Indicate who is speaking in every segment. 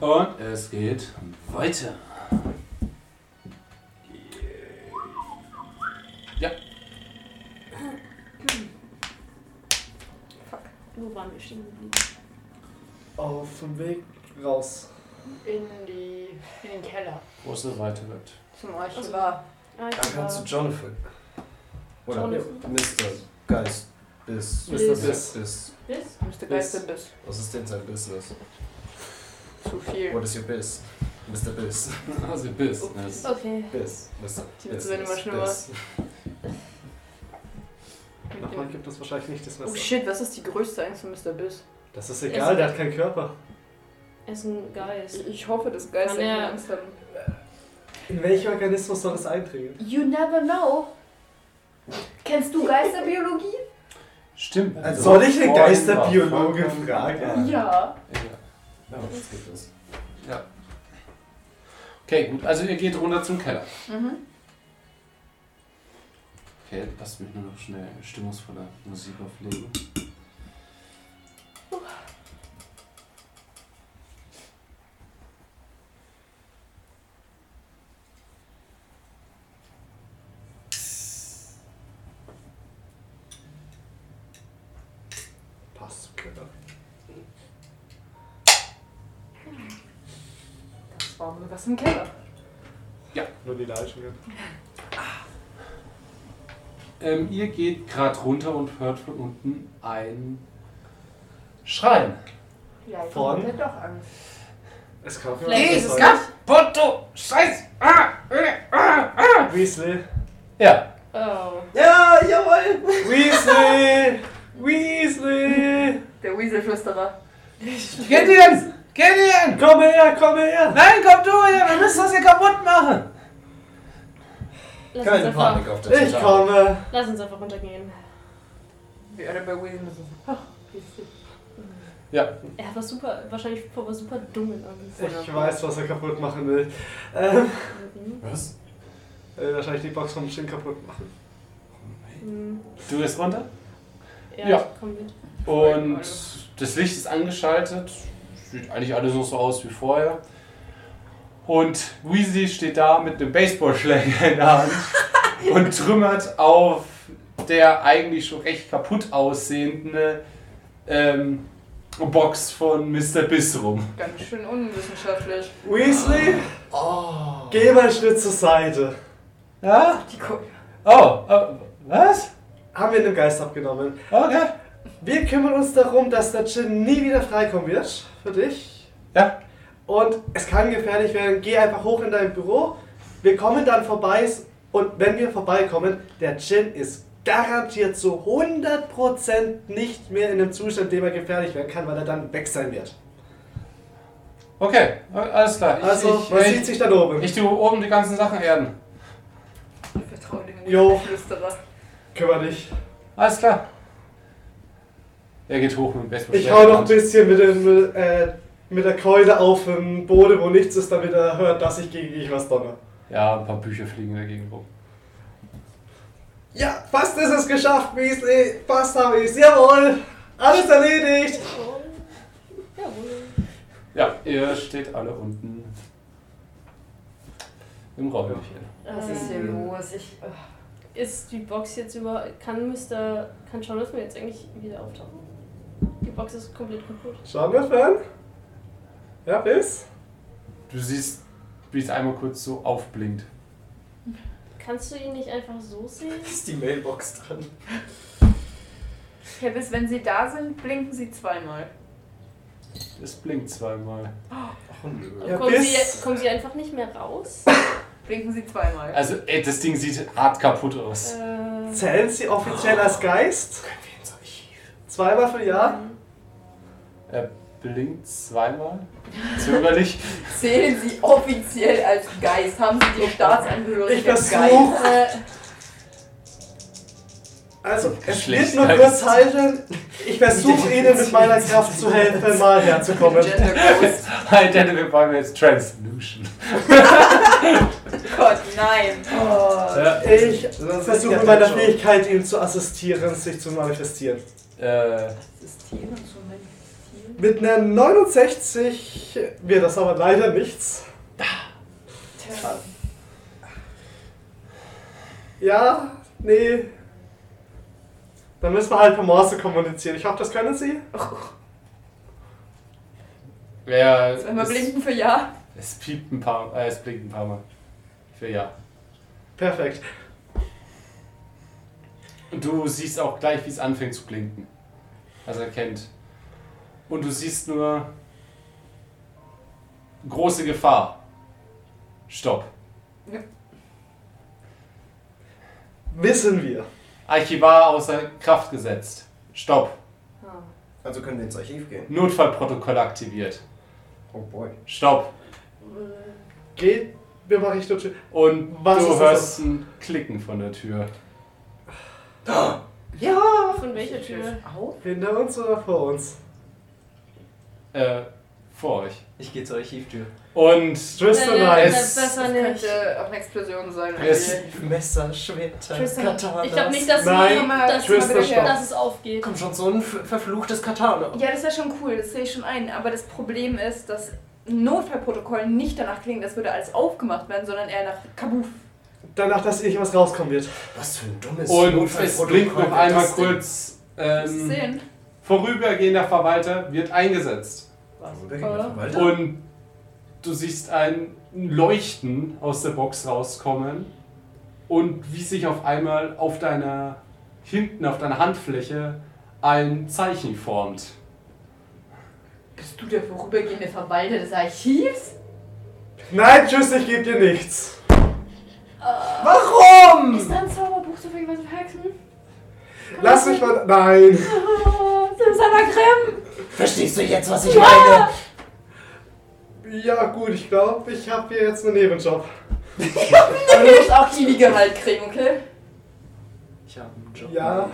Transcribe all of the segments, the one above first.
Speaker 1: Und es geht weiter. Ja.
Speaker 2: Fuck, wo waren wir stehen geblieben?
Speaker 3: Auf dem Weg raus.
Speaker 2: In, die, in den Keller.
Speaker 1: Wo ist der weite Welt?
Speaker 2: Zum Archivar.
Speaker 4: war.
Speaker 2: Ah,
Speaker 3: Dann kannst
Speaker 4: Ähm.
Speaker 3: du Jonathan. Oder
Speaker 2: Jonathan.
Speaker 3: Mr. Geist. Bis.
Speaker 2: Mr.
Speaker 3: Bis.
Speaker 2: Biss.
Speaker 3: Bis.
Speaker 2: Bis?
Speaker 4: Müsste Geist im Biss.
Speaker 3: Was ist denn sein Business?
Speaker 4: Zu viel.
Speaker 3: What is your biz? Mr. Biz.
Speaker 1: Also Business.
Speaker 2: Okay.
Speaker 3: Biz. Mr.
Speaker 4: Die Witze werden immer schlimmer.
Speaker 3: Nochmal gibt es wahrscheinlich nicht das
Speaker 4: Oh
Speaker 3: Messer.
Speaker 4: shit, was ist die größte Angst von Mr. Biss?
Speaker 3: Das ist
Speaker 2: Es-
Speaker 3: egal, der hat keinen Körper.
Speaker 2: Er ist ein Geist.
Speaker 4: Ich, ich hoffe, dass Geister
Speaker 2: Kann er-
Speaker 4: keine Angst haben.
Speaker 3: In welchem Organismus soll das eintreten?
Speaker 2: You never know. Kennst du Geisterbiologie?
Speaker 1: Stimmt.
Speaker 3: Also soll ich den Geisterbiologe
Speaker 1: Vollkommen-
Speaker 3: fragen?
Speaker 2: Ja.
Speaker 1: Ja, das gibt es. Ja. Okay, gut. Also ihr geht runter zum Keller.
Speaker 4: Mhm.
Speaker 1: Okay, lasst mich nur noch schnell stimmungsvolle Musik auflegen.
Speaker 3: Passt zum Körper.
Speaker 4: Das war wohl was im Keller.
Speaker 3: Nur die Leichen.
Speaker 1: Ähm, ihr geht gerade runter und hört von unten ein Schreien.
Speaker 4: Vielleicht
Speaker 3: Von?
Speaker 4: hat er doch Angst.
Speaker 3: Es kann auch
Speaker 2: Vielleicht
Speaker 3: jemand
Speaker 2: ist
Speaker 3: anders
Speaker 2: es
Speaker 3: sein.
Speaker 1: Botto! Scheiß! Ah! Ah! Ah!
Speaker 3: Weasley.
Speaker 1: Ja.
Speaker 2: Oh.
Speaker 3: Ja, jawohl! Weasley! Weasley!
Speaker 4: Der Weaselflüsterer.
Speaker 1: Kennt ihr den? Kennt ihr den?
Speaker 3: Komm her, komm her!
Speaker 1: Nein, kommt du her! Wir müssen das hier kaputt machen!
Speaker 2: Lass uns,
Speaker 5: Keine
Speaker 2: einfach,
Speaker 5: Panik auf der
Speaker 3: Ich komme!
Speaker 2: lass uns einfach runtergehen.
Speaker 4: Wie alle bei Weasel müssen. Ach, Weasley.
Speaker 1: Ja.
Speaker 2: Er war super, wahrscheinlich vor was super dummen Angst.
Speaker 3: Ich weiß, was er kaputt machen will. Ähm,
Speaker 5: Was?
Speaker 3: äh, wahrscheinlich die Box vom Shin kaputt machen.
Speaker 2: Hm.
Speaker 1: Du gehst runter?
Speaker 2: Ja,
Speaker 1: Ja.
Speaker 2: ich komm mit.
Speaker 1: Und das Licht ist angeschaltet. Sieht eigentlich alles noch so aus wie vorher. Und Weasley steht da mit einem Baseballschläger in der Hand und trümmert auf der eigentlich schon recht kaputt aussehenden ähm, Box von Mr. Biss rum.
Speaker 4: Ganz schön unwissenschaftlich.
Speaker 3: Weasley!
Speaker 1: Ah.
Speaker 3: Geh mal einen Schritt zur Seite.
Speaker 1: Ja?
Speaker 4: Die Ko
Speaker 1: Oh, äh, was?
Speaker 3: Haben wir den Geist abgenommen.
Speaker 1: Okay.
Speaker 3: Wir kümmern uns darum, dass der Gin nie wieder freikommen wird. Für dich.
Speaker 1: Ja.
Speaker 3: Und es kann gefährlich werden. Geh einfach hoch in dein Büro. Wir kommen dann vorbei. Und wenn wir vorbeikommen, der Gin ist garantiert zu 100% nicht mehr in dem Zustand, in dem er gefährlich werden kann, weil er dann weg sein wird.
Speaker 1: Okay, alles klar. Ich,
Speaker 3: Also,
Speaker 1: ich,
Speaker 3: man
Speaker 1: ich,
Speaker 3: sieht sich dann oben.
Speaker 1: ich tue oben die ganzen Sachen erden.
Speaker 4: Ich vertraue dem
Speaker 3: Jo.
Speaker 4: Weaselflüsterer.
Speaker 3: Kümmer dich.
Speaker 1: Alles klar. Er geht hoch mit dem Baseballschläger.
Speaker 3: Ich hau
Speaker 1: in der
Speaker 3: noch ein
Speaker 1: Hand.
Speaker 3: bisschen mit, dem, äh, mit der Keule auf dem Boden, wo nichts ist, damit er hört, dass ich gegen ihn was donner.
Speaker 1: Ja, ein paar Bücher fliegen dagegen rum.
Speaker 3: Ja, fast ist es geschafft, Weasley. Fast habe ich es. Jawohl. Alles erledigt.
Speaker 2: Oh. Jawohl.
Speaker 1: Ja, ihr steht alle unten im Räumchen.
Speaker 4: Was ist hier los? Ähm, Ich. ach.
Speaker 2: Ähm, Ist die Box jetzt über. Kann Mr. Kann Jonathan jetzt eigentlich wieder auftauchen? Die Box ist komplett kaputt.
Speaker 3: Schauen wir fern. Ja, bis.
Speaker 1: Du siehst, wie es einmal kurz so aufblinkt.
Speaker 2: Kannst du ihn nicht einfach so sehen?
Speaker 3: Ist die Mailbox dran?
Speaker 4: Herr Biss, wenn Sie da sind, blinken Sie zweimal.
Speaker 1: Es blinkt zweimal.
Speaker 3: Ja,
Speaker 2: kommen,
Speaker 3: bis.
Speaker 2: sie, kommen sie einfach nicht mehr raus?
Speaker 4: Blinken Sie zweimal.
Speaker 1: Also, ey, das Ding sieht hart kaputt aus.
Speaker 2: äh,
Speaker 3: Zählen Sie offiziell als Geist? Zweimal für Jahr?
Speaker 1: Er blinkt zweimal. Zögerlich.
Speaker 4: Zählen Sie offiziell als Geist? Haben Sie die
Speaker 3: Ich
Speaker 4: Staatsangehörigkeit als
Speaker 3: versuch.
Speaker 4: Geist?
Speaker 2: äh,
Speaker 3: Also, es wird
Speaker 1: Schlecht,
Speaker 3: nur
Speaker 1: ne?
Speaker 3: kurz halten. Ich versuche Ihnen mit meiner Kraft zu helfen, mal herzukommen.
Speaker 4: Äh, Gender Ghost.
Speaker 1: Halt, Identify me as Translution.
Speaker 4: Gott, nein.
Speaker 3: Oh. Ich versuche mit meiner Fähigkeit, ihm zu assistieren, sich zu manifestieren.
Speaker 1: Äh,
Speaker 4: ne? System und so mein System.
Speaker 3: Mit einer 69 mir das aber leider nichts.
Speaker 4: Tja.
Speaker 3: Ja, nee. Dann müssen wir halt per Morse kommunizieren. Ich hoffe, das können Sie.
Speaker 1: Ja,
Speaker 4: Zweimal
Speaker 1: es,
Speaker 4: blinken für Ja.
Speaker 1: es piept ein paar äh, es blinkt ein paar Mal. Für ja.
Speaker 3: Perfekt.
Speaker 1: Und du siehst auch gleich, wie es anfängt zu blinken. Also erkennt. Und du siehst nur große Gefahr. Stopp.
Speaker 3: Wissen wir.
Speaker 1: Archivar außer Kraft gesetzt. Stopp.
Speaker 2: Ah.
Speaker 6: Also können wir ins Archiv gehen.
Speaker 1: Notfallprotokoll aktiviert.
Speaker 6: Oh boy.
Speaker 1: Stopp.
Speaker 3: Geht, wir machen Richtung Tür.
Speaker 1: Und
Speaker 3: Was
Speaker 1: du
Speaker 3: ist das?
Speaker 1: hörst ein Klicken von der Tür.
Speaker 3: Ja!
Speaker 2: Von welcher Tür?
Speaker 6: Auf?
Speaker 3: Hinter uns oder vor uns?
Speaker 1: Äh, vor euch.
Speaker 6: Ich gehe zur Archivtür.
Speaker 1: Und
Speaker 3: Tristan
Speaker 2: Nein, nein,
Speaker 1: Es-
Speaker 2: nein, Äh, besser
Speaker 4: Das
Speaker 2: nicht.
Speaker 4: könnte auch eine Explosion sein.
Speaker 1: Es-
Speaker 4: irgendwie.
Speaker 6: Messer, Schwerter,
Speaker 2: Tristan,
Speaker 6: Katanas.
Speaker 2: ich glaube nicht, dass,
Speaker 3: Nein,
Speaker 2: wir, dass,
Speaker 3: Tristan,
Speaker 2: dass,
Speaker 3: stopp.
Speaker 2: es aufgeht.
Speaker 6: Komm schon, so ein ver- verfluchtes Katana.
Speaker 4: Ja, das wäre schon cool, das sehe ich schon ein. Aber das Problem ist, dass ein Notfallprotokoll nicht danach klingt, das würde alles aufgemacht werden, sondern eher nach Kabuff.
Speaker 3: Danach, dass irgendwas rauskommen wird.
Speaker 6: Was für ein dummes
Speaker 1: Und es
Speaker 6: Notfallprotokoll
Speaker 1: blinkt noch
Speaker 6: wird
Speaker 1: einmal
Speaker 6: das denn?
Speaker 1: kurz.
Speaker 4: Kannst du
Speaker 1: Ähm,
Speaker 4: sehen?
Speaker 1: vorübergehender Verwalter wird eingesetzt.
Speaker 6: Worüber Also, geht der Verwalter?
Speaker 1: Und du siehst ein Leuchten aus der Box rauskommen und wie sich auf einmal auf deiner hinten auf deiner Handfläche ein Zeichen formt.
Speaker 4: Bist du der vorübergehende Verwalter des Archivs?
Speaker 3: Nein, tschüss, ich gebe dir nichts.
Speaker 4: Ist da ein Zauberbuch zu irgendwas verhexen?
Speaker 3: Lass mich mal. Nein!
Speaker 4: Oh, Simsalakrim!
Speaker 6: Verstehst du jetzt, was ich meine?
Speaker 3: Ja, gut, ich glaube, ich habe hier jetzt einen Nebenjob.
Speaker 4: Aber du musst auch Kiwi-Gehalt kriegen, okay?
Speaker 6: Ich habe einen Job.
Speaker 3: Ja.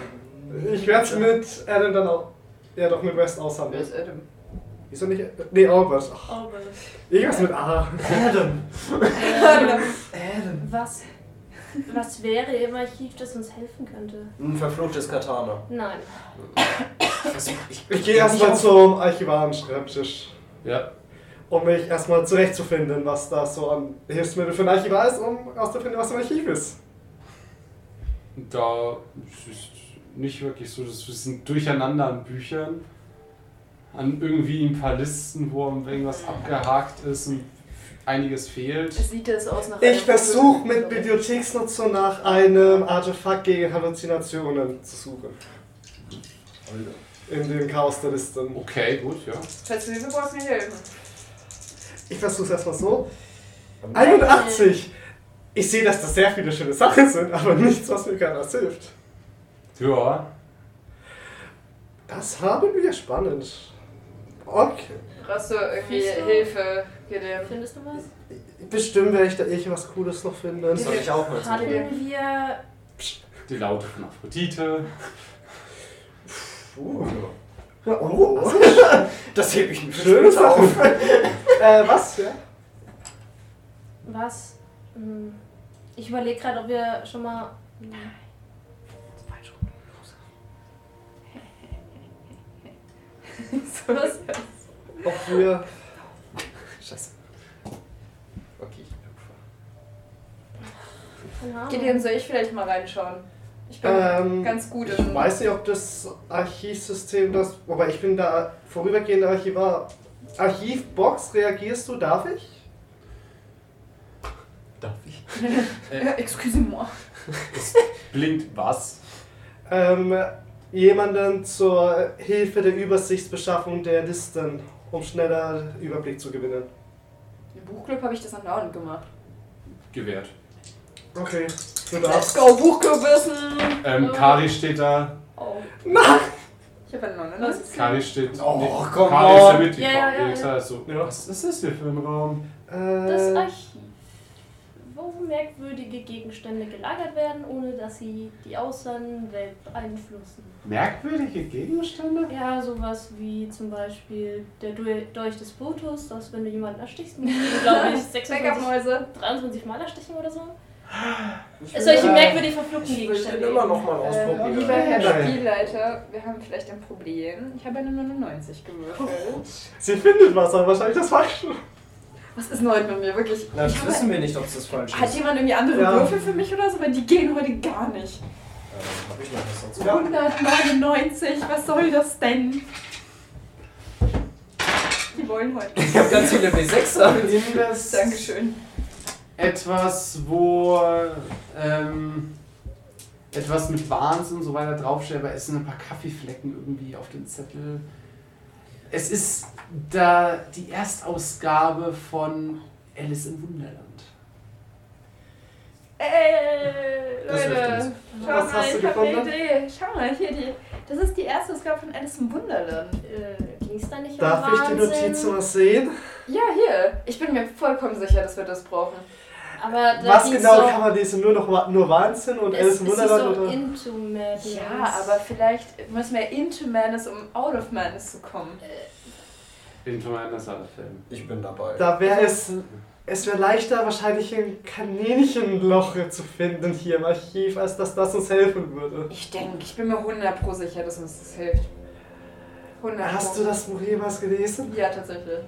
Speaker 3: Ich werde es mit Adam dann auch. Ja, doch mit West aushandeln.
Speaker 4: Adam?
Speaker 3: Wieso nicht. Nee, Albert. Ach,
Speaker 2: Oh, Gott.
Speaker 3: Irgendwas mit A.
Speaker 6: Adam.
Speaker 2: Ähm,
Speaker 6: Adam.
Speaker 2: was, was wäre im Archiv, das uns helfen könnte?
Speaker 6: Ein verfluchtes Katana.
Speaker 2: Nein.
Speaker 6: Ich,
Speaker 3: Ich gehe erstmal zum Archivaren-Schreibtisch,
Speaker 1: Ja.
Speaker 3: um mich erstmal zurechtzufinden, was da so an Hilfsmittel für ein Archivar ist, um auszufinden, was im Archiv ist.
Speaker 1: Da ist nicht wirklich so, das sind durcheinander an Büchern, an irgendwie ein paar Listen, wo irgendwas abgehakt ist und einiges fehlt.
Speaker 4: Sieht das aus nach
Speaker 3: Ich versuche mit Bibliotheksnutzung nach einem Artefakt gegen Halluzinationen zu suchen. In dem Chaos der Listen.
Speaker 1: Okay, gut, ja.
Speaker 4: Falls du Hilfe brauchst, mir helfen.
Speaker 3: Ich versuche es erstmal so. 81! Ich sehe, dass das sehr viele schöne Sachen sind, aber nichts, was mir gerade was hilft.
Speaker 1: Ja.
Speaker 3: Das haben wir spannend. Okay.
Speaker 4: Brauchst du irgendwie
Speaker 2: Siehst du?
Speaker 4: Hilfe, Gideon?
Speaker 2: Findest du was?
Speaker 3: Bestimmt werde ich da irgendwas Cooles noch finden.
Speaker 6: Soll ich auch mal zum
Speaker 2: Hatten wir.
Speaker 1: Die Laute von Aphrodite.
Speaker 6: Uh,
Speaker 3: Ja, oh,
Speaker 6: Das hebe ich mir
Speaker 3: Schöne
Speaker 6: später
Speaker 3: Sachen. äh, was? Ja?
Speaker 2: Was? Hm, Ich überlege gerade, ob wir schon mal. Nein.
Speaker 4: So was?
Speaker 3: Ob wir.
Speaker 6: Scheiße. Okay, ich bin gefahren.
Speaker 2: Keine Ahnung.
Speaker 4: Gideon, soll ich vielleicht mal reinschauen? Ich bin
Speaker 3: Ähm,
Speaker 4: ganz gut
Speaker 3: Ich
Speaker 2: also
Speaker 4: im.
Speaker 3: weiß nicht, ob das Archivsystem das. Wobei ich bin da vorübergehender Archivar. Archivbox, reagierst du? Darf ich?
Speaker 6: Darf ich?
Speaker 4: Ja, Excusez-moi.
Speaker 1: Blinkt was?
Speaker 3: Ähm, jemanden zur Hilfe der Übersichtsbeschaffung der Listen, um schneller Überblick zu gewinnen.
Speaker 4: Im Buchclub habe ich das andauernd gemacht.
Speaker 1: Gewährt.
Speaker 3: Okay, du
Speaker 4: Let's
Speaker 3: darfst.
Speaker 4: go, Buchclubwissen!
Speaker 1: Ähm, Kari steht da.
Speaker 4: Oh. Ich halt habe einen langen
Speaker 2: Was
Speaker 4: Lust.
Speaker 2: ist denn?
Speaker 1: Kari steht.
Speaker 6: Oh,
Speaker 1: nee,
Speaker 6: come
Speaker 1: Kari ist ja
Speaker 6: on.
Speaker 1: mitgekommen.
Speaker 2: Ja, ja, ja,
Speaker 1: Ich sag so,
Speaker 3: Ja.
Speaker 1: Was ist das hier für ein Raum?
Speaker 2: Das
Speaker 3: Äh,
Speaker 2: Archiv. Wo merkwürdige Gegenstände gelagert werden, ohne dass sie die Außenwelt beeinflussen.
Speaker 1: Merkwürdige Gegenstände?
Speaker 2: Ja, sowas wie zum Beispiel der Du- Dolch des Brutus, dass wenn du jemanden erstichst, musst du, glaube ich, 26,
Speaker 4: Backup-Mäuse.
Speaker 2: 23 Mal erstechen oder so. Solche
Speaker 6: Ja.
Speaker 2: merkwürdig verfluchten
Speaker 6: Ich will den
Speaker 2: Gegenstände.
Speaker 6: immer noch mal
Speaker 4: Äh,
Speaker 6: ausprobieren.
Speaker 4: lieber Herr
Speaker 3: Nein.
Speaker 4: Spielleiter, wir haben vielleicht ein Problem. Oh. Ich habe eine 99 gewürfelt.
Speaker 3: Sie findet was, aber wahrscheinlich das Falsche.
Speaker 4: Was ist denn heute mit mir? Wirklich.
Speaker 6: Na,
Speaker 4: Ich
Speaker 6: das
Speaker 4: habe-
Speaker 6: wissen wir nicht, ob es das falsch ist.
Speaker 4: Hat jemand irgendwie andere
Speaker 3: Ja.
Speaker 4: Würfel für mich oder so? Weil die gehen heute gar nicht.
Speaker 6: Ähm, hab ich noch was sonst?
Speaker 3: Ja.
Speaker 4: 199, was soll das denn? Die wollen heute.
Speaker 6: Ich habe ganz viele W6er.
Speaker 1: Invest
Speaker 4: Dankeschön.
Speaker 1: etwas, wo ähm, etwas mit Wahnsinn und so weiter draufsteht, aber es sind ein paar Kaffeeflecken irgendwie auf dem Zettel. Es ist da die Erstausgabe von Alice im Wunderland.
Speaker 4: Ey,
Speaker 6: Das hilft
Speaker 4: Leute.
Speaker 6: uns.
Speaker 4: Schau mal,
Speaker 3: Was hast du
Speaker 4: ich habe eine
Speaker 3: gefunden?
Speaker 4: Idee. Schau mal, hier die. Das ist die erste Ausgabe von Alice im Wunderland.
Speaker 2: Äh, ging's da nicht
Speaker 3: Darf
Speaker 2: um
Speaker 3: ich die
Speaker 2: Wahnsinn?
Speaker 3: Notiz mal sehen?
Speaker 4: Ja, hier. Ich bin mir vollkommen sicher, dass wir das brauchen.
Speaker 2: Aber da
Speaker 3: Was
Speaker 2: ging's
Speaker 3: genau
Speaker 2: Also so,
Speaker 3: kann man lesen? Nur noch Wa- nur Wahnsinn und
Speaker 2: es,
Speaker 3: Alice
Speaker 2: es
Speaker 3: im
Speaker 2: ist
Speaker 3: Wunderland
Speaker 2: so
Speaker 3: oder?
Speaker 2: into madness.
Speaker 4: Ja, aber vielleicht müssen wir into Madness, um out of Madness zu kommen.
Speaker 1: Bin schon mal anders Film.
Speaker 6: Ich bin dabei.
Speaker 3: Da wäre es. Es wäre leichter, wahrscheinlich ein Kaninchenloch zu finden hier im Archiv, als dass das uns helfen würde.
Speaker 4: Ich denke, ich bin mir 100 pro sicher, dass uns das hilft. 100
Speaker 3: Hast
Speaker 4: pro.
Speaker 3: du das Buch jemals gelesen?
Speaker 4: Ja, tatsächlich.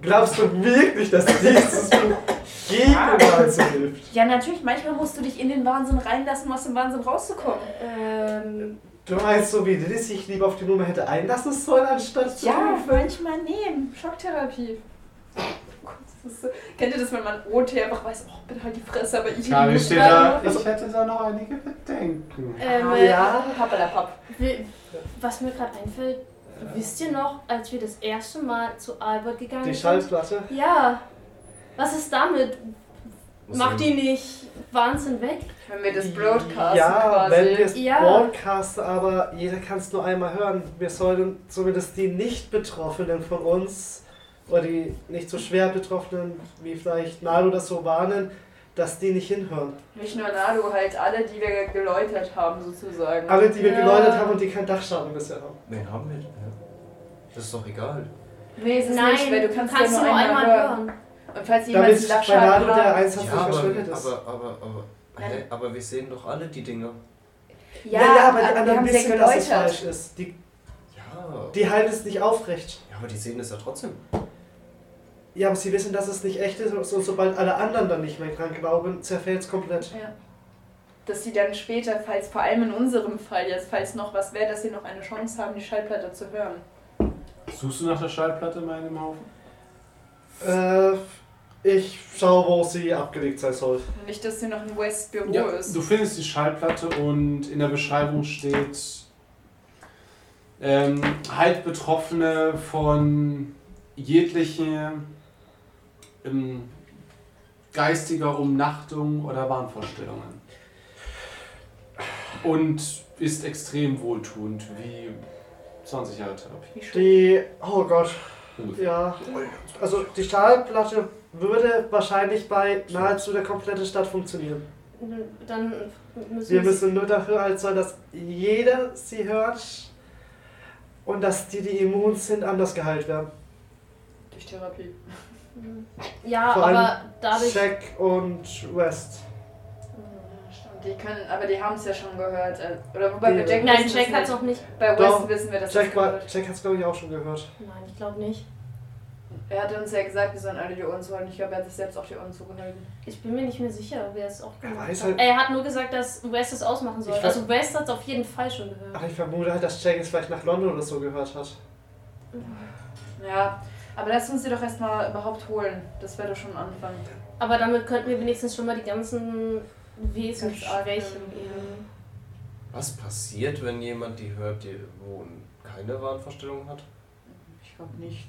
Speaker 3: Glaubst du wirklich, dass dieses Buch jedem so hilft?
Speaker 4: Ja, natürlich. Manchmal musst du dich in den Wahnsinn reinlassen, um aus dem Wahnsinn rauszukommen.
Speaker 2: Ähm,
Speaker 3: Du meinst so wie Lilly sich lieber auf die Nummer hätte einlassen sollen, anstatt zu
Speaker 4: Ja, manchmal nehmen. Schocktherapie. Oh Gott, das ist so- Kennt ihr das, wenn man OT einfach weiß, oh, bitte halt die Fresse, aber ich
Speaker 1: Kari
Speaker 4: muss
Speaker 1: steht da,
Speaker 4: rein. Äh,
Speaker 1: ich hätte da noch einige Bedenken.
Speaker 2: ähm,
Speaker 3: Ah, ja.
Speaker 4: Pappelapapp.
Speaker 2: Wie- Was mir gerade einfällt, wisst ihr noch, als wir das erste Mal zu Albert gegangen
Speaker 3: Die
Speaker 2: sind?
Speaker 3: Schallplatte.
Speaker 2: Ja. Was ist damit?
Speaker 6: Was
Speaker 2: Mach
Speaker 6: denn?
Speaker 2: die nicht Wahnsinn weg.
Speaker 4: Wenn wir das broadcasten
Speaker 3: ja,
Speaker 4: quasi.
Speaker 3: wenn wir es
Speaker 2: Ja.
Speaker 3: broadcasten, aber jeder kann es nur einmal hören. Wir sollten zumindest die Nicht-Betroffenen von uns oder die nicht so schwer Betroffenen, wie vielleicht Nalu oder so, warnen, dass die nicht hinhören.
Speaker 4: Nicht nur Nado, halt alle, die wir geläutert haben, sozusagen.
Speaker 3: Alle, die wir
Speaker 2: Ja.
Speaker 3: geläutert haben und die keinen Dachschaden bisher haben.
Speaker 6: Wen haben wir? denn? Ja. Das ist doch egal.
Speaker 4: nee, es ist
Speaker 2: Nein,
Speaker 4: nicht, weil du kannst, ja
Speaker 2: nur einmal hören.
Speaker 4: Und falls jemand
Speaker 3: Damit
Speaker 4: die
Speaker 3: bei Nalu
Speaker 4: Lachschaden
Speaker 3: der
Speaker 4: war,
Speaker 3: Eins hat sich
Speaker 6: aber,
Speaker 3: verschwendet ist.
Speaker 6: aber, aber, aber, hä? aber wir sehen doch alle die Dinger.
Speaker 4: ja,
Speaker 3: aber die
Speaker 4: wir
Speaker 3: anderen
Speaker 4: haben sie
Speaker 3: wissen, dass es
Speaker 4: geläutert.
Speaker 3: falsch ist. Die,
Speaker 6: Ja.
Speaker 3: die halten es nicht aufrecht.
Speaker 6: Ja, aber die sehen es ja trotzdem.
Speaker 3: Ja, aber sie wissen, dass es nicht echt ist und so- sobald alle anderen dann nicht mehr dran glauben, zerfällt es komplett.
Speaker 4: Ja. Dass sie dann später, falls vor allem in unserem Fall jetzt, falls noch was wäre, dass sie noch eine Chance haben, die Schallplatte zu hören.
Speaker 1: Suchst du nach der Schallplatte in meinem Haufen?
Speaker 3: Äh, ich schaue, wo sie abgelegt sein soll.
Speaker 4: Nicht, dass sie noch in West Büro
Speaker 1: Ja,
Speaker 4: ist.
Speaker 1: du findest die Schallplatte und in der Beschreibung steht ähm, halt Betroffene von jeglichen ähm, geistiger Umnachtung oder Wahnvorstellungen. Und ist extrem wohltuend, wie 20 Jahre Therapie.
Speaker 3: Die. Oh Gott,
Speaker 1: ungefähr.
Speaker 3: ja. Also, die Stahlplatte würde wahrscheinlich bei nahezu der kompletten Stadt funktionieren.
Speaker 2: Dann müssen
Speaker 3: Wir müssen nur dafür halt sein, dass jeder sie hört und dass die, die immun sind, anders geheilt werden.
Speaker 4: Durch Therapie.
Speaker 2: Ja,
Speaker 3: Vor allem
Speaker 2: aber dadurch.
Speaker 3: Jack und West.
Speaker 4: Stimmt, die können, aber die haben es ja schon gehört. äh, Oder wobei bei
Speaker 3: Nee.
Speaker 4: Jack
Speaker 2: Nein,
Speaker 4: wissen
Speaker 2: Jack
Speaker 4: wir's
Speaker 2: hat's
Speaker 4: nicht.
Speaker 2: auch nicht.
Speaker 4: Bei West
Speaker 3: Doch,
Speaker 4: wissen wir, dass es
Speaker 3: Jack, war-
Speaker 4: gehört.
Speaker 3: Jack hat es, glaube ich, auch schon gehört.
Speaker 2: Nein, ich glaube nicht.
Speaker 4: Er hat uns ja gesagt, wir sollen alle die Ohren zuhalten. Ich glaube, er hat sich selbst auch die Ohren zugehalten.
Speaker 2: Ich bin mir nicht mehr sicher, wer es auch gemacht
Speaker 3: weiß
Speaker 2: hat.
Speaker 3: halt-
Speaker 2: Er hat nur gesagt, dass West es ausmachen soll.
Speaker 3: Ich ver-
Speaker 2: Also West hat es auf jeden Fall schon gehört.
Speaker 3: Aber ich vermute halt, dass Jack es vielleicht nach London oder so gehört hat.
Speaker 4: Ja, aber lass uns sie doch erstmal überhaupt holen. Das wäre doch schon ein Anfang.
Speaker 2: Aber damit könnten wir wenigstens schon mal die ganzen Wesensschwächen
Speaker 4: Ganz
Speaker 2: eben.
Speaker 6: Was passiert, wenn jemand die hört, die wo keine Wahnvorstellung hat?
Speaker 4: Ich glaube nicht.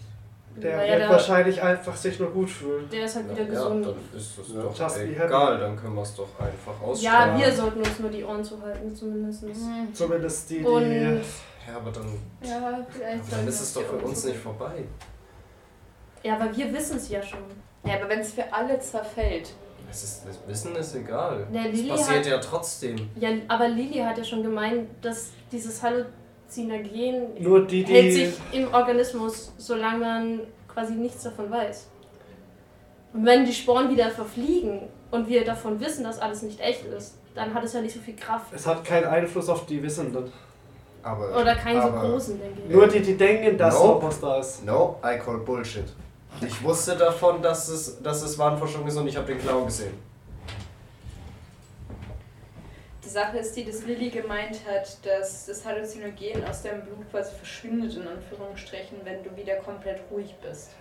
Speaker 3: Der
Speaker 2: Naja,
Speaker 3: wird
Speaker 2: der-
Speaker 3: wahrscheinlich einfach sich nur gut fühlen.
Speaker 2: Der ist halt
Speaker 6: Na
Speaker 2: wieder
Speaker 6: ja,
Speaker 2: gesund.
Speaker 6: dann ist es
Speaker 1: Ja.
Speaker 6: doch
Speaker 3: Just be
Speaker 6: egal, dann können wir es doch einfach ausstrahlen.
Speaker 2: Ja, wir sollten uns nur die Ohren zuhalten, zumindest.
Speaker 3: Zumindest die, die.
Speaker 2: Und
Speaker 6: Ja, aber dann,
Speaker 4: Mhm. Ja,
Speaker 6: aber
Speaker 4: vielleicht
Speaker 6: dann ist es doch für uns nicht vorbei.
Speaker 2: ja, aber wir wissen es ja schon.
Speaker 4: Ja, aber wenn es für alle zerfällt.
Speaker 6: Es ist, das Wissen ist egal.
Speaker 2: Der
Speaker 6: Es
Speaker 2: Lilly
Speaker 6: passiert
Speaker 2: hat,
Speaker 6: ja trotzdem.
Speaker 2: ja, aber Lili hat ja schon gemeint, dass dieses Halluzinogen
Speaker 3: Nur die,
Speaker 2: hält
Speaker 3: die.
Speaker 2: sich im Organismus, solange man quasi nichts davon weiß. wenn die Sporen wieder verfliegen und wir davon wissen, dass alles nicht echt ist, dann hat es ja nicht so viel Kraft.
Speaker 3: Es hat keinen Einfluss auf die Wissenden.
Speaker 7: Aber,
Speaker 2: Oder keinen so
Speaker 7: aber,
Speaker 2: großen, denke ich.
Speaker 3: Nur die, die denken, dass
Speaker 7: Nope.
Speaker 3: Horus da ist.
Speaker 7: No, I call Bullshit.
Speaker 6: Ich wusste davon, dass es, dass es Wahnvorstellung ist und ich habe den Clown gesehen.
Speaker 4: Die Sache ist die, dass Lilly gemeint hat, dass das Halluzinogen aus deinem Blut quasi verschwindet, in Anführungsstrichen, wenn du wieder komplett ruhig bist.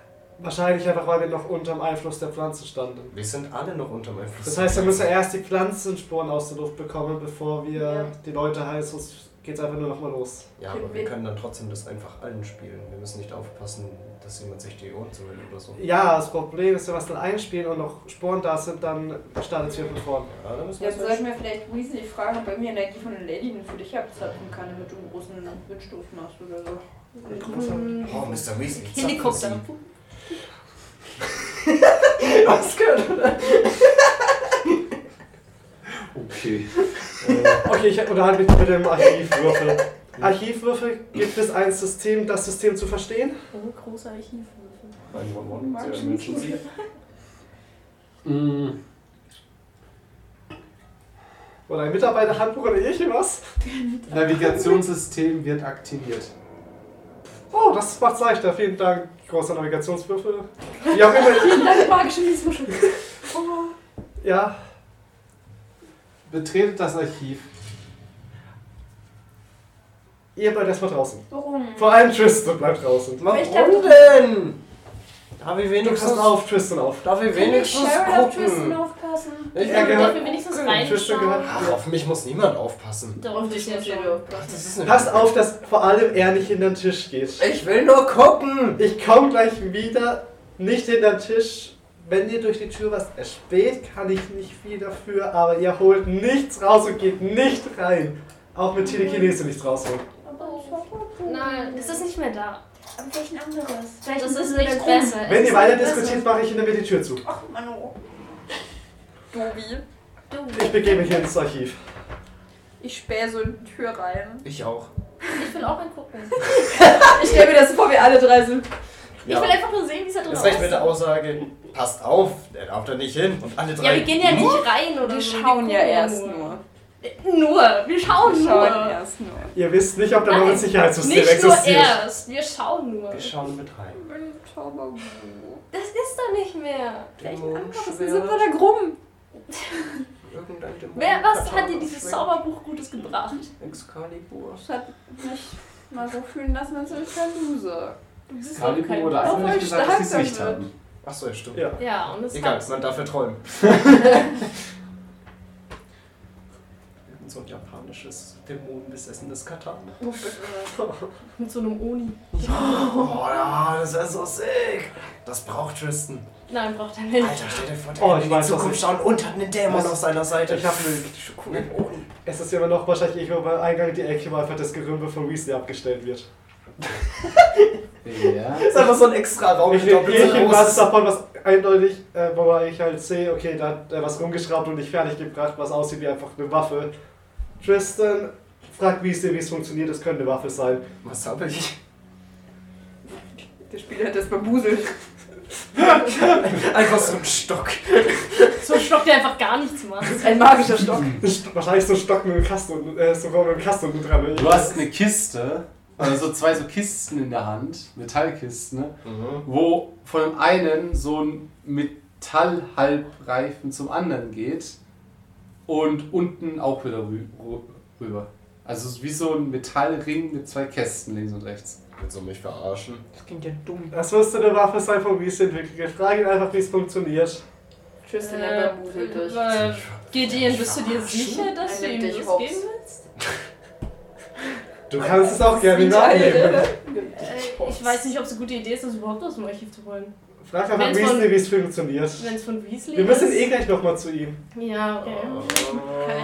Speaker 3: Wahrscheinlich einfach, weil wir noch unterm Einfluss der Pflanze standen.
Speaker 6: Wir sind alle noch unter meinem Einfluss.
Speaker 3: Das heißt, wir müssen erst die Pflanzenspuren aus der Luft bekommen, bevor wir
Speaker 4: Ja.
Speaker 3: die Leute heißen. Sonst geht's einfach nur nochmal los.
Speaker 6: Ja, aber wir können dann trotzdem das einfach allen spielen. Wir müssen nicht aufpassen, dass jemand sich die Ohren zuhält oder so.
Speaker 3: Ja, das Problem ist, wenn wir es dann einspielen und noch Sporen da sind, dann startet es wieder von vorn.
Speaker 6: Ja, dann müssen wir
Speaker 4: Jetzt
Speaker 6: es
Speaker 4: sollten wir vielleicht Weasley fragen, ob er mir Energie von den Ladyen für dich abzapfen kann, damit du einen großen Windstoß machst oder so.
Speaker 2: Mhm.
Speaker 6: Oh, Mr. Weasley. zapfen
Speaker 2: Helikopter.
Speaker 6: Sie.
Speaker 4: Was gehört, oder?
Speaker 1: Okay.
Speaker 3: Okay, ich unterhalte mich mit dem Archivwürfel. Archivwürfel gibt es ein System, das System zu verstehen?
Speaker 2: Oh, große Archivwürfel.
Speaker 6: 911,
Speaker 4: Emergency.
Speaker 1: Mm,
Speaker 3: Oder ein Mitarbeiterhandbuch oder irgendwas?
Speaker 1: Navigationssystem wird aktiviert.
Speaker 3: Oh, das macht's leichter. Vielen Dank, großer Navigationswürfel. Wie auch immer.
Speaker 4: Deine magische Miesmuschel. Oh.
Speaker 3: Ja,
Speaker 1: Betretet das Archiv.
Speaker 3: ihr bleibt erstmal draußen.
Speaker 4: Warum?
Speaker 3: Vor allem Tristan bleibt draußen.
Speaker 4: Aber ich darf
Speaker 6: Warum
Speaker 4: doch-
Speaker 6: denn? Darf ich
Speaker 3: Du
Speaker 6: wenigstens
Speaker 3: passt auf, Tristan auf.
Speaker 6: Darf ich
Speaker 4: Kann nicht
Speaker 6: wenigstens
Speaker 4: Cheryl auf Tristan
Speaker 6: gucken?
Speaker 4: aufpassen?
Speaker 6: Ich
Speaker 3: Ja, genau. Hm,
Speaker 2: Ja,
Speaker 3: gehört-
Speaker 2: dürfen wir wenigstens
Speaker 3: Tristan
Speaker 2: reinschauen.
Speaker 6: Ach, auf mich muss niemand aufpassen.
Speaker 2: Darauf ist ja schon.
Speaker 6: Das ist eine
Speaker 3: Passt auf, dass vor allem er nicht hinter den Tisch geht.
Speaker 6: Ich will nur gucken!
Speaker 3: Ich komme gleich wieder, nicht hinter den Tisch. Wenn ihr durch die Tür was erspäht, kann ich nicht viel dafür, aber ihr holt nichts raus und geht nicht rein. Auch mit Telekinese nichts rausholen.
Speaker 4: Aber ich war doch gut.
Speaker 2: Nein, das ist nicht mehr da.
Speaker 4: Aber vielleicht ein anderes.
Speaker 2: Das
Speaker 4: Vielleicht ein
Speaker 2: ist
Speaker 4: bisschen
Speaker 2: nicht
Speaker 4: mehr Grund.
Speaker 2: besser. Es
Speaker 3: Wenn ihr
Speaker 2: ist halt
Speaker 3: weiter
Speaker 2: nicht besser.
Speaker 3: diskutiert, mache ich in der Mitte die Tür zu.
Speaker 4: Ach, Mano. Dobi.
Speaker 2: Du,
Speaker 3: Ich begebe mich hier ins Archiv.
Speaker 4: Ich spähe so in die Tür rein.
Speaker 6: Ich auch.
Speaker 2: ich will auch reingucken.
Speaker 4: Ich stelle mir das vor, wir alle drei sind.
Speaker 6: Ja.
Speaker 2: Ich will einfach nur sehen, wie es da drin
Speaker 6: Das reicht mit der
Speaker 2: aussieht.
Speaker 6: Aussage, passt auf, der darf da nicht hin. Und alle drei.
Speaker 2: Ja, wir gehen ja nicht rein oder
Speaker 4: Wir
Speaker 2: so.
Speaker 4: schauen ja
Speaker 2: gucken
Speaker 4: erst nur. Oh
Speaker 2: Nur, wir schauen
Speaker 4: Wir
Speaker 2: nur.
Speaker 4: schauen erst nur.
Speaker 3: Ihr wisst nicht, ob da noch ein
Speaker 2: Nein,
Speaker 3: Sicherheitssystem
Speaker 2: Nicht nur
Speaker 3: existiert.
Speaker 2: erst, wir schauen nur.
Speaker 6: Wir schauen mit rein.
Speaker 4: Oh,
Speaker 2: Das ist doch nicht mehr.
Speaker 4: Vielleicht ein
Speaker 6: Dämon,
Speaker 4: anderes.
Speaker 6: Schwert.
Speaker 4: Wir sind bei der Grumm.
Speaker 6: Irgendein Dämon.
Speaker 2: Wer, was hat dir
Speaker 6: Katana,
Speaker 2: dieses
Speaker 6: Schwert,
Speaker 2: Zauberbuch Gutes gebracht?
Speaker 6: Excalibur.
Speaker 4: Das hat mich mal so fühlen lassen, als wäre ich kein Loser.
Speaker 2: Du bist doch
Speaker 1: Kalibur
Speaker 2: kein
Speaker 1: wurde
Speaker 4: Obwohl
Speaker 1: einfach nicht
Speaker 4: ich
Speaker 1: gesagt, dass sie es
Speaker 4: stark
Speaker 1: nicht
Speaker 4: sein
Speaker 1: haben.
Speaker 6: Achso, ja, stimmt.
Speaker 3: Ja.
Speaker 2: Ja, und es
Speaker 6: Egal,
Speaker 2: hat.
Speaker 6: man darf ja träumen. Irgend so ein japanisches dämonenbesessenes Katana.
Speaker 4: Oh, bitte.
Speaker 2: Mit so einem Oni.
Speaker 6: Oh, ja, das ist so sick. Das braucht Tristan.
Speaker 2: Nein, braucht er nicht.
Speaker 6: Alter, stell dir vor, der
Speaker 3: Oh,
Speaker 6: kann
Speaker 3: ich
Speaker 6: in die
Speaker 3: weiß, was
Speaker 6: Zukunft
Speaker 3: ich-
Speaker 6: schauen und hat einen Dämon
Speaker 3: Was?
Speaker 6: auf seiner Seite.
Speaker 3: Ich hab einen-
Speaker 6: cool. Oh,
Speaker 3: Es ist immer noch wahrscheinlich irgendwo beim Eingang die Ecke, wo einfach das Gerümpel von Weasley abgestellt wird.
Speaker 1: Ja.
Speaker 6: Das ist einfach so ein extra Raum,
Speaker 3: Ich nehme irgendwas davon, was eindeutig, äh, wo ich halt sehe, okay, da hat er was rumgeschraubt und nicht fertig gebracht, was aussieht wie einfach eine Waffe. Tristan fragt Weasley, wie es funktioniert, es könnte eine Waffe sein.
Speaker 6: Was habe ich?
Speaker 4: Der Spieler hat das bemuselt.
Speaker 6: Einfach so ein Stock.
Speaker 2: So ein Stock, der einfach gar nichts macht.
Speaker 4: Ein magischer Stock.
Speaker 3: St- Wahrscheinlich so ein Stock mit einem Kasten, und- äh, so mit einem Kasten unten dran. ne?
Speaker 1: Du hast eine Kiste, also so zwei so Kisten in der Hand, Metallkisten, ne? wo von dem einen so ein Metallhalbreifen zum anderen geht und unten auch wieder rü rü- rüber. Also es ist wie so ein Metallring mit zwei Kästen links und rechts.
Speaker 6: Willst du mich verarschen?
Speaker 4: Das klingt ja dumm.
Speaker 3: Das müsste eine Waffe sein von Weasley entwickelt. Wir fragen ihn einfach, wie es funktioniert.
Speaker 4: Tristan
Speaker 2: Äh,
Speaker 4: hat bemuselt dich.
Speaker 2: äh, Gideon, bist du dir sicher, dass du
Speaker 4: Eine
Speaker 2: ihm das geben
Speaker 4: dich hops.
Speaker 2: willst?
Speaker 3: Du kannst es auch gerne nachnehmen.
Speaker 2: Äh,
Speaker 4: nachnehmen.
Speaker 2: ich weiß nicht, ob es eine gute Idee ist, das überhaupt aus dem Archiv zu holen.
Speaker 3: Frag einfach
Speaker 2: Wenn's
Speaker 3: Weasley,
Speaker 2: von-
Speaker 3: wie es funktioniert.
Speaker 2: Wenn es von Weasley
Speaker 3: Wir müssen
Speaker 2: ist.
Speaker 3: eh gleich nochmal zu ihm.
Speaker 2: Ja, okay.
Speaker 4: Kann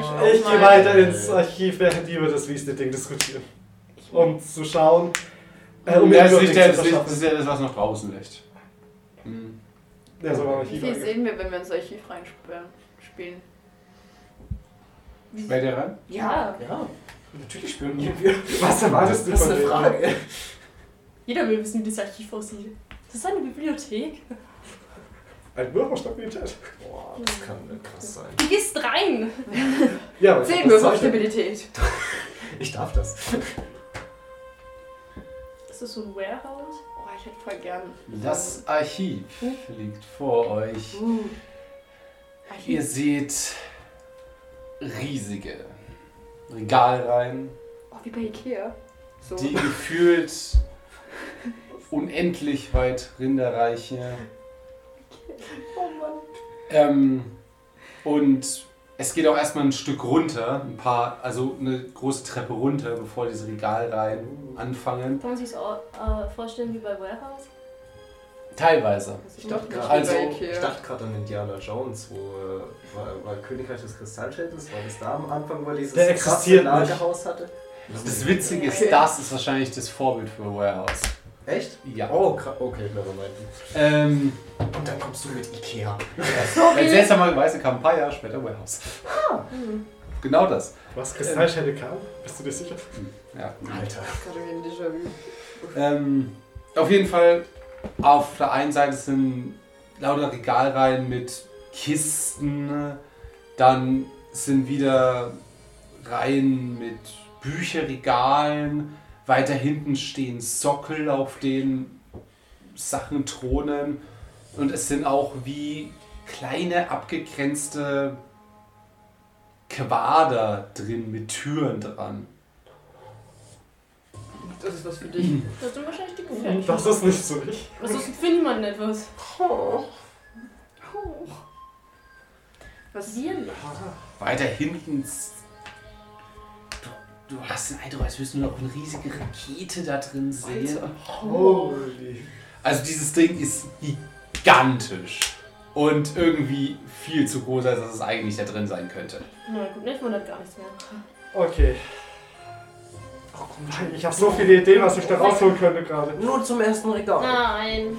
Speaker 4: ich auch
Speaker 3: Ich
Speaker 4: mal-
Speaker 3: gehe weiter ins Archiv, während die über das Wiesne-Ding diskutieren. Um zu schauen. Äh, um
Speaker 1: ja,
Speaker 3: mir
Speaker 1: das, Licht, der,
Speaker 3: Überblick zu
Speaker 1: das, Licht, das ist ja
Speaker 3: verschaffen.
Speaker 1: das, was noch draußen liegt. Hm.
Speaker 3: Ja, so war
Speaker 4: Wie
Speaker 3: Archiv.
Speaker 4: viel
Speaker 3: ange-
Speaker 4: sehen wir, wenn wir ins Archiv reinspielen?
Speaker 1: Seid ihr ran?
Speaker 2: Ja.
Speaker 6: Ja, natürlich spionieren wir.
Speaker 3: Was erwartest du
Speaker 6: Das ist
Speaker 3: von
Speaker 6: eine
Speaker 3: mir?
Speaker 6: Frage.
Speaker 2: Jeder will wissen, wie das Archiv aussieht. Das ist eine Bibliothek.
Speaker 3: Ein Würfel Stabilität.
Speaker 6: Boah, das kann äh, krass sein.
Speaker 2: Du gehst rein.
Speaker 3: Ja, aber ich hab
Speaker 4: Zehn
Speaker 3: das
Speaker 4: Würfe auf
Speaker 3: Zeichen.
Speaker 4: Stabilität.
Speaker 6: Ich darf das.
Speaker 2: Ist das so ein Warehouse?
Speaker 4: Oh, ich hätte voll gern.
Speaker 1: Das Archiv liegt vor euch.
Speaker 4: Uh.
Speaker 1: Ihr seht riesige Regalreihen,
Speaker 4: Oh, wie bei Ikea. So.
Speaker 1: die gefühlt unendlich weit rinderreiche.
Speaker 4: Oh Mann.
Speaker 1: Ähm, und es geht auch erstmal ein Stück runter, ein paar, also eine große Treppe runter, bevor diese Regalreihen anfangen.
Speaker 2: Kann man sich so äh, vorstellen wie bei Warehouse?
Speaker 1: Teilweise.
Speaker 6: Ich dachte
Speaker 4: Nicht wie
Speaker 6: gerade
Speaker 1: Also,
Speaker 4: bei
Speaker 6: also,
Speaker 4: Ikea.
Speaker 6: ich dachte gerade an Indiana Jones, wo äh, war, war Königreich des Kristallschildes, weil das da am Anfang war dieses
Speaker 3: Der existiert nicht.
Speaker 6: Lagerhaus hatte.
Speaker 1: Das Witzige ist, das ist wahrscheinlich das Vorbild für Warehouse.
Speaker 6: Echt?
Speaker 1: Ja.
Speaker 6: Oh, kra- okay, nevermind.
Speaker 1: Ähm,
Speaker 6: Und dann kommst du mit Ikea.
Speaker 1: Ein seltsamerweise kam ein paar Jahre später Warehouse. Genau das.
Speaker 3: Was Kristallschädel kam? Bist du dir sicher?
Speaker 1: Ja.
Speaker 6: Alter.
Speaker 4: Ich hab gerade wie ein Déjà-vu.
Speaker 1: Ähm, auf jeden Fall, auf der einen Seite sind lauter Regalreihen mit Kisten, dann sind wieder Reihen mit Bücherregalen, weiter hinten stehen Sockel, auf denen Sachen thronen und es sind auch wie kleine abgegrenzte Quader drin mit Türen dran.
Speaker 4: Das ist was für dich.
Speaker 2: Das sind wahrscheinlich die gefährlichen.
Speaker 3: Das ist nicht so ich.
Speaker 2: Was ist findet man etwas?
Speaker 4: Was?
Speaker 2: Wir
Speaker 1: weiter hinten. s- Du, du hast den Eindruck, als würdest du noch eine riesige Rakete da drin sehen.
Speaker 3: Holy.
Speaker 1: Also dieses Ding ist gigantisch und irgendwie viel zu groß, als dass es eigentlich da drin sein könnte.
Speaker 2: Na gut, nennt man das gar nichts mehr.
Speaker 3: Okay. Ich habe so viele Ideen, was ich da rausholen könnte gerade.
Speaker 6: Nur zum ersten Regal.
Speaker 2: Nein,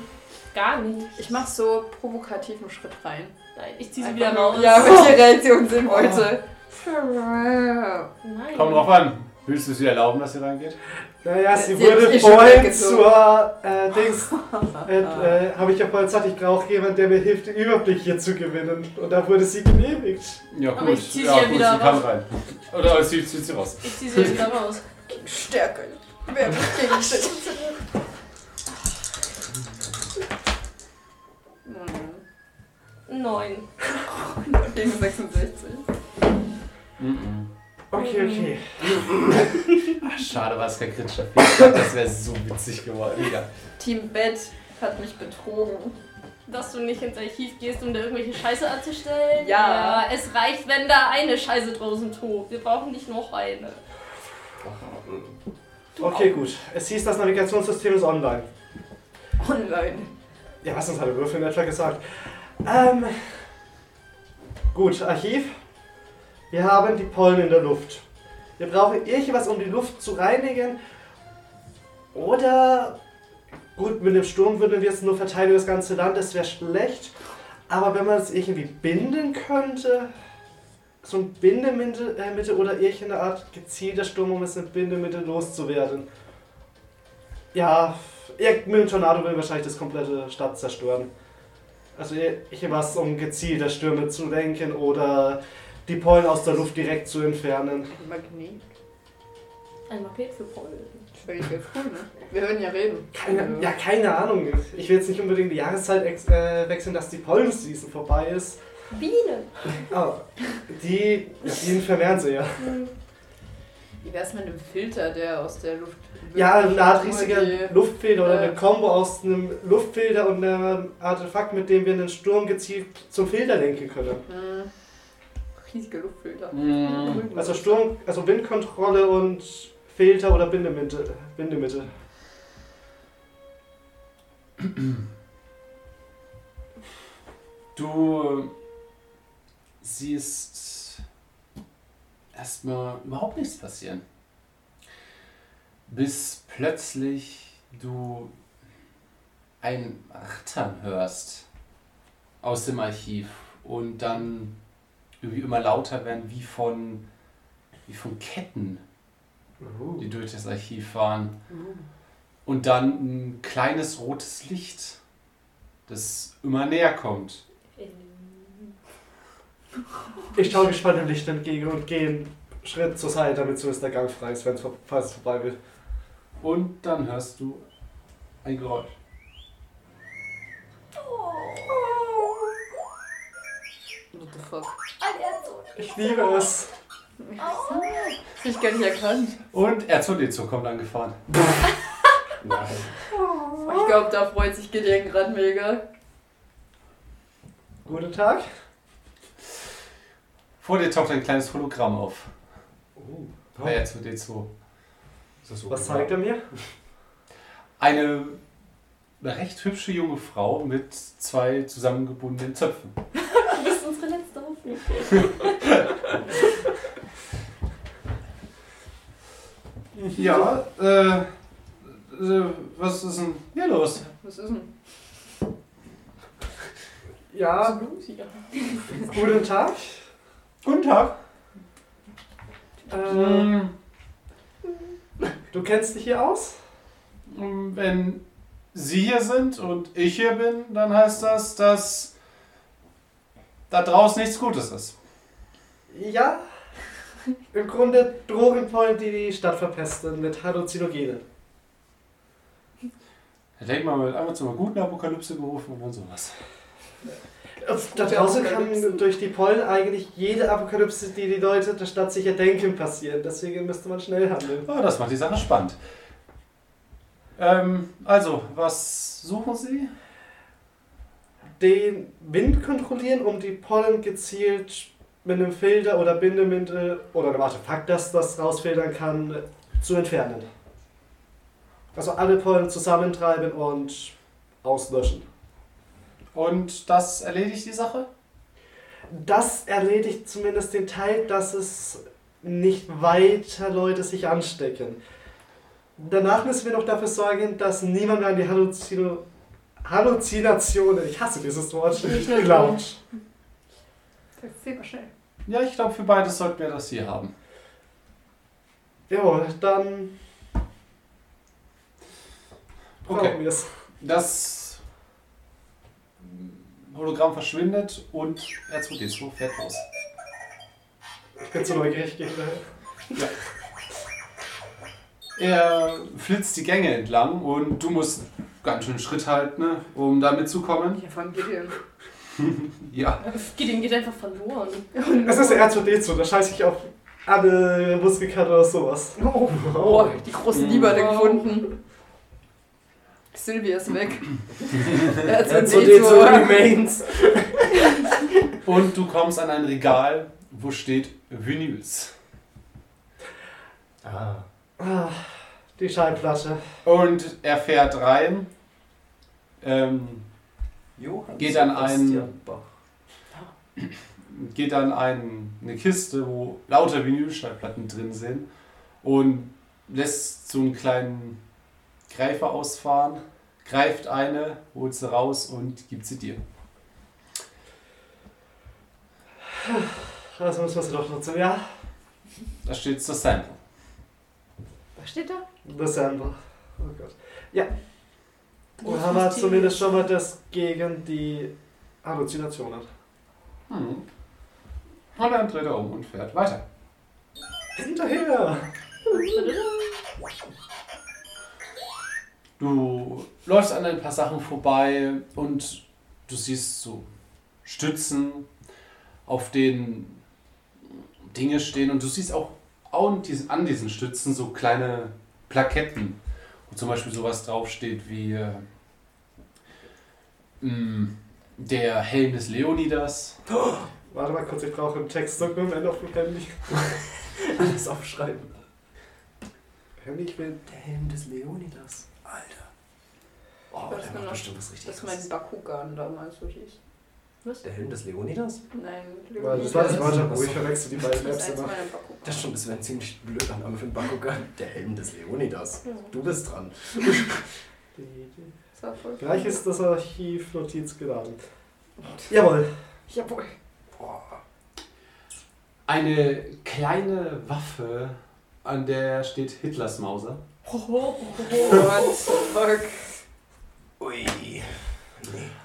Speaker 2: gar nicht.
Speaker 4: Ich mach so provokativen Schritt rein.
Speaker 2: Nein, ich ziehe sie
Speaker 4: Einfach
Speaker 2: wieder
Speaker 4: nur-
Speaker 2: raus.
Speaker 4: Ja, welche Reaktion sind heute?
Speaker 2: Nein.
Speaker 1: Komm drauf an. Willst du es dir erlauben, dass ihr reingeht?
Speaker 3: Naja, sie
Speaker 4: Sie
Speaker 3: wurde
Speaker 4: hat sich schon
Speaker 3: vorhin
Speaker 4: weggezogen.
Speaker 3: zur äh, Dings. Äh, äh, habe ich ja vorhin gesagt, ich brauche jemanden, der mir hilft, den Überblick hier zu gewinnen. Und da wurde sie genehmigt.
Speaker 1: Ja
Speaker 2: Aber ich zieh sie ja wieder
Speaker 1: sie kann rein. Oder sie zieht sie raus.
Speaker 2: Ich ziehe sie wieder raus.
Speaker 4: Stärke. Wer mich gegen Stärke? Hm,
Speaker 2: Neun.
Speaker 4: Gegen 66.
Speaker 1: Mhm.
Speaker 3: Okay,
Speaker 4: Mhm.
Speaker 3: okay.
Speaker 1: Ach, schade, war es kein kritischer Fehler. Das wäre so witzig geworden. Ja.
Speaker 4: Team Bett hat mich betrogen.
Speaker 2: Dass du nicht ins Archiv gehst, um da irgendwelche Scheiße anzustellen?
Speaker 4: Ja.
Speaker 2: Es reicht, wenn da eine Scheiße draußen tobt. Wir brauchen nicht noch eine.
Speaker 3: Okay, gut. Es hieß, das Navigationssystem ist online.
Speaker 4: Online.
Speaker 3: Ja, was uns hat der Würfel in etwa gesagt? Ähm. Gut, Archiv. Wir haben die Pollen in der Luft. Wir brauchen irgendwas, um die Luft zu reinigen. Oder. Gut, mit dem Sturm würden wir es nur verteilen über das ganze Land, das wäre schlecht. Aber wenn man es irgendwie binden könnte. So ein Bindemittel äh, Mittel oder irgendeine Art gezielter Sturm, um es mit Bindemittel loszuwerden. Ja, ihr- mit dem Tornado will wahrscheinlich das komplette Stadt zerstören. Also ihr- hier war es um gezielte Stürme zu lenken oder die Pollen aus der Luft direkt zu entfernen.
Speaker 4: Magnet.
Speaker 2: Ein Magnet für Pollen.
Speaker 4: Völlig cool, ne? Wir hören ja reden.
Speaker 3: Keine, ja, keine Ahnung. Ich will jetzt nicht unbedingt die Jahreszeit ex- äh, wechseln, dass die Pollenseason vorbei ist.
Speaker 2: Bienen.
Speaker 3: Aber die, ja, die vermehren sie ja.
Speaker 4: Wie wär's mit einem Filter, der aus der Luft.
Speaker 3: Ja, also eine Art
Speaker 4: Nur
Speaker 3: riesiger
Speaker 4: die-
Speaker 3: Luftfilter oder
Speaker 4: äh,
Speaker 3: eine Kombo aus einem Luftfilter und einem Artefakt, mit dem wir einen Sturm gezielt zum Filter lenken können.
Speaker 4: Hm. Riesiger
Speaker 3: Hm.
Speaker 4: Luftfilter.
Speaker 1: Mhm.
Speaker 3: Also Sturm, also Windkontrolle und Filter oder Bindemittel. Bindemittel.
Speaker 1: Du äh, siehst erstmal überhaupt nichts passieren. Bis plötzlich du ein Rattern hörst aus dem Archiv und dann irgendwie immer lauter werden wie von, wie von Ketten, die durch das Archiv fahren. Und dann ein kleines rotes Licht das immer näher kommt.
Speaker 3: Ich schaue gespannt dem Licht entgegen und gehe einen Schritt zur Seite, damit zumindest der Gang frei ist, wenn's vor- falls es vorbei will.
Speaker 1: Und dann hörst du ein Geräusch.
Speaker 2: Oh.
Speaker 4: What the fuck?
Speaker 3: Ich liebe es.
Speaker 4: Das hab ich gar nicht erkannt.
Speaker 1: Und R2D2 kommt angefahren.
Speaker 6: Nein.
Speaker 4: Ich glaube, da freut sich Gideon gerade mega.
Speaker 3: Guten Tag.
Speaker 1: Vor dir taucht ein kleines Hologramm auf.
Speaker 6: Oh.
Speaker 1: Bei R2D2.
Speaker 6: Ist das so
Speaker 3: Was zeigt er mir?
Speaker 1: Eine recht hübsche junge Frau mit zwei zusammengebundenen Zöpfen.
Speaker 2: Du bist unsere letzte Hoffnung.
Speaker 1: Ja, äh, äh, was ist denn hier los?
Speaker 4: Was ist denn?
Speaker 3: Ja, guten Tag.
Speaker 1: Guten Tag.
Speaker 3: Äh,
Speaker 1: Ähm,
Speaker 3: du kennst dich hier aus?
Speaker 1: mm, wenn Sie hier sind und ich hier bin, dann heißt das, dass da draußen nichts Gutes ist.
Speaker 3: Ja. Im Grunde Drogenpollen, die die Stadt verpesten mit Halluzinogenen.
Speaker 1: Ich denke mal, mit einmal zu einer guten Apokalypse gerufen und sowas.
Speaker 3: Da draußen kann durch die Pollen eigentlich jede Apokalypse, die die Leute der Stadt sich erdenken, passieren. Deswegen müsste man schnell handeln.
Speaker 1: Aber Ah, das macht die Sache spannend. Ähm, also, was suchen Sie?
Speaker 3: Den Wind kontrollieren, um die Pollen gezielt mit einem Filter oder Bindemittel oder einem Artefakt, das das rausfiltern kann, zu entfernen. Also alle Pollen zusammentreiben und auslöschen.
Speaker 1: Und das erledigt die Sache?
Speaker 3: Das erledigt zumindest den Teil, dass es nicht weiter Leute sich anstecken. Danach müssen wir noch dafür sorgen, dass niemand mehr an die Halluzino Halluzinationen, ich hasse dieses Wort, glaubt.
Speaker 4: Sag's dir mal schnell.
Speaker 1: Ja, ich glaube, für beides sollten wir das hier haben.
Speaker 3: Jawohl, dann brauchen
Speaker 1: Okay.
Speaker 3: wir es.
Speaker 1: Das Hologramm verschwindet und R2D2 fährt los.
Speaker 3: Ich bin zu neugierig. geh wieder hin.
Speaker 1: Er flitzt die Gänge entlang und du musst ganz schön Schritt halten, ne, um da mitzukommen.
Speaker 4: Ich fand Gideon.
Speaker 1: Ja.
Speaker 2: Gideon geht einfach verloren.
Speaker 3: Es ist R2D2, da scheiße ich auf alle Muskelkater oder sowas.
Speaker 4: Oh, die großen Lieberde
Speaker 2: Wow.
Speaker 4: gefunden. Sylvia ist weg. er hat so
Speaker 3: R2D2
Speaker 4: ein
Speaker 3: remains.
Speaker 1: Und du kommst an ein Regal, wo steht Vinyls.
Speaker 6: Ah.
Speaker 3: Ah, Die Schallplatte.
Speaker 1: Und er fährt rein, ähm,
Speaker 6: Johann
Speaker 1: Geht an einen-
Speaker 6: Sebastian Bach.
Speaker 1: geht an einen, eine Kiste, wo lauter Vinylschallplatten drin sind und lässt so einen kleinen Greifer ausfahren, greift eine, holt sie raus und gibt sie dir.
Speaker 3: Das müssen wir sie doch nutzen, ja?
Speaker 1: Da steht das Sample.
Speaker 4: Was steht da?
Speaker 3: December. Oh Gott. Ja. Und haben wir zumindest schon mal das gegen die Halluzinationen.
Speaker 1: Hm. Und dann dreht er um und fährt weiter.
Speaker 3: Hinterher!
Speaker 1: Du läufst an ein paar Sachen vorbei und du siehst so Stützen, auf denen Dinge stehen und du siehst auch an diesen, an diesen Stützen so kleine Plaketten, wo zum Beispiel sowas draufsteht wie äh, mh, der Helm des Leonidas.
Speaker 3: Warte mal kurz, ich brauche ein Textdokument auf dem Handy.
Speaker 6: Alles aufschreiben.
Speaker 3: Handy, ich will.
Speaker 6: Der Helm des Leonidas. Alter. Oh,
Speaker 4: Das
Speaker 6: der
Speaker 4: kann
Speaker 6: macht
Speaker 4: doch-
Speaker 6: bestimmt was richtig
Speaker 4: Das ist mein
Speaker 6: krasses.
Speaker 4: Bakugan damals, wo ich.
Speaker 6: Der Helm des Leonidas?
Speaker 4: Nein,
Speaker 3: Warte, Das war das
Speaker 6: Leonidas.
Speaker 3: Wörterbuch, ich verwechsel die
Speaker 4: Das
Speaker 3: beiden Apps
Speaker 4: ist eins
Speaker 3: immer.
Speaker 4: meiner Bakugan.
Speaker 6: Das stimmt, das wäre ein ziemlich blöder Name für einen Bakugan. Der Helm des Leonidas. Du bist dran.
Speaker 4: Das war voll
Speaker 3: Gleich ist das Archiv Notiz geladen. Jawohl.
Speaker 4: Jawohl.
Speaker 6: Boah.
Speaker 1: Eine kleine Waffe, an der steht Hitlers Mauser.
Speaker 4: Oh, what the fuck?
Speaker 6: Ui.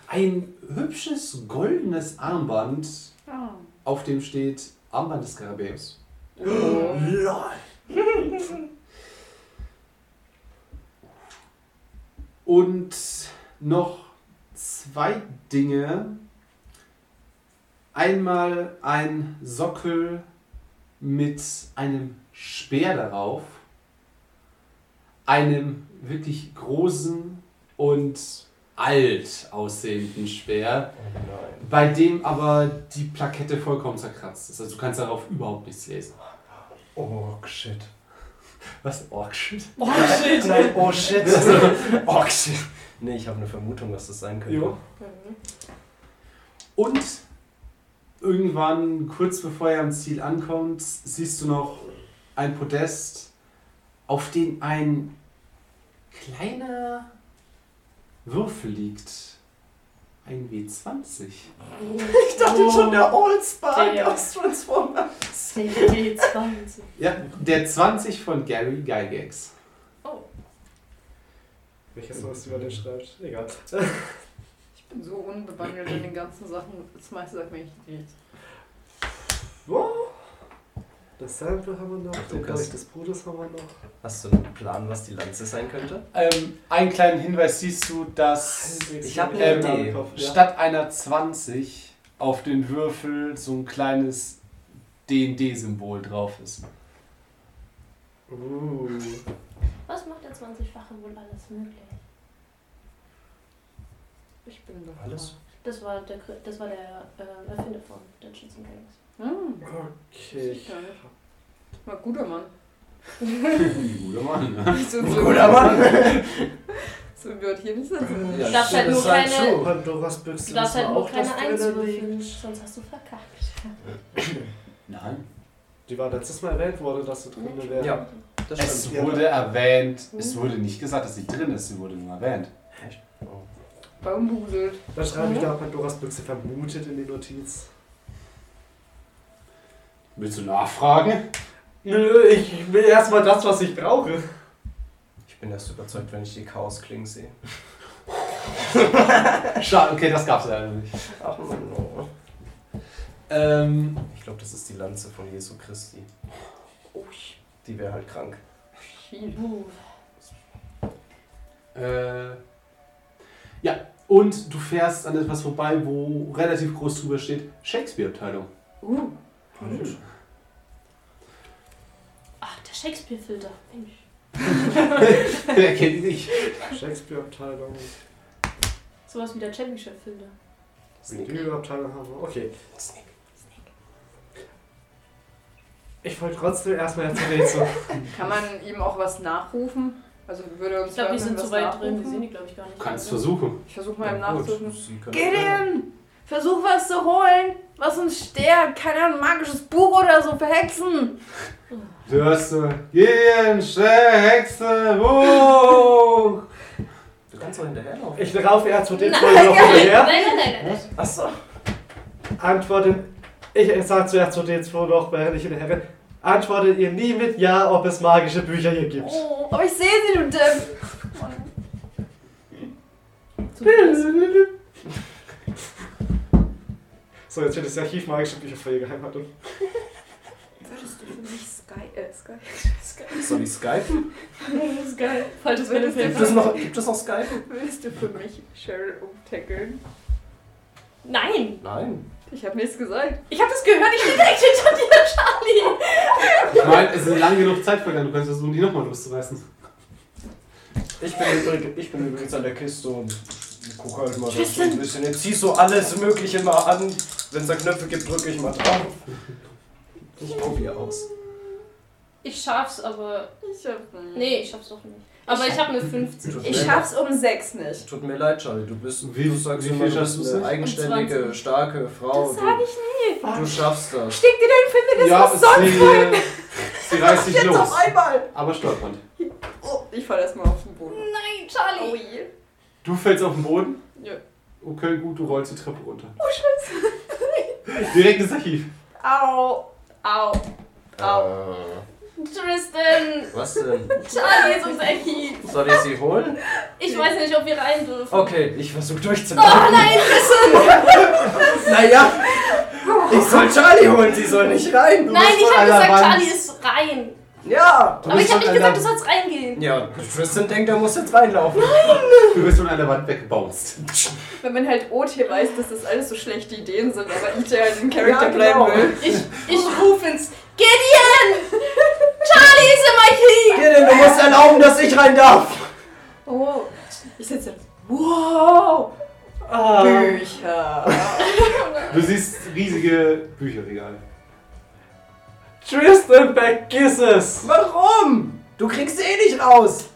Speaker 1: ein hübsches goldenes Armband, auf dem steht Armband des Karabäus.
Speaker 4: Oh.
Speaker 1: Lol. Und noch zwei Dinge. Einmal ein Sockel mit einem Speer darauf, einem wirklich großen und alt aussehenden Speer, bei dem aber die Plakette vollkommen zerkratzt ist. Also du kannst darauf überhaupt nichts lesen.
Speaker 6: Oh, shit.
Speaker 1: Was? Orc shit?
Speaker 2: Oh shit!
Speaker 3: Nein, oh shit.
Speaker 1: Orc shit.
Speaker 6: Nee, ich habe eine Vermutung, was das sein könnte.
Speaker 3: Jo.
Speaker 1: Und irgendwann, kurz bevor ihr am Ziel ankommt, siehst du noch ein Podest, auf dem ein kleiner Würfel liegt. Ein W20.
Speaker 3: Ich dachte schon, der Old Spark
Speaker 2: Oh. Der-
Speaker 3: aus Transformers.
Speaker 2: D20.
Speaker 1: Ja, der 20 von Gary Gygax.
Speaker 4: Oh,
Speaker 3: Welches was über den schreibt? Egal.
Speaker 4: Ich bin so unbewandelt in den ganzen Sachen. Das meiste sagt mir echt nichts.
Speaker 3: Wow. Das Sample haben wir noch,
Speaker 6: Ach, du
Speaker 3: den
Speaker 6: kannst-
Speaker 3: Geist des Bruders haben wir noch.
Speaker 6: Hast du einen Plan, was die Lanze sein könnte?
Speaker 8: Ähm, einen kleinen Hinweis siehst du, dass
Speaker 6: Ich hab
Speaker 8: eine
Speaker 6: Idee.
Speaker 3: Ja.
Speaker 8: statt einer 20 auf den Würfel so ein kleines D&D-Symbol drauf ist.
Speaker 3: Uh.
Speaker 2: Was macht der 20-fache wohl alles möglich? Ich bin noch
Speaker 6: Alles?
Speaker 2: da. Das war der, Kr- das war der äh, Erfinder von Dungeons and Dragons.
Speaker 4: Hm,
Speaker 3: Okay. ich-
Speaker 4: sicher. Mal guter Mann.
Speaker 1: Guter Mann. ne?
Speaker 4: Nicht so ein Guter Mann. so wird hier nicht sitzen.
Speaker 2: Du darfst halt nur keine,
Speaker 3: Pandoras
Speaker 2: du
Speaker 3: Büchse.
Speaker 2: darfst
Speaker 3: wissen
Speaker 2: halt
Speaker 3: wir
Speaker 2: nur
Speaker 3: auch,
Speaker 2: keine
Speaker 3: dass
Speaker 2: Eins
Speaker 3: drinnen
Speaker 2: würfeln,
Speaker 3: liegt.
Speaker 2: sonst hast du verkackt.
Speaker 1: Nein.
Speaker 3: Die war letztes Mal erwähnt worden, dass du drin wärst.
Speaker 6: Ja. Das
Speaker 8: Es
Speaker 6: stimmt.
Speaker 9: Ja.
Speaker 8: wurde erwähnt, es wurde nicht gesagt, dass sie drin ist, sie wurde nur erwähnt.
Speaker 4: Baumbuselt.
Speaker 3: Dann schreibe
Speaker 2: Mhm.
Speaker 3: ich da Pandoras Büchse vermutet in die Notiz.
Speaker 1: Willst du nachfragen?
Speaker 3: Nö, ich will erstmal das, was ich brauche.
Speaker 6: Ich bin erst überzeugt, wenn ich die Chaosklingen sehe.
Speaker 1: Schade, okay, das gab's leider nicht.
Speaker 6: Ach Mann, oh.
Speaker 1: Ähm,
Speaker 6: Ich glaube, das ist die Lanze von Jesu Christi. Die wäre halt krank.
Speaker 4: Schief.
Speaker 1: Äh, ja, und du fährst an etwas vorbei, wo relativ groß drüber steht, Shakespeare-Abteilung.
Speaker 4: Uh,
Speaker 2: Ach, der Shakespeare-Filter. Mensch.
Speaker 1: Wer kennt nicht?
Speaker 3: Shakespeare-Abteilung,
Speaker 2: Sowas wie der Championship-Filter.
Speaker 3: Video-Abteilung haben wir. Okay. Ich wollte trotzdem erstmal jetzt Rätsel.
Speaker 4: kann man ihm auch was nachrufen? Also würde uns
Speaker 2: Ich glaube, die
Speaker 4: Hermann
Speaker 2: sind
Speaker 4: was
Speaker 2: zu weit
Speaker 4: nachrufen?
Speaker 2: drin, die sehen die, glaube ich, gar nicht.
Speaker 1: Du kannst versuchen.
Speaker 4: Ich versuche mal ihm
Speaker 6: Na gut,
Speaker 4: nachzurufen.
Speaker 6: sie können-
Speaker 4: Gideon! Versuch was zu holen, was uns stärkt. Keine Ahnung, magisches Buch oder so für Hexen.
Speaker 1: Du hörst so, Gehen, Hexe, hoch!
Speaker 6: Du kannst doch hinterherlaufen.
Speaker 3: Ich laufe R2D2 noch hinterher.
Speaker 2: Nein, nein, nein, nein.
Speaker 6: Achso.
Speaker 3: Antworte. Ich sage zu R2D2 noch, während ich hinterher bin. Antwortet ihr nie mit Ja, ob es magische Bücher hier gibt.
Speaker 4: Oh, aber ich sehe sie, du Depp.
Speaker 3: So, jetzt wird das Archiv magische Bücher für ihr Geheimhaltung.
Speaker 4: Würdest du für mich Sky... Äh, Sky...
Speaker 6: Soll ich skypen?
Speaker 2: Das ist geil. Falsches
Speaker 4: Wenn es
Speaker 6: Gibt
Speaker 2: Filter.
Speaker 6: es noch, gibt es noch Skype?
Speaker 4: Würdest du für mich Cheryl umtackeln?
Speaker 2: Nein!
Speaker 6: Nein.
Speaker 4: Ich habe nichts gesagt.
Speaker 2: Ich habe das gehört, ich bin direkt hinter dir, Charlie!
Speaker 1: Ich meine, es ist lang genug Zeit vergangen, du kannst versuchen, die nochmal loszureißen.
Speaker 6: Ich bin, übrigens, ich bin übrigens an der Kiste und gucke halt mal so
Speaker 2: Tristan.
Speaker 6: ein bisschen. Jetzt ziehst du alles Mögliche mal an. Wenn es da Knöpfe gibt, drücke ich mal drauf. Ich probiere aus.
Speaker 2: Ich schaff's, aber.
Speaker 4: Ich hab...
Speaker 2: Nee, ich schaff's doch nicht. Aber ich habe eine 50.
Speaker 6: Tut
Speaker 4: Ich
Speaker 6: mir-
Speaker 4: schaff's um sechs nicht.
Speaker 6: Tut mir leid, Charlie. Du bist,
Speaker 1: Wie-
Speaker 6: du sagst
Speaker 1: wie
Speaker 6: immer,
Speaker 1: viel
Speaker 6: du
Speaker 1: schaffst
Speaker 6: bist
Speaker 1: du's
Speaker 6: eine
Speaker 1: nicht?
Speaker 6: eigenständige,
Speaker 2: 20.
Speaker 6: starke Frau.
Speaker 4: Das sag
Speaker 6: Genau, Du,
Speaker 4: ich nie.
Speaker 6: du schaffst das.
Speaker 4: Steck dir dein Finger das
Speaker 1: ja,
Speaker 4: was sonst
Speaker 1: sie, äh, sie reißt sich
Speaker 4: jetzt
Speaker 1: los,
Speaker 4: auf einmal.
Speaker 1: aber stolpert.
Speaker 4: Oh, ich fall erstmal auf den Boden.
Speaker 2: Nein,
Speaker 4: Oh
Speaker 2: Charlie!
Speaker 4: je.
Speaker 1: Du fällst auf den Boden?
Speaker 4: Ja.
Speaker 1: Okay, gut, du rollst die Treppe runter. Oh, scheiße. Direkt ins Archiv.
Speaker 4: Au. Au. Au.
Speaker 6: Äh,
Speaker 2: Tristan!
Speaker 6: Was denn?
Speaker 2: Charlie ist unser Eck.
Speaker 6: Soll ich sie holen?
Speaker 2: Ich weiß nicht, ob wir rein dürfen.
Speaker 5: Okay, ich versuche durchzulaufen.
Speaker 2: Oh, Nein, Tristan!
Speaker 5: Naja, ich soll Charlie holen, sie soll nicht rein.
Speaker 2: Nein,
Speaker 5: bist
Speaker 2: ich
Speaker 5: von
Speaker 2: habe gesagt,
Speaker 5: aller Wand.
Speaker 2: Charlie ist rein.
Speaker 5: Ja,
Speaker 2: Aber ich habe nicht gesagt, du sollst reingehen.
Speaker 5: Ja, Tristan denkt, er muss jetzt reinlaufen.
Speaker 1: Du bist von einer Wand weggebounced.
Speaker 4: Wenn man halt Ot hier weiß, dass das alles so schlechte Ideen sind, aber Ita halt im Charakter
Speaker 5: Ja, genau.
Speaker 4: bleiben will.
Speaker 2: Ich, ich rufe ins Gideon! Charlie ist in mein Krieg!
Speaker 5: Hier, denn du musst erlauben, dass ich rein darf.
Speaker 4: Oh. Ich sitze da. Wow!
Speaker 3: Ah,
Speaker 4: Bücher.
Speaker 1: Du siehst riesige Bücherregale.
Speaker 3: Tristan vergiss es!
Speaker 5: Warum? Du kriegst eh nicht raus.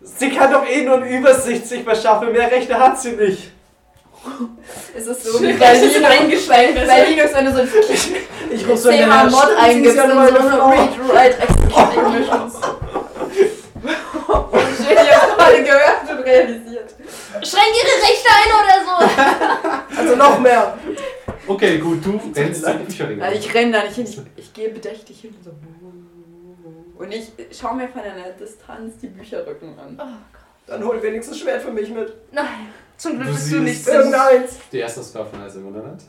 Speaker 3: Sie kann doch eh nur eine Übersicht sich verschaffen, mehr Rechte hat sie nicht.
Speaker 4: Es ist so wie bei Lino. Bei Lino ist eine so
Speaker 5: Ich ruf so in der
Speaker 10: Thema
Speaker 5: Hand.
Speaker 10: Mod
Speaker 5: Sie ist
Speaker 10: eingibt
Speaker 5: ja
Speaker 10: und
Speaker 5: nur
Speaker 10: so
Speaker 5: meine Frau.
Speaker 10: Read, Write,
Speaker 4: Oh,
Speaker 10: Execute Missions.
Speaker 4: Ich habe gerade gehört und realisiert.
Speaker 2: Schränk ihre Rechte ein oder so!
Speaker 5: Also noch mehr.
Speaker 1: Okay, gut, du rennst zum Bücherregal.
Speaker 4: Nein, Also ich renne da nicht hin. Ich, ich gehe bedächtig hin und so. Und ich schaue mir von einer Distanz die Bücherrücken an.
Speaker 5: Dann hol wenigstens ein Schwert für mich mit.
Speaker 10: Nein, zum Glück
Speaker 1: Du
Speaker 10: bist du nicht
Speaker 1: siehst-
Speaker 10: so.
Speaker 5: Irgendeins.
Speaker 1: Die erste Sklaven von Alice im Wunderland.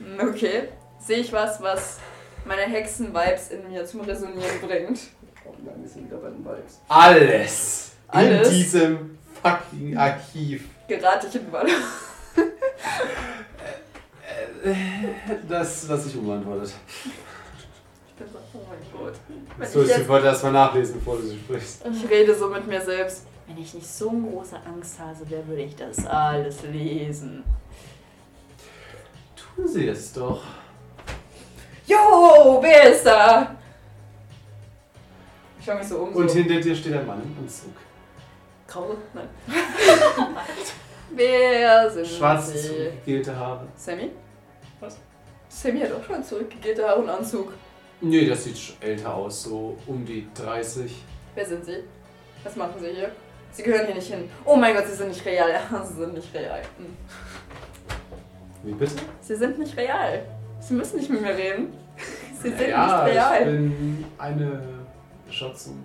Speaker 4: Hm, Okay. Sehe ich was, was meine Hexen-Vibes in mir zum Resonieren bringt.
Speaker 5: Oh nein, wir sind wieder bei den Vibes.
Speaker 1: Alles,
Speaker 4: Alles?
Speaker 1: in diesem fucking Archiv.
Speaker 4: Gerate ich in Ball.
Speaker 1: Das lasse ich unbeantwortet.
Speaker 4: Ich bin so, oh mein Gott. Wenn
Speaker 1: So,
Speaker 4: ich,
Speaker 1: ich
Speaker 4: jetzt,
Speaker 1: wollte erst mal nachlesen, bevor du sie sprichst.
Speaker 4: ich rede so mit mir selbst.
Speaker 10: Wenn ich nicht so eine große Angst habe, dann würde ich das alles lesen.
Speaker 1: Tun sie es doch.
Speaker 4: Jo, wer ist da? Ich schaue mich so um.
Speaker 1: Und
Speaker 4: so.
Speaker 1: hinter dir steht ein Mann im Anzug.
Speaker 4: Krause? Nein. wer sind
Speaker 1: Schwarze,
Speaker 4: Sie?
Speaker 1: zurückgegelte Haare.
Speaker 4: Sammy?
Speaker 11: Was?
Speaker 4: Sammy hat auch schon zurückgegelte Haare und Anzug.
Speaker 1: Nee, das sieht sch- älter aus, so um die 30.
Speaker 4: Wer sind Sie? Was machen Sie hier? Sie gehören hier nicht hin. Oh mein Gott, Sie sind nicht real. Ja, Sie sind nicht real. Hm.
Speaker 1: Wie bitte?
Speaker 4: Sie sind nicht real. Sie müssen nicht mit mir reden. Sie sind
Speaker 1: ja,
Speaker 4: nicht real.
Speaker 1: ich bin eine Schatzung.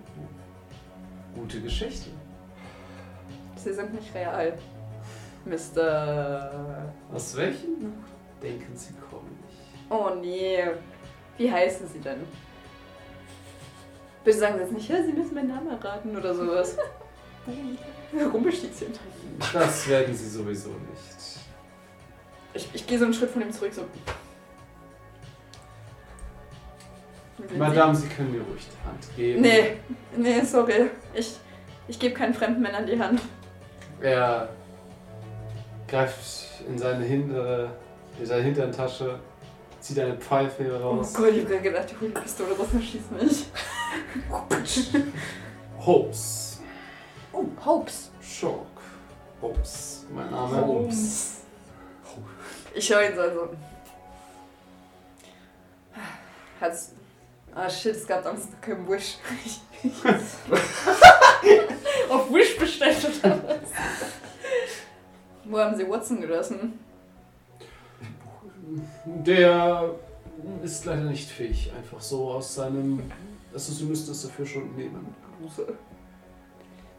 Speaker 1: Gute Geschichte.
Speaker 4: Sie sind nicht real. Mr.
Speaker 1: Aus welchen Buch denken Sie kommen?
Speaker 4: Oh nee. Wie heißen Sie denn? Bitte sagen Sie jetzt nicht, ja, Sie müssen meinen Namen erraten oder sowas. Rumpelstilzchen.
Speaker 1: Das werden Sie sowieso nicht.
Speaker 4: Ich, ich gehe so einen Schritt von ihm zurück, so. Wer sind Sie?
Speaker 1: Madame, Sie können mir ruhig die Hand geben.
Speaker 4: Nee, nee, sorry. Ich, ich gebe keinen fremden Männern die Hand.
Speaker 1: Er greift in seine hintere, in seine hinteren Tasche, zieht eine Pfeife
Speaker 4: Oh
Speaker 1: heraus.
Speaker 4: Gott, ich hab grad gedacht, ich hol die Pistole raus und schieß mich.
Speaker 1: Hopes.
Speaker 10: Oh, Hopes.
Speaker 1: Schock. Hopes. Mein Name.
Speaker 4: Ich schau ihn so also. an, so. Hat's. Ah shit, es gab damals noch keinen Wish.
Speaker 2: Auf Wish bestellt oder was?
Speaker 4: Wo haben sie Watson gelassen?
Speaker 1: Der ist leider nicht fähig, einfach so aus seinem. Also, Sie müssten es dafür schon nehmen.
Speaker 4: Gruse.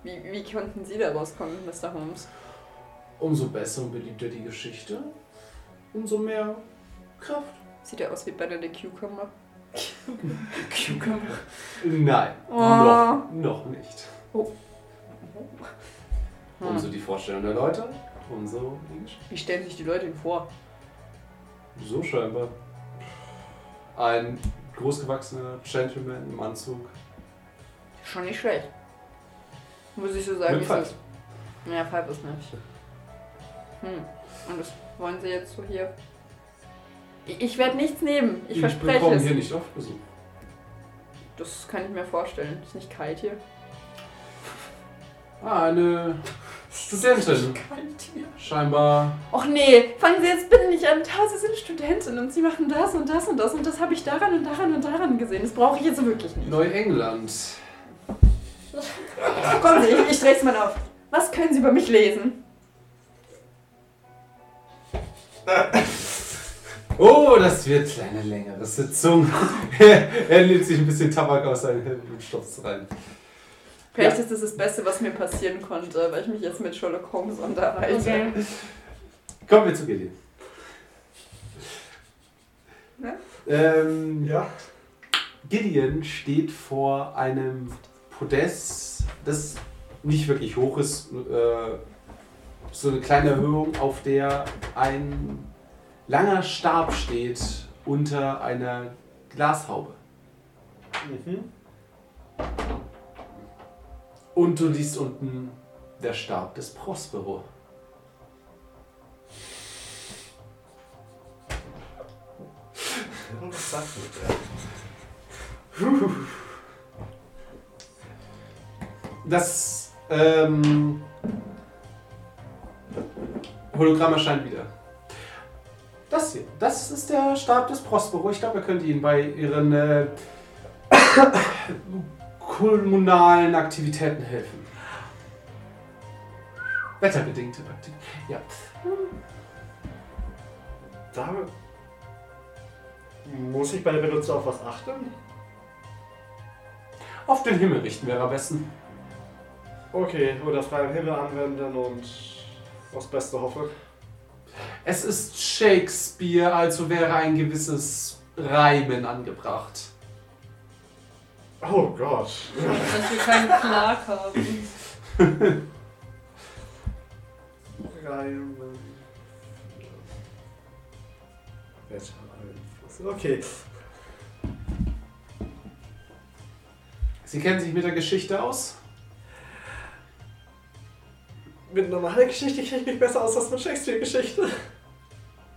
Speaker 4: Wie, wie konnten sie da rauskommen, Mr. Holmes?
Speaker 1: Umso besser und beliebter die Geschichte, umso um mehr Kraft.
Speaker 4: Sieht ja aus wie Benedict Cucumber.
Speaker 1: Cucumber. Nein,
Speaker 4: Oh.
Speaker 1: noch, noch nicht.
Speaker 4: Oh.
Speaker 1: Umso die Vorstellung der Leute, umso die Geschichte.
Speaker 4: Hm. Wie stellen sich die Leute ihn vor?
Speaker 1: So scheinbar. Ein großgewachsener Gentleman im Anzug.
Speaker 4: Schon nicht schlecht. Muss ich so sagen.
Speaker 1: Mit
Speaker 4: wie es ist. Ja, Pfeife ist nicht. Hm. Und das wollen sie jetzt so hier. Ich, ich werde nichts nehmen. Ich verspreche
Speaker 1: bekomme
Speaker 4: es.
Speaker 1: hier nicht oft Besuch.
Speaker 4: Das kann ich mir vorstellen. Ist nicht kalt hier.
Speaker 1: Ah, eine Studentin. Scheinbar.
Speaker 4: Och nee, fangen Sie jetzt bitte nicht an. Da, Sie sind Studentin und Sie machen das und das und das und das habe ich daran und daran und daran gesehen. Das brauche ich jetzt wirklich nicht.
Speaker 1: Neuengland.
Speaker 4: Kommen Sie, ich, ich drehe es mal auf. Was können Sie über mich lesen?
Speaker 1: Oh, das wird eine längere Sitzung. er nimmt sich ein bisschen Tabak aus seinen Händen und stopft rein.
Speaker 4: Vielleicht ist das das Beste, was mir passieren konnte, weil ich mich jetzt mit Sherlock Holmes unterhalte.
Speaker 2: Okay.
Speaker 1: Kommen wir zu Gideon.
Speaker 4: Ne?
Speaker 1: Ähm,
Speaker 5: Ja.
Speaker 1: Gideon steht vor einem Podest, das nicht wirklich hoch ist, äh, so eine kleine Erhöhung, auf der ein langer Stab steht unter einer Glashaube.
Speaker 3: Mhm.
Speaker 1: Und du liest unten der Stab des Prospero.
Speaker 12: Was sagt mir der?
Speaker 1: Das ähm, Hologramm erscheint wieder. Das hier, das ist der Stab des Prospero. Ich glaube, ihr könnt ihn bei ihren äh, kommunalen Aktivitäten helfen. Wetterbedingte Aktivitäten. Ja.
Speaker 3: Da muss ich bei der Benutzer auf was achten?
Speaker 1: Auf den Himmel richten wäre am besten.
Speaker 3: Okay, oder freien Himmel anwenden und aufs Beste hoffen.
Speaker 1: Es ist Shakespeare, also wäre ein gewisses Reimen angebracht.
Speaker 3: Oh Gott.
Speaker 2: Dass wir keinen Clark haben.
Speaker 3: Reimen. Wettereinfluss. Okay.
Speaker 1: Sie kennen sich mit der Geschichte aus?
Speaker 3: Mit normaler Geschichte kenne ich mich besser aus als mit Shakespeare-Geschichte.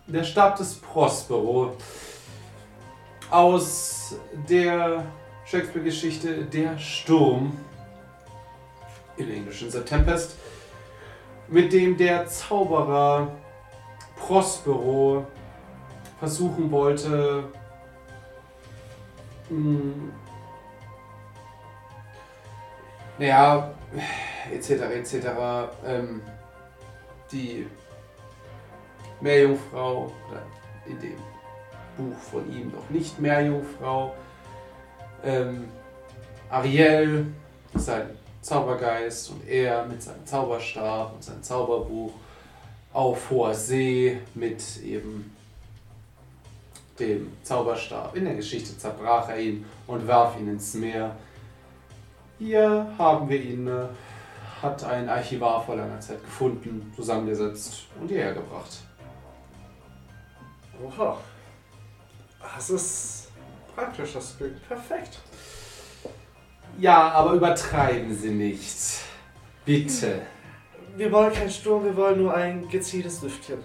Speaker 1: Der Stab des Prospero. Aus der Shakespeare-Geschichte Der Sturm. Im Englischen The Tempest. Mit dem der Zauberer Prospero versuchen wollte, hm, mh, naja, etc., etc., ähm, die Meerjungfrau, oder in dem Buch von ihm noch nicht Meerjungfrau, ähm, Ariel, sein Zaubergeist und er mit seinem Zauberstab und seinem Zauberbuch auf hoher See mit eben dem Zauberstab. In der Geschichte zerbrach er ihn und warf ihn ins Meer. Hier haben wir ihn, äh, hat ein Archivar vor langer Zeit gefunden, zusammengesetzt und hierher gebracht.
Speaker 3: Oha. Das ist praktisch, das klingt perfekt.
Speaker 1: Ja, aber übertreiben Sie nicht. Bitte.
Speaker 3: Wir wollen keinen Sturm, wir wollen nur ein gezieltes Lüftchen.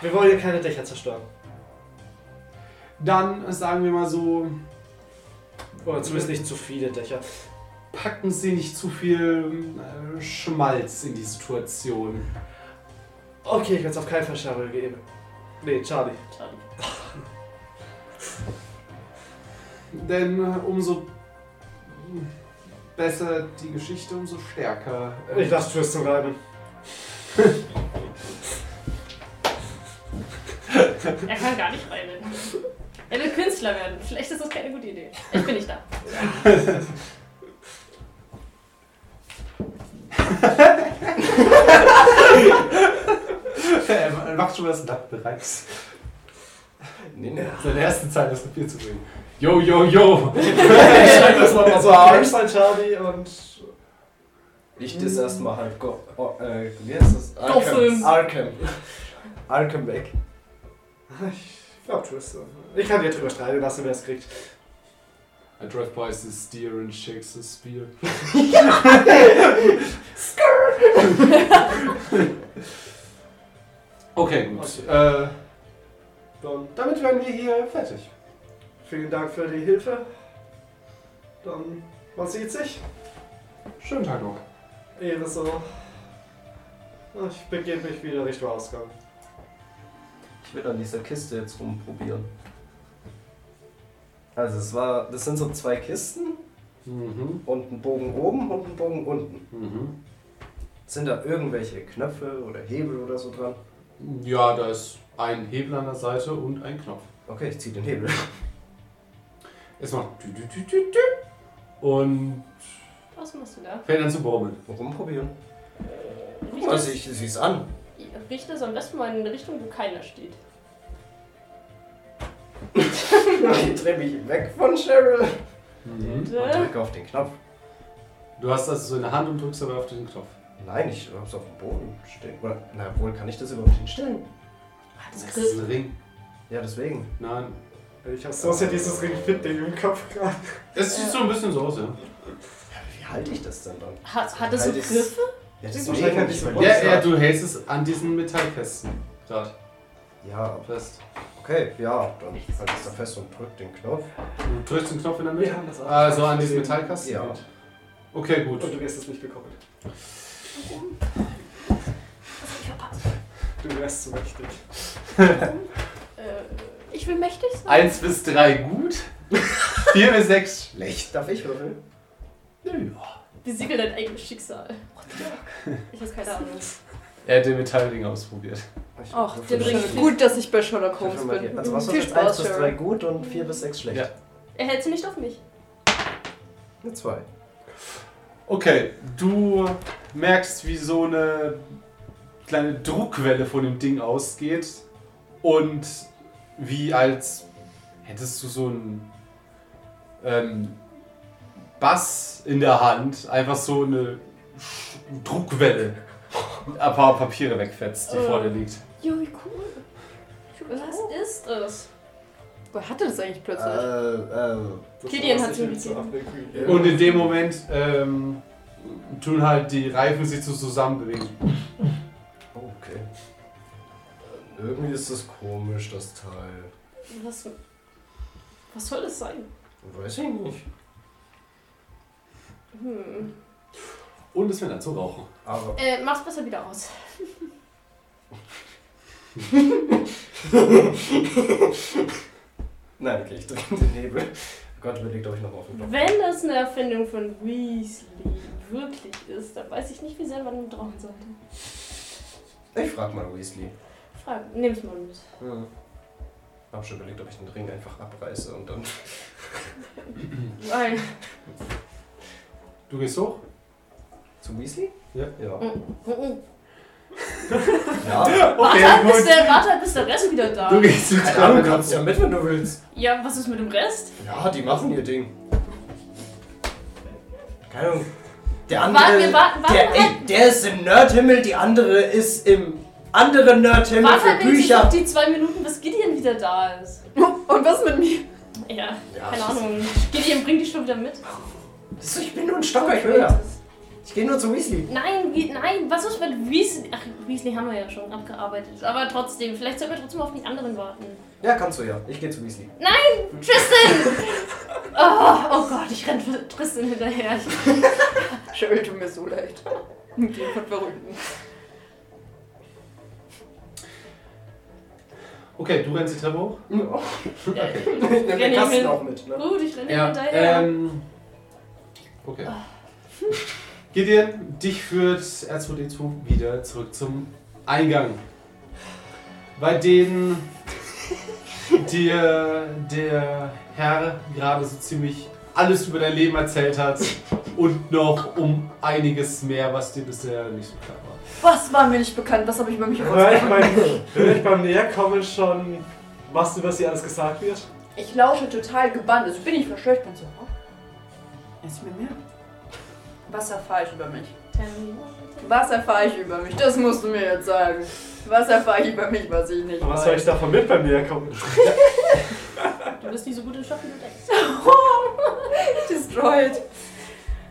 Speaker 3: Wir wollen hier keine Dächer zerstören.
Speaker 1: Dann sagen wir mal so,
Speaker 3: Oder zumindest nicht zu viele Dächer.
Speaker 1: packen Sie nicht zu viel äh, Schmalz in die Situation.
Speaker 3: Okay, ich werde es auf keinen Fall Cheryl geben. Nee, Charlie.
Speaker 2: Schade.
Speaker 1: Denn äh, umso besser die Geschichte, umso stärker. äh,
Speaker 3: Ich lasse Tristan reimen.
Speaker 2: Er kann gar nicht rein. Er will Künstler werden. Vielleicht ist das keine gute Idee. Ich bin nicht da.
Speaker 1: er macht schon das Blatt bereits.
Speaker 5: Nee, nee.
Speaker 1: Seine erste Zeit das Papier zu bringen. Yo, yo, yo!
Speaker 3: Ich schreibe das nochmal so auf. Sein Charlie und.
Speaker 5: Ich das erstmal halb. Go oh, äh, wie heißt das?
Speaker 2: Gotham.
Speaker 5: Arkham. Arkham weg.
Speaker 3: Ich glaube Tristan. Ich kann dir drüber streiten lassen, wer es kriegt.
Speaker 1: I drive by the steer and shakes the spear. okay, gut. Äh,
Speaker 3: Dann
Speaker 1: damit werden wir hier fertig.
Speaker 3: vielen Dank für die Hilfe. Dann, man sieht sich.
Speaker 1: Schönen Tag noch.
Speaker 3: Ehre so. Ich begebe mich wieder Richtung Ausgang.
Speaker 5: Ich will an dieser Kiste jetzt rumprobieren. Also es war, das sind so zwei Kisten
Speaker 1: Mhm,
Speaker 5: und ein Bogen
Speaker 6: Um,
Speaker 5: oben und ein Bogen unten.
Speaker 1: mhm.
Speaker 5: Sind da irgendwelche Knöpfe oder Hebel oder so dran?
Speaker 1: Ja, da ist ein Hebel an der Seite und ein Knopf.
Speaker 6: Okay, ich zieh den Hebel.
Speaker 1: Es macht dü, dü, dü, dü, dü. und
Speaker 2: Was machst du da?
Speaker 1: fängt an zu baumeln.
Speaker 6: Rumprobieren. Guck
Speaker 2: Riecht
Speaker 6: mal,
Speaker 2: das,
Speaker 6: sie sieh's an.
Speaker 2: riecht das am besten mal in eine Richtung, wo keiner steht.
Speaker 13: Ich drehe mich weg von Cheryl.
Speaker 2: Mhm.
Speaker 1: Mhm.
Speaker 6: Und
Speaker 2: Bitte?
Speaker 6: drücke auf den Knopf.
Speaker 1: Du hast das so in der Hand und drückst dabei auf den Knopf.
Speaker 6: Nein, ich hab's auf dem Boden stehen. Oder, na wohl, kann ich das überhaupt hinstellen?
Speaker 2: Das
Speaker 1: Das ist ein Ring.
Speaker 6: Ja, deswegen.
Speaker 1: Nein.
Speaker 3: Ich hab's sonst ja dieses Ring fit Ding im Kopf gerade.
Speaker 1: Es sieht so ein bisschen so aus, ja.
Speaker 6: Wie halte ich das denn dann?
Speaker 2: Hat, hat das so
Speaker 6: Halt es-
Speaker 2: Griffe?
Speaker 6: Ja,
Speaker 3: Ist wahrscheinlich ein bisschen-
Speaker 1: Ja, ja, du hältst es an diesen Metallkästen gerade
Speaker 6: Ja,
Speaker 1: fest.
Speaker 6: okay, ja, dann halt es da fest und drück den Knopf.
Speaker 1: Du drückst den Knopf in der Mitte.
Speaker 3: Wir haben das auch
Speaker 1: also an
Speaker 3: gesehen.
Speaker 1: diesen Metallkasten?
Speaker 6: Ja.
Speaker 1: Okay,
Speaker 3: Und du
Speaker 1: gut.
Speaker 3: wirst es nicht gekoppelt.
Speaker 4: Was ich verpasst.
Speaker 3: Du wärst so mächtig.
Speaker 2: Äh, ich will mächtig sein.
Speaker 14: 1 bis 3 gut, 4 bis 6 schlecht.
Speaker 6: Darf ich würfeln?
Speaker 2: Besiegel dein eigenes Schicksal. Ich habe keine Ahnung.
Speaker 14: Er hat den Metallding ausprobiert.
Speaker 6: Ich
Speaker 4: Ach,
Speaker 6: würfel
Speaker 4: den
Speaker 6: mal.
Speaker 2: Ring
Speaker 4: Ring. Gut, dass ich bei Sherlock
Speaker 6: Ich
Speaker 4: Holmes
Speaker 6: würfel mal die-
Speaker 4: bin.
Speaker 6: Also was
Speaker 4: Viel
Speaker 6: ist 1
Speaker 4: Spaß,
Speaker 6: bis 3
Speaker 4: Sherlock.
Speaker 6: gut und 4 bis 6 schlecht?
Speaker 14: Ja.
Speaker 2: Er hält sie nicht auf mich.
Speaker 6: Eine 2.
Speaker 14: Okay, du merkst, wie so eine kleine Druckwelle von dem Ding ausgeht und wie als hättest du so einen ähm, Bass in der Hand, einfach so eine Sch- Druckwelle. Ein paar Papiere wegfetzt, die
Speaker 2: Oh.
Speaker 14: vor dir liegt.
Speaker 2: Jo, wie cool. Was ist es?
Speaker 4: Woher hatte das eigentlich
Speaker 6: Äh,
Speaker 4: plötzlich?
Speaker 6: äh,
Speaker 2: Gideon hat's ihm
Speaker 3: so
Speaker 2: gegeben.
Speaker 3: abgekühlt.
Speaker 1: Und in dem Moment ähm, tun halt die Reifen sich so zusammenbewegen.
Speaker 6: oh, okay. äh, Irgendwie ist das komisch, das Teil.
Speaker 2: Was, was soll es sein?
Speaker 6: Weiß ich nicht.
Speaker 2: Hm.
Speaker 1: Und es wird dann zu rauchen.
Speaker 6: Aber
Speaker 2: Äh, mach's besser wieder aus.
Speaker 6: Nein, okay, ich drücke den Hebel. Oh Gott, überlegt euch nochmal auf den Knopf.
Speaker 2: Wenn das eine Erfindung von Weasley wirklich ist, dann weiß ich nicht, wie sehr man trauen sollte.
Speaker 6: Ich frag mal Weasley.
Speaker 2: Frage, nehm's mal mit.
Speaker 6: Hm. Hab schon überlegt, ob ich den Ring einfach abreiße und dann.
Speaker 4: Nein.
Speaker 1: Du gehst hoch?
Speaker 6: Zu Weasley?
Speaker 1: Ja.
Speaker 6: Ja.
Speaker 2: Oh, oh.
Speaker 6: ja.
Speaker 2: warte, halt, bis der, warte halt, bis der Rest wieder da
Speaker 14: Du
Speaker 2: ist.
Speaker 14: gehst zu
Speaker 6: Keine Ahnung, du kannst ja mit, wenn du willst.
Speaker 2: Ja, was ist mit dem Rest?
Speaker 6: Ja, die machen ihr Ding. Keine Ahnung. Der andere.
Speaker 2: Warte, wir warten- warten
Speaker 6: der,
Speaker 2: halt.
Speaker 6: ey, der ist im Nerdhimmel, die andere ist im anderen Nerdhimmel
Speaker 2: Warte
Speaker 6: für
Speaker 2: halt wenigstens auf
Speaker 6: Bücher.
Speaker 2: die zwei Minuten, bis Gideon wieder da ist.
Speaker 4: Und was mit mir?
Speaker 2: Ja,
Speaker 6: Ja,
Speaker 2: keine
Speaker 6: das ist-
Speaker 2: Ahnung. Gideon, bring dich schon wieder mit.
Speaker 6: So, Ich bin nur ein Stocker, ich höre. Ich gehe nur zu Weasley.
Speaker 2: Nein, wie, nein, was ist mit Weasley? Ach, Weasley haben wir ja schon abgearbeitet. Aber trotzdem, vielleicht sollten wir trotzdem auf die anderen warten.
Speaker 6: Ja, kannst du ja. Ich gehe zu Weasley.
Speaker 2: Nein, Tristan! Oh, oh Gott, ich renne für Tristan hinterher.
Speaker 4: Cheryl, tut mir so leid. Mit dem von Verrückten.
Speaker 1: Okay, du rennst die Treppe hoch.
Speaker 6: Ja.
Speaker 2: Äh,
Speaker 6: Ich nehme
Speaker 2: Renn
Speaker 6: den
Speaker 2: ich
Speaker 6: Kasten
Speaker 2: mit.
Speaker 6: auch mit. Ne?
Speaker 2: Gut, ich renne hinterher.
Speaker 1: Ähm, okay. Gideon, dich führt R2D2 wieder zurück zum Eingang. Bei denen dir der Herr gerade so ziemlich alles über dein Leben erzählt hat und noch um einiges mehr, was dir bisher nicht so klar war.
Speaker 4: Was war mir nicht bekannt? Was habe ich über mich
Speaker 3: Hör ich,
Speaker 4: herausgefunden?
Speaker 3: beim, hör ich beim Näherkommen schon, was über sie alles gesagt wird?
Speaker 4: Ich lausche total gebannt. Also ich bin nicht verschlechtert und so. Oh. Jetzt mir mehr. Was erfahre ich über mich? Was erfahre ich über mich? Das musst du mir jetzt sagen. Was erfahre ich über mich, was ich nicht
Speaker 3: Was soll ich davon mit beim Näherkommen?
Speaker 2: Du bist nicht so gut in Stoffen, du denkst.
Speaker 4: Destroyed.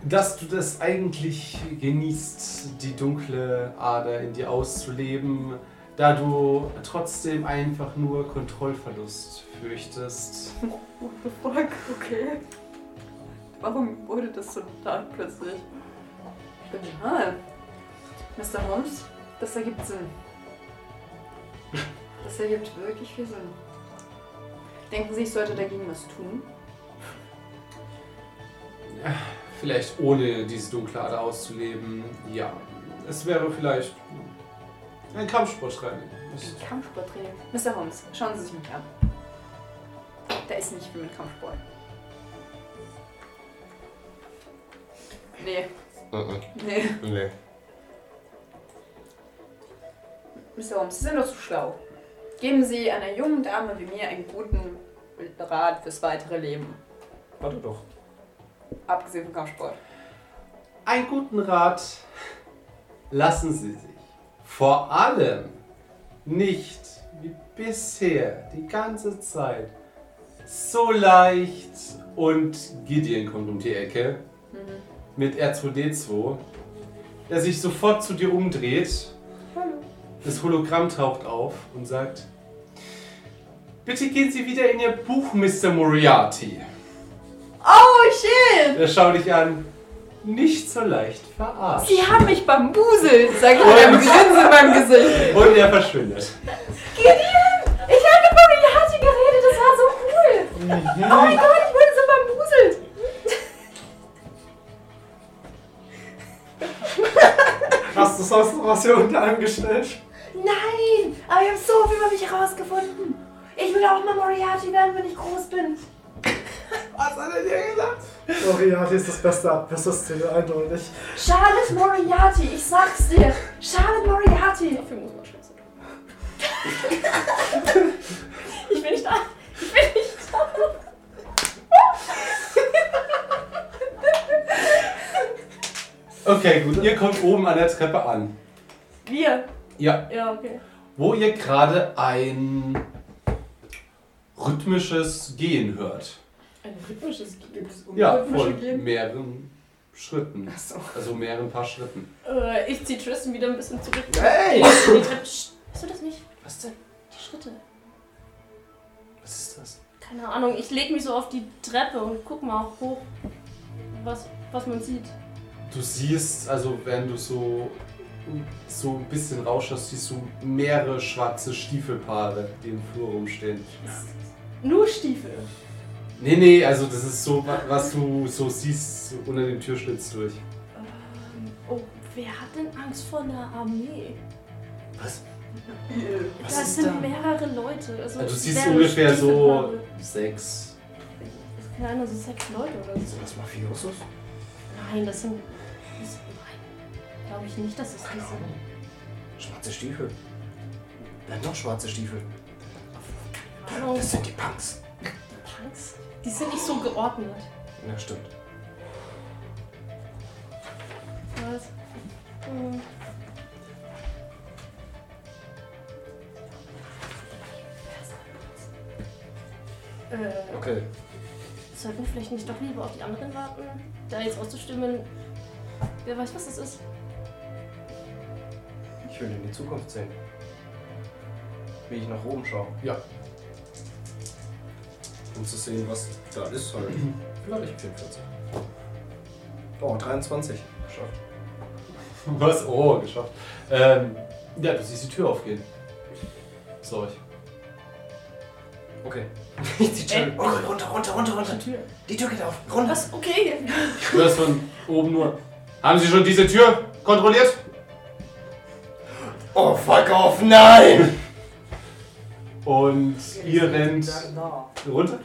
Speaker 1: dass du das eigentlich genießt, die dunkle Ader in dir auszuleben, da du trotzdem einfach nur Kontrollverlust fürchtest.
Speaker 4: What the fuck? Okay. Warum wurde das so stark plötzlich? Genial. Mr. Holmes, das ergibt Sinn. Das ergibt wirklich viel Sinn. Denken Sie, ich sollte dagegen was tun?
Speaker 1: Vielleicht ohne diese dunkle Ader auszuleben, ja. Es wäre vielleicht Ein Kampfsporttraining. Das ist-
Speaker 4: Ein Kampfsporttraining. Mr. Holmes, schauen Sie sich mich an. Da ist nicht viel mit Kampfsport. Nee, nee.
Speaker 6: Nee.
Speaker 4: Mr. Holmes, Sie sind doch zu schlau. Geben Sie einer jungen Dame wie mir einen guten Rat fürs weitere Leben.
Speaker 15: Warte doch.
Speaker 4: Abgesehen vom Kampfsport.
Speaker 1: Einen guten Rat lassen Sie sich vor allem nicht wie bisher die ganze Zeit so leicht und Gideon kommt um die Ecke mit R2D2, der sich sofort zu dir umdreht. Das Hologramm taucht auf und sagt: Bitte gehen Sie wieder in Ihr Buch, Mr. Moriarty.
Speaker 4: Oh shit!
Speaker 1: Er schaut dich an. Nicht so leicht verarscht.
Speaker 4: Sie haben mich bambuselt, sage ich mit einem Grinsen in meinem Gesicht.
Speaker 1: Und er verschwindet.
Speaker 4: Gideon! Ich habe mit Moriarty geredet, das war so cool!
Speaker 15: Mhm.
Speaker 4: Oh mein Gott, ich wurde so bambuselt!
Speaker 3: Hast du sonst noch was hier unter angestellt?
Speaker 4: Nein! Aber ich habe so viel über mich herausgefunden. Ich will auch mal Moriarty werden, wenn ich groß bin.
Speaker 1: Was hat er dir gesagt?
Speaker 3: Moriarty ist das beste Abwässerszene, eindeutig.
Speaker 4: Charlotte Moriarty, ich sag's dir. Charlotte Moriarty.
Speaker 2: Dafür muss man schützen.
Speaker 4: Ich bin nicht da. Ich bin nicht da.
Speaker 1: Okay, gut. Ihr kommt oben an der Treppe an.
Speaker 2: Wir?
Speaker 1: Ja.
Speaker 2: Ja, okay.
Speaker 1: Wo ihr gerade ein rhythmisches Gehen hört.
Speaker 2: Ein rhythmisches Gibt es
Speaker 4: Um
Speaker 1: Ja, von mehreren Schritten. Also mehreren paar Schritten.
Speaker 2: Äh, ich zieh Tristan wieder ein bisschen zurück.
Speaker 15: Hey!
Speaker 2: Die Treppe. Psst, Hast du das nicht?
Speaker 1: Was denn?
Speaker 2: Die Schritte.
Speaker 1: Was ist das?
Speaker 2: Keine Ahnung, ich leg mich so auf die Treppe und guck mal hoch, was, was man sieht.
Speaker 1: Du siehst, also wenn du so, so ein bisschen rausschaust, siehst du mehrere schwarze Stiefelpaare, die im Flur rumstehen.
Speaker 2: Nur Stiefel.
Speaker 1: Nee, nee, also das ist so, wa- was du so siehst so unter dem Türschlitz durch.
Speaker 2: Ähm, oh, wer hat denn Angst vor einer Armee?
Speaker 1: Was
Speaker 2: das sind mehrere Leute. Also,
Speaker 1: Also du siehst
Speaker 2: mehrere
Speaker 1: ungefähr so
Speaker 2: Stiefelpaare.
Speaker 1: sechs.
Speaker 2: Keine Ahnung, so sechs Leute oder so.
Speaker 6: Sind das Mafiosos?
Speaker 2: Nein, das sind. Das, nein. Glaube ich nicht, dass es die sind.
Speaker 6: Schwarze Stiefel. Dann noch schwarze Stiefel.
Speaker 2: Keine Ahnung,
Speaker 6: Das sind die Punks.
Speaker 2: Punks. Die sind nicht so geordnet.
Speaker 6: Ja, stimmt.
Speaker 2: Was? Hm. Äh,
Speaker 6: Okay.
Speaker 2: sollten wir vielleicht nicht doch lieber auf die anderen warten? Da jetzt auszustimmen, wer weiß, was das ist.
Speaker 6: Ich will in die Zukunft sehen. Wie ich nach oben schaue.
Speaker 1: Ja.
Speaker 6: Um zu sehen, was da ist halt. Vielleicht 44. Oh, 23. Geschafft.
Speaker 1: Was? Oh, geschafft. Ähm, ja, du siehst die Tür aufgehen. So, ich.
Speaker 6: Okay. Ich zieh Jerry.
Speaker 2: Ey.
Speaker 6: Oh, runter, runter, runter, runter.
Speaker 2: Die Tür.
Speaker 6: Die Tür geht auf. Runter.
Speaker 2: Was? Okay.
Speaker 1: Du hörst von oben nur. Haben Sie schon diese Tür kontrolliert?
Speaker 6: Oh, fuck off, nein!
Speaker 1: Und ihr rennt runter?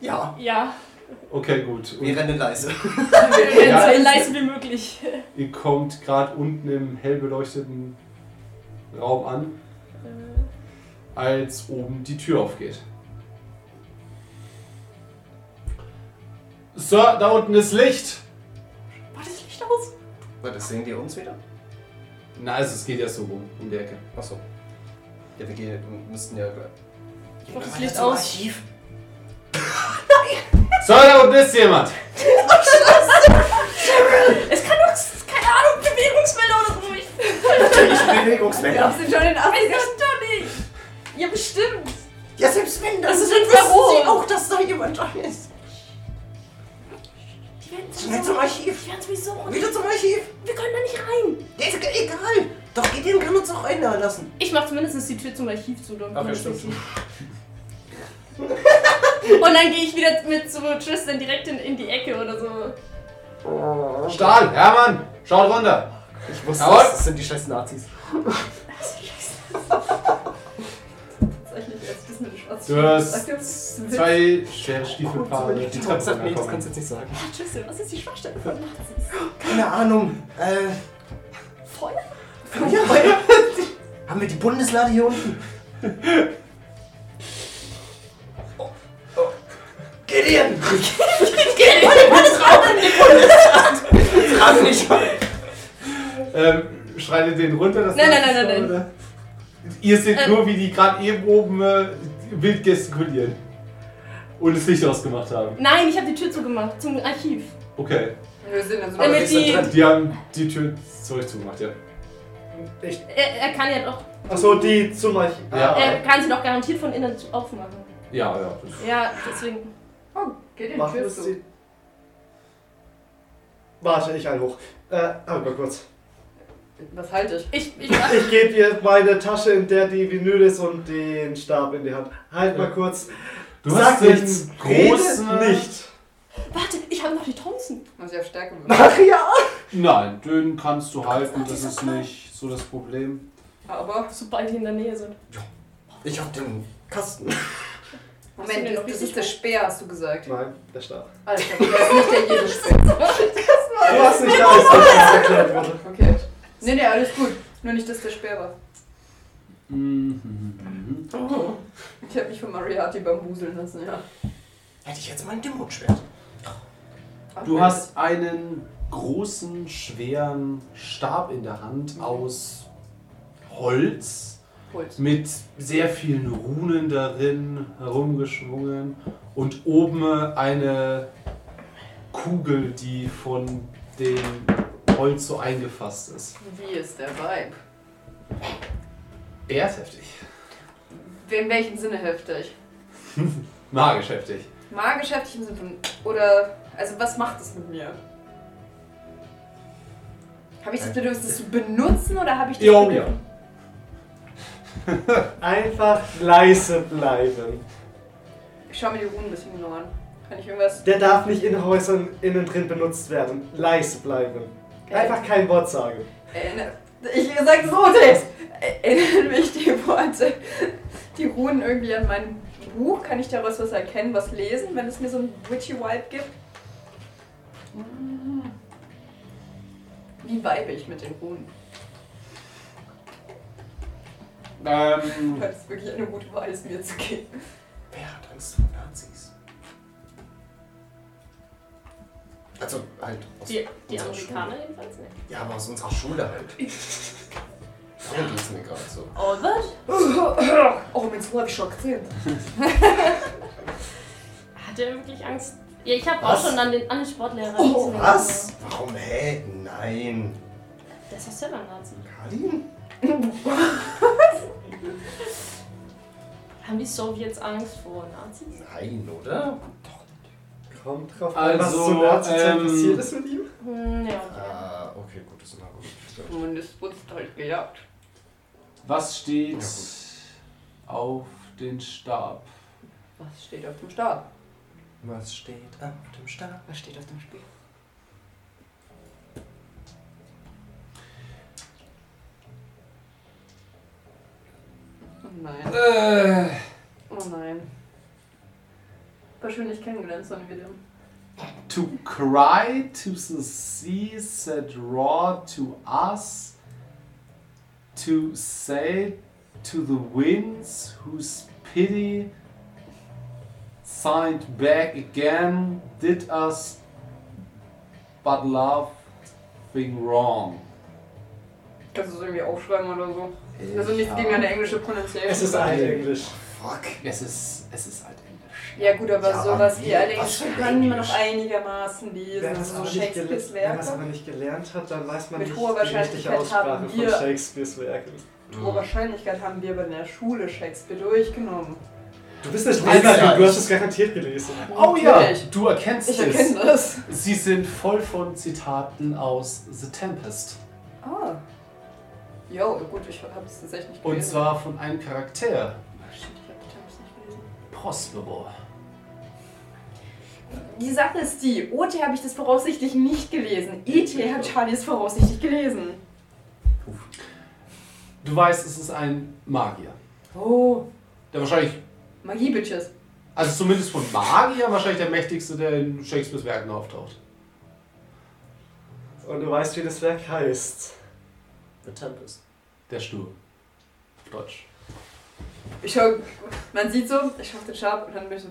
Speaker 6: Ja.
Speaker 2: Ja.
Speaker 1: Okay, gut. Und
Speaker 6: Wir rennen leise.
Speaker 1: Ja.
Speaker 2: So leise wie möglich.
Speaker 1: ihr kommt gerade unten im hell beleuchteten Raum an, als oben die Tür aufgeht. Sir, da unten ist Licht!
Speaker 2: War das Licht aus?
Speaker 6: Warte, sehen die uns wieder?
Speaker 1: Na, also es geht ja so rum, um die Ecke.
Speaker 6: Achso. Ja, wir gehen, müssten ja.
Speaker 2: Ich mach das Licht aus.
Speaker 6: Archiv.
Speaker 1: Sir, da unten ist jemand!
Speaker 2: Es kann doch, keine Ahnung, Bewegungsmelder oder so. Ich
Speaker 6: Bewegungsmelder.
Speaker 4: sind schon in den 80ern.
Speaker 2: weiß doch nicht. Ja, bestimmt.
Speaker 6: Ja, selbst wenn
Speaker 2: Das ist Infrarot.
Speaker 6: dass da jemand da ist.
Speaker 2: Die werden
Speaker 6: Schnell zum Archiv.
Speaker 2: Die werden sowieso.
Speaker 6: Wieder zum Archiv.
Speaker 2: Wir können da nicht rein.
Speaker 6: Ja, ist egal. Doch, Gideon kann uns auch einladen lassen.
Speaker 2: Ich mach zumindest die Tür zum Archiv zu. Dann
Speaker 15: Ach ja,
Speaker 2: kannst du
Speaker 15: stimmt.
Speaker 2: sie- Und dann gehe ich wieder mit zu Tristan direkt in, in die Ecke oder so.
Speaker 1: Stahl, Hermann, schaut runter!
Speaker 6: Ich wusste,
Speaker 1: Jawohl.
Speaker 6: das sind die scheiß Nazis.
Speaker 4: was
Speaker 16: Du hast zwei schwere Stiefelpaare. Die Treppe
Speaker 6: Konzept nicht, das kannst
Speaker 16: runterkommen.
Speaker 6: du jetzt nicht sagen.
Speaker 2: Ah,
Speaker 4: Schüsse, was ist die Schwachstelle von Nazis?
Speaker 6: Keine Ahnung. Äh,
Speaker 4: Feuer?
Speaker 6: haben wir die Bundeslade hier unten? Gideon!
Speaker 1: Ähm, schreitet den runter. Das
Speaker 2: Nein, nein,
Speaker 1: Nazi-
Speaker 2: nein, nein, nein.
Speaker 1: oder? Ihr seht
Speaker 2: Ähm.
Speaker 1: nur, wie die gerade eben oben äh, wild gestikulieren. Und das Licht ausgemacht haben.
Speaker 2: Nein, ich habe die Tür zugemacht zum Archiv.
Speaker 1: Okay.
Speaker 4: Wir sind in so
Speaker 2: Damit
Speaker 4: einer
Speaker 2: die-
Speaker 1: Die haben die Tür zurück zugemacht, ja.
Speaker 2: Er, er kann ja doch,
Speaker 3: Achso, die zum Archiv.
Speaker 1: Ja.
Speaker 2: er kann sie doch garantiert von innen zu aufmachen.
Speaker 1: Ja, ja. das-
Speaker 2: Ja, deswegen.
Speaker 4: Oh, geht in die
Speaker 3: Machen
Speaker 4: Tür
Speaker 3: es
Speaker 4: zu.
Speaker 3: die. Warte, ich ein hoch. Äh, oh Gott, kurz.
Speaker 4: Was halte ich?
Speaker 2: Ich, ich
Speaker 3: Ich gebe ihr meine Tasche, in der die Vinyl ist und den Stab in die Hand. Halt mal kurz.
Speaker 1: Du
Speaker 3: Sag
Speaker 1: hast den
Speaker 3: nichts.
Speaker 1: großen.
Speaker 3: Rede nicht.
Speaker 2: warte, ich habe noch die Thompson.
Speaker 4: Muss ich auf Stärke machen?
Speaker 3: Ach ja.
Speaker 1: Nein, den kannst du halten, das ist nicht so das Problem.
Speaker 4: Aber.
Speaker 2: Sobald die in der Nähe sind.
Speaker 6: Ich hab den Kasten.
Speaker 2: Hast du
Speaker 4: Moment,
Speaker 2: den
Speaker 4: das
Speaker 2: noch
Speaker 4: ist
Speaker 2: richtig
Speaker 4: der Speer, hast du gesagt.
Speaker 3: Nein, der Stab.
Speaker 4: Alter, das ist nicht der jede Speer.
Speaker 3: Du hast nicht alles, was jetzt erklärt wurde.
Speaker 4: Okay. Nee, nee, alles gut. Nur nicht, dass der Speer war.
Speaker 1: Mhm.
Speaker 4: Ich hab mich von Mariati bambuseln lassen, ja.
Speaker 6: Hätte ich jetzt mal ein Dämonenschwert.
Speaker 1: Du hast einen großen, schweren Stab in der Hand aus Holz
Speaker 4: Holz.
Speaker 1: mit sehr vielen Runen darin herumgeschwungen und oben eine Kugel, die von dem Holz so eingefasst ist.
Speaker 4: Wie ist der Vibe?
Speaker 1: Der ist heftig.
Speaker 4: In welchem Sinne heftig?
Speaker 1: Magisch heftig.
Speaker 4: Magisch heftig im Sinne von. Oder. Also, was macht das mit mir? Habe ich das Bedürfnis, das zu benutzen oder habe ich das.
Speaker 1: Jo, Äh. ja.
Speaker 3: Einfach leise bleiben.
Speaker 4: Ich schau mir die Runen ein bisschen genauer an. Kann ich irgendwas.
Speaker 3: Der darf nicht in Häusern innen drin benutzt werden. Leise bleiben. Einfach kein Wort sagen.
Speaker 4: Erinner- Ich sag das ohne jetzt. Erinnern mich die Worte, die ruhen irgendwie an meinem Buch. Kann ich daraus was erkennen, was lesen, wenn es mir so ein witchy Vibe gibt? Wie vibe ich mit den Runen?
Speaker 1: Ähm,
Speaker 4: Weil es wirklich eine gute Wahl ist, mir zu geben.
Speaker 6: Wer hat Angst vor Nazis? Also halt. Aus,
Speaker 2: Die, die
Speaker 6: unserer
Speaker 2: Amerikaner jedenfalls nicht.
Speaker 6: Schule. Ja, aber aus unserer Schule halt. Darum geht's mir gerade so.
Speaker 4: Oh, was? Oh, mein Zuhör hab ich schon gesehen.
Speaker 2: Hat er wirklich Angst? Ja, ich habe auch
Speaker 6: Was?
Speaker 2: schon an den, an den Sportlehrer.
Speaker 6: Oh,
Speaker 2: diesen-
Speaker 6: was? Warum, hä? Nein.
Speaker 2: Der ist doch selber ein Nazi.
Speaker 6: Karin?
Speaker 2: Haben die Sowjets Angst vor Nazis?
Speaker 6: Nein, oder?
Speaker 3: Kommt drauf
Speaker 1: an, was
Speaker 3: was
Speaker 1: Also,
Speaker 3: zur Nazi-Zeit
Speaker 1: ähm,
Speaker 3: passiert ist mit ihm.
Speaker 2: Hm, ja.
Speaker 6: Ah, okay, gut, das ist ein Argument.
Speaker 4: Und es wurde halt gejagt.
Speaker 1: was steht
Speaker 6: Ja,
Speaker 1: auf den Stab?
Speaker 4: Was steht auf dem Stab?
Speaker 6: Was steht auf dem Stab?
Speaker 4: Was steht auf dem Spiel? Oh nein. Oh nein. War schön, dich kennengelernt zu haben, William.
Speaker 1: To cry to the sea said raw to us, to say to the winds whose pity signed back again did us but love thing wrong.
Speaker 4: Kannst du es irgendwie aufschreiben oder so? Also nichts gegen eine englische Pronunciation.
Speaker 3: Es ist Altenglisch.
Speaker 6: Fuck.
Speaker 1: Es ist, es ist altenglisch.
Speaker 4: ja gut, aber
Speaker 6: Ja,
Speaker 4: sowas wie
Speaker 6: nee,
Speaker 4: allerdings
Speaker 6: was für
Speaker 4: kann man
Speaker 6: Englisch?
Speaker 4: noch einigermaßen lesen.
Speaker 3: Wer
Speaker 4: also so
Speaker 3: das, aber nicht gele-
Speaker 4: Shakespeares
Speaker 3: wer das aber
Speaker 4: Werke.
Speaker 3: nicht gelernt hat, dann weiß man
Speaker 4: Mit
Speaker 3: nicht
Speaker 4: hoher
Speaker 3: die richtige
Speaker 4: Wahrscheinlichkeit
Speaker 3: Aussprache
Speaker 4: haben
Speaker 3: von
Speaker 4: wir-
Speaker 3: Shakespeares Werken.
Speaker 4: Mit hoher Wahrscheinlichkeit haben wir bei der Schule Shakespeare durchgenommen.
Speaker 3: Du bist nicht
Speaker 6: Weiß
Speaker 3: Lehrerin,
Speaker 6: ja
Speaker 3: du hast
Speaker 6: nicht.
Speaker 3: es garantiert gelesen.
Speaker 1: Oh ja,
Speaker 4: Natürlich.
Speaker 1: du erkennst
Speaker 4: Ich
Speaker 1: es.
Speaker 4: erkenne das.
Speaker 1: Sie sind voll von Zitaten aus The Tempest.
Speaker 4: Ah. Jo, gut, ich habe es tatsächlich nicht gelesen.
Speaker 1: Und zwar von einem Charakter,
Speaker 4: Ah, Shit, ich habe die Times nicht gelesen.
Speaker 1: Prospero.
Speaker 4: Die Sache ist die, OT habe ich das voraussichtlich nicht gelesen. ET hat Charlie es voraussichtlich gelesen.
Speaker 1: Du weißt, es ist ein Magier,
Speaker 4: Oh.
Speaker 1: der wahrscheinlich
Speaker 4: Magie-Bitches.
Speaker 1: Also zumindest von Magier wahrscheinlich der mächtigste, der in Shakespeares Werken auftaucht.
Speaker 3: Und du weißt, wie das Werk heißt.
Speaker 17: The Tempest.
Speaker 1: Der Stur. Auf Deutsch.
Speaker 4: Ich schau, man sieht so, ich schau den Stab und dann bin ich so,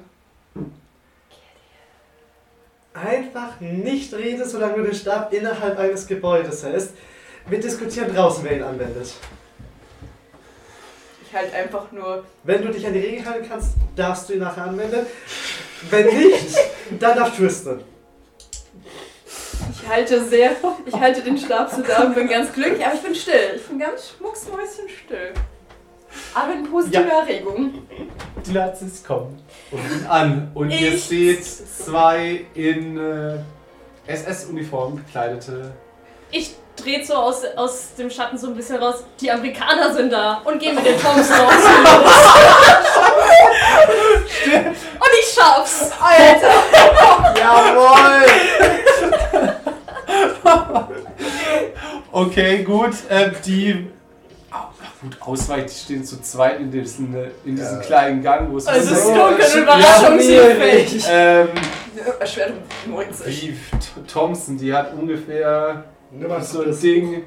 Speaker 3: Einfach nicht reden, solange du den Stab innerhalb eines Gebäudes hältst. Wir diskutieren draußen, wer ihn anwendet.
Speaker 4: ich halt einfach nur,
Speaker 3: Wenn du dich an die Regeln halten kannst, darfst du ihn nachher anwenden. Wenn nicht, dann darf Tristan.
Speaker 4: ich halte sehr, ich halte den Stab so da und bin ganz glücklich, aber ich bin still. Ich bin ganz schmucksmäuschen still. Aber in positiver Erregung.
Speaker 1: Lass es kommen. Und ihn an. Und ihr seht zwei in äh, SS-Uniform gekleidete.
Speaker 2: Ich drehe so aus, aus dem Schatten so ein bisschen raus. Die Amerikaner sind da und gehen mit den Pommes raus. und ich schaff's.
Speaker 4: Alter!
Speaker 1: Jawohl! okay, gut. Ähm, die. Au, ach, gut, ausweicht, die stehen zu zweit in diesem, äh, in diesem kleinen Gang, wo es.
Speaker 4: Also
Speaker 2: Es ist
Speaker 1: Ja,
Speaker 2: dunkel und
Speaker 1: schwierig.
Speaker 2: überraschungshilfe.
Speaker 1: Ähm,
Speaker 4: Erschwerung 90.
Speaker 1: wie T- Thompson, die hat ungefähr
Speaker 3: Nimm mal
Speaker 1: so ein Ding.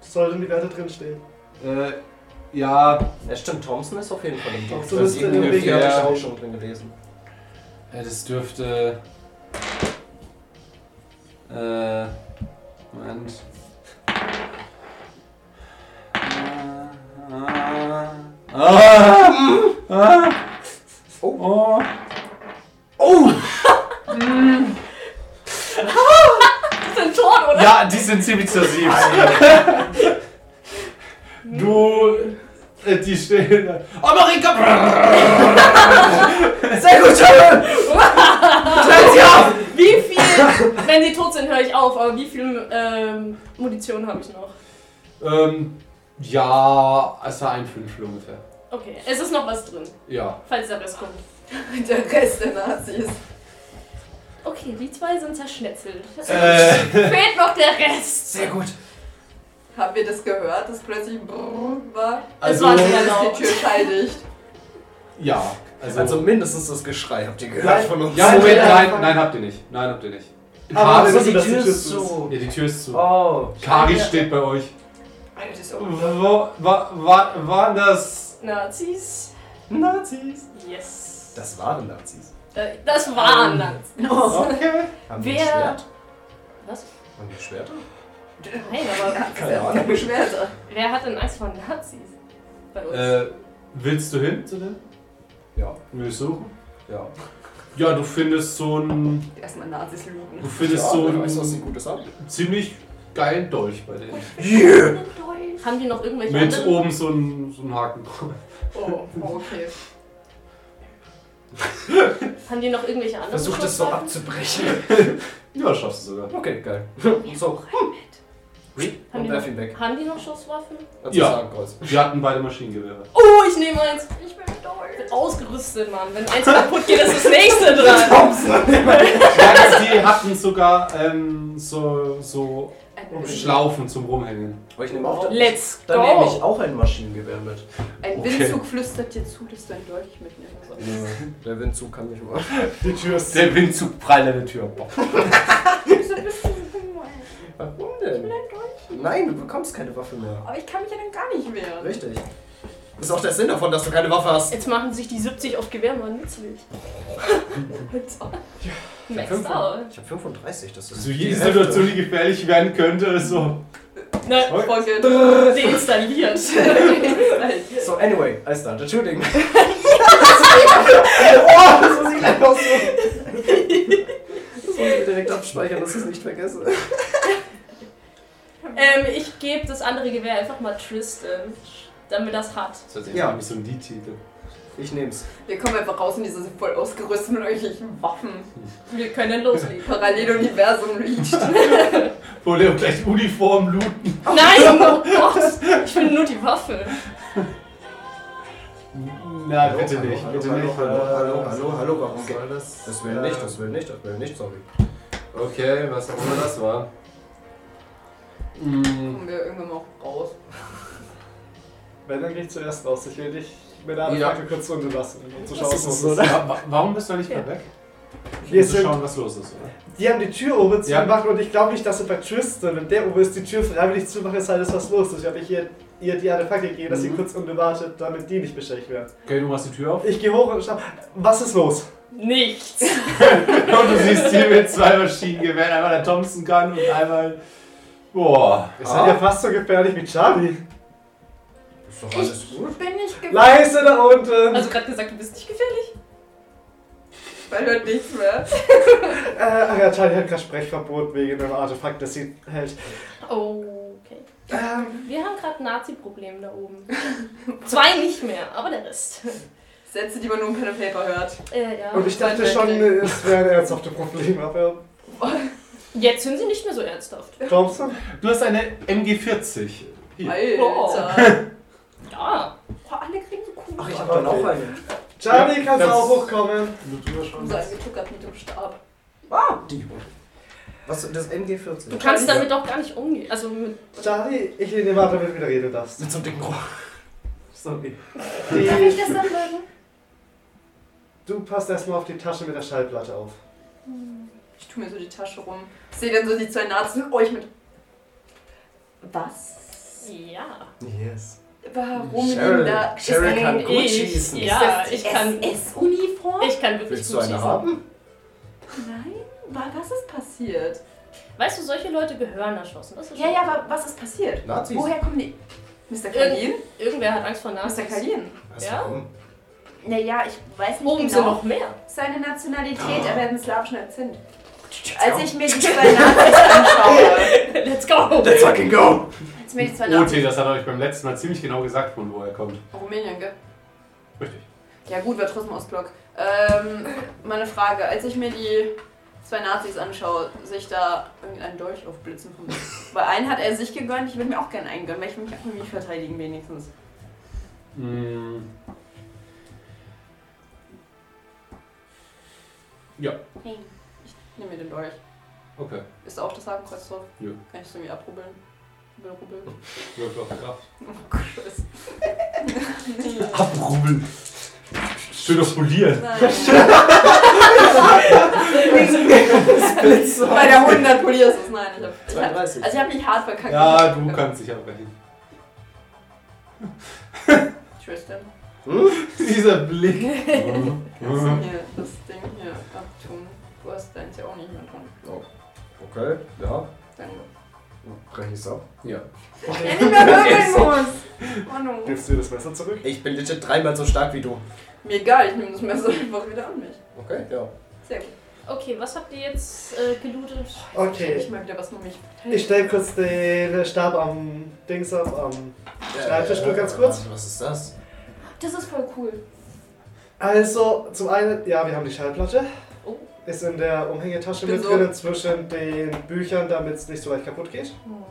Speaker 3: Sollten die Werte drinstehen.
Speaker 1: Äh, ja,
Speaker 17: Ja, stimmt, Thompson ist auf jeden Fall im Buch.
Speaker 3: Thompson ist in dem
Speaker 17: Irgendwie
Speaker 3: Weg.
Speaker 17: habe ich
Speaker 1: Ja.
Speaker 17: auch schon drin gelesen.
Speaker 1: äh, das dürfte. Äh. Moment. Ah, ah, ah, ah, oh. oh.
Speaker 2: Das sind tot, oder?
Speaker 1: Ja, die sind ziemlich zersieben. du. äh, Die stehen da. Amerika! Sehr gut, Sharon! Teilt sie auf!
Speaker 2: Wie viel, wenn sie tot sind, höre ich auf, aber wie viel ähm, Munition habe ich noch?
Speaker 1: Ähm, ja, es war ein Fünftel ungefähr.
Speaker 2: Okay, es ist noch was drin,
Speaker 1: Ja.
Speaker 2: falls der Rest kommt.
Speaker 4: Der Rest der Nazis.
Speaker 2: Okay, die zwei sind zerschnetzelt.
Speaker 1: Äh,
Speaker 2: Fehlt noch der Rest.
Speaker 18: Sehr gut.
Speaker 4: Habt ihr das gehört, dass plötzlich brrrr war?
Speaker 2: Also-
Speaker 4: es war sehr laut. Die Tür schalldicht.
Speaker 1: ja. Also,
Speaker 6: Also mindestens das Geschrei habt ihr gehört
Speaker 3: Nein.
Speaker 6: von uns.
Speaker 1: ja, Moment,
Speaker 3: Ja,
Speaker 1: nein, nein, habt ihr nicht. Nein, habt ihr nicht.
Speaker 3: Aber
Speaker 1: Kari,
Speaker 3: wir
Speaker 17: Aber
Speaker 3: wissen,
Speaker 17: die
Speaker 3: dass die
Speaker 17: Tür
Speaker 3: Tür
Speaker 17: ist
Speaker 3: zu ist.
Speaker 17: so.
Speaker 1: ja, die Tür ist zu.
Speaker 17: Oh.
Speaker 1: Kari steht bei euch.
Speaker 4: Alter, das ist auch
Speaker 1: Wo, wa, wa, waren das
Speaker 2: Nazis.
Speaker 1: Nazis?
Speaker 2: Yes.
Speaker 6: Das waren Nazis.
Speaker 2: Äh, Das waren Nazis.
Speaker 1: Okay.
Speaker 6: Haben die
Speaker 2: Wer-
Speaker 6: Schwert?
Speaker 2: Was?
Speaker 6: Haben die Schwerter?
Speaker 2: Nein, aber
Speaker 6: Keine Ahnung.
Speaker 4: Schwerter.
Speaker 2: wer hat denn Angst vor Nazis? Bei uns.
Speaker 1: Äh, willst du hin zu denen?
Speaker 6: Ja.
Speaker 1: Willst du suchen?
Speaker 6: Ja.
Speaker 1: Ja, du findest so einen,
Speaker 4: Erstmal Nazis lügen.
Speaker 1: du findest
Speaker 6: ja,
Speaker 1: so
Speaker 6: wer weiß, was sie
Speaker 1: einen
Speaker 6: Gutes haben.
Speaker 1: ziemlich geilen Dolch bei denen.
Speaker 2: Haben die noch irgendwelche
Speaker 1: Mit
Speaker 2: anderen?
Speaker 1: oben so einen, so einen Haken drauf.
Speaker 4: Oh, oh, okay.
Speaker 2: Haben die noch irgendwelche anderen?
Speaker 6: Versucht es so
Speaker 2: Schusswaffen?
Speaker 6: abzubrechen.
Speaker 1: Ja, schaffst du sogar.
Speaker 6: Okay, geil. So.
Speaker 2: Haben
Speaker 6: Und
Speaker 2: die
Speaker 6: werf
Speaker 2: noch,
Speaker 6: ihn weg.
Speaker 2: haben die noch Schusswaffen?
Speaker 6: Als
Speaker 1: Ja.
Speaker 6: Hakenkreuz.
Speaker 1: Wir hatten beide Maschinengewehre.
Speaker 2: Oh, ich nehme eins.
Speaker 4: Ich bin doll.
Speaker 2: bin ausgerüstet, Mann. Wenn eins kaputt geht, ist das nächste dran.
Speaker 1: Ja, die hatten sogar ähm, so, so
Speaker 4: Ein,
Speaker 1: Schlaufen zum Rumhängen.
Speaker 17: Aber ich nehme auch das.
Speaker 2: Let's
Speaker 17: Dann nehme
Speaker 2: go.
Speaker 17: ich auch ein Maschinengewehr mit.
Speaker 4: ein
Speaker 1: Okay.
Speaker 4: Windzug flüstert dir zu, dass du ein Dolch mitnehmen sollst.
Speaker 6: Der Windzug kann mich mal.
Speaker 3: Die Tür ist zu.
Speaker 1: Der Windzug prallt an der Tür. Boah.
Speaker 4: Wieso bist du so gemein?
Speaker 6: Warum denn?
Speaker 4: Ein Dolch?
Speaker 6: Nein, du bekommst keine Waffe mehr.
Speaker 4: Aber ich kann mich ja dann gar nicht mehr.
Speaker 6: Richtig. Ist auch der Sinn davon, dass du keine Waffe hast.
Speaker 2: Jetzt machen sich die 70 auf Gewehr mal nützlich. Maxed out.
Speaker 17: Ich habe 35, das ist.
Speaker 1: So jede Situation, die gefährlich werden könnte, ist so.
Speaker 2: Ne,
Speaker 4: Folge.
Speaker 2: deinstalliert.
Speaker 6: So, anyway, I started shooting. oh, das muss ich gleich aussuchen. Das muss ich direkt abspeichern, dass ich es nicht vergesse.
Speaker 2: ähm, ich gebe das andere Gewehr einfach mal Tristan, damit das hat.
Speaker 1: Das hört sich
Speaker 6: Ja.
Speaker 1: ja. wie so ein Liedtitel.
Speaker 6: Ich nehm's.
Speaker 4: Wir kommen einfach raus und die sind voll ausgerüstet mit irgendwelchen Waffen.
Speaker 2: Wir können loslegen.
Speaker 4: Paralleluniversum liegt.
Speaker 1: Wo der gleich Uniform looten.
Speaker 2: Nein, oh Gott, ich will nur die Waffe.
Speaker 1: Na, bitte nicht,
Speaker 6: hallo,
Speaker 1: bitte
Speaker 6: hallo,
Speaker 1: nicht.
Speaker 6: Hallo, hallo,
Speaker 1: Äh,
Speaker 6: hallo, hallo, warum geht
Speaker 1: das?
Speaker 6: Das will nicht, das will nicht, das will nicht, sorry.
Speaker 1: Okay, was auch immer das war. Mm,
Speaker 4: Kommen wir irgendwann mal raus.
Speaker 3: Wenn, dann geh ich zuerst raus. Ich will dich Wenn er
Speaker 19: Ja.
Speaker 3: ja. kurz runter lassen, um zu schauen,
Speaker 20: Das ist
Speaker 3: was
Speaker 20: so,
Speaker 3: es
Speaker 20: ne?
Speaker 3: ist.
Speaker 1: Wa- wa- Warum bist du nicht mehr weg?
Speaker 3: Wir
Speaker 1: Um zu
Speaker 3: sind,
Speaker 1: schauen, was los ist, oder?
Speaker 3: die haben die Tür oben
Speaker 1: Ja.
Speaker 3: zugemacht und ich glaube nicht, dass sie bei Tristan, wenn der oben ist, die Tür freiwillig zumacht, ist alles was los. Ich habe ihr, ihr die Artefakte gegeben, dass sie
Speaker 19: Mhm.
Speaker 3: kurz unten wartet, damit die nicht beschädigt werden.
Speaker 1: Okay, du machst die Tür auf.
Speaker 3: Ich gehe hoch und schau, was ist los?
Speaker 2: Nichts.
Speaker 1: Und du siehst hier mit zwei Maschinengewehren, einmal der Thompson Gun und einmal. Boah.
Speaker 3: Ihr seid ja fast so gefährlich wie Charlie.
Speaker 6: Ist doch alles gut.
Speaker 21: Bin ich ge
Speaker 3: Leise da unten!
Speaker 2: Also gerade gesagt, du bist nicht gefährlich.
Speaker 4: Weil hört nichts mehr.
Speaker 3: äh, ach ja, Charlie hat gerade Sprechverbot wegen einem Artefakt, das sie hält.
Speaker 2: Okay.
Speaker 3: Ähm,
Speaker 2: Wir haben gerade ein Nazi-Problem da oben. Zwei nicht mehr, aber der Rest.
Speaker 4: Sätze, die man nur im Pen and Paper hört.
Speaker 2: Äh, ja.
Speaker 3: und ich dachte schon, es wären ernsthafte Probleme, aber
Speaker 2: Jetzt sind sie nicht mehr so ernsthaft.
Speaker 3: Thompson?
Speaker 1: Du hast eine MG40. Hier.
Speaker 6: Oh.
Speaker 4: Alter.
Speaker 2: Ja.
Speaker 4: Boah, alle kriegen so cool.
Speaker 6: Ach, ich hab da noch eine.
Speaker 3: Charlie, kannst du
Speaker 1: das-
Speaker 3: auch hochkommen?
Speaker 4: So angetuckert mit dem Stab.
Speaker 22: Was, das MG40?
Speaker 2: Du kannst damit auch gar nicht umgehen. Also mit
Speaker 3: Charlie, ich nehme warte, damit du wieder reden darfst.
Speaker 20: Mit so einem dicken Rohr. Sorry.
Speaker 4: Darf
Speaker 3: Die,
Speaker 4: ich das dann mögen?
Speaker 3: du passt erstmal auf die Tasche mit der Schallplatte auf.
Speaker 4: Ich tu mir so die Tasche rum. Ich sehe dann so die zwei Nazis und euch mit. Was?
Speaker 2: ja.
Speaker 6: Yes.
Speaker 4: Warum
Speaker 6: Cheryl-
Speaker 4: denn da?
Speaker 6: Cheryl
Speaker 4: Ist
Speaker 6: kann
Speaker 4: ein-
Speaker 6: gut
Speaker 2: ich,
Speaker 6: schießen.
Speaker 2: Ja, ich kann,
Speaker 4: SS-Uniform?
Speaker 2: ich kann wirklich
Speaker 6: Willst
Speaker 2: gut
Speaker 6: du eine
Speaker 2: schießen.
Speaker 6: haben?
Speaker 4: Nein? Wa- Was ist passiert?
Speaker 2: Weißt du, solche Leute gehören erschossen. Das ist
Speaker 4: Ja,
Speaker 2: schon-
Speaker 4: ja, aber was ist passiert?
Speaker 6: Nazis.
Speaker 4: Woher kommen die? Mr. Kalin?
Speaker 2: Irgendwer hat Angst vor
Speaker 4: Mr.
Speaker 2: Nazis.
Speaker 4: Kalin?
Speaker 6: Was,
Speaker 2: Ja?
Speaker 6: warum?
Speaker 4: Naja, ich weiß nicht
Speaker 2: Oben sind
Speaker 4: genau.
Speaker 2: noch mehr.
Speaker 4: Seine Nationalität, aber er hat einen slawischen Akzent. Als ich mir die zwei Nazis anschaue,
Speaker 2: Let's go.
Speaker 6: Let's fucking go!
Speaker 4: als mir die zwei Nazis
Speaker 1: OT, Oh, das hat er euch beim letzten Mal ziemlich genau gesagt, von wo er kommt.
Speaker 4: Rumänien, gell?
Speaker 1: Richtig.
Speaker 4: Ja gut, war trotzdem Ostblock. Ähm, meine Frage, als ich mir die zwei Nazis anschaue, sehe ich da irgendeinen Dolch aufblitzen von mir. Bei einen hat er sich gegönnt, ich würde mir auch gerne einen gönnen, weil ich will mich auch irgendwie verteidigen wenigstens.
Speaker 1: Mm. Ja,
Speaker 4: Hey. Ich nehme mir den Dolch.
Speaker 1: okay.
Speaker 4: Ist da auch das Hakenkreuz drauf?
Speaker 1: Ja. Oh.
Speaker 4: Kann ich es irgendwie abrubbeln? Rubbel, rubbel.
Speaker 1: Wirf auf Kraft.
Speaker 4: Oh Gott.
Speaker 1: Abrubbeln. Schön das poliert.
Speaker 4: Nein. Bei der 100 polierst du es. Nein, ich hab, ich hab,
Speaker 6: 32.
Speaker 4: also ich habe mich hart verkackt.
Speaker 1: Ja, du kannst dich abbrechen.
Speaker 4: Tristan.
Speaker 1: Dieser Blick.
Speaker 4: Kannst du mir das Ding hier abtun? Du hast deins ja auch nicht mehr dran.
Speaker 6: Okay, ja.
Speaker 4: Danke.
Speaker 6: Brech ich's ab.
Speaker 1: ja.
Speaker 4: Ja, nicht mehr würfeln muss! Manu.
Speaker 3: Gibst du das Messer zurück?
Speaker 6: Ich bin legit dreimal so stark wie du.
Speaker 4: Mir egal, ich nehme das Messer einfach wieder an mich.
Speaker 6: Okay, ja.
Speaker 4: Sehr gut.
Speaker 2: Okay, was habt ihr jetzt äh, gelootet?
Speaker 4: Ich
Speaker 3: Okay.
Speaker 4: mal wieder was nur mich.
Speaker 3: Ich stelle kurz den Stab am Dings ab, am Schreibtisch nur ganz kurz.
Speaker 6: Was ist das?
Speaker 4: Das ist voll cool.
Speaker 3: Also, zum einen, ja, wir haben die Schallplatte.
Speaker 2: Oh.
Speaker 3: Ist in der Umhängetasche
Speaker 4: Bin
Speaker 3: mit
Speaker 4: so-
Speaker 3: drin, zwischen den Büchern, damit es nicht so leicht kaputt geht.
Speaker 2: Mhm.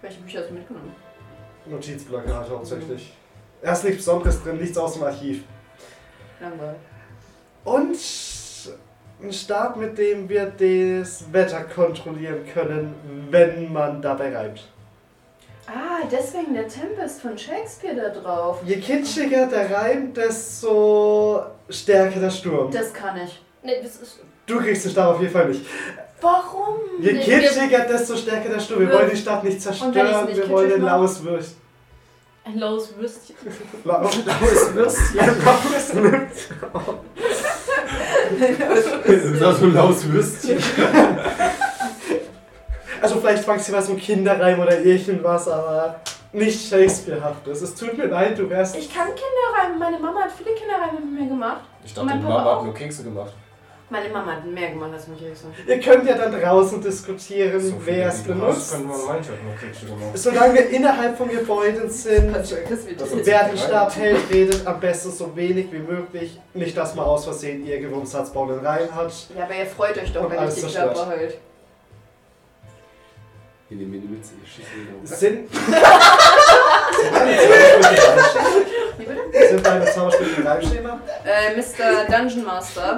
Speaker 4: Welche Bücher hast du mitgenommen?
Speaker 3: Notizblock halt hauptsächlich.
Speaker 4: Mhm.
Speaker 3: Da ist nichts Besonderes drin, nichts aus dem Archiv.
Speaker 4: Langweilig.
Speaker 3: Und ein Stab, mit dem wir das Wetter kontrollieren können, wenn man dabei reibt.
Speaker 4: Ah, deswegen der Tempest von Shakespeare da drauf.
Speaker 3: Je kitschiger der Reim, desto stärker der Sturm.
Speaker 4: Das kann ich.
Speaker 2: Nee, das ist.
Speaker 3: Du kriegst den Stab auf jeden Fall nicht.
Speaker 4: Warum?
Speaker 3: Je
Speaker 2: Nee,
Speaker 3: kitschiger, desto stärker der Sturm. Wir wollen die Stadt nicht zerstören,
Speaker 4: wenn ich's nicht
Speaker 3: wir wollen
Speaker 4: kitschig
Speaker 3: den
Speaker 4: mache?
Speaker 3: Laus Würst.
Speaker 2: Ein laues Würstchen.
Speaker 3: Laus
Speaker 1: Das ist auch so ein laues Würstchen.
Speaker 3: Also vielleicht fangst du was um Kinderreim oder irgendwas, aber nicht Shakespeare-haftes. Es tut mir leid, du wärst...
Speaker 4: Ich kann Kinderreime. Meine Mama hat viele Kinderreime mit mir gemacht.
Speaker 6: Ich
Speaker 4: Und mein
Speaker 6: dachte, die
Speaker 4: Papa
Speaker 6: Mama
Speaker 4: auch.
Speaker 6: hat nur Kekse gemacht.
Speaker 4: Meine Mama hat mehr gemacht als mich. Jackson.
Speaker 3: Ihr könnt ja dann draußen diskutieren,
Speaker 6: So
Speaker 3: wer es
Speaker 6: viele, die du hast,
Speaker 3: benutzt.
Speaker 6: Können wir meinen, ich hab nur Kekse gemacht.
Speaker 3: Solange wir innerhalb von Gebäuden sind,
Speaker 4: Das wird
Speaker 6: Das
Speaker 4: nicht.
Speaker 6: ist-
Speaker 3: wer den Stab hält, redet am besten so wenig wie möglich. Nicht, dass man aus Versehen irgendwo einen Satzbau den Reim hat.
Speaker 4: Ja, aber ihr freut euch doch,
Speaker 3: Und
Speaker 4: wenn ich
Speaker 3: alles
Speaker 4: die
Speaker 3: zerstört.
Speaker 4: Klappe halt.
Speaker 1: Hier nehmen wir die Mütze, ich schieße wieder hoch.
Speaker 3: Sind... Sind deine Zauberstücke Reimschema?
Speaker 4: Wie bitte?
Speaker 3: Sind deine Zauberstücke Reimschema?
Speaker 4: Äh, Mr. Dungeon Master,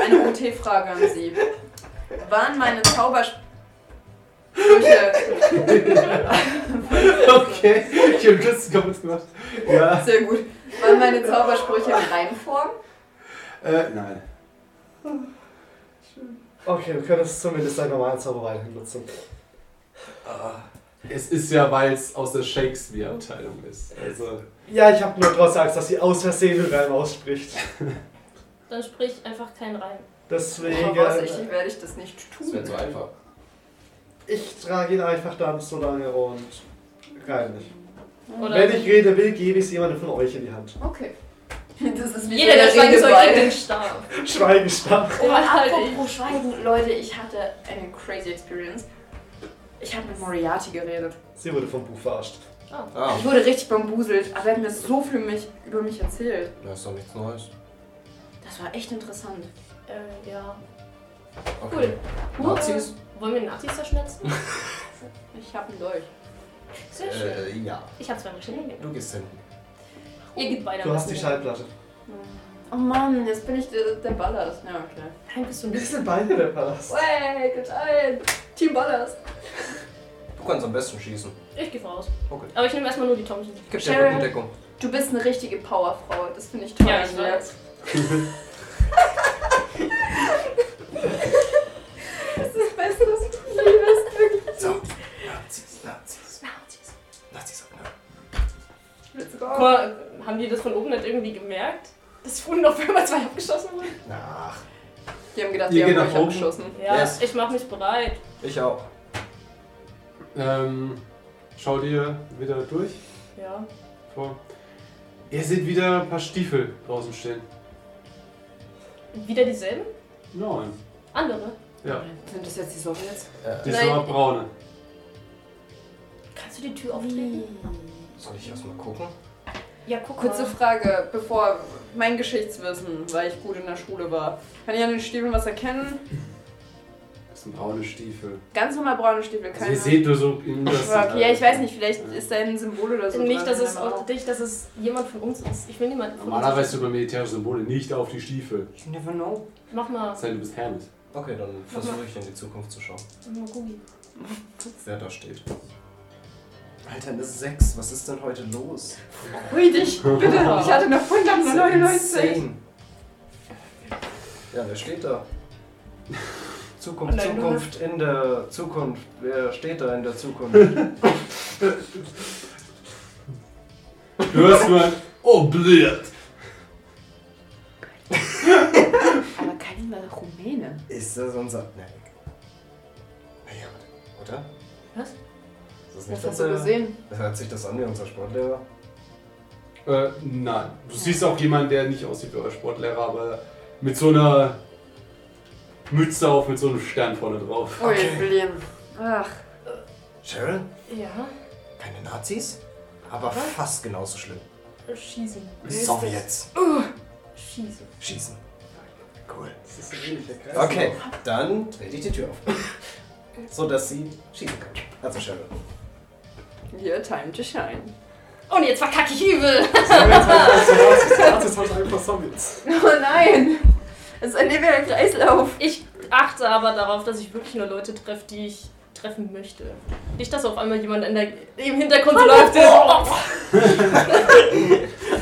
Speaker 4: eine OT-Frage an Sie. Waren meine Zaubersprüche
Speaker 1: Okay, ich hab das kaputt gemacht. Ja.
Speaker 4: sehr gut? Sollen meine Zaubersprüche in Reimform?
Speaker 11: Äh, nein.
Speaker 3: Okay, wir können es zumindest einen normalen Zauber weiterhin nutzen.
Speaker 1: Ah, Es ist ja, weil es aus der Shakespeare-Abteilung ist. Also,
Speaker 3: Ja, ich habe nur trotzdem Angst, dass sie aus Versehen den Reim ausspricht.
Speaker 2: Dann sprich einfach keinen Reim.
Speaker 3: Deswegen.
Speaker 4: Voraussichtlich werde ich das nicht
Speaker 1: das
Speaker 4: tun.
Speaker 1: wäre so einfach.
Speaker 3: äh, Ich trage ihn einfach dann so lange und rein nicht.
Speaker 4: Mhm.
Speaker 2: Oder
Speaker 3: Wenn ich reden will, gebe ich es jemandem von euch in die Hand.
Speaker 4: Okay. Das ist wie
Speaker 2: jeder, der schweigt, soll
Speaker 4: Redeweihe.
Speaker 2: kriegt den Stab.
Speaker 3: Schweigenstab.
Speaker 4: Oh,
Speaker 2: Oder halt ich.
Speaker 4: apropos Schweigen, Leute, ich hatte eine crazy experience. Ich habe mit Moriarty geredet.
Speaker 3: Sie wurde vom Buch verarscht.
Speaker 6: Ah,
Speaker 4: Ich wurde richtig bambuselt, aber er hat mir so viel mich, über mich erzählt.
Speaker 6: das ist doch nichts Neues.
Speaker 4: Das war echt interessant.
Speaker 2: Äh, ja.
Speaker 6: Okay.
Speaker 2: Cool.
Speaker 6: Nazis?
Speaker 2: Äh, Wollen wir Nazis zerschnetzen?
Speaker 4: Ich habe einen Dolch.
Speaker 2: Sehr schön.
Speaker 6: Äh, ja.
Speaker 2: Ich hab's beim Schnellen.
Speaker 6: Du gehst hinten.
Speaker 2: Ihr geht weiter.
Speaker 3: Du hast halt- die Schallplatte.
Speaker 4: Oh Mann, jetzt bin ich der, der Ballers. Ja, okay.
Speaker 2: Nein, bist du
Speaker 3: Wir
Speaker 2: nicht.
Speaker 3: sind beide der Palast.
Speaker 4: Wait, gut ein. Team Ballers.
Speaker 6: Du kannst am besten schießen.
Speaker 2: Ich geh voraus.
Speaker 6: Okay.
Speaker 2: Aber ich nehme erstmal nur die Thompson.
Speaker 6: Ich geb dir
Speaker 4: Cheryl.
Speaker 6: Rückendeckung.
Speaker 4: Du bist eine richtige Powerfrau. Das finde ich toll.
Speaker 2: Ja, ich
Speaker 4: an dir.
Speaker 2: weiß.
Speaker 4: Das ist das Beste, was ich liebe. ist wirklich.
Speaker 6: So. Nazis, Nazis. Nazis. Nazis sagt nein.
Speaker 4: Let's
Speaker 2: Guck
Speaker 4: go.
Speaker 2: mal, haben die das von oben nicht irgendwie gemerkt? Das wurden auf einmal zwei abgeschossen wurden?
Speaker 6: Ach,
Speaker 4: Die haben gedacht,
Speaker 1: Ihr
Speaker 4: die
Speaker 1: geht
Speaker 4: haben euch
Speaker 1: nach oben.
Speaker 4: abgeschossen.
Speaker 2: Ja,
Speaker 6: Yes.
Speaker 2: ich mach mich bereit.
Speaker 6: ich auch.
Speaker 1: Ähm, schau dir wieder durch.
Speaker 2: Ja.
Speaker 1: Vor. Ihr seht wieder ein paar Stiefel draußen stehen.
Speaker 2: Wieder dieselben?
Speaker 1: Nein.
Speaker 2: Andere.
Speaker 1: Ja,
Speaker 4: Sind das jetzt die Sowjets?
Speaker 1: die
Speaker 2: Nein.
Speaker 1: sind aber braune.
Speaker 2: Kannst du die Tür auftreten?
Speaker 6: Soll ich erstmal gucken?
Speaker 2: Ja, guck
Speaker 4: Kurze
Speaker 2: mal.
Speaker 4: Frage, bevor mein Geschichtswissen, weil ich gut in der Schule war. Kann ich an den Stiefeln was erkennen?
Speaker 1: Das sind braune Stiefel.
Speaker 4: Ganz normal braune Stiefel,
Speaker 1: Also
Speaker 4: keine.
Speaker 1: ihr seht nur so in das.
Speaker 4: okay, ja, ich weiß nicht, vielleicht ist da ein Symbol oder so.
Speaker 2: Nicht,
Speaker 4: dran, Genau.
Speaker 2: dass es
Speaker 4: aber
Speaker 2: auch dich, dass es jemand von uns ist. Ich will niemanden von
Speaker 1: Äh, Normalerweise
Speaker 2: uns.
Speaker 1: über militärische Symbole nicht auf die Stiefel.
Speaker 6: You never know.
Speaker 2: Mach mal.
Speaker 1: Sei du bist Hermes.
Speaker 6: Okay, dann versuche ich in die Zukunft zu schauen,
Speaker 2: Mach mal Googie.
Speaker 6: wer da steht. Alter, eine 6. Was ist denn heute los?
Speaker 4: Ui, dich, bitte! Ich hatte noch vorhin dann so 99.
Speaker 6: Insane. Ja, wer steht da?
Speaker 12: Zukunft,
Speaker 2: Nein, du
Speaker 12: Zukunft in der Zukunft. Wer steht da in der Zukunft?
Speaker 1: Du hörst nur ein Oh blöd!
Speaker 4: Aber kein Rumäne.
Speaker 6: Ist das unser. Nein. Naja, oder?
Speaker 2: Was?
Speaker 6: Ist
Speaker 4: Das
Speaker 6: das
Speaker 4: hast
Speaker 6: nicht
Speaker 4: du
Speaker 6: unser.
Speaker 4: gesehen.
Speaker 6: Hört sich das an wie unser Sportlehrer?
Speaker 1: Äh, nein. Du siehst auch jemanden, der nicht aussieht wie euer Sportlehrer, aber mit so einer Mütze auf, mit so einem Stern vorne drauf.
Speaker 4: Ui, William. Ach,
Speaker 6: Cheryl?
Speaker 2: Ja.
Speaker 6: Keine Nazis? Aber fast genauso schlimm.
Speaker 2: Schießen.
Speaker 6: Sowjets.
Speaker 2: Schießen.
Speaker 6: Schießen. Cool. Okay, dann drehe ich die Tür auf. So dass sie schießen kann. Also Cheryl.
Speaker 4: your time to shine.
Speaker 2: Und jetzt verkacke ich übel.
Speaker 3: Nazis hat einfach Zombies.
Speaker 4: Oh nein! Es ist ein ewiger Kreislauf.
Speaker 2: Ich achte aber darauf, dass ich wirklich nur Leute treffe, die ich treffen möchte. Nicht, dass auf einmal jemand in der, im Hintergrund läuft. der so, Oh,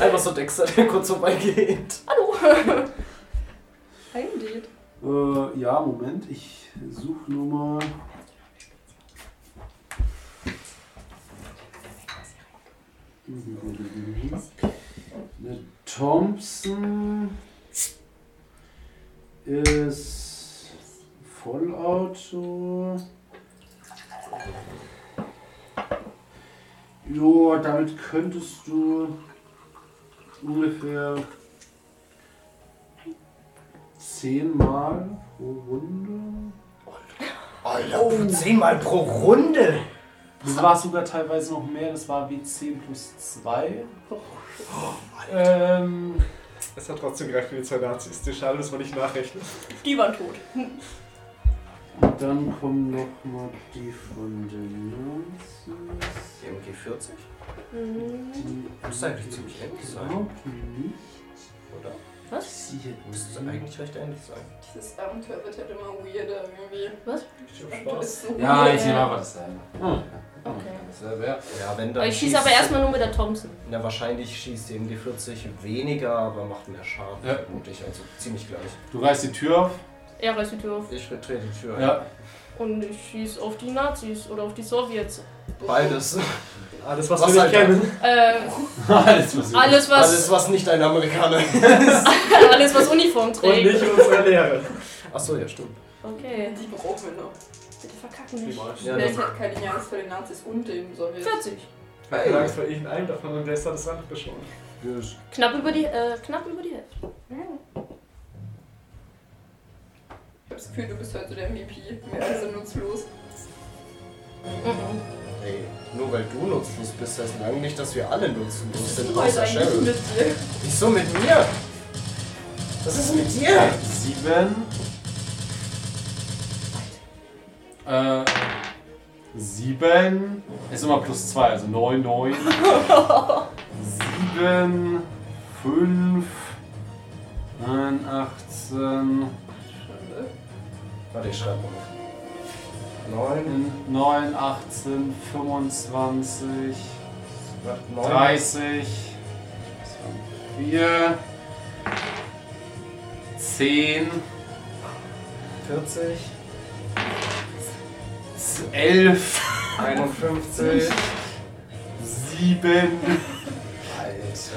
Speaker 12: Einfach so Dexter, der kurz vorbeigeht.
Speaker 2: hallo.
Speaker 4: Indeed.
Speaker 1: Äh, ja, Moment, ich suche nur mal. Eine Thompson ist Vollauto. Jo, damit könntest du ungefähr zehnmal pro Runde.
Speaker 6: Alter, Oh, zehnmal pro Runde!
Speaker 1: Das war sogar teilweise noch mehr, das war wie 10 plus 2. Ähm,
Speaker 3: Es hat trotzdem gereicht für die zwei Nazis. Die Schade, dass man nicht nachrechnet.
Speaker 2: Die waren tot.
Speaker 1: und dann kommen noch mal die von den Nazis.
Speaker 6: MG 40?
Speaker 1: Die Mhm.
Speaker 6: Muss eigentlich ziemlich ähnlich sein,
Speaker 1: überhaupt nicht.
Speaker 6: oder?
Speaker 2: Was?
Speaker 23: Siehe
Speaker 6: Müsste eigentlich recht ähnlich sein.
Speaker 4: Dieses Abenteuer wird halt immer weirder irgendwie.
Speaker 2: Was?
Speaker 6: Ich hab
Speaker 4: Und du
Speaker 6: Spaß.
Speaker 4: bist so
Speaker 23: Ja, ich
Speaker 4: weird.
Speaker 23: nehme einfach dasselbe.
Speaker 1: Oh.
Speaker 2: Okay.
Speaker 23: Dasselbe, ja.
Speaker 6: Ja, wenn dann.
Speaker 2: Aber ich schieße aber erstmal nur mit der Thompson.
Speaker 6: Na, wahrscheinlich schießt eben die 40 weniger, aber macht mehr Schaden,
Speaker 1: Ja.
Speaker 6: vermutlich. Also ziemlich gleich.
Speaker 1: Du reißt die Tür auf.
Speaker 2: Er reißt die Tür auf.
Speaker 6: Ich betrete die Tür.
Speaker 1: Ja.
Speaker 2: Und ich schieße auf die Nazis oder auf die Sowjets.
Speaker 6: Beides.
Speaker 3: Alles, was,
Speaker 6: Was
Speaker 3: wir
Speaker 6: halt
Speaker 3: nicht kennen.
Speaker 2: Äh,
Speaker 1: Alles was wir-
Speaker 2: alles,
Speaker 6: Alles,
Speaker 2: was,
Speaker 6: was nicht ein Amerikaner ist.
Speaker 2: alles, was Uniform
Speaker 3: Und
Speaker 2: trägt.
Speaker 3: nicht unsere Lehre.
Speaker 6: Achso, ja, stimmt.
Speaker 2: Okay.
Speaker 4: Die brauchen wir noch.
Speaker 2: Bitte verkacken mich.
Speaker 6: Ja,
Speaker 4: Vielleicht
Speaker 6: das
Speaker 4: hat keine Angst vor den Nazis und den Sowjets.
Speaker 2: 40.
Speaker 3: Ich hab Angst vor Ihnen allen davon und der ist da das Land geschoren.
Speaker 2: Knapp über die, äh, knapp über die Hälfte.
Speaker 4: Ich hab das Gefühl, du bist heute so der MVP. Wir alle sind nutzlos.
Speaker 2: Mhm.
Speaker 6: Ey, nur weil du nutzlos bist, heißt lange nicht, dass wir alle nutzlos sind,
Speaker 4: Du heute
Speaker 6: außer
Speaker 4: eigentlich
Speaker 6: Cheryl.
Speaker 4: mit dir.
Speaker 6: Wieso mit mir? Was ist mit dir?
Speaker 1: Sieben. Äh, sieben. Ist immer plus zwei, also neun, neun. Sieben, fünf, neun, achtzehn,
Speaker 6: Warte, ich schreibe mal auf. 9,
Speaker 1: neun, achtzehn, fünfundzwanzig,
Speaker 6: 9,
Speaker 1: 30, vier, zehn,
Speaker 6: 40,
Speaker 1: elf.
Speaker 6: 51,
Speaker 1: 7.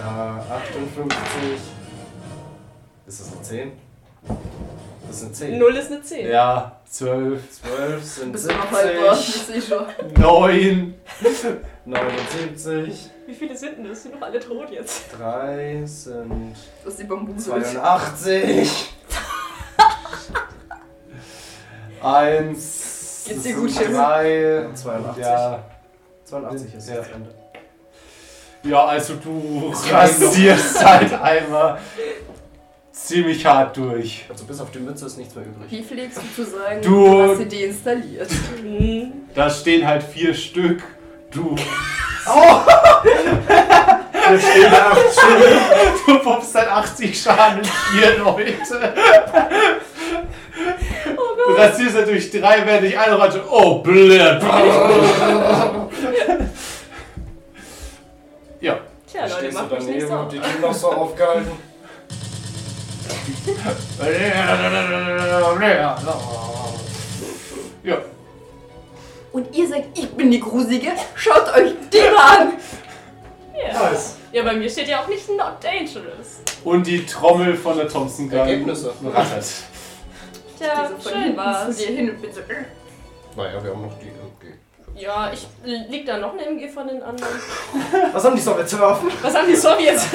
Speaker 6: Alter, 58. Ist das eine 10? Das sind 10.
Speaker 2: Null ist eine 10.
Speaker 1: Ja, 12,
Speaker 6: 12 sind
Speaker 4: Bist du noch haltbar? Ich
Speaker 6: 70,
Speaker 4: sehe schon.
Speaker 1: 9.
Speaker 6: 79,
Speaker 2: Wie viele sind denn das? Sind doch alle tot jetzt.
Speaker 6: 3 sind
Speaker 4: Das ist die Bambuse.
Speaker 6: 82.
Speaker 1: 1.
Speaker 4: Geht's dir gut, Jim?
Speaker 1: 3.
Speaker 6: 82.
Speaker 1: Ja.
Speaker 6: 82 ist
Speaker 1: Ja.
Speaker 6: das Ende.
Speaker 1: ja, also du rasierst halt einmal ziemlich hart durch.
Speaker 6: Also bis auf die Mütze ist nichts mehr übrig.
Speaker 4: Wie pflegst du zu sagen,
Speaker 1: Du-
Speaker 4: hast sie deinstalliert? Mhm.
Speaker 1: Da stehen halt vier Stück. Du, Oh!
Speaker 3: Wir stehen da auf Schild.
Speaker 1: du pumpst halt 80 Schaden in vier Leute. Du rasierst halt durch drei, während ich eine Ratte. Oh, blöd. ja.
Speaker 2: Tja, Leute,
Speaker 6: Stehst du
Speaker 2: macht mich nicht
Speaker 6: daneben und die
Speaker 2: sauer.
Speaker 6: Tür noch so aufgehalten?
Speaker 1: Ja.
Speaker 4: Und ihr sagt, ich bin die Grusige? Schaut euch den mal an!
Speaker 2: Ja.
Speaker 3: Nice.
Speaker 2: ja, bei mir steht ja auch nicht not dangerous.
Speaker 1: Und die Trommel von der Thompson Gun
Speaker 6: Ergebnisse.
Speaker 1: rattert.
Speaker 2: Tja,
Speaker 4: Diese von
Speaker 2: schön
Speaker 4: hier zu
Speaker 2: war's.
Speaker 4: dir hin und bin so, äh,
Speaker 6: Naja, wir haben noch die. Okay.
Speaker 2: Ja, ich lieg da noch eine MG von den anderen.
Speaker 6: Was haben die Sowjets werfen?
Speaker 2: Was haben die Sowjets?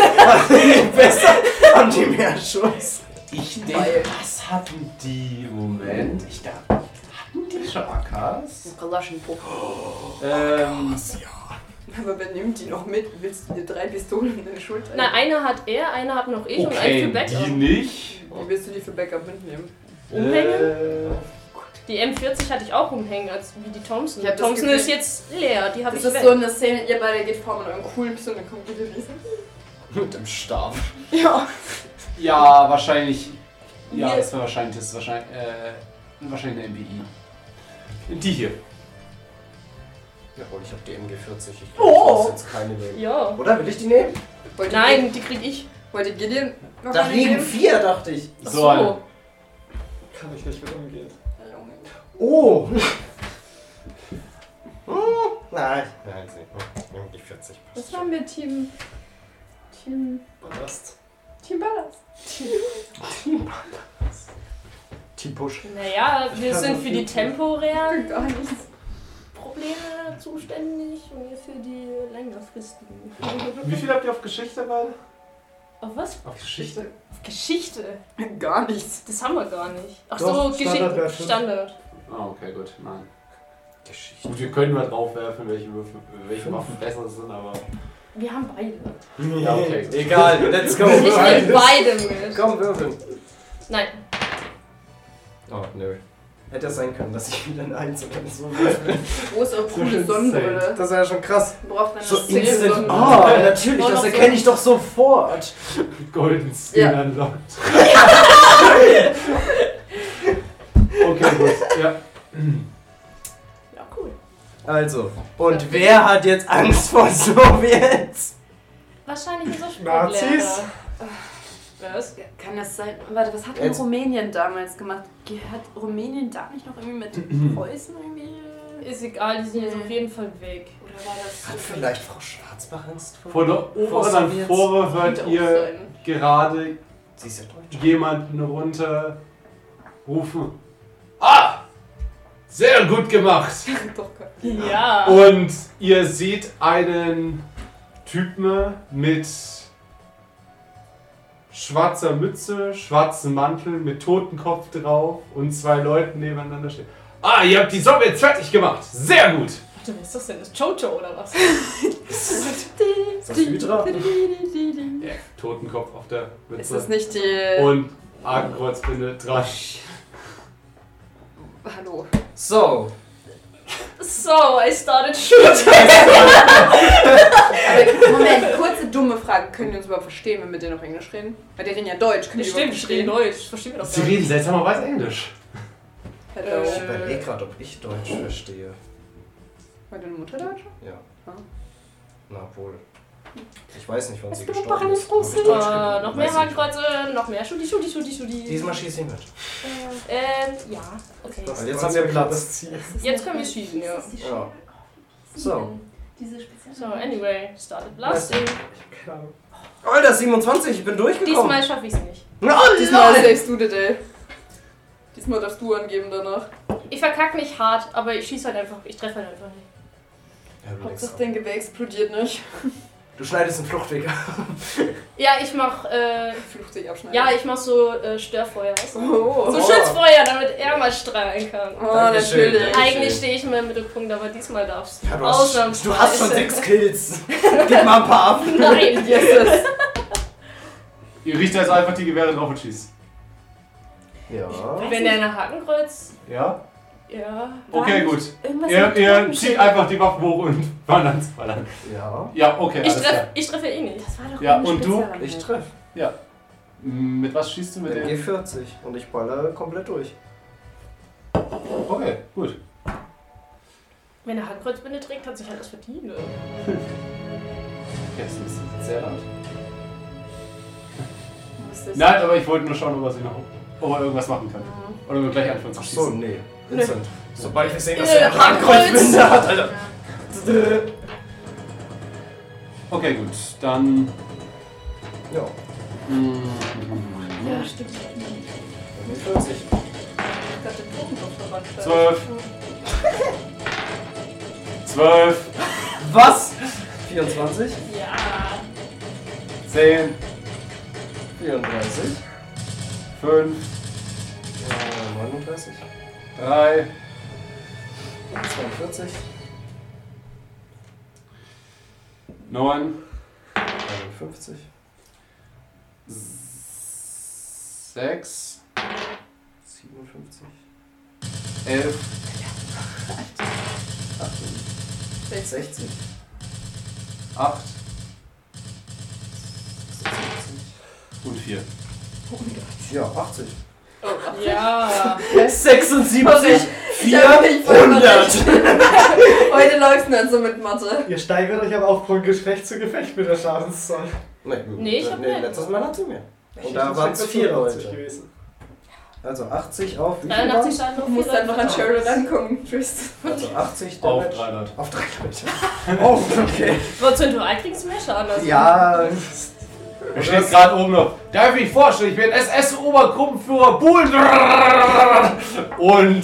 Speaker 6: Besser haben die mehr Schuss.
Speaker 1: Ich denke, was hatten die? Moment, ich dachte, hatten die schon AKs?
Speaker 4: Kalaschenpop.
Speaker 1: Ähm,
Speaker 4: Aber wer nimmt die noch mit? Willst du dir drei Pistolen in den Schultern?
Speaker 2: Na, eine hat er, eine hat noch ich und eine
Speaker 1: okay,
Speaker 2: für
Speaker 1: die
Speaker 2: Backup.
Speaker 1: nicht.
Speaker 4: Wie willst du die für Backup mitnehmen?
Speaker 2: Umhängen?
Speaker 1: Äh,
Speaker 2: Die M40 hatte ich auch umhängen, als wie die Thompson.
Speaker 4: Ich hab das
Speaker 2: Thompson
Speaker 4: Gefühl-
Speaker 2: ist jetzt leer, die habe ich
Speaker 4: Das ist
Speaker 2: weg.
Speaker 4: so eine Szene, ihr beide geht vor mit euren coolen Pistolen, dann kommt wieder diese.
Speaker 6: Mit dem Stab.
Speaker 4: Ja.
Speaker 1: ja, wahrscheinlich. Ja,
Speaker 4: Hier.
Speaker 1: das war wahrscheinlich, das ist wahrscheinlich, äh, wahrscheinlich eine MBI. Die hier.
Speaker 6: Jawohl, ich habe die MG40. Ich glaube,
Speaker 4: Oh.
Speaker 6: ich muss jetzt keine nehmen.
Speaker 2: ja.
Speaker 6: Oder Äh, will ich die nehmen?
Speaker 4: Wollt ihr-
Speaker 2: Nein, die krieg ich.
Speaker 4: Wollt ihr Gideon noch
Speaker 6: Da
Speaker 4: eine
Speaker 6: liegen
Speaker 4: geben?
Speaker 6: vier, dachte ich.
Speaker 1: So, eine.
Speaker 3: Kann ich nicht mit umgehen.
Speaker 4: Ja, Junge.
Speaker 6: Oh! Hm, Nein. Nein, sie. Nimm die 40.
Speaker 4: Was waren wir? Team. Team.
Speaker 3: Ballast.
Speaker 4: Team Ballast.
Speaker 6: T-Push.
Speaker 2: Naja, wir
Speaker 3: kann
Speaker 2: sind für
Speaker 3: so
Speaker 2: die
Speaker 3: viel
Speaker 2: temporären
Speaker 4: Gar nichts.
Speaker 2: Probleme zuständig und ihr für die längerfristigen.
Speaker 1: Wie viel habt ihr auf Geschichte gerade?
Speaker 2: Auf was?
Speaker 1: Auf Geschichte?
Speaker 2: Auf Geschichte?
Speaker 4: Gar nichts.
Speaker 2: Das haben wir gar nicht. Ach
Speaker 3: Doch,
Speaker 2: so,
Speaker 3: Standard wäre
Speaker 2: Geschichte.
Speaker 3: fünf.
Speaker 2: Standard.
Speaker 1: Ah, okay, gut, nein. Geschichte. Gut, wir können mal draufwerfen, welche, Würfel, welche Waffen besser sind, aber.
Speaker 2: Wir haben beide.
Speaker 1: Ja, okay.
Speaker 6: Egal, let's go.
Speaker 2: Ich will beide mit.
Speaker 6: Komm, würfeln.
Speaker 2: Nein.
Speaker 6: Oh, nö. Hätte es sein können, dass ich wieder eine Eins oder so würfel.
Speaker 4: Wo ist eure coole Sonnenbrille?
Speaker 6: Das war ja schon krass.
Speaker 4: Braucht eine
Speaker 6: So
Speaker 4: silberne
Speaker 6: instant. Ah, natürlich,
Speaker 2: Und
Speaker 6: das
Speaker 2: noch so-
Speaker 6: erkenne ich doch sofort.
Speaker 1: Golden Skin
Speaker 4: Ja.
Speaker 1: unlocked. okay, gut. Ja.
Speaker 2: Ja, cool.
Speaker 6: Also, und wer hat jetzt Angst vor Sowjets?
Speaker 2: Wahrscheinlich unser Sportlehrer.
Speaker 3: Nazis?
Speaker 2: Was?
Speaker 4: Kann das sein? Oh, Warte, was hat denn
Speaker 6: Ah. Jetzt-
Speaker 4: Rumänien damals gemacht? Ge- Hat Rumänien da nicht noch irgendwie mit Preußen irgendwie? äh,
Speaker 2: Ist egal, die sind jetzt auf jeden Fall weg.
Speaker 4: Oder war das?
Speaker 6: Hat vielleicht Frau Schwarzbach Angst vor?
Speaker 1: Vor der oberen
Speaker 6: Sowjets?
Speaker 1: Empore hört
Speaker 4: Könnte auch
Speaker 1: ihr
Speaker 4: sein.
Speaker 1: gerade
Speaker 6: Sie ist ja deutsch.
Speaker 1: jemanden runter rufen. Ah! Sehr gut gemacht!
Speaker 4: Doch, Gott.
Speaker 2: Ja.
Speaker 1: Und ihr seht einen Typen mit schwarzer Mütze, schwarzem Mantel, mit Totenkopf drauf und zwei Leuten nebeneinander stehen. Ah, ihr habt die Sowjets fertig gemacht. Sehr gut.
Speaker 2: Warte, wer ist das denn? Ist Jojo oder was?
Speaker 6: Ist das Hydra?
Speaker 1: Der Totenkopf auf der
Speaker 4: Ist das
Speaker 1: Mütze.
Speaker 4: nicht die.
Speaker 1: Und Hakenkreuzbinde dran.
Speaker 4: Hallo.
Speaker 6: So,
Speaker 2: So, I started shooting.
Speaker 4: Aber Moment, kurze dumme Frage. Können die uns überhaupt verstehen, wenn wir mit denen auf Englisch reden? Weil die reden ja Deutsch. Können die überhaupt
Speaker 2: Stimmt, stehen
Speaker 4: verstehen?
Speaker 2: Deutsch. Verstehen wir das
Speaker 1: Sie
Speaker 2: gar nicht.
Speaker 1: reden seltsamerweise Englisch.
Speaker 4: Hello.
Speaker 6: ich überlege gerade, ob ich Deutsch verstehe.
Speaker 4: War deine Mutter Deutsche?
Speaker 6: Ja.
Speaker 4: Ah.
Speaker 6: Na wohl. Ich weiß nicht, wann
Speaker 4: Es
Speaker 6: sie
Speaker 4: bin
Speaker 6: gestorben
Speaker 4: doch alles
Speaker 6: ist. Ob ich
Speaker 4: Russen.
Speaker 6: Deutsch
Speaker 2: Äh,
Speaker 6: geblieben
Speaker 2: noch mehr
Speaker 6: bin, weiß ich nicht.
Speaker 2: Hakenkreuze, noch mehr Schudi, Schudi, Schudi, Schudi.
Speaker 6: Diesmal schieße ich mit.
Speaker 2: Ähm, ja, okay.
Speaker 6: Und jetzt haben wir Platz.
Speaker 2: Jetzt können wir schießen, ja.
Speaker 6: Ja. So.
Speaker 10: Diese spezielle.
Speaker 2: So, anyway, started blasting.
Speaker 6: Alter, 27, ich bin durchgekommen.
Speaker 2: Diesmal schaffe ich es nicht.
Speaker 6: oh,
Speaker 4: Diesmal savest du das, ey. Diesmal darfst du angeben danach.
Speaker 2: Ich verkacke nicht hart, aber ich schieße halt einfach, ich treffe halt einfach nicht.
Speaker 4: Hauptsache dein Gewehr explodiert nicht.
Speaker 6: Du schneidest einen Fluchtweg ab.
Speaker 2: Ja, ich mach, äh,
Speaker 4: Fluchtig abschneiden.
Speaker 2: ja, ich mach so äh, Störfeuer. weißt du?
Speaker 4: Oh.
Speaker 2: So Schutzfeuer, damit er mal strahlen kann.
Speaker 4: Oh,
Speaker 6: Dankeschön,
Speaker 4: natürlich.
Speaker 6: danke.
Speaker 2: Eigentlich stehe ich immer im Mittelpunkt, aber diesmal darfst
Speaker 6: Ja, du, hast,
Speaker 2: Ausnahmsweise.
Speaker 6: du hast schon 6 Kills. Gib mal ein paar ab.
Speaker 2: Nein,
Speaker 4: Yes,
Speaker 11: Ihr richtet also einfach die Gewehre drauf und schießt.
Speaker 6: Ja.
Speaker 2: wenn er eine Hakenkreuz.
Speaker 11: Ja?
Speaker 2: Ja.
Speaker 11: Okay, gut.
Speaker 4: Irgendwas
Speaker 11: Ihr,
Speaker 4: mit
Speaker 11: ihr
Speaker 4: Toten
Speaker 11: zieht
Speaker 4: steht.
Speaker 11: einfach die Waffen hoch und ballern, ballern.
Speaker 6: Ja.
Speaker 11: Ja, okay,
Speaker 2: Ich
Speaker 11: alles
Speaker 2: treffe
Speaker 11: klar.
Speaker 2: ich treff ja eh nicht.
Speaker 4: Das war doch
Speaker 11: Ja,
Speaker 4: eine
Speaker 11: und du?
Speaker 4: Spezialeinheit.
Speaker 6: Ich treff.
Speaker 11: Mm, Mit was schießt du? Mit dem?
Speaker 6: MG40 und ich baller komplett durch.
Speaker 11: Okay, gut.
Speaker 2: Wenn er Hakenkreuzbinde trägt, hat sich halt was verdient. oder?
Speaker 11: Okay, das ist sehr laut.
Speaker 4: Was ist das?
Speaker 11: Nein, aber ich wollte nur schauen, ob er, sie noch, ob er irgendwas machen kann. Oder wir gleich anfangen zu
Speaker 6: Ach so,
Speaker 11: schießen.
Speaker 6: nee. Instant. Sobald wir sehen, dass
Speaker 2: Äh,
Speaker 6: er eine Hakenkreuzbinde hat, Alter.
Speaker 11: Okay, gut. Dann.
Speaker 6: Ja.
Speaker 11: mm,
Speaker 4: Ja, stimmt.
Speaker 6: 40.
Speaker 4: Ich hab den Totenkopf verbrannt.
Speaker 11: Zwölf. Zwölf.
Speaker 6: Was? 24.
Speaker 2: Ja.
Speaker 11: Zehn.
Speaker 6: 34.
Speaker 11: Fünf.
Speaker 6: äh, 39.
Speaker 11: Drei.
Speaker 6: 42.
Speaker 11: Neun.
Speaker 6: 51.
Speaker 11: Sechs.
Speaker 6: 57.
Speaker 11: Elf.
Speaker 6: 60.
Speaker 11: Acht. Und vier.
Speaker 6: Ja, 80.
Speaker 2: Ja.
Speaker 6: 76.
Speaker 4: Ich hab mich voll verrechnet. Heute läuft's nicht so mit Mathe.
Speaker 3: Ihr steigert euch aber auch von Gefecht zu Gefecht mit der Schadenszahl.
Speaker 6: Nee,
Speaker 2: Nee, ich hab
Speaker 6: nee,
Speaker 2: nicht.
Speaker 6: letztes Mal hat's sie mir. Und da waren es vier Leute.
Speaker 3: gewesen.
Speaker 6: Also 80 auf wie viel
Speaker 2: 83
Speaker 6: war's?
Speaker 2: Schaden auf
Speaker 4: Du musst
Speaker 2: vier
Speaker 4: einfach an
Speaker 2: Leute.
Speaker 4: Cheryl angucken. Tschüss.
Speaker 6: Also 80
Speaker 11: Auf
Speaker 6: Damage.
Speaker 11: drei Leute.
Speaker 6: Auf drei Leute. Oh, okay.
Speaker 2: Prozentual kriegst du mehr Schaden. Also.
Speaker 6: Ja,
Speaker 11: Er steht gerade oben noch. Darf ich mich vorstellen, ich bin SS-Obergruppenführer Buhlen. Und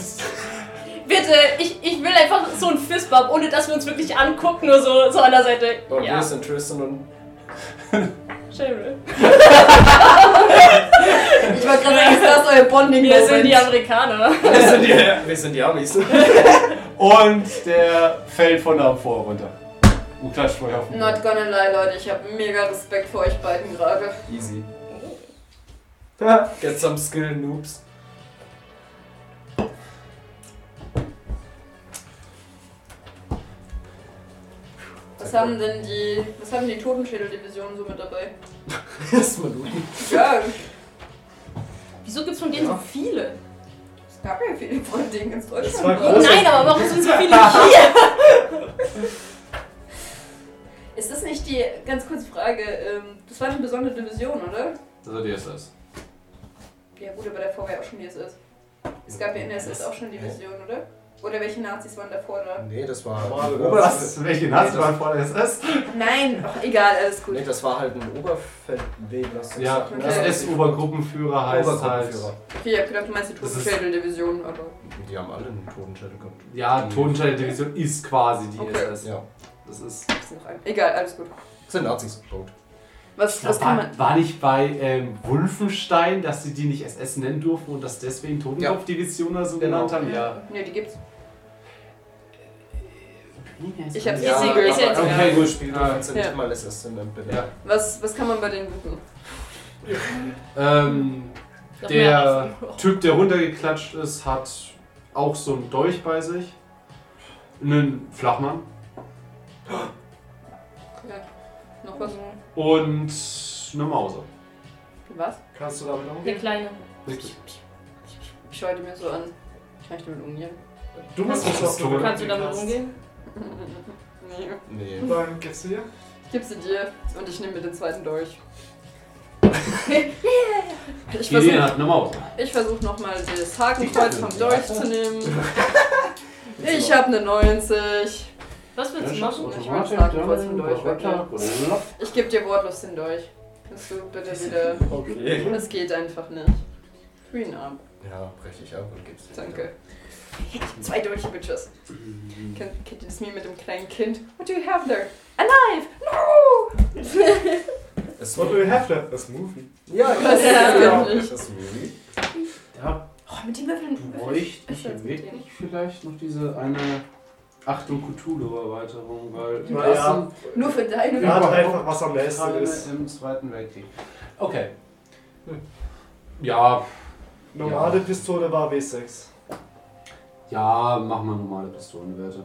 Speaker 2: Bitte, ich, ich will einfach so ein Fistbump, ohne dass wir uns wirklich angucken, nur so, so an der Seite.
Speaker 6: und wir
Speaker 2: ja,
Speaker 6: sind Tristan und
Speaker 2: Cheryl.
Speaker 4: Ich wollte gerade sagen, ist das euer bonding
Speaker 2: Wir sind die
Speaker 4: Moment?
Speaker 2: Amerikaner.
Speaker 6: wir sind die, wir sind die Amis.
Speaker 11: Und der fällt von der Empore runter. Und klatscht vorher auf den
Speaker 4: Not
Speaker 11: Boden.
Speaker 4: gonna lie, Leute, ich hab mega Respekt vor euch beiden gerade.
Speaker 6: Easy. Get some skill, Noobs.
Speaker 4: Was haben denn die, was haben die Totenschädel-Divisionen so mit dabei?
Speaker 24: Erstmal du.
Speaker 4: Ja,
Speaker 2: Wieso gibt's von denen so viele?
Speaker 4: es gab ja viele von denen ganz
Speaker 3: Das
Speaker 4: Deutschland.
Speaker 3: war groß.
Speaker 2: Nein, aber warum sind so viele hier?
Speaker 4: Ist das nicht die, ganz kurze Frage, ähm, das war eine besondere Division, oder?
Speaker 25: Also die ist das.
Speaker 4: Ja gut, aber davor war ja auch schon die SS. Es gab ja in der SS auch schon Divisionen, oder? Oder welche Nazis waren davor da?
Speaker 6: Nee, das war. halt
Speaker 1: Was? Welche Nazi waren vor der SS?
Speaker 4: Nein, ach, egal, alles gut.
Speaker 24: Nee, das war halt ein Oberfeldwebel. das ist-
Speaker 1: Ja,
Speaker 4: Okay.
Speaker 1: SS-Obergruppenführer heißt
Speaker 24: Obergruppenführer.
Speaker 1: halt.
Speaker 4: Okay, ich hab gedacht, du meinst die
Speaker 1: Das ist-
Speaker 4: Totenschädel-Division, aber...
Speaker 6: Die haben alle einen Totenschädel gehabt.
Speaker 1: Ja,
Speaker 6: Die-
Speaker 1: Totenschädel-Division ist quasi die
Speaker 4: Okay.
Speaker 1: SS.
Speaker 6: Ja.
Speaker 1: Das ist.
Speaker 4: das ist noch ein- Egal, alles gut.
Speaker 6: Sind Nazis. Tot.
Speaker 4: Was, was kann man...
Speaker 1: war, war nicht bei ähm, Wolfenstein, dass sie die nicht SS nennen durften und das deswegen Totenkopfdivision oder so
Speaker 24: Genau.
Speaker 1: genannt haben? Ja.
Speaker 4: Ne, die gibt's. Ich hab's
Speaker 2: Ist
Speaker 4: ja,
Speaker 2: egal, ist jetzt
Speaker 1: okay,
Speaker 2: egal.
Speaker 1: gut.
Speaker 24: Spiel
Speaker 1: Ah,
Speaker 24: sind
Speaker 4: ja.
Speaker 24: nicht mal SS in einem Bild.
Speaker 1: Ja.
Speaker 4: Was, was kann man bei den Guten?
Speaker 1: Ähm,
Speaker 2: Noch mehr
Speaker 1: der
Speaker 2: Affen.
Speaker 1: Typ, der runtergeklatscht ist, hat auch so einen Dolch bei sich. Einen Flachmann.
Speaker 4: Noch was?
Speaker 1: Und eine Mause.
Speaker 4: Was?
Speaker 3: Kannst du damit
Speaker 2: Eine
Speaker 3: umgehen?
Speaker 2: kleine.
Speaker 1: Richtig.
Speaker 4: Ich schaue die mir so an. Ich kann ich damit umgehen.
Speaker 3: Du musst
Speaker 1: Kannst
Speaker 3: nicht
Speaker 1: du
Speaker 3: was
Speaker 1: damit
Speaker 2: Kannst du damit umgehen?
Speaker 4: nee.
Speaker 6: Nee.
Speaker 3: Dann gibst du dir.
Speaker 4: Ich geb sie dir und ich nehme mir den zweiten Dolch. ich
Speaker 1: Gideon
Speaker 4: versuche
Speaker 1: hat eine Mause.
Speaker 4: ich versuch nochmal das Hakenkreuz vom Dolch zu nehmen. Ich habe eine 90.
Speaker 2: Was willst du machen?
Speaker 4: Ich wollte sagen, du wolltest mit euch weggehen. Ich gebe dir wortlos den Dolch. Kannst du bitte wieder.
Speaker 3: Okay.
Speaker 4: Das geht einfach nicht. Green Arm.
Speaker 6: Ja, breche ich ab und gib's dir.
Speaker 4: Danke. Zwei Dolche, Bitches. Kennt, kennt ihr das Meme mit dem kleinen Kind? What do you have there? A knife! No!
Speaker 6: Es
Speaker 3: What do you have there? Das Movie.
Speaker 24: Ja,
Speaker 4: Das ist
Speaker 24: genau.
Speaker 4: wirklich-
Speaker 24: Das Movie.
Speaker 4: Oh, mit dem Würfeln.
Speaker 25: Bräuchte
Speaker 4: ich im Weg
Speaker 25: wirklich vielleicht noch diese eine Achtung Cthulhu-Erweiterung, weil
Speaker 3: Ja. ersten
Speaker 4: Nur für deine
Speaker 3: Ja,
Speaker 4: ja.
Speaker 3: hat einfach was am nächsten ist.
Speaker 25: im Zweiten Weltkrieg. Okay.
Speaker 1: Ja,
Speaker 3: Normale Pistole war W6.
Speaker 25: Ja, machen wir normale Pistolenwerte.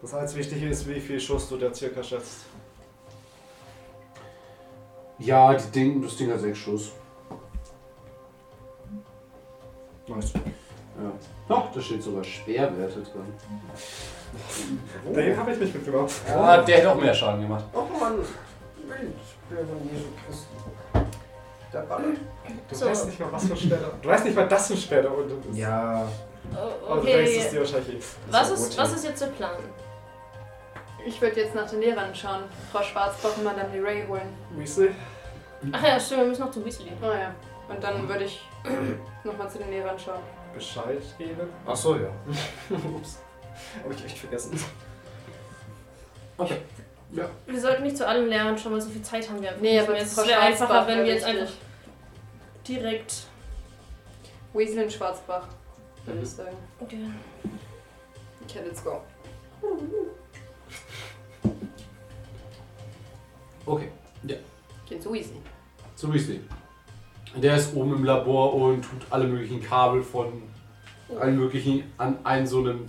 Speaker 3: Das einzige Wichtige ist, wie viel Schuss du da circa schätzt.
Speaker 25: Ja, die Ding, das Ding hat sechs Schuss.
Speaker 3: Nice.
Speaker 25: Ja. Doch, da steht sogar Schwerwerte drin.
Speaker 3: Den habe ich nicht mitgenommen.
Speaker 1: Ah, der hätte auch mehr Schaden gemacht.
Speaker 24: Oh Mann. Mensch, wer von Jesu Christus. Der Ball.
Speaker 3: Du
Speaker 2: So.
Speaker 3: weißt nicht mal, was für ein schwerer. Du weißt nicht mal, dass ein schwerer unten ist.
Speaker 24: Ja.
Speaker 2: Oh,
Speaker 3: Aber du denkst Also, es
Speaker 2: okay.
Speaker 3: dir wahrscheinlich eh.
Speaker 2: Was ist, was ist jetzt der Plan?
Speaker 4: Ich würde jetzt nach den Lehrern schauen. Frau Schwarzbach und Madame Leray holen.
Speaker 3: Weasley?
Speaker 2: Ach ja, stimmt, wir müssen noch zu Weasley.
Speaker 4: Oh ja. Und dann würde ich nochmal zu den Lehrern schauen.
Speaker 3: Bescheid geben.
Speaker 6: Ach so, ja.
Speaker 24: Ups. Habe ich echt vergessen.
Speaker 2: Wir sollten nicht zu allem lernen, schon mal so viel Zeit haben wir.
Speaker 4: Nee, aber
Speaker 2: es
Speaker 4: Frau
Speaker 2: wäre
Speaker 4: Schwarzbach
Speaker 2: einfacher, wenn
Speaker 4: wäre
Speaker 2: wir jetzt
Speaker 4: wichtig.
Speaker 2: einfach direkt.
Speaker 4: Weasley und Schwarzbach, würde ich sagen. Mhm. Okay, let's go.
Speaker 1: Okay,
Speaker 4: Gehen zu Weasley.
Speaker 1: zu Weasley. Der ist oben im Labor und tut alle möglichen Kabel von allen möglichen an einen so einem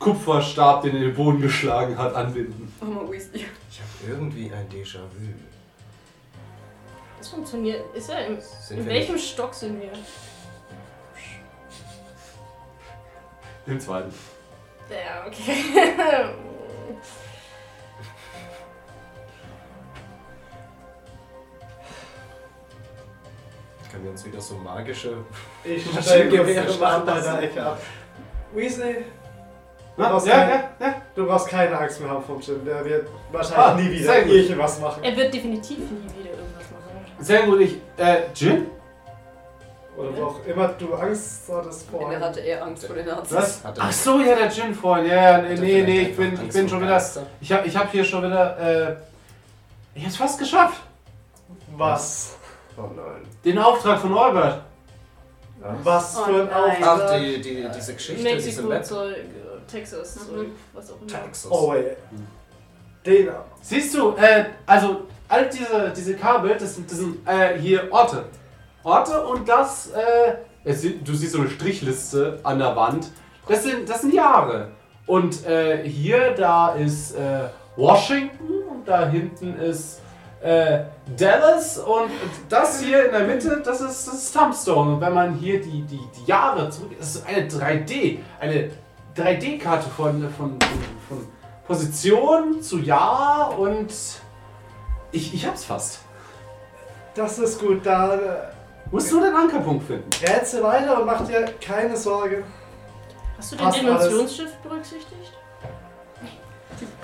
Speaker 1: Kupferstab, den er in den Boden geschlagen hat, anbinden.
Speaker 4: Mama Weasley.
Speaker 6: Ich habe irgendwie ein Déjà-vu.
Speaker 2: Das funktioniert. Ist er im.
Speaker 6: Sind
Speaker 2: In
Speaker 6: wir
Speaker 2: welchem Stock sind wir?
Speaker 1: Im zweiten.
Speaker 2: Ja, okay.
Speaker 6: Können wir uns wieder so magische.
Speaker 3: Ich
Speaker 24: Das
Speaker 3: steige
Speaker 24: Gewehre
Speaker 3: uns
Speaker 24: war
Speaker 3: bei
Speaker 24: anders.
Speaker 3: der Ecke ab. Weasley,
Speaker 1: Na,
Speaker 3: Was
Speaker 1: ja,
Speaker 3: kann-
Speaker 1: ja, ja.
Speaker 3: du brauchst keine Angst mehr haben vom Jim. Der wird wahrscheinlich
Speaker 1: Ah,
Speaker 3: nie
Speaker 1: sehr
Speaker 3: wieder
Speaker 1: gut.
Speaker 3: irgendwas machen.
Speaker 2: er wird definitiv nie wieder irgendwas machen.
Speaker 1: Sehr gut, ich. Äh, Jim?
Speaker 3: Oder wo auch immer du Angst hattest vor.
Speaker 4: Der hatte eher Angst vor den Nazis.
Speaker 1: Was?
Speaker 6: Hat er-
Speaker 1: Ach so, ja, der Jim vorhin. Ja, ja,
Speaker 6: hat
Speaker 1: nee,
Speaker 6: er
Speaker 1: nee,
Speaker 6: vielleicht
Speaker 1: nee, ich
Speaker 6: einfach
Speaker 1: bin, ich
Speaker 6: Angst
Speaker 1: bin
Speaker 6: vor
Speaker 1: schon wieder.
Speaker 6: Geister?
Speaker 1: Ich hab, ich hab hier schon wieder. Äh, ich hab's fast geschafft.
Speaker 3: Was?
Speaker 6: Oh nein.
Speaker 1: Den Auftrag von Albert.
Speaker 3: Was
Speaker 4: Oh
Speaker 3: für ein
Speaker 4: nein.
Speaker 3: Auftrag.
Speaker 6: Ach, die, die, diese Geschichte, diese
Speaker 2: Mexiko
Speaker 6: Map.
Speaker 2: zurück, Texas zurück, was auch immer.
Speaker 6: Texas.
Speaker 3: Oh, ey. Den.
Speaker 1: Siehst du, äh, also all diese, diese Kabel, das sind, das sind äh, hier Orte. Orte und das, äh, es, sind- du siehst so eine Strichliste an der Wand. Das sind, das sind Jahre. Und äh, hier, da ist äh, Washington und da hinten ist äh, Dallas und das hier in der Mitte, das ist, das ist Thumbstone. Und wenn man hier die, die, die Jahre zurück, das ist eine 3D, eine 3D-Karte von, von, von, von Position zu Jahr und ich, ich hab's fast.
Speaker 3: Das ist gut, da äh,
Speaker 1: Musst du den Ankerpunkt finden?
Speaker 3: rätsel weiter und mach dir keine Sorge.
Speaker 2: Hast du den
Speaker 3: Passt alles.
Speaker 2: Dimensionsschiff berücksichtigt?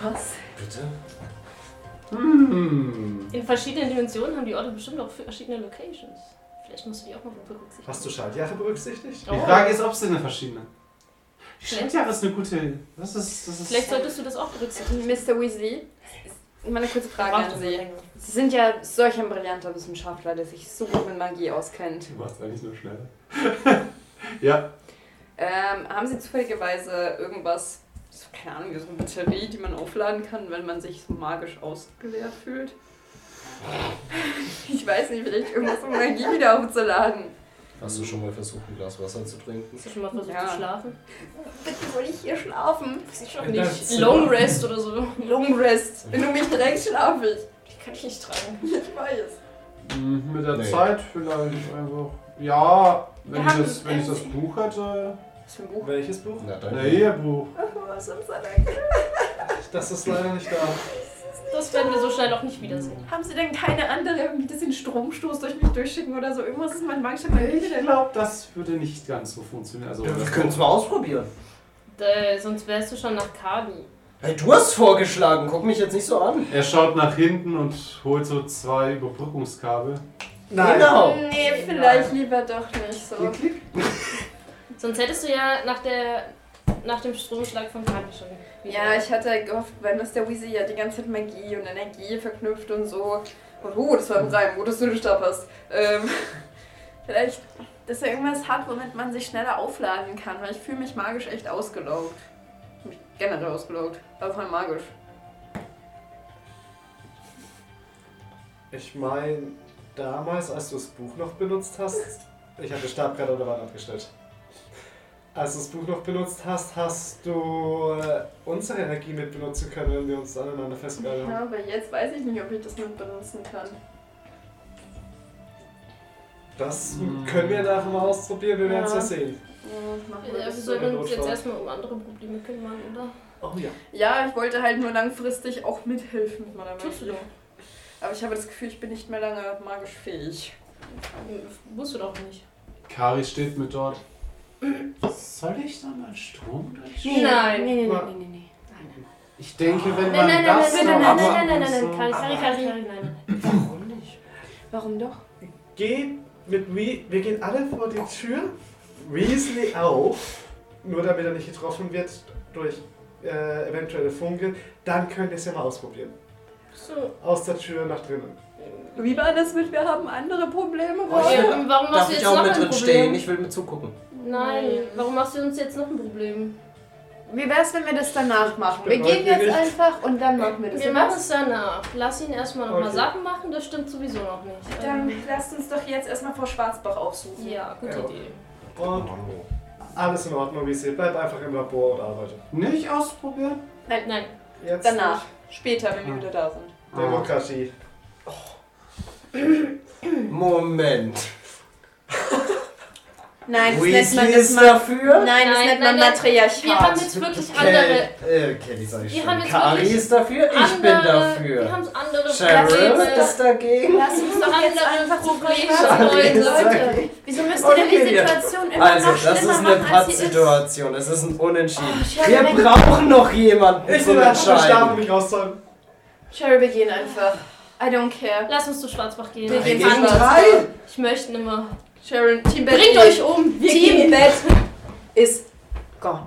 Speaker 4: Was?
Speaker 6: Bitte?
Speaker 1: Hm.
Speaker 2: In verschiedenen Dimensionen haben die Orte bestimmt auch verschiedene Locations. Vielleicht musst du die auch mal berücksichtigen.
Speaker 3: Hast du Schaltjahre berücksichtigt?
Speaker 1: Die
Speaker 2: Oh.
Speaker 1: Frage ist, ob es denn eine verschiedene. Die Schaltjahre ist eine gute. Das ist. Das ist
Speaker 2: Vielleicht solltest du das auch berücksichtigen.
Speaker 4: Mr. Weasley, meine kurze Frage
Speaker 2: Warte
Speaker 4: an
Speaker 2: mal
Speaker 4: Sie.
Speaker 2: länger.
Speaker 4: Sie sind ja solch ein brillanter Wissenschaftler, der sich so gut mit Magie auskennt.
Speaker 1: du warst eigentlich nur schneller. ja.
Speaker 4: Ähm, haben Sie zufälligerweise irgendwas, so, keine Ahnung, so eine Batterie, die man aufladen kann, wenn man sich so magisch ausgeleert fühlt? Ich weiß nicht, vielleicht irgendwas, um Magie wieder aufzuladen.
Speaker 12: Hast du schon mal versucht, ein Glas Wasser zu trinken?
Speaker 2: Hast du schon mal versucht
Speaker 4: Ja.
Speaker 2: zu schlafen?
Speaker 4: Bitte soll ich hier schlafen?
Speaker 2: Weiß ich schon
Speaker 11: In deinem
Speaker 2: nicht.
Speaker 11: Zimmer.
Speaker 2: Long Rest oder so.
Speaker 4: Long Rest. Wenn du mich drängst, schlafe ich.
Speaker 2: Die kann ich nicht tragen.
Speaker 4: Ich weiß.
Speaker 1: Mhm, Mit der
Speaker 12: Nee.
Speaker 1: Zeit vielleicht einfach. Ja, wenn,
Speaker 4: Wir
Speaker 1: ich
Speaker 4: haben-
Speaker 1: das, wenn ich das Buch hätte.
Speaker 4: Was für ein Buch?
Speaker 3: Welches Buch?
Speaker 12: Na,
Speaker 1: Na,
Speaker 12: danke.
Speaker 1: ihr Buch.
Speaker 4: Was ist das denn?
Speaker 3: Das ist leider nicht da.
Speaker 2: Das werden wir so schnell auch nicht wiedersehen.
Speaker 4: Haben Sie denn keine andere, irgendwie ein bisschen Stromstoß durch mich durchschicken oder so? Irgendwas ist mein magischer Magie
Speaker 1: Ich glaube, das würde nicht ganz so funktionieren. Also,
Speaker 6: Ja, wir können es mal ausprobieren.
Speaker 2: Äh, sonst wärst du schon nach Kadi.
Speaker 6: Hey, du hast vorgeschlagen, guck mich jetzt nicht so an.
Speaker 1: er schaut nach hinten und holt so zwei Überbrückungskabel.
Speaker 4: Oh.
Speaker 6: Genau.
Speaker 4: Nee, vielleicht lieber doch nicht so.
Speaker 2: Sonst hättest du ja nach der nach dem Stromschlag von Kadi schon.
Speaker 4: Ja, ich hatte gehofft, weil Mr. Weasley ja die ganze Zeit Magie und Energie verknüpft und so. Und oh, das war ein Reim, gut, dass du gestoppt hast. Ähm, vielleicht, dass er irgendwas hat, womit man sich schneller aufladen kann, weil ich fühle mich magisch echt ausgelaugt. Ich fühle mich generell ausgelaugt, aber vor allem magisch.
Speaker 3: Ich meine, damals, als du das Buch noch benutzt hast, ich hatte Stab gerade oder Wand abgestellt. Als du das Buch noch benutzt hast, hast du äh, unsere Energie mit benutzen können, wenn wir uns aneinander festgehalten haben.
Speaker 4: Ja, aber jetzt weiß ich nicht, ob ich das mit benutzen kann.
Speaker 3: Das
Speaker 6: Hm.
Speaker 3: können wir nachher mal ausprobieren, wir werden es ja
Speaker 4: Ja.
Speaker 3: sehen.
Speaker 4: Ja, Hm, machen wir
Speaker 2: Wir
Speaker 4: das.
Speaker 2: sollten uns jetzt
Speaker 3: Notfall.
Speaker 2: erstmal um andere Probleme kümmern, oder?
Speaker 3: Oh ja.
Speaker 4: ja, ich wollte halt nur langfristig auch mithelfen mit meiner
Speaker 2: Tust du
Speaker 4: Magie.
Speaker 2: doch.
Speaker 4: Aber ich habe das Gefühl, ich bin nicht mehr lange magisch fähig.
Speaker 2: Musst du doch nicht.
Speaker 1: Kari steht mit dort. Soll ich dann mal Strom durchschieben?
Speaker 2: Nein.
Speaker 4: nee,
Speaker 3: nee,
Speaker 4: nee, nee.
Speaker 1: Ich denke, wenn
Speaker 2: Nein,
Speaker 1: man
Speaker 2: nein, nein,
Speaker 1: das
Speaker 2: nein, nein,
Speaker 1: noch
Speaker 2: nein, nein, nein, nein,
Speaker 1: macht
Speaker 2: nein,
Speaker 1: und
Speaker 2: nein,
Speaker 1: so-
Speaker 2: Kari, Kari, Kari, nein, nein, nein.
Speaker 4: Warum nicht? Warum doch?
Speaker 3: Geh mit Wee, wir gehen alle vor die Tür, Weasley auch, nur damit er nicht getroffen wird durch äh, eventuelle Funke, dann könnt ihr es ja mal ausprobieren.
Speaker 2: So.
Speaker 3: Aus der Tür nach drinnen.
Speaker 4: Wie war das mit, wir haben andere Probleme?
Speaker 6: Oh, ich will-
Speaker 2: Warum, warum machst
Speaker 6: Darf
Speaker 2: du
Speaker 6: ich
Speaker 2: jetzt
Speaker 6: auch
Speaker 2: noch
Speaker 6: mit
Speaker 2: ein
Speaker 6: drin stehen?
Speaker 2: Problem?
Speaker 6: Ich will mit zugucken.
Speaker 2: Nein, warum machst du uns jetzt noch ein Problem?
Speaker 10: Wie wär's, wenn wir das danach machen? Wir
Speaker 3: bin
Speaker 10: gehen jetzt
Speaker 3: neugierig.
Speaker 10: einfach und dann machen wir das.
Speaker 2: Wir machen es danach. Lass ihn erstmal nochmal
Speaker 3: Okay.
Speaker 2: Sachen machen, das stimmt sowieso noch nicht.
Speaker 4: Dann
Speaker 2: Ähm,
Speaker 4: lasst uns doch jetzt erstmal Frau Schwarzbach aufsuchen.
Speaker 2: ja, gute
Speaker 3: Ja.
Speaker 2: Idee.
Speaker 3: Und alles in Ordnung, Weasley. Bleib einfach im Labor und arbeite.
Speaker 1: Nicht ausprobieren?
Speaker 2: Nein,
Speaker 3: Jetzt
Speaker 4: Danach, später, wenn wir wieder da sind.
Speaker 3: Demokratie.
Speaker 6: Moment.
Speaker 10: Nein, das nennt man
Speaker 6: Weasley
Speaker 10: das
Speaker 6: ist
Speaker 10: mal.
Speaker 6: dafür?
Speaker 10: Nein, das
Speaker 2: Nein, nein,
Speaker 10: nennt man
Speaker 2: nein.
Speaker 10: Matriarchat.
Speaker 2: wir haben jetzt wirklich andere.
Speaker 6: Kelly, äh, Kelly sag ich
Speaker 2: Wir
Speaker 6: schon.
Speaker 2: haben jetzt
Speaker 6: Kari
Speaker 2: wirklich
Speaker 6: ist dafür, ich
Speaker 2: andere,
Speaker 6: bin
Speaker 2: Wir
Speaker 6: dafür.
Speaker 2: haben andere
Speaker 6: Sheriff
Speaker 2: Probleme.
Speaker 6: ist dagegen.
Speaker 10: Lass uns doch jetzt
Speaker 2: Andere
Speaker 10: einfach
Speaker 2: Probleme.
Speaker 6: Kari
Speaker 2: Leute,
Speaker 6: ist
Speaker 2: Leute.
Speaker 6: dagegen.
Speaker 10: Wieso müsst ihr
Speaker 6: Okay,
Speaker 10: denn die
Speaker 6: ja.
Speaker 10: Situation immer
Speaker 6: Also,
Speaker 10: noch schlimmer
Speaker 6: das ist eine
Speaker 10: machen, als sie ist?
Speaker 6: Pattsituation. Es ist ein Unentschieden.
Speaker 10: Oh, Sherry,
Speaker 6: Wir
Speaker 10: wir-
Speaker 6: brauchen noch jemanden
Speaker 3: Ich
Speaker 6: zum
Speaker 3: will einfach Stab und
Speaker 6: Entscheiden.
Speaker 3: mich rauszaubern.
Speaker 10: Sherry, wir gehen einfach. I don't care.
Speaker 2: Lass uns zu Schwarzbach gehen.
Speaker 10: Wir gehen
Speaker 6: Gegen
Speaker 10: anders.
Speaker 6: drei?
Speaker 2: Ich möchte nimmer.
Speaker 10: Sharon, Team Bett.
Speaker 2: Bringt euch um. Wir
Speaker 10: Team
Speaker 2: gehen.
Speaker 10: Bett ist gone.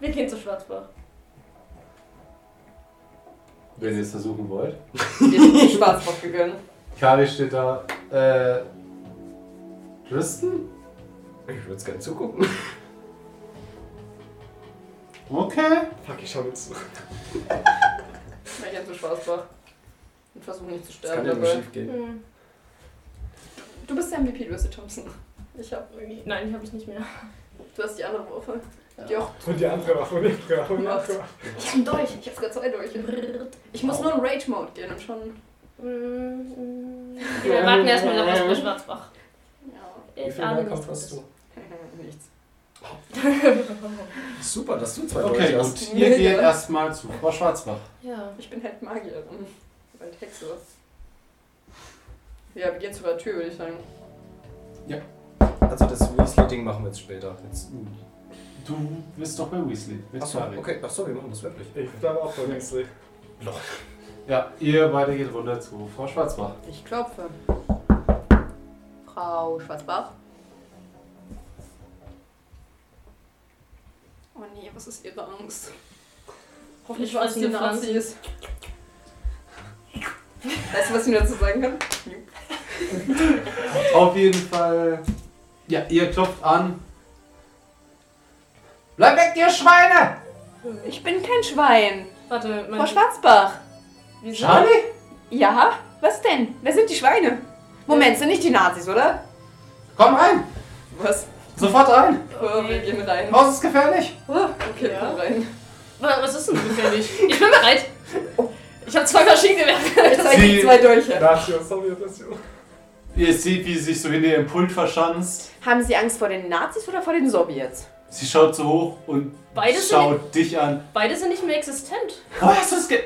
Speaker 2: Wir gehen zu Schwarzbach.
Speaker 1: Wenn ihr es versuchen wollt.
Speaker 4: Wir sind zu Schwarzbach gegangen.
Speaker 1: Kari steht da. Äh. Tristan?
Speaker 6: Ich würde es gerne zugucken.
Speaker 1: Okay.
Speaker 3: Fuck, ich schau jetzt zu.
Speaker 4: Ich gehe zu Schwarzbach. Und versuche nicht zu
Speaker 6: Das kann
Speaker 4: sterben
Speaker 6: ja nur
Speaker 4: dabei.
Speaker 6: schief gehen.
Speaker 2: Hm.
Speaker 4: Du bist der MVP, Lucy Thompson.
Speaker 2: Ich hab irgendwie. Nein, ich hab ich nicht mehr.
Speaker 4: Du hast die andere Waffe. Die auch.
Speaker 26: Und die andere Waffe, und die andere Waffe, und die andere Waffe.
Speaker 4: Ich hab einen Dolch. Ich hab sogar zwei Dolche. Ich muss nur in Rage-Mode gehen und schon. Hm,
Speaker 2: Wir warten erstmal noch was bei Schwarzbach.
Speaker 4: Ja.
Speaker 27: Wie
Speaker 2: Ich
Speaker 27: viel
Speaker 2: ahne nichts
Speaker 27: Nahkampf hast
Speaker 2: Gutes.
Speaker 27: du?
Speaker 4: Nichts.
Speaker 6: Super, dass du zwei
Speaker 1: Okay,
Speaker 6: Dolche hast.
Speaker 1: gut. Ihr geht erstmal zu Frau Schwarzbach.
Speaker 2: Ja.
Speaker 4: Ich bin halt Magierin. Halt Hexe. Ja, wir gehen zu der Tür, würde ich sagen.
Speaker 6: Also das Weasley-Ding machen wir jetzt später. Jetzt.
Speaker 1: Du bist doch bei Weasley. Mit
Speaker 6: Achso,
Speaker 1: Karin.
Speaker 6: okay. Achso, wir machen das wirklich.
Speaker 26: Ich glaube auch von Weasley.
Speaker 1: Ja, ihr beide geht runter zu Frau Schwarzbach.
Speaker 4: Ich klopfe. Frau Schwarzbach. Oh nee, was ist ihre Angst?
Speaker 2: Hoffentlich war es eine Pflanze.
Speaker 4: ist. Weißt du, was ich mir dazu sagen kann?
Speaker 1: Auf jeden Fall. Ja, ihr klopft an. Bleib weg, ihr Schweine!
Speaker 4: Ich bin kein Schwein.
Speaker 2: Warte,
Speaker 4: Frau
Speaker 2: mein.
Speaker 4: Schwarzbach.
Speaker 2: Wieso?
Speaker 1: Charlie?
Speaker 4: Ja? Was denn? Äh. Wer sind die Schweine? Moment, sind nicht die Nazis, oder?
Speaker 1: Komm rein!
Speaker 4: Was?
Speaker 1: Sofort rein!
Speaker 4: Oh, wir gehen rein.
Speaker 1: Haus ist gefährlich!
Speaker 4: Oh, okay, wir gehen rein.
Speaker 2: Wa- Was ist denn gefährlich? Ich bin bereit. Ich habe zwei Maschinengewehre.
Speaker 4: Jetzt zeige ich
Speaker 1: Sie-
Speaker 4: zwei Dolche.
Speaker 26: Ratio, sorry, Ratio.
Speaker 1: Ihr seht, wie sie sich so hinter ihrem Pult verschanzt.
Speaker 4: Haben Sie Angst vor den Nazis oder vor den Sowjets?
Speaker 1: Sie schaut so hoch und
Speaker 2: Beide sind-
Speaker 1: schaut dich an.
Speaker 2: Beide sind nicht mehr existent.
Speaker 1: Wo hast du es ge...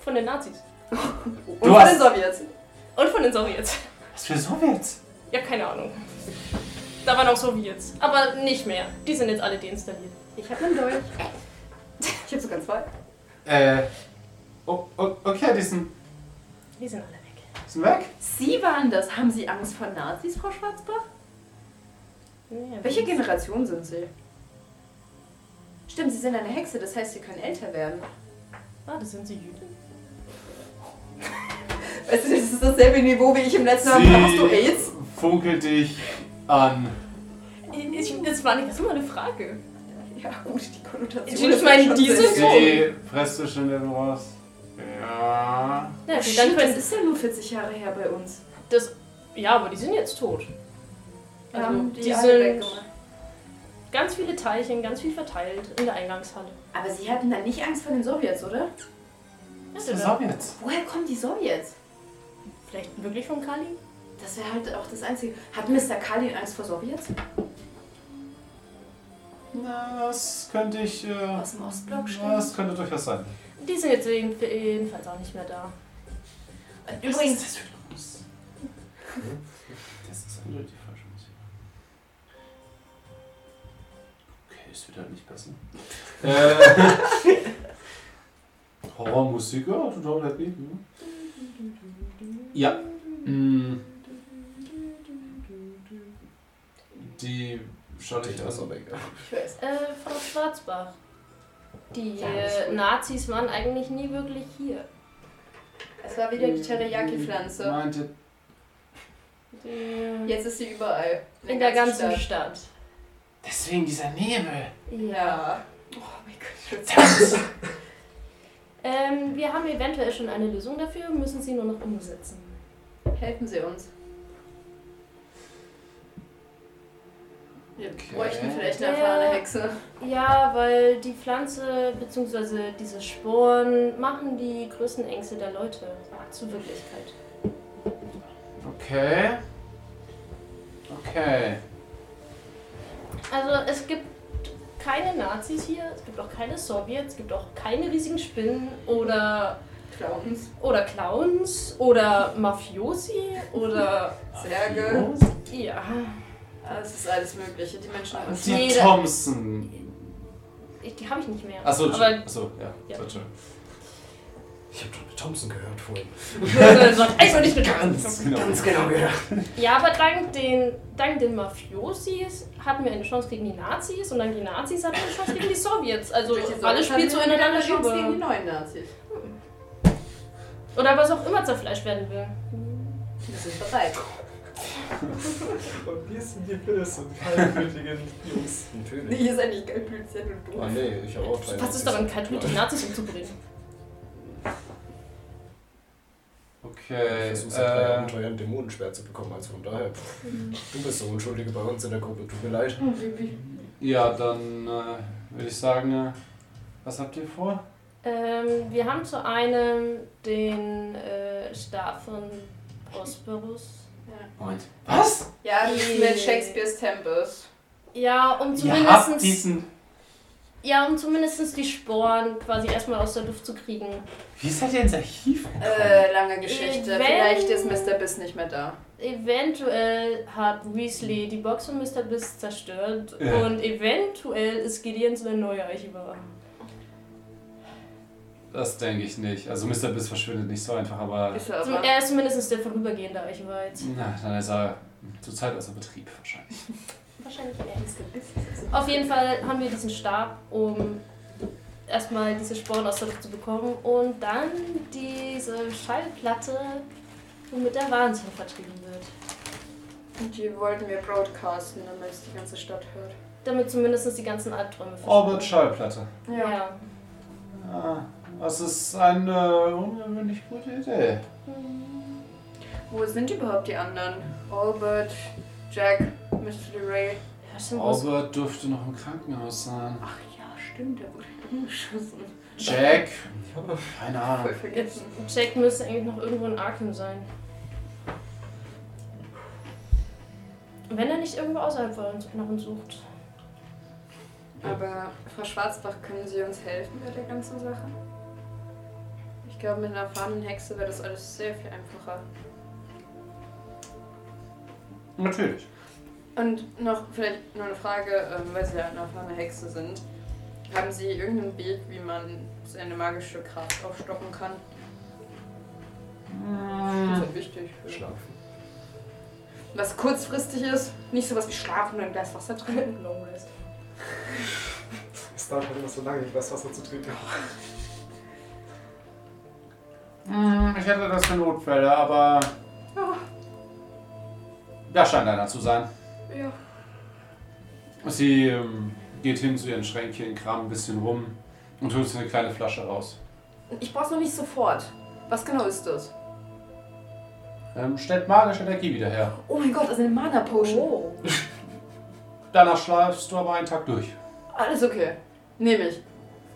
Speaker 2: Von den Nazis.
Speaker 4: Und
Speaker 1: Du
Speaker 4: vor
Speaker 1: hast-
Speaker 4: den Sowjets.
Speaker 2: Und von den Sowjets.
Speaker 1: Was für Sowjets?
Speaker 2: Ja, keine Ahnung. Da waren auch Sowjets. Aber nicht mehr. Die sind jetzt alle deinstalliert.
Speaker 4: Ich habe einen Dolch. Ich habe sogar zwei.
Speaker 1: Äh... Oh, oh, okay, die sind,
Speaker 2: Die sind alle weg.
Speaker 1: die sind weg.
Speaker 4: Sie waren das. Haben Sie Angst vor Nazis, Frau Schwarzbach? Welche Generation sind Sie? Stimmt, Sie sind eine Hexe, das heißt, Sie können älter werden.
Speaker 2: Ah, das sind sie Jüden?
Speaker 4: Weißt du, das ist dasselbe Niveau wie ich im letzten Mal. Hast du
Speaker 1: Sie
Speaker 4: AIDS?
Speaker 1: funkelt dich an.
Speaker 2: Ich, das war nicht das war immer eine Frage.
Speaker 4: Ja, gut, die Konnotation.
Speaker 2: Ich
Speaker 4: ist
Speaker 2: meine,
Speaker 4: schon
Speaker 2: die
Speaker 4: sehr-
Speaker 2: sind-
Speaker 1: Sie presst dich in den Rost. Ja.
Speaker 2: Na, okay, dann
Speaker 4: Shit, das
Speaker 2: können,
Speaker 4: ist ja nur 40 Jahre her bei uns.
Speaker 2: das, ja, aber die sind jetzt tot.
Speaker 4: Wir
Speaker 2: Also,
Speaker 4: haben
Speaker 2: die,
Speaker 4: alle
Speaker 2: sind
Speaker 4: weggemacht.
Speaker 2: ganz viele Teilchen, ganz viel verteilt in der Eingangshalle.
Speaker 4: Aber Sie hatten dann nicht Angst vor den Sowjets, oder?
Speaker 2: Was
Speaker 1: Die Sowjets.
Speaker 4: Woher kommen die Sowjets?
Speaker 2: Vielleicht wirklich von Kali?
Speaker 4: Das wäre halt auch das Einzige. Hat Mr. Kalin Angst vor Sowjets?
Speaker 1: Na, das könnte ich... Äh,
Speaker 4: Aus dem Ostblock
Speaker 1: na,
Speaker 4: stimmt.
Speaker 1: das könnte durchaus sein.
Speaker 2: Die sind jetzt jeden- jedenfalls auch nicht mehr da.
Speaker 4: Übrigens,
Speaker 1: das für los? Das ist eindeutig die falsche Musik. Okay, es wird halt nicht passen. äh, Horrormusik, ja, total happy. Ne? Ja.
Speaker 2: Mhm.
Speaker 1: mm. Die schaut dich
Speaker 6: Das ist
Speaker 1: an.
Speaker 6: aber egal.
Speaker 4: ich weiß.
Speaker 2: Äh, Frau Schwarzbach. Die
Speaker 4: Ja, das ist
Speaker 2: äh,
Speaker 4: gut.
Speaker 2: Nazis waren eigentlich nie wirklich hier.
Speaker 4: Es war wieder die Teriyaki-Pflanze.
Speaker 1: Meinte,
Speaker 2: Die,
Speaker 4: Jetzt ist sie überall.
Speaker 2: in der ganzen Stadt.
Speaker 1: deswegen dieser Nebel.
Speaker 4: Ja. Oh mein Gott.
Speaker 2: Ähm, wir haben eventuell schon eine Lösung dafür, müssen sie nur noch umsetzen.
Speaker 4: Helfen Sie uns. Wir bräuchten vielleicht eine
Speaker 2: Ja.
Speaker 4: erfahrene Hexe.
Speaker 2: Ja, weil die Pflanze bzw. diese Sporen machen die größten Ängste der Leute zur Wirklichkeit.
Speaker 1: Okay. Okay.
Speaker 2: Also es gibt keine Nazis hier, es gibt auch keine Sowjets, es gibt auch keine riesigen Spinnen oder,
Speaker 4: Clowns,
Speaker 2: oder Clowns oder Mafiosi oder...
Speaker 4: Särge.
Speaker 2: Ja,
Speaker 4: Ah, Es ist alles Mögliche. Die Menschen haben uns.
Speaker 1: Die
Speaker 2: Jeder-
Speaker 1: Thompson.
Speaker 2: ich, die habe ich nicht mehr.
Speaker 1: Achso,
Speaker 2: aber
Speaker 1: achso, ja.
Speaker 2: Ja.
Speaker 1: So, Entschuldigung.
Speaker 6: Ich habe Tommy Thompson gehört vorhin.
Speaker 2: also nicht mit
Speaker 1: Ganz genau.
Speaker 6: genau gehört.
Speaker 2: Ja, aber dank den, dank den Mafiosis hatten wir eine Chance gegen die Nazis und dank die Nazis hatten wir eine Chance gegen die Sowjets. Also
Speaker 4: Durch die Sonne
Speaker 2: alles
Speaker 4: haben wir
Speaker 2: spielt so ineinander
Speaker 4: eine Chance gegen die
Speaker 2: über.
Speaker 4: neuen Nazis.
Speaker 2: Oder was auch immer zerfleischt werden will.
Speaker 4: Wir sind bereit.
Speaker 26: Und wir sind die Bösen, die kaltblütigen Jungs.
Speaker 6: Natürlich.
Speaker 4: Hier ist eigentlich Geldblütchen und
Speaker 6: Ah,
Speaker 4: doof.
Speaker 6: nee, ich habe auch drei.
Speaker 2: Passt es daran, kalt mit den Nazis umzubringen?
Speaker 1: Okay.
Speaker 6: Ich versuche drei
Speaker 1: Äh,
Speaker 6: Abenteuern Dämonenschwert zu bekommen, also von daher. pff, Du bist der Unschuldige bei uns in der Gruppe, tut mir leid.
Speaker 1: Ja, dann äh, würde ich sagen, äh, was habt ihr vor?
Speaker 2: Ähm, wir haben zu einem den äh, Stab von Prosperus.
Speaker 1: Moment. Was?
Speaker 4: Ja, das ist mit Shakespeares Tempest.
Speaker 2: Ja, um
Speaker 1: Ihr habt
Speaker 2: zumindest.
Speaker 1: diesen.
Speaker 2: Ja, um zumindest die Sporen quasi erstmal aus der Luft zu kriegen.
Speaker 1: Wie seid ihr ins Archiv gekommen?
Speaker 4: Äh, lange Geschichte.
Speaker 2: Wenn-
Speaker 4: Vielleicht ist Mr. Biss nicht mehr da.
Speaker 2: Eventuell hat Weasley die Box von Mr. Biss zerstört
Speaker 1: Ja.
Speaker 2: und eventuell ist Gideon zu der neue Archivar.
Speaker 1: Das denke ich nicht. Also Mr. Biss verschwindet nicht so einfach, aber.
Speaker 4: Ist er
Speaker 2: Zum,
Speaker 4: aber.
Speaker 2: er ist zumindest der vorübergehende Archivar jetzt.
Speaker 1: Na, dann ist er zurzeit außer Betrieb wahrscheinlich.
Speaker 2: Wahrscheinlich eher. Auf jeden Fall haben wir diesen Stab, um erstmal diese Sporen aus der Luft zu bekommen und dann diese Schallplatte, womit der Wahnsinn vertrieben wird.
Speaker 4: Und die wollten wir broadcasten, damit es die ganze Stadt hört.
Speaker 2: Damit zumindest die ganzen Albträume
Speaker 1: Orbit Schallplatte.
Speaker 2: Ja. ja.
Speaker 1: Ah, das ist eine ungewöhnlich gute Idee.
Speaker 4: Wo sind überhaupt die anderen? Albert, Jack, Mr. Ray.
Speaker 2: stimmt, wo ist-
Speaker 1: Albert dürfte noch im Krankenhaus sein.
Speaker 4: Ach ja, stimmt, der wurde umgeschossen.
Speaker 1: Jack? Keine
Speaker 4: Voll
Speaker 1: Ahnung.
Speaker 2: Jetzt,
Speaker 4: vergessen.
Speaker 2: Jack müsste eigentlich noch irgendwo in Arkham sein. Wenn er nicht irgendwo außerhalb von uns, nach uns sucht.
Speaker 4: Aber Frau Schwarzbach, können Sie uns helfen bei der ganzen Sache? Ich glaube, mit einer erfahrenen Hexe wäre das alles sehr viel einfacher.
Speaker 1: Natürlich.
Speaker 4: Und noch vielleicht nur eine Frage, ähm, weil Sie ja eine erfahrene Hexe sind. Haben Sie irgendeinen Weg, wie man seine magische Kraft aufstocken kann? Das ist ja wichtig.
Speaker 28: Schlafen.
Speaker 4: Was kurzfristig ist, nicht sowas wie schlafen und ein Glas Wasser trinken. Long rest.
Speaker 6: Es dauert halt immer so lange, ich weiß, was er zu trinken hat.
Speaker 1: Hm, Ich hätte das für Notfälle, aber. Da scheint einer zu sein.
Speaker 4: Ja.
Speaker 1: Sie ähm, geht hin zu ihren Schränkchen, kramt ein bisschen rum und holt sich eine kleine Flasche raus.
Speaker 4: Ich brauch's noch nicht sofort. Was genau ist das?
Speaker 1: Ähm, stellt magische Energie wieder her.
Speaker 4: Oh mein Gott, das ist eine Mana Potion.
Speaker 1: Danach schleifst du aber einen Tag durch.
Speaker 4: Alles okay. Nehme ich.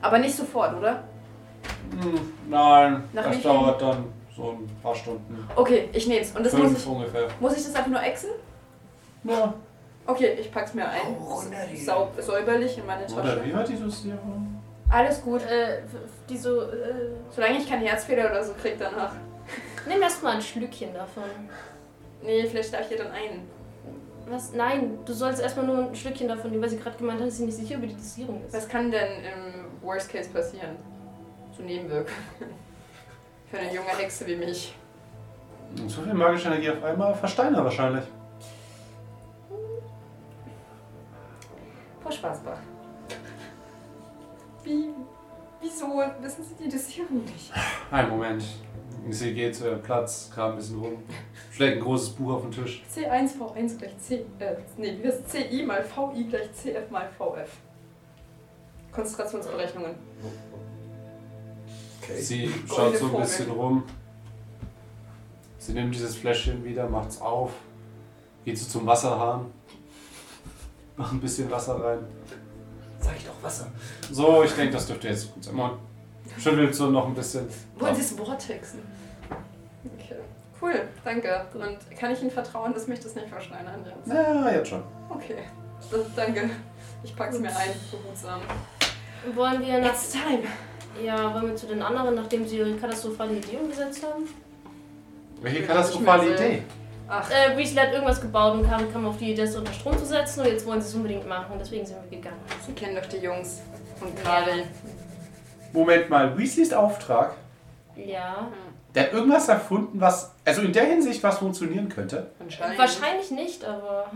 Speaker 4: Aber nicht sofort, oder?
Speaker 1: Hm, nein,
Speaker 4: Nach wie
Speaker 1: das
Speaker 4: viel?
Speaker 1: dauert dann so ein paar Stunden.
Speaker 4: Okay, ich nehm's. Und das muss
Speaker 1: Fünf
Speaker 4: ich.
Speaker 1: ungefähr.
Speaker 4: Muss ich das einfach nur exen?
Speaker 1: Ja.
Speaker 4: Okay, ich pack's mir ein. Sau säuberlich in meine
Speaker 1: Oder
Speaker 4: Tasche.
Speaker 1: wie war die Dosierung?
Speaker 4: Alles gut.
Speaker 2: Äh, f- f- die so, äh,
Speaker 4: Solange ich kein Herzfehler oder so krieg danach.
Speaker 2: nimm erstmal ein Schlückchen davon.
Speaker 4: Nee, vielleicht darf ich ihr dann einen.
Speaker 2: Was? Nein, du sollst erstmal nur ein Schlückchen davon nehmen, weil sie gerade gemeint hat, dass sie nicht sicher über die Dosierung ist.
Speaker 4: Was kann denn im Worst Case passieren? Zu Nebenwirkungen. Für eine junge Hexe wie mich.
Speaker 1: Zu viel magische Energie auf einmal versteiner wahrscheinlich.
Speaker 4: Frau Schwarzbach. Wie. Wieso wissen Sie die Dosierung nicht?
Speaker 1: Ein Moment. Sie geht zu ihrem Platz, kramt ein bisschen rum, schlägt ein großes Buch auf den Tisch.
Speaker 4: C1 V1 gleich C. Äh, nee, wie das CI mal VI gleich CF mal VF. Konzentrationsberechnungen.
Speaker 28: Okay.
Speaker 1: Sie schaut
Speaker 4: Goldene
Speaker 1: so ein
Speaker 4: Formel.
Speaker 1: bisschen rum. Sie nimmt dieses Fläschchen wieder, macht's auf, geht so zum Wasserhahn, macht ein bisschen Wasser rein.
Speaker 29: Sag ich doch Wasser.
Speaker 1: So, ich denke, das dürfte jetzt gut sein. Und schüttelt so noch ein bisschen.
Speaker 4: Wollen Sie es Vortexen? Okay. Cool, danke. Und kann ich Ihnen vertrauen, dass mich das nicht verschneidern wird?
Speaker 1: Ja, jetzt schon.
Speaker 4: Okay. Das, danke. Ich pack's mir ein, behutsam.
Speaker 2: Wollen wir nach.
Speaker 4: time.
Speaker 2: Ja, wollen wir zu den anderen, nachdem sie ihre katastrophale Idee umgesetzt haben?
Speaker 1: Welche katastrophale
Speaker 4: Ich will-
Speaker 1: Idee.
Speaker 2: Äh, Weasley hat irgendwas gebaut und Karin kam auf die Idee, das unter Strom zu setzen und jetzt wollen sie es unbedingt machen und deswegen sind wir gegangen.
Speaker 4: Sie kennen doch die Jungs. Und Kali.
Speaker 1: Moment mal, Weasleys Auftrag,
Speaker 2: Ja.
Speaker 1: der hat irgendwas erfunden, was, also in der Hinsicht, was funktionieren könnte.
Speaker 4: Anscheinend.
Speaker 2: Wahrscheinlich nicht, aber.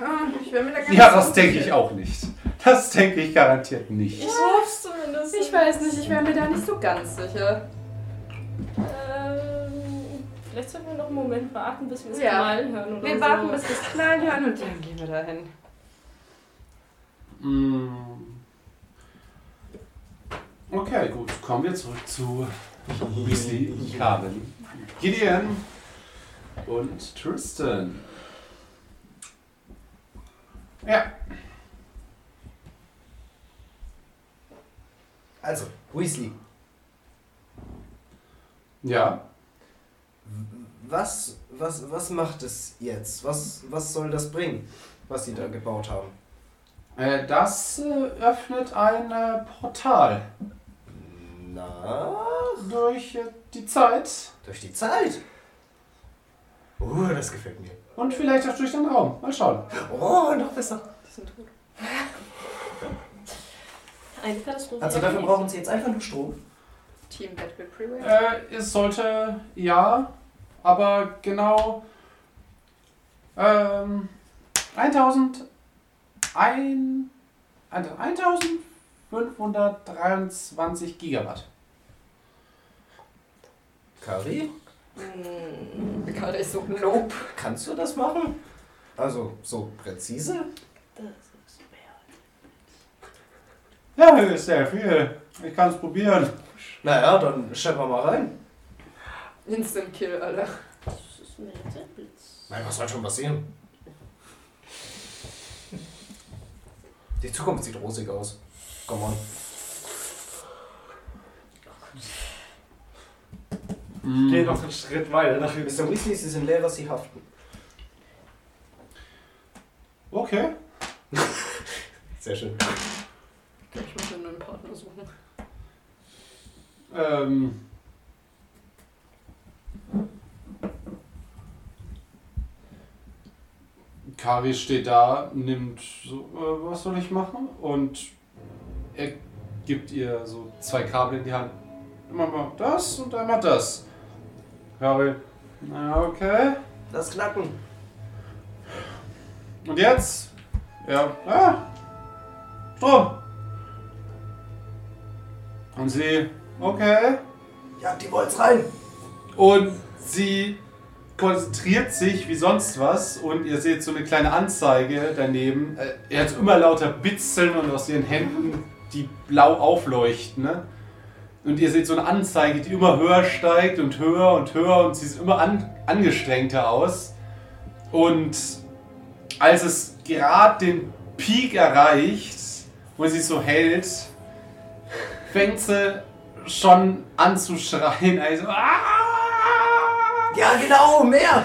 Speaker 4: Ah, ich will mir da gar nicht
Speaker 1: Ja, das denke
Speaker 4: sicher.
Speaker 1: ich auch nicht. Das denke ich garantiert nicht.
Speaker 4: Ich hoff's zumindest. Ich weiß nicht, ich wäre mir da nicht so ganz sicher.
Speaker 2: Ähm. Vielleicht sollten wir noch einen Moment warten, bis wir es
Speaker 4: Ja.
Speaker 2: knallen hören oder
Speaker 4: Wir
Speaker 2: so.
Speaker 4: warten, bis wir es knallen hören und Also, dann gehen wir dahin.
Speaker 1: Mm. Okay, gut. Kommen wir zurück zu Weasley, Carmen, Gideon und Tristan. Ja.
Speaker 6: Also, Weasley,
Speaker 30: Ja.
Speaker 6: was, was, was macht es jetzt? Was, was soll das bringen, was sie da gebaut haben?
Speaker 30: Äh, das äh, öffnet ein äh, Portal
Speaker 6: Na,
Speaker 30: durch äh, die Zeit
Speaker 6: durch die Zeit. Uh, das gefällt mir.
Speaker 30: und vielleicht auch durch den Raum. Mal schauen.
Speaker 6: Oh, noch besser.
Speaker 2: Die sind tot. Eine Katastrophe.
Speaker 6: Also dafür brauchen sie jetzt einfach nur Strom.
Speaker 4: Team Battle Preware.
Speaker 30: Äh, es sollte ja, aber genau ähm, 1000 ein, also 1523 Gigawatt.
Speaker 6: Kari,
Speaker 4: Hm, Karl ist so nope.
Speaker 6: kannst du das machen? Also, so präzise?
Speaker 2: Das ist mehr.
Speaker 1: Ja, ist sehr viel. Ich kann es probieren.
Speaker 6: Naja, dann schepper mal rein.
Speaker 4: Instant Kill, Alter.
Speaker 2: Das ist mehr Zeitblitz.
Speaker 6: Nein, was soll schon passieren? Die Zukunft sieht rosig aus. Come on.
Speaker 30: Mhm.
Speaker 31: Geh noch einen Schritt weiter nach hinten.
Speaker 6: Mr. Weasley, Sie sind Lehrer, Sie haften.
Speaker 1: Okay.
Speaker 6: Sehr schön.
Speaker 4: Ich glaub, ich muss mir einen neuen Partner suchen.
Speaker 1: Ähm.
Speaker 30: Kari steht da, nimmt so, äh, was soll ich machen? Und er gibt ihr so zwei Kabel in die Hand. Einmal mal das und einmal das. Kari, na okay.
Speaker 6: Das Knacken.
Speaker 30: Und jetzt? Ja, ah, Strom. Und sie, okay.
Speaker 6: Ja, die wollt's rein.
Speaker 1: Und sie konzentriert sich wie sonst was und ihr seht so eine kleine Anzeige daneben. Äh, Er hat immer lauter Bitzeln und aus ihren Händen, die blau aufleuchten. Ne? Und ihr seht so eine Anzeige, die immer höher steigt und höher und höher und sie sieht immer an, angestrengter aus. Und als es gerade den Peak erreicht, wo sie so hält, fängt sie schon an zu schreien. Also, "Ah!"
Speaker 6: Ja, genau, mehr.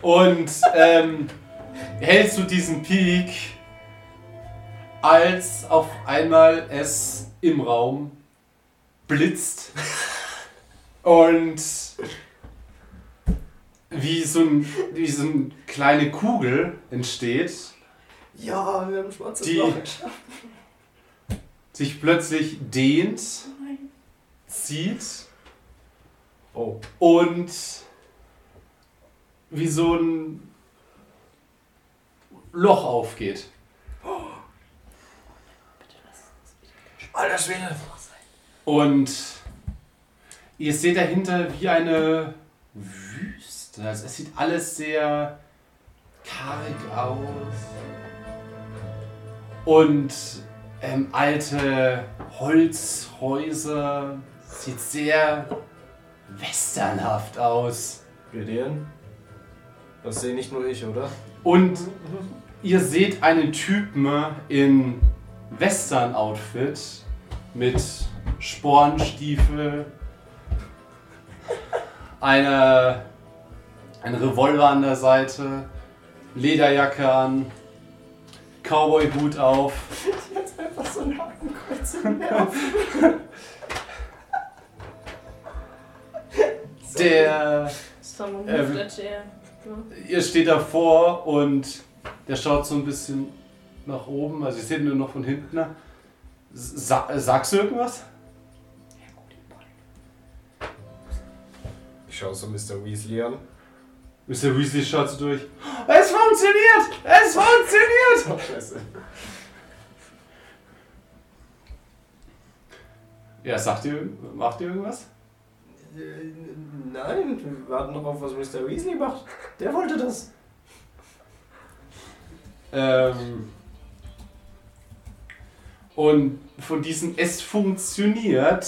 Speaker 1: Und ähm, hältst du diesen Peak, als auf einmal es im Raum blitzt und wie so, ein, wie so eine kleine Kugel entsteht,
Speaker 6: Ja, wir haben schwarze
Speaker 1: Die-
Speaker 6: Loch.
Speaker 1: sich plötzlich dehnt, zieht
Speaker 6: Oh.
Speaker 1: und wie so ein Loch aufgeht.
Speaker 6: Alter Schwede.
Speaker 1: Und ihr seht dahinter wie eine Wüste. Also es sieht alles sehr karg aus. Und ähm, alte Holzhäuser. Sieht sehr westernhaft aus.
Speaker 6: Gideon? Das sehe nicht nur ich, oder?
Speaker 1: Und ihr seht einen Typen in Western-Outfit mit Spornstiefel, eine, ein Revolver an der Seite, Lederjacke an, Cowboy-Hut auf. Der
Speaker 2: Someone
Speaker 1: Ähm.
Speaker 2: moved a chair.
Speaker 1: ihr steht davor und der schaut so ein bisschen nach oben, also ich sehe ihn nur noch von hinten. ne? Sa sagst du irgendwas?
Speaker 6: Ich schaue so Mr. Weasley an.
Speaker 1: Mr. Weasley schaut so durch. Es funktioniert! Es funktioniert!
Speaker 6: Scheiße.
Speaker 1: Ja, sagt ihr, irgend- macht ihr irgendwas?
Speaker 6: Äh, Nein, wir warten noch auf, was Mr. Weasley macht. Der wollte das.
Speaker 1: Ähm, und von diesem Es funktioniert,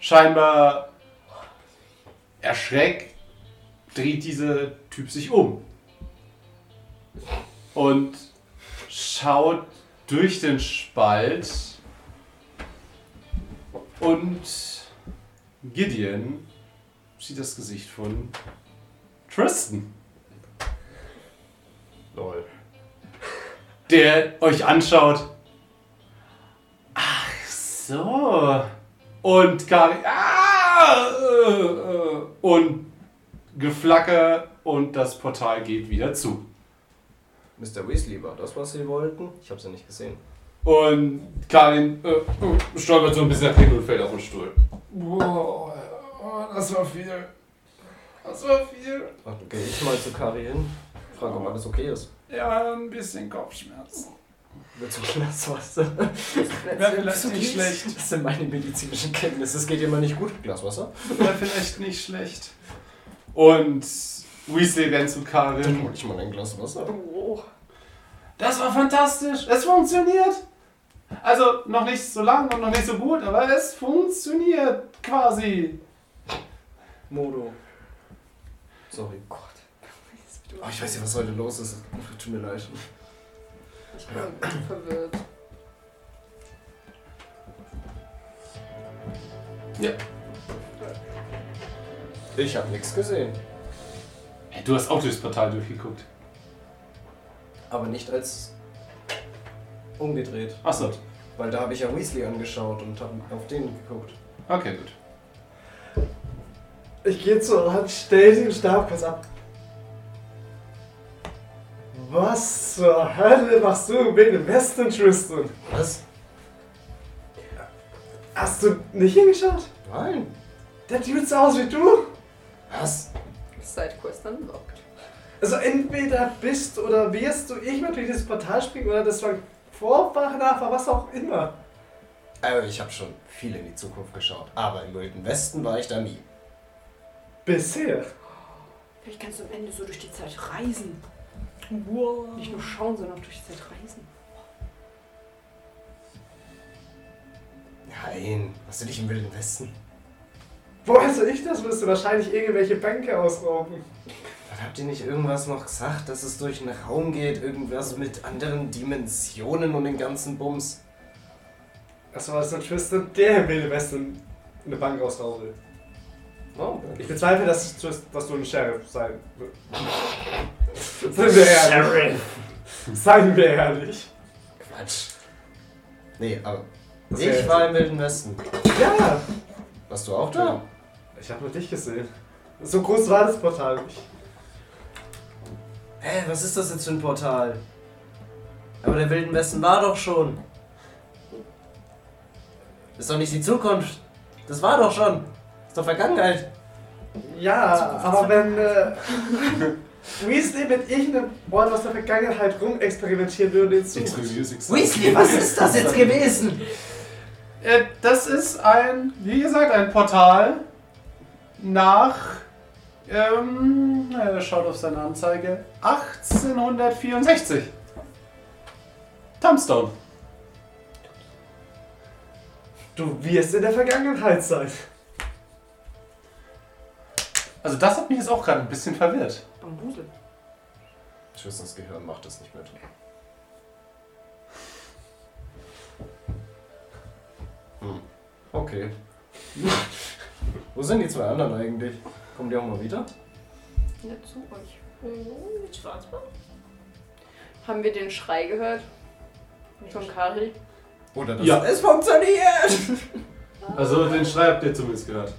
Speaker 1: scheinbar erschreckt, dreht dieser Typ sich um. Und schaut durch den Spalt Und Gideon sieht das Gesicht von Tristan. Lol. Der euch anschaut. Ach so. Und Kari. Ah, äh, äh, und Geflacker und das Portal geht wieder zu.
Speaker 6: Mr. Weasley war das, was sie wollten. Ich habe sie nicht gesehen.
Speaker 1: Und Karin äh, äh, stolpert so ein bisschen nach hinten und fällt auf den Stuhl.
Speaker 32: Wow, oh, das war viel. Das war viel.
Speaker 6: Ach, dann gehe ich mal zu Kari hin. Frage, ob alles okay ist.
Speaker 32: Ja, ein bisschen Kopfschmerzen.
Speaker 6: Wird so Glaswasser.
Speaker 32: Wäre vielleicht nicht schlecht.
Speaker 6: Das sind meine medizinischen Kenntnisse. Es geht immer nicht gut. Glaswasser?
Speaker 32: Wäre vielleicht nicht schlecht.
Speaker 1: Und Weasley rennt zu
Speaker 6: Dann
Speaker 1: Karin.
Speaker 6: hol ich mal ein Glas Wasser.
Speaker 1: Das war fantastisch. Es funktioniert. Also noch nicht so lang und noch nicht so gut, aber es funktioniert quasi.
Speaker 33: Modo.
Speaker 6: Sorry. Gott. Oh, ich weiß ja, was heute los ist. Tut mir leid.
Speaker 4: Ich bin verwirrt.
Speaker 6: Ich habe nichts gesehen.
Speaker 1: Hey, du hast auch durchs Portal durchgeguckt.
Speaker 6: Aber nicht als umgedreht.
Speaker 1: Achso,
Speaker 6: Weil da habe ich ja Weasley angeschaut und habe auf den geguckt.
Speaker 1: okay, gut.
Speaker 3: Ich gehe zu Rand, stell den Stab kurz ab. Was zur Hölle machst du mit dem Westen, Tristan?
Speaker 6: Was?
Speaker 3: Hast du nicht hingeschaut?
Speaker 6: Nein.
Speaker 3: Der Dude sah aus wie du.
Speaker 6: Was?
Speaker 4: Sidequest unlocked.
Speaker 3: Also entweder bist oder wirst du ich mal durch dieses Portal springen oder das war ein Vorfach, Nachfach, was auch immer.
Speaker 6: Also ich habe schon viel in die Zukunft geschaut. Aber im Wilden Westen war ich da nie.
Speaker 3: Bisher.
Speaker 4: Vielleicht kannst du am Ende so durch die Zeit reisen. Nicht nur schauen, sondern auch durch die Zeit reisen.
Speaker 6: Nein. Warst du nicht im Wilden Westen?
Speaker 3: Woher soll ich das wissen? Wahrscheinlich irgendwelche Bänke ausrauben.
Speaker 6: Dann habt ihr nicht irgendwas noch gesagt, dass es durch einen Raum geht? Irgendwas mit anderen Dimensionen und den ganzen Bums?
Speaker 3: Achso, war das nur Tristan, der im Wilden Westen eine Bank ausrauben will.
Speaker 6: Oh,
Speaker 3: Ich bezweifle, dass, Tristan- dass du ein Sheriff sein wirst. Sind wir ehrlich. Seien wir ehrlich.
Speaker 6: Quatsch. Nee, aber.
Speaker 3: Das wär
Speaker 6: ich
Speaker 3: jetzt-
Speaker 6: war im Wilden Westen.
Speaker 3: Ja,
Speaker 6: Warst du auch da?
Speaker 3: ich habe nur dich gesehen. So groß war das Portal nicht.
Speaker 6: Hä, was ist das jetzt für ein Portal? Aber der Wilden Westen war doch schon. Ist doch nicht die Zukunft. Das war doch schon. Ist doch Vergangenheit.
Speaker 3: Ja, aber wenn äh, Weasley mit irgendeinem Wort aus der Vergangenheit rumexperimentieren würde, in Zukunft.
Speaker 6: Weasley, was ist das jetzt gewesen?
Speaker 1: Äh, das ist ein, wie gesagt, ein Portal nach, ähm, er schaut auf seine Anzeige, 1864. Thumbstone.
Speaker 3: Du wirst in der Vergangenheit sein.
Speaker 1: Also das hat mich jetzt auch gerade ein bisschen verwirrt.
Speaker 4: Bambusel.
Speaker 6: Tristans Gehirn macht das nicht mit. Hm. Okay. Wo sind die zwei anderen eigentlich? Kommen die auch mal wieder?
Speaker 4: Ja, zu euch.
Speaker 2: Mhm, mit Schwarzbart?
Speaker 4: Haben wir den Schrei gehört? Von Kari?
Speaker 6: Oder das
Speaker 1: Ja.
Speaker 6: es funktioniert!
Speaker 1: Also den Schrei habt ihr zumindest gehört.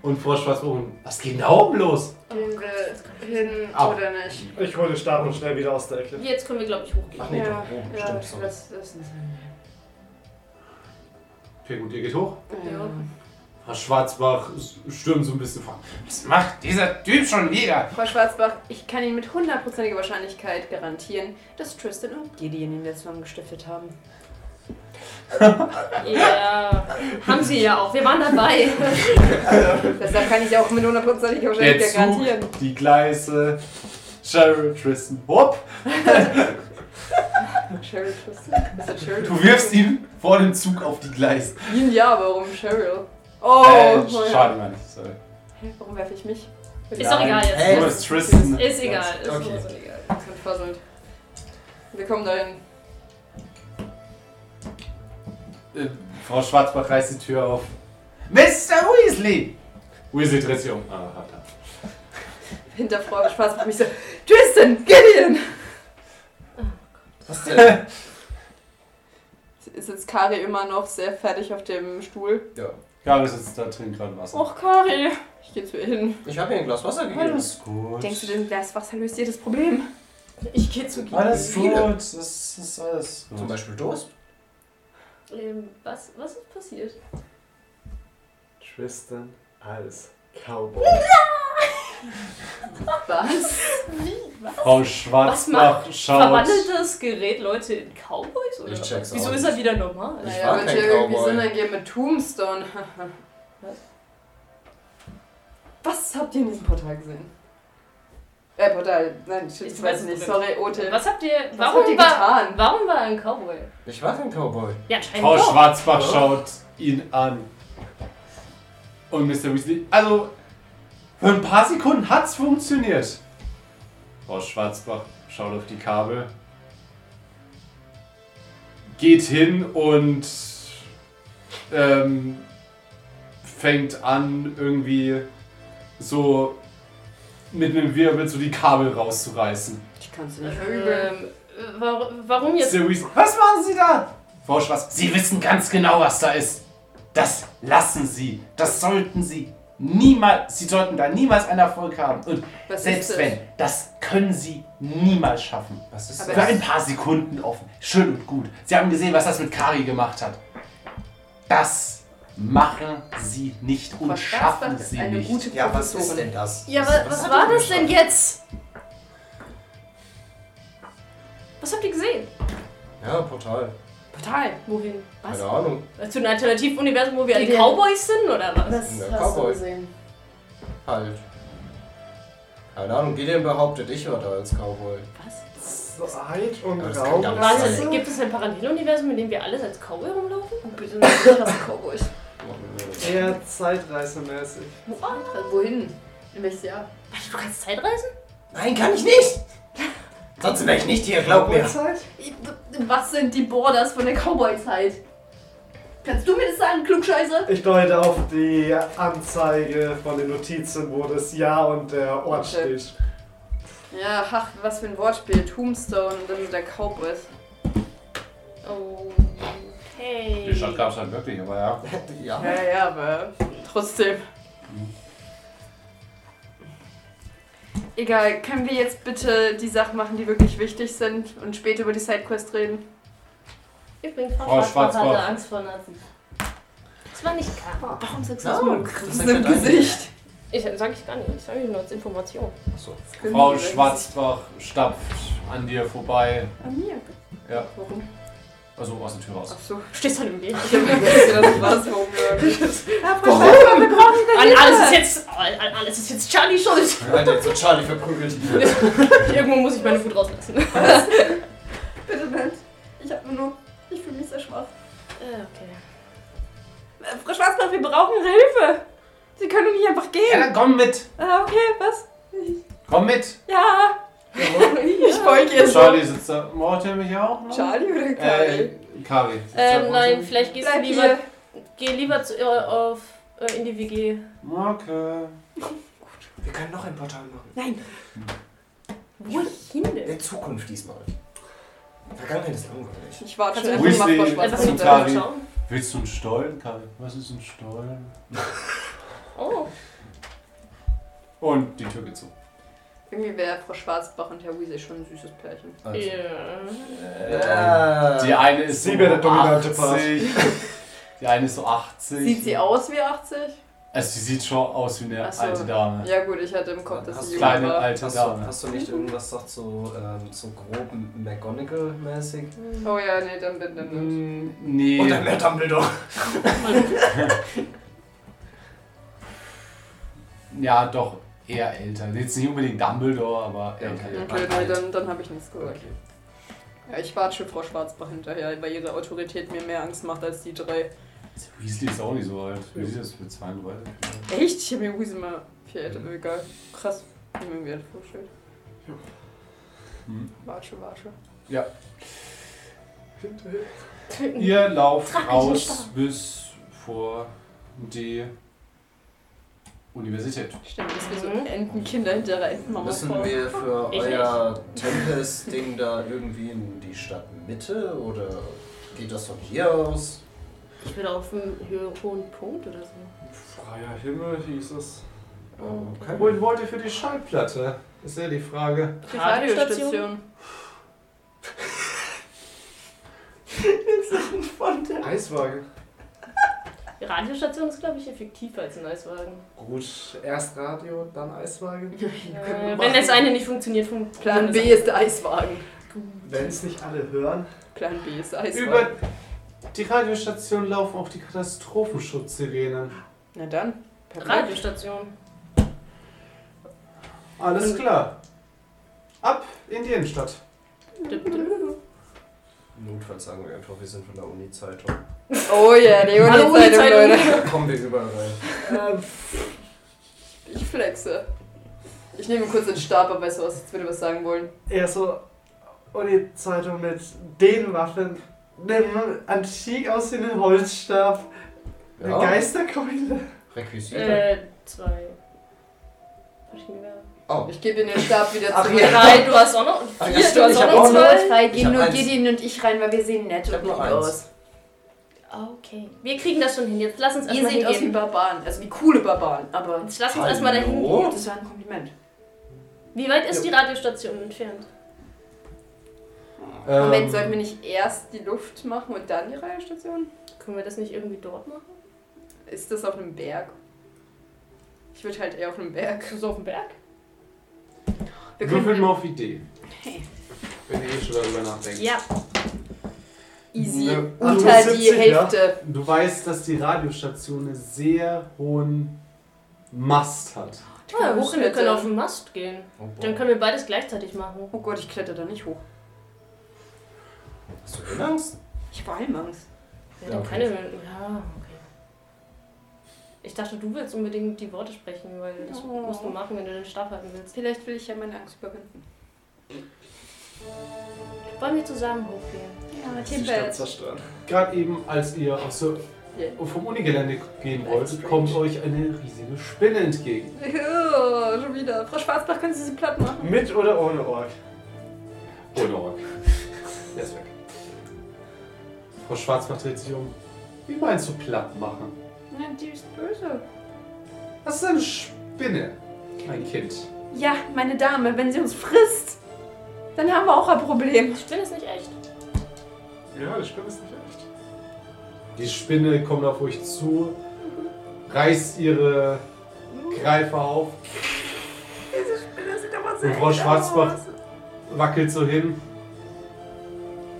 Speaker 1: Und vor Schwarzbogen, was geht denn da oben los?
Speaker 4: Gehen wir hin
Speaker 1: Au.
Speaker 4: oder nicht?
Speaker 3: Ich hole den Stab und schnell wieder aus der Ecke.
Speaker 2: Jetzt können wir, glaube ich, hochgehen.
Speaker 6: Ach nee,
Speaker 4: ja,
Speaker 6: doch oben,
Speaker 4: ja,
Speaker 6: stimmt. sorry.
Speaker 4: das, das ist
Speaker 1: Okay, gut, ihr geht hoch.
Speaker 4: ja.
Speaker 1: Herr Schwarzbach stürmt so ein bisschen vor. Was macht dieser Typ schon wieder?
Speaker 4: Frau Schwarzbach, ich kann Ihnen mit hundertprozentiger Wahrscheinlichkeit garantieren, dass Tristan und Gideon ihn jetzt zusammengestiftet haben.
Speaker 2: Ja, haben sie ja auch. Wir waren dabei.
Speaker 4: Deshalb kann ich auch mit hundertprozentiger
Speaker 1: Der
Speaker 4: Wahrscheinlichkeit
Speaker 1: Zug,
Speaker 4: garantieren.
Speaker 1: die Gleise, Cheryl, Tristan, hopp.
Speaker 4: Cheryl Tristan? Ist das Cheryl?
Speaker 1: Du wirfst ihn vor dem Zug auf die Gleise.
Speaker 4: ihn? Ja, warum Cheryl? Oh,
Speaker 1: äh,
Speaker 4: oh ja.
Speaker 1: schade, Mann. Sorry. Äh,
Speaker 4: Hä, Warum werfe ich mich?
Speaker 2: Ist doch egal jetzt.
Speaker 6: Hey,
Speaker 1: Du bist Tristan.
Speaker 2: Ist egal. Ist
Speaker 6: Okay.
Speaker 2: so egal.
Speaker 4: Ich bin versummelt. Wir kommen dahin.
Speaker 1: Äh, Frau Schwarzbach reißt die Tür auf. Mr. Weasley! Weasley dreht sich um. Ah, hat er.
Speaker 4: Hinterfrage Spaß macht mich so. Tristan, Gideon!
Speaker 6: Was denn?
Speaker 4: Ist jetzt Kari immer noch sehr fertig auf dem Stuhl?
Speaker 6: ja.
Speaker 1: Gary sitzt da, trinkt gerade Wasser.
Speaker 4: Och, Kari! Ich geh zu ihr hin.
Speaker 6: Ich habe ihr ein Glas Wasser gegeben.
Speaker 1: Alles gut.
Speaker 4: Denkst du, dem Glas Wasser löst jedes Problem?
Speaker 2: Ich gehe zu Gideon.
Speaker 1: Alles
Speaker 6: Viele.
Speaker 1: gut. Das ist alles gut.
Speaker 6: Zum Beispiel Durst.
Speaker 2: Ähm, was, was ist passiert?
Speaker 3: Tristan als Cowboy.
Speaker 4: Was?
Speaker 1: Frau Schwarzbach
Speaker 2: macht
Speaker 1: schaut.
Speaker 2: Verwandeltes Gerät Leute in Cowboys? Oder?
Speaker 6: Ich check's
Speaker 2: Wieso
Speaker 6: auch
Speaker 2: ist er wieder normal?
Speaker 4: Naja,
Speaker 6: war
Speaker 4: wird
Speaker 6: kein
Speaker 4: ja irgendwie
Speaker 6: Cowboy.
Speaker 4: Sinn ergeben mit Tombstone.
Speaker 2: Was?
Speaker 4: Was habt ihr in diesem Portal gesehen? Äh, Portal, nein, ich,
Speaker 2: Ich weiß
Speaker 4: weiß
Speaker 2: es
Speaker 4: nicht,
Speaker 2: nicht.
Speaker 4: sorry, Ote.
Speaker 2: Was habt ihr.
Speaker 4: Was
Speaker 2: Warum,
Speaker 4: habt ihr
Speaker 2: war,
Speaker 4: getan?
Speaker 2: warum war er ein Cowboy?
Speaker 6: Ich war kein Cowboy.
Speaker 2: Ja, anscheinend
Speaker 1: Frau
Speaker 2: doch.
Speaker 1: Schwarzbach schaut ihn an. Und Mr. Weasley. Also, für ein paar Sekunden hat's funktioniert. Frau Schwarzbach schaut auf die Kabel. Geht hin und ähm, fängt an, irgendwie so mit einem Wirbel so die Kabel rauszureißen.
Speaker 4: Ich kann's
Speaker 2: Ähm, äh, wa- warum jetzt?
Speaker 1: Mr. Weasley, was machen Sie da? Frau Schwarz, Sie wissen ganz genau, was da ist. Das lassen Sie. Das sollten Sie niemals. Sie sollten da niemals einen Erfolg haben. Und
Speaker 4: Was
Speaker 1: selbst
Speaker 4: ist das?
Speaker 1: wenn, das können Sie niemals schaffen.
Speaker 6: Was ist
Speaker 4: Aber
Speaker 1: Für
Speaker 6: das?
Speaker 1: ein paar Sekunden offen. Schön und gut. Sie haben gesehen, was das mit Kari gemacht hat. Das machen Sie nicht und schaffen
Speaker 4: ist
Speaker 1: Sie
Speaker 4: eine
Speaker 1: nicht.
Speaker 4: gute
Speaker 6: Ja, was ist
Speaker 4: Professorin.
Speaker 6: denn das?
Speaker 2: Ja, wa was war das denn jetzt? Was habt ihr gesehen?
Speaker 6: Ja, Portal.
Speaker 4: Portal.
Speaker 2: Wohin? Was?
Speaker 6: Keine Ahnung.
Speaker 2: Zu einem Alternativuniversum, wo wir alle
Speaker 4: Die-
Speaker 2: Cowboys sind oder was?
Speaker 4: Was
Speaker 6: Ja,
Speaker 4: hast du
Speaker 6: Cowboy.
Speaker 4: gesehen?
Speaker 6: Halt. Keine Ahnung, Gideon behauptet, ich war da als Cowboy.
Speaker 3: Zeit und
Speaker 6: Aber das kann
Speaker 3: Raum.
Speaker 6: gar nicht sein.
Speaker 2: Warte, gibt es ein Paralleluniversum, in dem wir alles als Cowboy rumlaufen?
Speaker 4: Oh, bitte nicht, ich hasse Cowboys.
Speaker 3: Eher zeitreisemäßig.
Speaker 4: Äh, Wohin? In welches Jahr?
Speaker 2: Warte, du kannst Zeitreisen?
Speaker 6: Nein, kann ich nicht! Sonst wäre ich nicht hier, glaub mir.
Speaker 3: Uhrzeit?
Speaker 4: Was sind die Borders von der Cowboy-Zeit? Kannst du mir das sagen, Klugscheiße?
Speaker 3: Ich deute auf die Anzeige von den Notizen, wo das Jahr und der Ort
Speaker 4: Okay.
Speaker 3: steht.
Speaker 4: Ja, ach, was für ein Wortspiel. Tombstone, das ist der Cowboy.
Speaker 2: Oh, hey.
Speaker 1: gab es halt wirklich, aber ja.
Speaker 6: Ja.
Speaker 4: Ja, ja, aber trotzdem. Egal, können wir jetzt bitte die Sachen machen, die wirklich wichtig sind und später über die Sidequest reden?
Speaker 2: Übrigens,
Speaker 1: Frau
Speaker 2: Frau Schwarzbach hatte
Speaker 1: Schwarzbach.
Speaker 2: Angst vor Nazis. Das war nicht klar.
Speaker 4: Warum sagst
Speaker 6: du das mit einem
Speaker 4: das
Speaker 6: Grinsen im
Speaker 4: im Gesicht?
Speaker 2: Ich sag ich gar nicht, ich sage nur als Information.
Speaker 1: Frau Schwarzbach stapft an dir vorbei.
Speaker 4: An mir.
Speaker 1: Ja,
Speaker 4: Warum?
Speaker 1: also aus der Tür raus.
Speaker 4: Ach so.
Speaker 2: Stehst halt im Weg.
Speaker 4: Ich hab mir gedacht, das war's. Warum?
Speaker 2: An alles ist jetzt, an an alles ist jetzt Charlie schuld.
Speaker 6: Nein, jetzt wird Charlie verprügelt.
Speaker 2: Irgendwo muss ich meine Wut rauslassen. Äh,
Speaker 4: Bitte nicht. Ich hab nur nur. Ich fühle mich sehr schwach.
Speaker 2: okay.
Speaker 4: Äh, Frau Schwarzbach, wir brauchen Ihre Hilfe. Sie können doch nicht einfach
Speaker 1: Ja,
Speaker 4: gehen.
Speaker 1: dann komm mit!
Speaker 4: Ah, okay, was?
Speaker 1: Komm mit!
Speaker 4: Ja. Ich folge ihr so.
Speaker 1: Charlie sitzt da. Mord er mich auch noch?
Speaker 4: Charlie Äh, oder Kari?
Speaker 1: Äh, Kari. Sitzt da
Speaker 2: Ähm,
Speaker 1: Mord
Speaker 2: nein,
Speaker 1: er
Speaker 2: vielleicht gehst du
Speaker 4: Bleib
Speaker 2: lieber,
Speaker 4: hier.
Speaker 2: geh lieber zu, äh, auf, äh, in die WG.
Speaker 1: mich? Okay.
Speaker 6: Wir können noch ein Portal machen.
Speaker 4: Nein.
Speaker 2: Wohin denn?
Speaker 6: In Zukunft diesmal. Vergangenheit ist langweilig.
Speaker 4: Ich warte
Speaker 2: Kannst
Speaker 4: einfach
Speaker 2: du
Speaker 4: mal
Speaker 1: Weasley
Speaker 4: Frau
Speaker 2: Einfach
Speaker 1: Zum
Speaker 2: in die
Speaker 4: Schwarzbach. hinterher.
Speaker 1: Kari.
Speaker 2: Tür schauen.
Speaker 1: Willst du einen Stollen, Kari? Was ist ein Stollen?
Speaker 2: Oh.
Speaker 1: Und die Tür geht zu.
Speaker 4: Irgendwie wäre Frau Schwarzbach und Herr Weasley schon ein süßes Pärchen.
Speaker 6: Also.
Speaker 2: Ja.
Speaker 12: Äh,
Speaker 1: Die eine ist
Speaker 3: Sie
Speaker 1: so
Speaker 3: wäre der dominante
Speaker 1: 80. Die eine ist so 80.
Speaker 4: Sieht sie aus wie 80?
Speaker 1: Also sie sieht schon aus wie eine
Speaker 4: Ach so.
Speaker 1: alte Dame.
Speaker 4: Ja gut, ich hatte im Kopf, dass
Speaker 6: Hast
Speaker 4: sie
Speaker 6: du
Speaker 4: jung
Speaker 1: Kleine
Speaker 4: war.
Speaker 1: alte
Speaker 6: Hast du,
Speaker 1: Dame.
Speaker 6: hast du nicht irgendwas sagt so, ähm, so grob McGonagall-mäßig?
Speaker 4: Oh ja, nee, dann bin dann nicht.
Speaker 1: Mm, Nee.
Speaker 6: Und dann mehr Dumbledore.
Speaker 1: Ja, doch eher älter. Jetzt nicht unbedingt Dumbledore, aber
Speaker 6: Ja,
Speaker 1: älter.
Speaker 6: okay.
Speaker 4: Okay, nee, dann, dann habe ich nichts gesagt. Ja, ich warte schon Frau Schwarzbach hinterher, weil ihre Autorität mir mehr Angst macht als die drei.
Speaker 1: Weasley ist auch nicht so alt. Weasley ist mit 32.
Speaker 4: Echt? Ich habe mir Weasley mal viel älter, egal. Krass. Ich hab mir irgendwie das vorgestellt.
Speaker 1: Hm.
Speaker 4: Warte, warte.
Speaker 1: Ihr lauft raus bis vor die Universität.
Speaker 4: Stimmt, das ist so Entenkinder hinter der Entenmama
Speaker 12: Müssen
Speaker 4: vor.
Speaker 12: wir für
Speaker 2: Ich
Speaker 12: euer Tempest-Ding da irgendwie in die Stadtmitte oder geht das von hier aus?
Speaker 2: Ich bin auf einem hö- hohen Punkt oder so.
Speaker 34: Freier Himmel hieß es. Ähm,
Speaker 1: Ähm,
Speaker 12: Okay.
Speaker 1: Wohin wollt ihr für die Schallplatte? Ist ja die Frage.
Speaker 4: Die Radiostation.
Speaker 34: Eiswagen.
Speaker 2: Die Radiostation ist, glaube ich, effektiver als ein Eiswagen.
Speaker 34: Gut, erst Radio, dann Eiswagen.
Speaker 2: Äh, wenn das eine nicht funktioniert, funktioniert
Speaker 4: Plan
Speaker 2: das
Speaker 4: B
Speaker 2: andere.
Speaker 4: ist der Eiswagen.
Speaker 34: Wenn es nicht alle hören.
Speaker 4: Plan B ist der Eiswagen.
Speaker 1: Über die Radiostation laufen auch die Katastrophenschutzsirenen.
Speaker 4: Na dann. Perfekt.
Speaker 2: Radiostation.
Speaker 1: Alles klar. Ab in die Innenstadt.
Speaker 2: Dip, dip.
Speaker 12: Notfalls sagen wir einfach, wir sind von der Uni-Zeitung.
Speaker 4: Oh ja, yeah, die
Speaker 2: Hallo,
Speaker 4: Uni-Zeitung,
Speaker 2: Uni-Zeitung.
Speaker 4: Leute.
Speaker 12: Da kommen wir überall rein.
Speaker 1: Ähm,
Speaker 4: Ich flexe. Ich nehme kurz den Stab, aber weißt du was, jetzt würde ich was sagen wollen.
Speaker 3: Er so, Uni-Zeitung mit den Waffen, einem antik aussehenden Holzstab, eine
Speaker 12: Ja.
Speaker 3: Geisterkeule.
Speaker 12: Requisite.
Speaker 2: Äh, zwei. Verschiedene Werbe.
Speaker 4: Ich gebe dir den Stab wieder zurück.
Speaker 2: Drei, du hast auch noch.
Speaker 12: Ach, ja,
Speaker 2: Vier,
Speaker 12: stimmt,
Speaker 2: du hast
Speaker 12: ich
Speaker 2: auch
Speaker 12: hab
Speaker 2: noch
Speaker 12: auch noch-
Speaker 2: zwei.
Speaker 12: Ich hab
Speaker 10: Reingehen, nur
Speaker 12: eins.
Speaker 10: Gideon und ich rein, weil wir sehen nett
Speaker 12: Ich hab
Speaker 10: und lieb
Speaker 12: nur eins.
Speaker 10: aus.
Speaker 2: Ah, Okay. Wir kriegen das schon hin. Jetzt lass uns
Speaker 4: Ihr
Speaker 2: erstmal
Speaker 4: seht aus wie
Speaker 2: hingehen.
Speaker 4: Barbaren, also wie coole Barbaren, aber
Speaker 2: Jetzt lass uns erstmal dahin gehen.
Speaker 12: Hallo?
Speaker 4: das war ein Kompliment.
Speaker 2: Wie weit ist die Radiostation entfernt?
Speaker 12: Ähm,
Speaker 4: Moment, sollten wir nicht erst die Luft machen und dann die Radiostation?
Speaker 2: Können wir das nicht irgendwie dort machen?
Speaker 4: Ist das auf einem Berg? Ich würde halt eher auf einem Berg.
Speaker 2: So auf dem Berg?
Speaker 4: Wir
Speaker 1: Würfeln mal
Speaker 4: können
Speaker 1: auf Ideen. Wenn ihr eh schon darüber nachdenkt.
Speaker 2: Ja.
Speaker 4: easy
Speaker 1: Ne.
Speaker 4: unter die
Speaker 34: 78,
Speaker 4: Hälfte.
Speaker 1: Du weißt, dass die Radiostation einen sehr hohen Mast hat.
Speaker 2: Ah, wir können- wir können
Speaker 4: Hochklettern.
Speaker 2: auf den Mast gehen.
Speaker 12: Oh, boah.
Speaker 2: Dann können wir beides gleichzeitig machen.
Speaker 4: Oh Gott, ich kletter da nicht hoch.
Speaker 12: Hast du denn Angst?
Speaker 4: Ich war Angst.
Speaker 2: Ja, dann
Speaker 12: okay.
Speaker 2: keine. Ja, okay. Ich dachte, du willst unbedingt die Worte sprechen, weil das
Speaker 4: Oh.
Speaker 2: musst du machen, wenn du den Stab halten willst.
Speaker 4: Vielleicht will ich ja meine Angst überwinden.
Speaker 2: Wollen wir zusammen hochgehen?
Speaker 4: Ja,
Speaker 34: Die Stadt zerstören.
Speaker 1: Gerade eben, als ihr aus der,
Speaker 4: Ja.
Speaker 1: vom Unigelände gehen
Speaker 4: That's
Speaker 1: wolltet,
Speaker 4: strange.
Speaker 1: kommt euch eine riesige Spinne entgegen.
Speaker 4: Oh, schon wieder. Frau Schwarzbach, können Sie sie platt machen?
Speaker 34: Mit oder ohne Ork?
Speaker 12: Oh,
Speaker 1: Ohne Ork. Der ist weg. Frau Schwarzbach dreht sich um. Wie meinst du platt machen?
Speaker 4: Ja, die ist böse.
Speaker 1: Das ist eine Spinne, mein Kind.
Speaker 4: Ja, meine Dame, wenn sie uns frisst, dann haben wir auch ein Problem.
Speaker 2: Ich bin es nicht echt.
Speaker 34: Ja, das stimmt ist nicht echt.
Speaker 1: Die Spinne kommt auf euch zu, reißt ihre Greifer auf. Und Frau Schwarzbach wackelt so hin,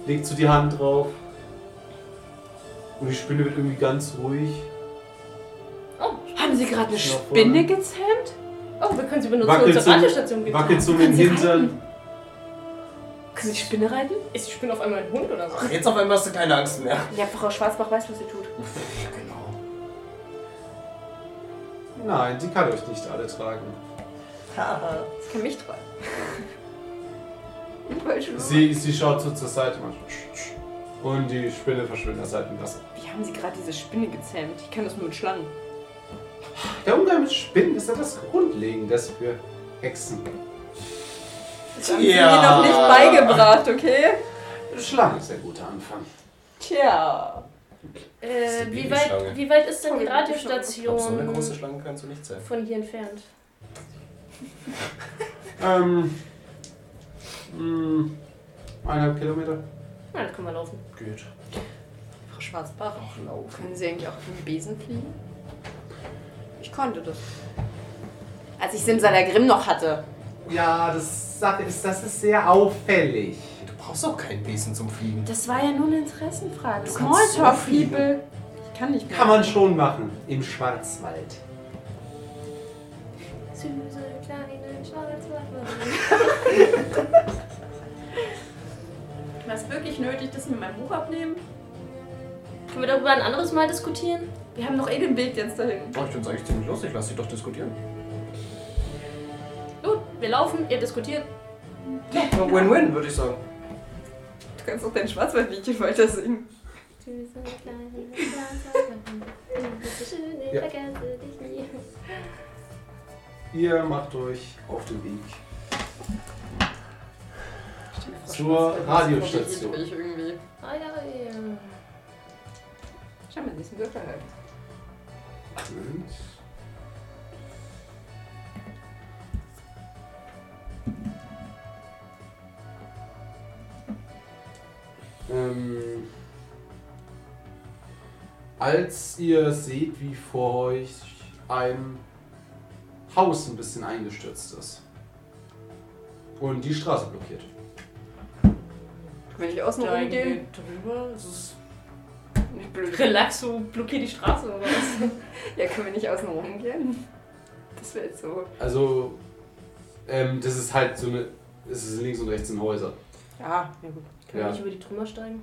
Speaker 1: legt so die Hand drauf. Und die Spinne wird irgendwie ganz ruhig.
Speaker 2: Oh,
Speaker 4: Haben Sie gerade eine
Speaker 1: Nach vorne.
Speaker 4: Spinne gezähmt?
Speaker 2: oh wir können sie benutzen, um
Speaker 1: Wackelt
Speaker 2: zur
Speaker 1: so-
Speaker 2: Radiostation gehen.
Speaker 1: Wackelt so mit dem Hintern.
Speaker 4: Können Sie die Spinne reiten?
Speaker 2: Ist die Spinne auf einmal ein Hund oder was?
Speaker 12: Ach, jetzt auf einmal hast du keine Angst mehr.
Speaker 4: Ja, Frau Schwarzbach weiß, was sie tut.
Speaker 12: Ja, genau.
Speaker 1: Nein, die kann euch nicht alle tragen.
Speaker 4: Das kann mich tragen. Ich wollte schon mal-
Speaker 1: Sie, sie schaut so zur Seite macht und die Spinne verschwindet aus dem Wasser.
Speaker 4: Wie haben Sie gerade diese Spinne gezähmt? Ich kann das nur mit Schlangen.
Speaker 1: Der Umgang mit Spinnen ist ja das Grundlegendes für Hexen.
Speaker 4: Das haben Sie mir noch nicht beigebracht, okay?
Speaker 1: Schlange ist ein guter Anfang.
Speaker 4: Tja.
Speaker 12: ist
Speaker 2: Äh,
Speaker 12: die
Speaker 2: wie,
Speaker 12: Babyschlange.
Speaker 2: weit, wie weit ist denn die
Speaker 4: Oh, die Babyschlange.
Speaker 12: Ich glaube, so eine
Speaker 2: Radiostation
Speaker 12: große Schlange kannst du nicht sein.
Speaker 2: von hier entfernt?
Speaker 1: Ähm. Mh, eineinhalb Kilometer.
Speaker 2: Na, das kann man laufen.
Speaker 12: Gut.
Speaker 4: Frau Schwarzbach,
Speaker 12: Auch laufen.
Speaker 4: können Sie eigentlich auch auf dem Besen fliegen? Ich konnte das. Als ich Simsalagrim noch hatte.
Speaker 1: Ja, das, ist, das ist sehr auffällig.
Speaker 12: Du brauchst auch keinen Besen zum Fliegen.
Speaker 4: Das war ja nur eine Interessenfrage.
Speaker 12: Du kannst so
Speaker 4: Smalltalk,
Speaker 12: fliegen.
Speaker 4: People. Ich kann nicht mehr.
Speaker 1: Kann man schon machen. Im Schwarzwald.
Speaker 2: Süße kleine Schwarzwaffe.
Speaker 4: War es wirklich nötig, dass Sie mir mein Buch abnehmen?
Speaker 2: Können wir darüber ein anderes Mal diskutieren?
Speaker 4: Wir haben doch eh den Bild jetzt dahin.
Speaker 12: Oh, ich finde es eigentlich ziemlich lustig. Lass dich doch diskutieren.
Speaker 2: Gut, wir laufen, ihr diskutiert.
Speaker 12: Win-win, würde ich sagen.
Speaker 4: Du kannst doch dein Schwarzwaldliedchen weiter singen.
Speaker 2: Füße, kleine Blase, bist du schön, ich
Speaker 1: Ja.
Speaker 2: vergesse dich nie.
Speaker 1: Ihr macht euch auf den Weg zur Radiostation.
Speaker 4: Ich irgendwie.
Speaker 2: Oi, oi.
Speaker 4: Schau mal, sie ist ein Würfel halt.
Speaker 1: Und ähm, als ihr seht, wie vor euch ein Haus ein bisschen eingestürzt ist und die Straße blockiert.
Speaker 4: Wenn ich aussteigen gehe.
Speaker 10: drüber. Das ist
Speaker 4: Nicht blöd.
Speaker 2: Relaxo, blockier die Straße oder was?
Speaker 4: Ja, können wir nicht außen rumgehen? Das wäre jetzt so.
Speaker 1: Also, ähm, das ist halt so eine. Es ist links und rechts sind Häuser.
Speaker 4: Ja, ja gut.
Speaker 2: Können wir
Speaker 1: Ja.
Speaker 2: nicht über die Trümmer steigen?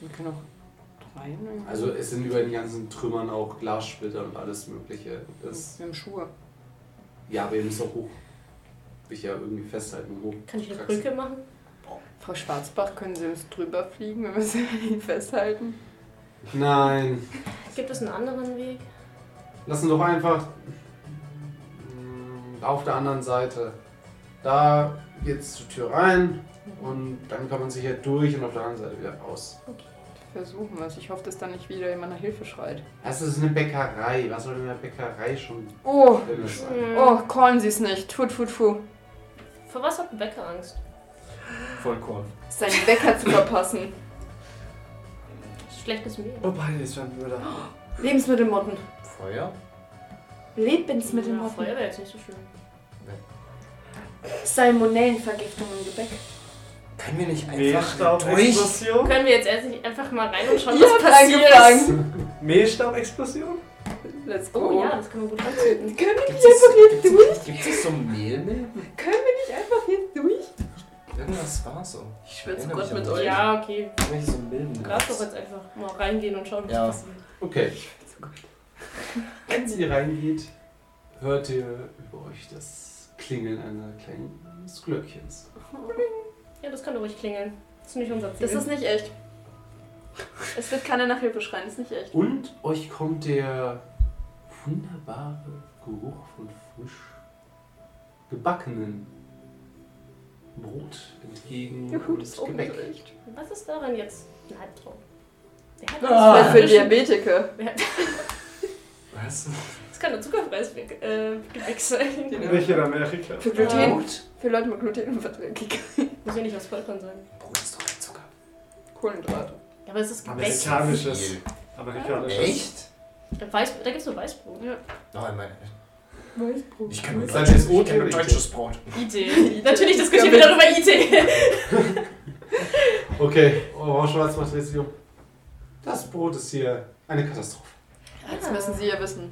Speaker 4: Wir können auch rein. irgendwie.
Speaker 1: Also es sind über den ganzen Trümmern auch Glassplitter und alles mögliche. Das,
Speaker 4: wir haben Schuhe.
Speaker 1: ja, aber ihr müsst auch hoch. Ich ja irgendwie festhalten und hoch.
Speaker 2: Kann ich eine Brücke machen?
Speaker 4: Frau Schwarzbach, können Sie uns drüber fliegen, wenn wir sie hier festhalten?
Speaker 1: Nein.
Speaker 2: Gibt es einen anderen Weg?
Speaker 1: Lassen doch einfach mm, auf der anderen Seite. Da geht's zur Tür rein und dann kann man sich hier durch und auf der anderen Seite wieder raus.
Speaker 4: Versuchen wir es. Ich hoffe, dass da nicht wieder jemand nach Hilfe schreit.
Speaker 1: Das ist eine Bäckerei. Was soll in der Bäckerei schon
Speaker 4: Oh,
Speaker 1: drin sein?
Speaker 4: oh, callen Sie es nicht. Tut, tut, tut.
Speaker 2: Vor was hat ein Bäcker Angst?
Speaker 5: Vollkorn.
Speaker 4: Seinen Wecker zu verpassen.
Speaker 2: Schlechtes Mehl.
Speaker 3: Wobei, das ist schon blöder.
Speaker 1: Oh,
Speaker 4: Lebensmittelmotten.
Speaker 5: Feuer?
Speaker 2: Ja,
Speaker 4: Lebensmittelmotten.
Speaker 2: Feuer wäre jetzt nicht so schön.
Speaker 4: Salmonellenvergiftung im Gebäck.
Speaker 12: Können wir nicht einfach durch?
Speaker 3: Mehlstaubexplosion?
Speaker 2: Können wir jetzt erst nicht einfach mal rein und schauen,
Speaker 4: Ihr
Speaker 2: was
Speaker 4: habt
Speaker 2: passiert?
Speaker 4: angefangen.
Speaker 3: Mehlstaubexplosion?
Speaker 4: Let's go.
Speaker 2: Oh ja, das kann man gut anzünden.
Speaker 4: Können wir
Speaker 12: Gibt
Speaker 4: nicht einfach hier
Speaker 12: es, gibt's,
Speaker 4: durch?
Speaker 12: gibt's das so Mehlmehl?
Speaker 4: Können wir nicht einfach hier durch?
Speaker 12: Irgendwas war so.
Speaker 4: Ich schwör zu
Speaker 12: Erinnere
Speaker 4: Gott
Speaker 12: mich
Speaker 4: mit
Speaker 12: an
Speaker 4: euch.
Speaker 2: Ja, okay.
Speaker 12: Nicht so Milben.
Speaker 2: Lass doch jetzt einfach mal reingehen und schauen, was
Speaker 12: Ja.
Speaker 2: passiert.
Speaker 1: Okay. Wenn sie reingeht, hört ihr über euch das Klingeln einer kleinen- eines Glöckchens.
Speaker 2: Ja, das kann ruhig klingeln. Das ist nicht unser Ziel.
Speaker 4: Das ist nicht echt. Es wird keiner nach Hilfe schreien, das ist nicht echt.
Speaker 1: Und euch kommt der wunderbare Geruch von frisch gebackenen Brot entgegen
Speaker 4: Ja gut, oh
Speaker 1: und
Speaker 4: ist auch nicht
Speaker 1: Gebäck.
Speaker 4: echt.
Speaker 2: was ist daran jetzt ein Albtraum? Wer hat
Speaker 4: Das
Speaker 2: das
Speaker 4: wäre für
Speaker 2: frischen-
Speaker 4: Diabetiker.
Speaker 2: Wer hat-
Speaker 12: Was?
Speaker 2: Das kann ein zuckerfreies Weg- äh, Gebäck sein.
Speaker 3: Genau.
Speaker 34: Welche in Amerika?
Speaker 4: Für Gluten. Für Leute mit Glutenverträglichkeit.
Speaker 2: Muss ja nicht aus Vollkorn sein.
Speaker 12: Brot ist doch kein Zucker.
Speaker 4: Kohlenhydrate.
Speaker 2: Ja, aber es ist Gebäck.
Speaker 34: Amerikanisches. Amerikanisches.
Speaker 12: Echt?
Speaker 2: Weiß, da gibt es nur Weißbrot.
Speaker 12: Nein, nein.
Speaker 4: Weißbrot.
Speaker 12: Ich kenne nur,
Speaker 34: Seid
Speaker 12: deutsches-
Speaker 34: ihr
Speaker 12: ich kenn nur
Speaker 34: OT?
Speaker 12: deutsches Brot.
Speaker 2: IT. Natürlich diskutieren wir darüber IT.
Speaker 1: Okay, Orange Schwarz macht jetzt um. Das Brot ist hier eine Katastrophe.
Speaker 4: Ah, Das müssen Sie ja wissen.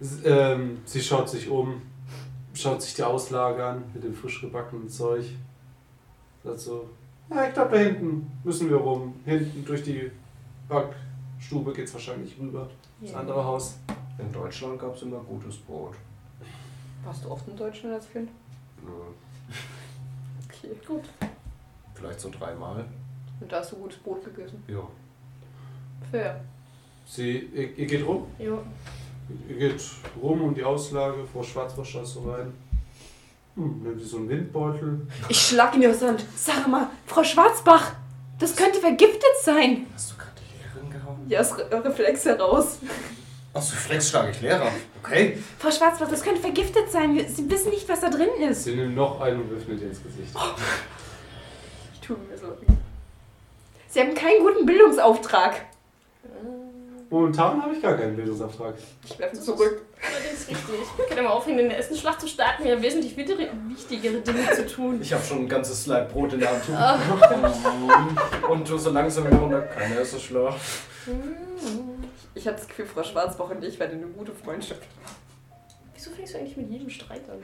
Speaker 1: S- Ähm, sie schaut sich um, schaut sich die Auslage an mit dem frisch gebackenen Zeug. Sagt so, ja, ich glaube da hinten müssen wir rum. Hinten durch die Backstube geht's wahrscheinlich rüber. Das andere Haus.
Speaker 12: In Deutschland gab es immer gutes Brot.
Speaker 4: Warst du oft in Deutschland als Kind?
Speaker 12: Nö,
Speaker 4: Okay, gut.
Speaker 12: Vielleicht so dreimal.
Speaker 4: Und da hast du gutes Brot gegessen.
Speaker 12: Ja.
Speaker 4: Fair.
Speaker 1: Sie, ihr, ihr geht rum.
Speaker 2: Jo.
Speaker 1: Ihr geht rum um die Auslage, Frau Schwarzbach schaut so rein. Hm, nimmt sie so einen Windbeutel.
Speaker 4: Ich schlag ihn aus der Hand. Sag mal, Frau Schwarzbach, das könnte vergiftet sein.
Speaker 12: Hast du gerade die Lehrerin gehauen?
Speaker 4: Ja, aus Re Reflex heraus.
Speaker 12: Achso, Flex schlage ich Lehrer. Okay.
Speaker 4: Frau Schwarzbach, das könnte vergiftet sein. Wir- Sie wissen nicht, was da drin ist.
Speaker 1: Sie nimmt noch einen und wirft mit ihr ins Gesicht.
Speaker 4: Ich tue mir Sorgen. Sie haben keinen guten Bildungsauftrag.
Speaker 1: Momentan habe ich gar keinen Bildungsauftrag.
Speaker 4: Ich werfe ihn zurück.
Speaker 2: Das ist richtig. Ich kann ja mal aufhören, den Essenschlacht zu starten. Wir haben wesentlich wichtigere wichtigere Dinge zu tun.
Speaker 5: Ich habe schon ein ganzes Slide Brot in der Hand.
Speaker 1: Oh.
Speaker 5: und so langsam runter. Keiner ist so schlau.
Speaker 2: Hm.
Speaker 4: Ich habe das Gefühl, Frau Schwarzbach und ich werden eine gute Freundschaft.
Speaker 2: Wieso fängst du eigentlich mit jedem Streit an?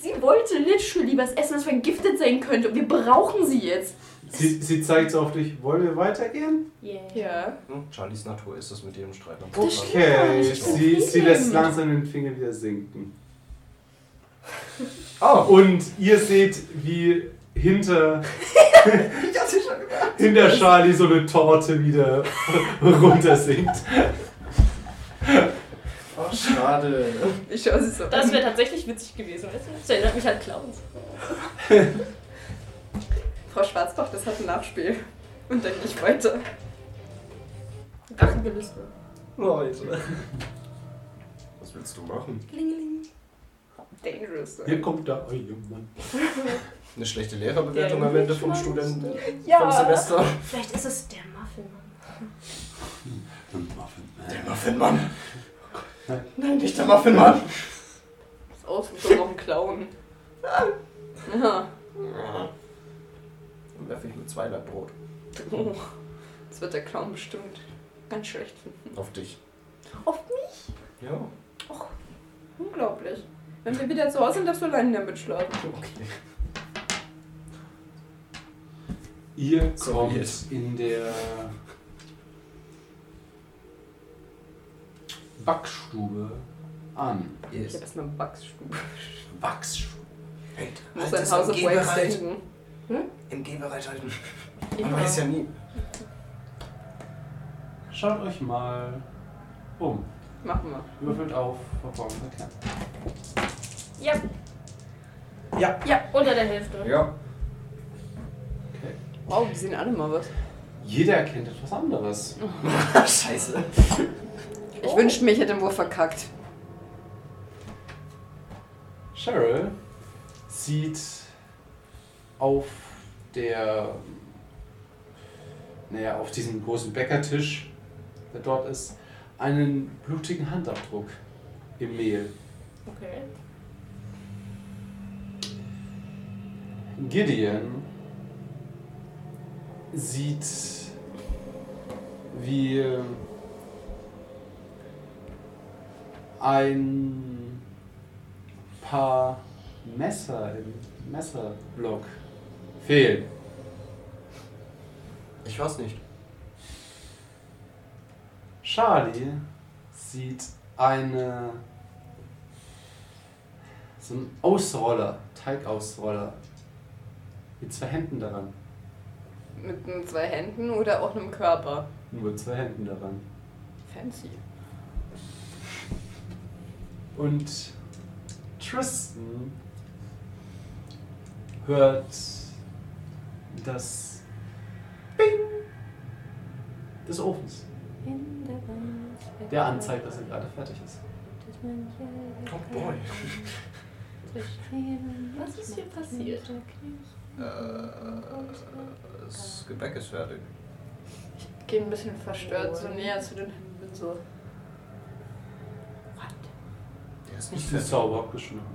Speaker 4: Sie wollte literally was essen, was vergiftet sein könnte. Und wir brauchen sie jetzt.
Speaker 1: Sie, sie zeigt so auf dich, wollen wir weitergehen?
Speaker 2: Yeah.
Speaker 4: Ja.
Speaker 12: Hm, Charlies Natur ist es mit ihrem Streit am
Speaker 1: Okay,
Speaker 12: nicht.
Speaker 1: sie, sie lässt langsam den Finger wieder sinken. Oh. Und ihr seht, wie hinter in der Charlie so eine Torte wieder runtersinkt.
Speaker 6: Oh, schade.
Speaker 4: Ich schaue sie so.
Speaker 2: Das wäre tatsächlich witzig gewesen, weißt du? Das erinnert mich an Clowns.
Speaker 4: Frau Schwarzbach, das hat ein Nachspiel. Und dann gehe ich weiter.
Speaker 2: Drachengelüste.
Speaker 3: Leute.
Speaker 6: Was willst du machen?
Speaker 2: Klingeling.
Speaker 4: Dangerous. ne?
Speaker 1: Hier kommt der Eiermann.
Speaker 6: Eine schlechte Lehrerbewertung am Ende vom Studenten,
Speaker 4: Ja.
Speaker 6: vom Semester.
Speaker 2: Vielleicht ist es der Muffinmann.
Speaker 6: Der Muffinmann. Nein, nicht der Muffinmann.
Speaker 4: Das Ausruf noch ein Clown. Ja.
Speaker 6: Dann werfe ich mir zwei Latt Brot.
Speaker 4: Oh. Das wird der Clown bestimmt ganz schlecht finden.
Speaker 6: Auf dich.
Speaker 4: Auf mich?
Speaker 6: Ja.
Speaker 4: Unglaublich. Wenn wir wieder zu Hause sind, darfst du allein damit schlafen.
Speaker 6: Okay.
Speaker 1: Ihr
Speaker 6: So
Speaker 1: kommt
Speaker 6: weird.
Speaker 1: in der Backstube an.
Speaker 4: Ich hab erstmal einen Wachsstube.
Speaker 1: Wachsstube.
Speaker 6: Hey,
Speaker 4: Ich muss
Speaker 6: halt
Speaker 4: ein
Speaker 6: das im
Speaker 4: House of Wax
Speaker 6: Gehbereich.
Speaker 4: denken.
Speaker 6: Im Gehbereich halten.
Speaker 2: Ja.
Speaker 6: Man weiß ja nie.
Speaker 1: Schaut euch mal um.
Speaker 4: Machen wir.
Speaker 1: Würfelt auf verborgene Kerne.
Speaker 2: Ja.
Speaker 1: Ja.
Speaker 2: Ja, unter der Hälfte.
Speaker 6: Ja.
Speaker 1: Okay.
Speaker 4: Wow, die sehen alle mal was.
Speaker 1: Jeder kennt etwas anderes.
Speaker 6: Scheiße.
Speaker 4: Ich wünschte mir, ich hätte im Wurf verkackt.
Speaker 1: Cheryl sieht auf der, naja, auf diesem großen Bäckertisch, der dort ist, einen blutigen Handabdruck im Mehl.
Speaker 2: Okay.
Speaker 1: Gideon sieht, wie ein paar Messer im Messerblock fehlen.
Speaker 6: Ich weiß nicht.
Speaker 1: Charlie sieht eine so einen Ausroller, Teigausroller mit zwei Händen daran.
Speaker 4: Mit den zwei Händen oder auch einem Körper.
Speaker 1: Nur zwei Händen daran.
Speaker 4: Fancy.
Speaker 1: Und Tristan hört das Bing des Ofens, der anzeigt, dass er gerade fertig ist.
Speaker 6: Oh boy.
Speaker 2: Was ist hier passiert?
Speaker 6: Äh, Das Gebäck ist fertig.
Speaker 4: Ich gehe ein bisschen verstört so näher zu den Händen bin so. What?
Speaker 6: Der ist nicht
Speaker 1: Ist die
Speaker 6: fertig.
Speaker 1: Zauber abgeschnitten.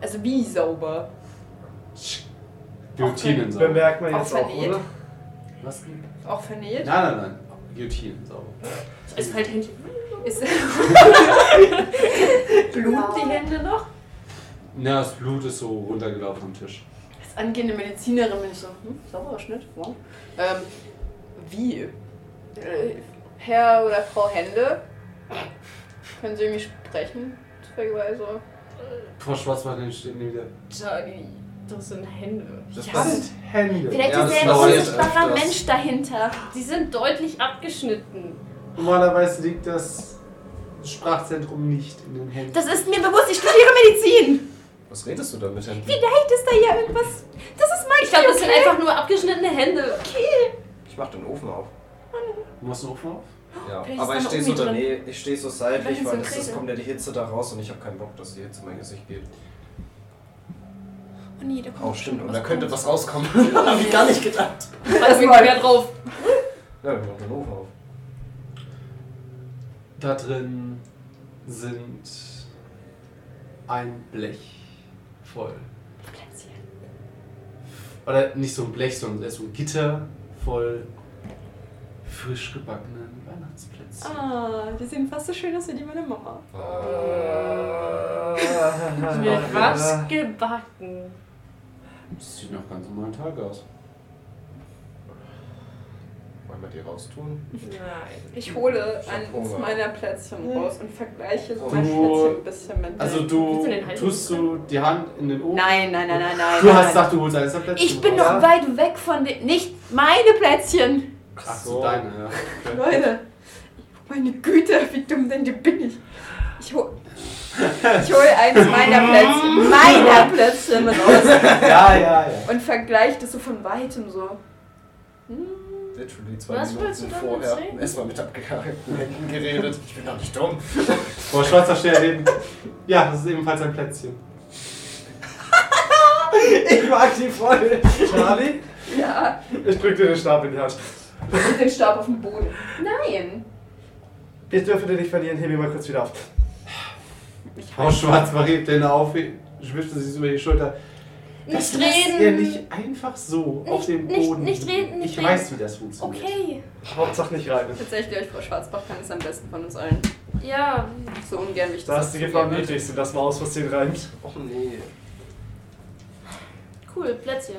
Speaker 4: Also wie sauber?
Speaker 1: Guillotinensauber.
Speaker 3: Bemerkt man jetzt
Speaker 4: Auch
Speaker 3: auch,
Speaker 4: wenn ihr-
Speaker 3: oder?
Speaker 1: Was? Nein,
Speaker 4: Auch vernäht?
Speaker 1: nein, nein. Guillotinensauber.
Speaker 2: Es fällt Händchen.
Speaker 4: Ist Blut die Hände noch?
Speaker 1: Na, das Blut ist so runtergelaufen am Tisch.
Speaker 4: Als angehende Medizinerin bin ich so, hm, sauberer Schnitt, wow. Ähm, wie? Äh, Herr oder Frau Hände? Können Sie irgendwie sprechen? Zufälligerweise?
Speaker 1: Frau Schwarzmann nimmt wieder.
Speaker 2: Charlie, das sind Hände.
Speaker 6: Das
Speaker 2: Ja.
Speaker 6: passt.
Speaker 1: Hände.
Speaker 2: Vielleicht
Speaker 6: Ja,
Speaker 2: ist ja
Speaker 6: das
Speaker 2: ein
Speaker 6: passiert
Speaker 2: unsichtbarer
Speaker 6: öfters.
Speaker 2: Mensch dahinter. Die sind deutlich abgeschnitten.
Speaker 1: Normalerweise liegt das Sprachzentrum nicht in den Händen.
Speaker 2: Das ist mir bewusst, ich studiere Medizin.
Speaker 6: Was redest du da mit Händen?
Speaker 2: Vielleicht ist da ja irgendwas. Das ist mein Ich glaube, das sind einfach nur abgeschnittene Hände. Okay.
Speaker 6: Ich mach den Ofen auf.
Speaker 1: Du machst einen Ofen auf?
Speaker 6: Ja,
Speaker 2: Vielleicht ist
Speaker 6: aber
Speaker 2: da
Speaker 6: ich
Speaker 2: noch
Speaker 6: stehe so
Speaker 2: Omi drin.
Speaker 6: daneben, ich stehe so
Speaker 2: Vielleicht
Speaker 6: seitlich,
Speaker 2: ist
Speaker 6: weil
Speaker 2: so
Speaker 6: es
Speaker 2: Käse.
Speaker 6: ist- kommt ja die Hitze da raus und ich habe keinen Bock, dass die Hitze in mein Gesicht geht.
Speaker 4: Oh nee, da
Speaker 6: Oh, stimmt, und da könnte
Speaker 4: raus.
Speaker 6: was rauskommen. hab ich gar nicht gedacht.
Speaker 2: Was liegt mehr drauf?
Speaker 6: Ja, ich mach den Ofen auf.
Speaker 1: Da drin sind ein Blech voll. Oder nicht so ein Blech, sondern erst so ein Gitter voll frisch gebackenen Weihnachtsplätzchen.
Speaker 4: Ah, die sehen fast so schön aus wie die meiner Mama.
Speaker 3: Äh,
Speaker 1: Äh,
Speaker 2: Mit was gebacken?
Speaker 4: Ah.
Speaker 1: Das sieht nach ganz normalen Tag aus.
Speaker 35: Wollen wir die raustun?
Speaker 2: Nein.
Speaker 4: Ich hole eins
Speaker 35: Hunger.
Speaker 4: meiner Plätzchen raus und vergleiche
Speaker 35: Du-
Speaker 4: mein Plätzchen ein bisschen mit
Speaker 1: Also
Speaker 4: dem-
Speaker 2: Willst
Speaker 1: du
Speaker 2: du den Hals
Speaker 1: tust du die Hand in den Ofen.
Speaker 4: Nein, nein, nein, nein, nein.
Speaker 1: Du
Speaker 4: nein.
Speaker 1: hast gesagt, du holst eines der Plätzchen.
Speaker 4: Ich bin
Speaker 1: raus.
Speaker 4: doch weit weg von den. Nicht meine Plätzchen!
Speaker 1: Ach so, deine, ja. Okay.
Speaker 4: Leute! Meine Güte, wie dumm denn die bin ich? Ich hol. Ich hol eines meiner Plätzchen, meiner Plätzchen raus
Speaker 36: Ja, ja, ja.
Speaker 4: und vergleiche das so von weitem so.
Speaker 6: Literally zwei
Speaker 2: Was wolltest du
Speaker 6: Minuten
Speaker 2: damit
Speaker 6: vorher
Speaker 2: sagen?
Speaker 6: erstmal mit abgehackten Händen geredet. Ich bin doch nicht dumm.
Speaker 1: Boah, schwarzer Stern eben. Ja, das ist ebenfalls ein Plätzchen.
Speaker 36: Ich mag die voll.
Speaker 3: Charlie,
Speaker 4: Ja,
Speaker 3: ich drück dir den Stab in die Hand.
Speaker 4: mit dem Stab auf den Boden. Nein!
Speaker 3: Ich dürfe den nicht verlieren, heb ihn mal kurz wieder auf.
Speaker 1: Frau Schwarz hebt den auf, schwifft sich über die Schulter.
Speaker 2: Nicht
Speaker 1: Lasst ihr
Speaker 2: reden!
Speaker 1: nicht einfach so auf dem
Speaker 2: nicht-
Speaker 1: Boden.
Speaker 2: nicht reden, nicht
Speaker 1: ich
Speaker 2: reden.
Speaker 1: weiß, wie das funktioniert.
Speaker 2: Okay.
Speaker 3: Hauptsache nicht rein.
Speaker 4: Tatsächlich, euch Frau Schwarzbach kann es am besten von uns allen.
Speaker 2: Ja,
Speaker 4: So ungern wie ich
Speaker 3: Da
Speaker 4: das
Speaker 3: ist die
Speaker 4: zugeben
Speaker 3: Gefahr
Speaker 4: würde.
Speaker 3: niedrigst und das mal aus Versehen reimt.
Speaker 6: Och nee.
Speaker 2: cool, Plätzchen.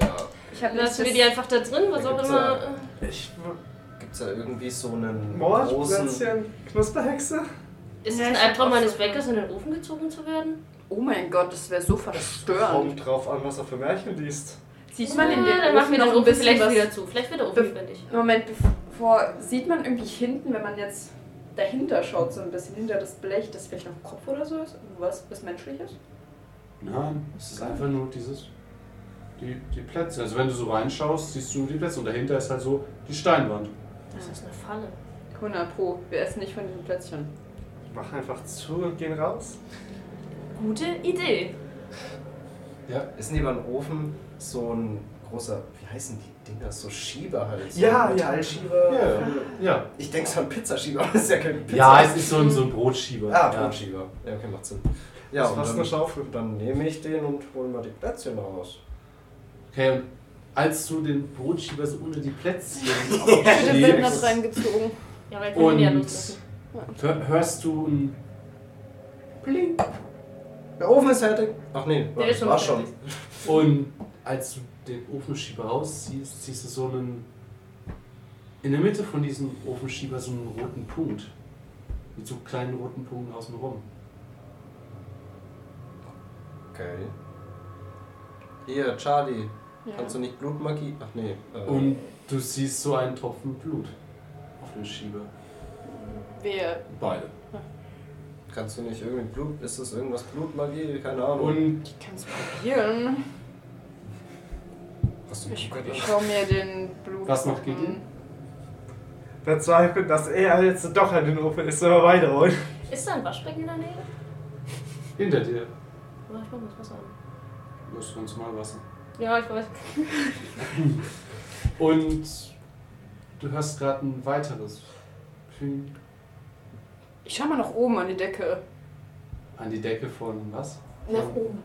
Speaker 6: Ja.
Speaker 4: Ich habe
Speaker 2: Lassen wir die einfach da drin, was auch
Speaker 6: Gibt's da-
Speaker 2: immer.
Speaker 3: Ich.
Speaker 6: Gibt's da irgendwie so einen großen.
Speaker 3: Mordplätzchen? Knusperhexe?
Speaker 2: Ist es
Speaker 4: Ja,
Speaker 2: ein
Speaker 4: ich hab
Speaker 2: Albtraum
Speaker 4: auch
Speaker 2: meines
Speaker 4: so-
Speaker 2: Bäckers, in den Ofen gezogen zu werden?
Speaker 4: Oh mein Gott, das wäre so verstörend.
Speaker 3: Kommt drauf an, was er für Märchen liest.
Speaker 4: Sieht man
Speaker 2: Ja,
Speaker 4: in dem
Speaker 2: Ah, dann machen wir
Speaker 4: Ofen
Speaker 2: den
Speaker 4: noch ein
Speaker 2: Ofen
Speaker 4: bisschen
Speaker 2: vielleicht
Speaker 4: was?
Speaker 2: wieder zu. Vielleicht wird der Ofen
Speaker 4: Bef-
Speaker 2: lebendig.
Speaker 4: Moment, bevor sieht man irgendwie hinten, wenn man jetzt dahinter schaut, so ein bisschen hinter das Blech, dass vielleicht noch ein Kopf oder so ist, was, was menschlich ist?
Speaker 1: Nein, es ist einfach nur dieses. Die, die Plätze. Also wenn du so reinschaust, siehst du die Plätze und dahinter ist halt so die Steinwand.
Speaker 2: Das ist eine Falle.
Speaker 4: 100 pro, wir essen nicht von diesem Plätzchen.
Speaker 3: Mach einfach zu und gehen raus.
Speaker 2: Gute Idee.
Speaker 6: Ist neben dem Ofen so ein großer. Wie heißen die Dinger? So Schieber halt. So
Speaker 3: Ja,
Speaker 6: ein
Speaker 3: ja.
Speaker 6: Metallschieber.
Speaker 2: Ah.
Speaker 1: Ja, ja.
Speaker 6: Ich denke so an Pizzaschieber, aber das ist ja kein Pizza.
Speaker 1: Ja, es ist so ein, so ein Brotschieber.
Speaker 6: Ah,
Speaker 1: ja.
Speaker 6: Brotschieber. Ja, okay, macht Sinn. Ja,
Speaker 3: Das ist
Speaker 6: und
Speaker 3: fast eine
Speaker 6: dann,
Speaker 3: Schaufel.
Speaker 6: dann nehme ich den und hole mal die Plätzchen raus.
Speaker 1: Okay, und als du den Brotschieber so unter die Plätzchen
Speaker 4: Ich bin da
Speaker 1: aufschiebst
Speaker 4: reingezogen.
Speaker 2: Ja, weil können wir die ja
Speaker 1: und
Speaker 2: loslassen.
Speaker 1: hör- hörst du ein Bling.
Speaker 6: Der Ofen ist fertig. Ach nee,
Speaker 2: Der ist schon
Speaker 6: war
Speaker 2: fertig.
Speaker 6: schon.
Speaker 1: Und als du den Ofenschieber rausziehst, siehst du so einen. In der Mitte von diesem Ofenschieber so einen roten Punkt. Mit so kleinen roten Punkten außenrum.
Speaker 6: Okay. Hier, Charlie.
Speaker 4: Ja.
Speaker 6: Kannst
Speaker 1: Also-
Speaker 6: du nicht Blutmagie? Ach nee. Äh,
Speaker 1: Und du siehst so einen Tropfen Blut auf dem Schieber.
Speaker 4: Wir,
Speaker 1: Beide.
Speaker 6: kannst du nicht irgendwie Blut? Ist das irgendwas Blutmagie? Keine Ahnung.
Speaker 1: Und
Speaker 4: ich kann es probieren.
Speaker 6: Hast du
Speaker 4: Ich,
Speaker 6: Blutmagie?
Speaker 4: ich schau mir den Blut.
Speaker 1: Was macht Gideon?
Speaker 3: Verzweifelt, dass er jetzt doch an den Ofen ist, wenn wir weiterholen.
Speaker 2: Ist da ein Waschbecken in der Nähe?
Speaker 1: hinter dir.
Speaker 2: Oder ich mach mal das Wasser an.
Speaker 1: Du hast ganz normal Wasser.
Speaker 2: Ja, ich weiß.
Speaker 1: Und du hörst gerade ein weiteres. Ping
Speaker 4: Ich schau mal nach oben an die Decke.
Speaker 1: An die Decke von was?
Speaker 4: Nach oben.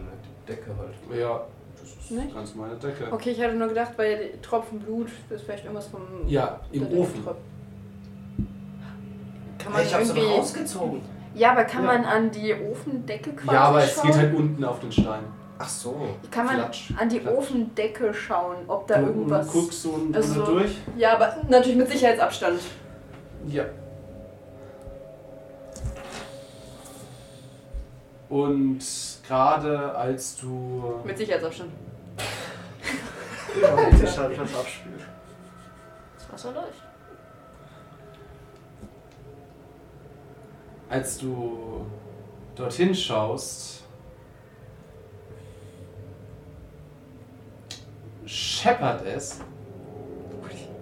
Speaker 6: Na, Die Decke halt.
Speaker 1: Ja, das ist
Speaker 4: Nicht?
Speaker 1: ganz normale Decke.
Speaker 4: Okay, ich hatte nur gedacht, bei den Tropfen Blut ist vielleicht irgendwas vom.
Speaker 1: Ja, im
Speaker 4: der Decke
Speaker 1: Ofen.
Speaker 4: drauf. Kann man
Speaker 6: ich hab's
Speaker 4: irgendwie.
Speaker 6: doch rausgezogen.
Speaker 4: Ja, aber kann
Speaker 1: Ja.
Speaker 4: man an die Ofendecke quasi
Speaker 1: Ja, aber es
Speaker 4: schauen?
Speaker 1: geht halt unten auf den Stein.
Speaker 6: Ach so.
Speaker 4: Kann man
Speaker 1: Klatsch,
Speaker 4: an die
Speaker 1: klatsch.
Speaker 4: Ofendecke schauen, ob da
Speaker 1: du
Speaker 4: irgendwas.
Speaker 1: guckst so und
Speaker 4: Also-
Speaker 1: also, durch.
Speaker 4: Ja, aber natürlich mit Sicherheitsabstand.
Speaker 1: Ja. Und gerade als du
Speaker 4: Mit Sicherheitsabstand.
Speaker 3: Ja, und die Schallplatte abspülen.
Speaker 2: Das Wasser läuft.
Speaker 1: als du dorthin schaust, scheppert es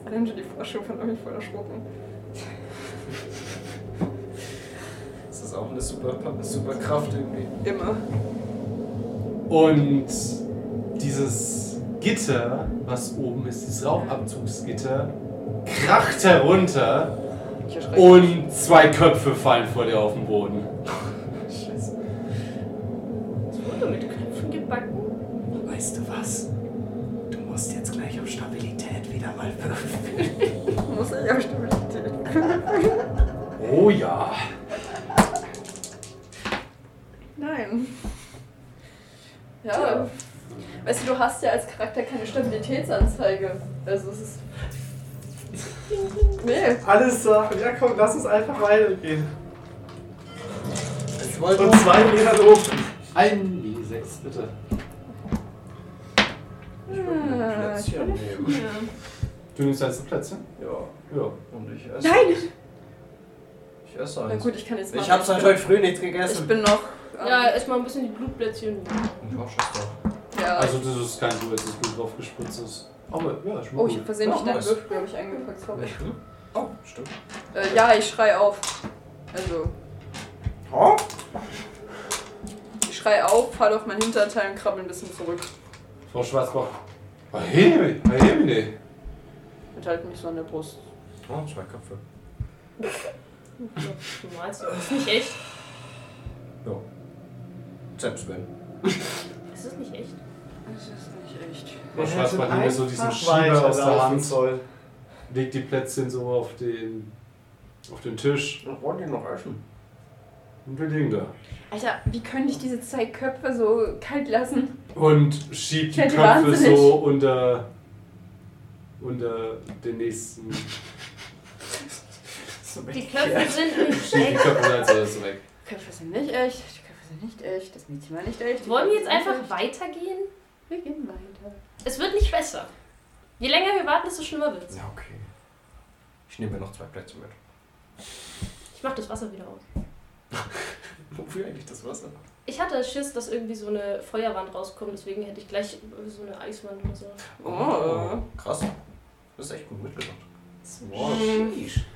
Speaker 4: Allein Oh, schon die Vorschau von irgendwie voll erschrocken.
Speaker 6: Ist das auch eine super, super Kraft irgendwie?
Speaker 4: Immer.
Speaker 1: und dieses Gitter, was oben ist, dieses Rauchabzugsgitter, kracht herunter
Speaker 4: Ich erschrecke.
Speaker 1: und zwei Köpfe fallen vor dir auf den Boden.
Speaker 2: Es wurde mit Köpfen gebacken.
Speaker 6: Weißt du was? Du musst jetzt gleich auf Stabilität wieder mal würfeln.
Speaker 4: muss ich aber stimmen.
Speaker 1: Oh ja.
Speaker 4: Nein. Ja. Weißt du, du hast ja als Charakter keine Stabilitätsanzeige. Also es ist Nee.
Speaker 3: Alles sagen. Ja komm, lass uns einfach weitergehen.
Speaker 12: Ich wollte
Speaker 3: Und zwei Meter drum.
Speaker 1: Ein W6, bitte.
Speaker 4: Ah,
Speaker 12: Plätzchen nehmen.
Speaker 1: Du nimmst jetzt ein Plätzchen?
Speaker 12: Ja,
Speaker 1: Ja.
Speaker 12: und ich esse.
Speaker 4: Nein!
Speaker 12: Ich esse
Speaker 4: Na
Speaker 12: eins.
Speaker 4: gut, ich kann jetzt mal.
Speaker 12: Ich hab's halt heute früh nicht gegessen.
Speaker 4: Ich bin noch.
Speaker 2: Ja, erstmal ein bisschen die Blutplätzchen.
Speaker 12: Ja, scheiß drauf.
Speaker 4: ja.
Speaker 1: Also das ist kein Blut, das Blut drauf gespritzt ist. Aber ja, schmeckt
Speaker 4: Oh, ich hab
Speaker 1: gut. Hm?
Speaker 4: versehentlich
Speaker 12: Ja,
Speaker 4: deinen
Speaker 12: nice.
Speaker 4: Würfel, glaube ich, eingepackt. Sorry.
Speaker 12: Oh, stimmt.
Speaker 4: Äh, ja, ich schrei auf. Also,
Speaker 12: Oh?
Speaker 4: ich schrei auf, fall auf mein Hinterteil und krabbel ein bisschen zurück.
Speaker 1: Frau Schwarzbach. Hey, hey, nee.
Speaker 4: Und halte mich so an der Brust.
Speaker 12: Oh, zwei Köpfe.
Speaker 2: Du malst ja. Ist nicht echt.
Speaker 12: Selbst wenn.
Speaker 2: Ist das nicht echt?
Speaker 4: Das ist nicht echt.
Speaker 1: Frau Schwarzbach nimmt mir so diesen
Speaker 3: Einfach
Speaker 1: Schieber aus der
Speaker 3: weiterlaufen
Speaker 1: Hand,
Speaker 3: sollen.
Speaker 1: legt die Plätzchen so auf den, auf den Tisch
Speaker 12: Ich wollte ihn noch essen.
Speaker 1: und wir liegen da.
Speaker 4: Alter, wie können dich diese zwei Köpfe so kalt lassen?
Speaker 1: Und schiebt die
Speaker 4: Fährt die
Speaker 1: Köpfe
Speaker 4: wahnsinnig.
Speaker 1: so unter, unter den nächsten.
Speaker 2: Die Köpfe sind nicht
Speaker 1: Schiebt die
Speaker 2: echt.
Speaker 1: Köpfe halt so alles weg.
Speaker 4: Die Köpfe sind nicht echt, die Köpfe sind nicht echt, das Mädchen war nicht echt.
Speaker 2: Wollen wir jetzt einfach weitergehen?
Speaker 4: Wir gehen weiter.
Speaker 2: Es wird nicht besser. Je länger wir warten, desto schlimmer wird's.
Speaker 12: Ja, okay. Ich nehme mir noch zwei Plätze mit.
Speaker 2: Ich mach das Wasser wieder aus.
Speaker 12: Wofür eigentlich das Wasser?
Speaker 2: Ich hatte Schiss, dass irgendwie so eine Feuerwand rauskommt, deswegen hätte ich gleich äh, so eine Eiswand oder so.
Speaker 4: Oh.
Speaker 12: Krass. Das ist echt gut Hm. mitgedacht.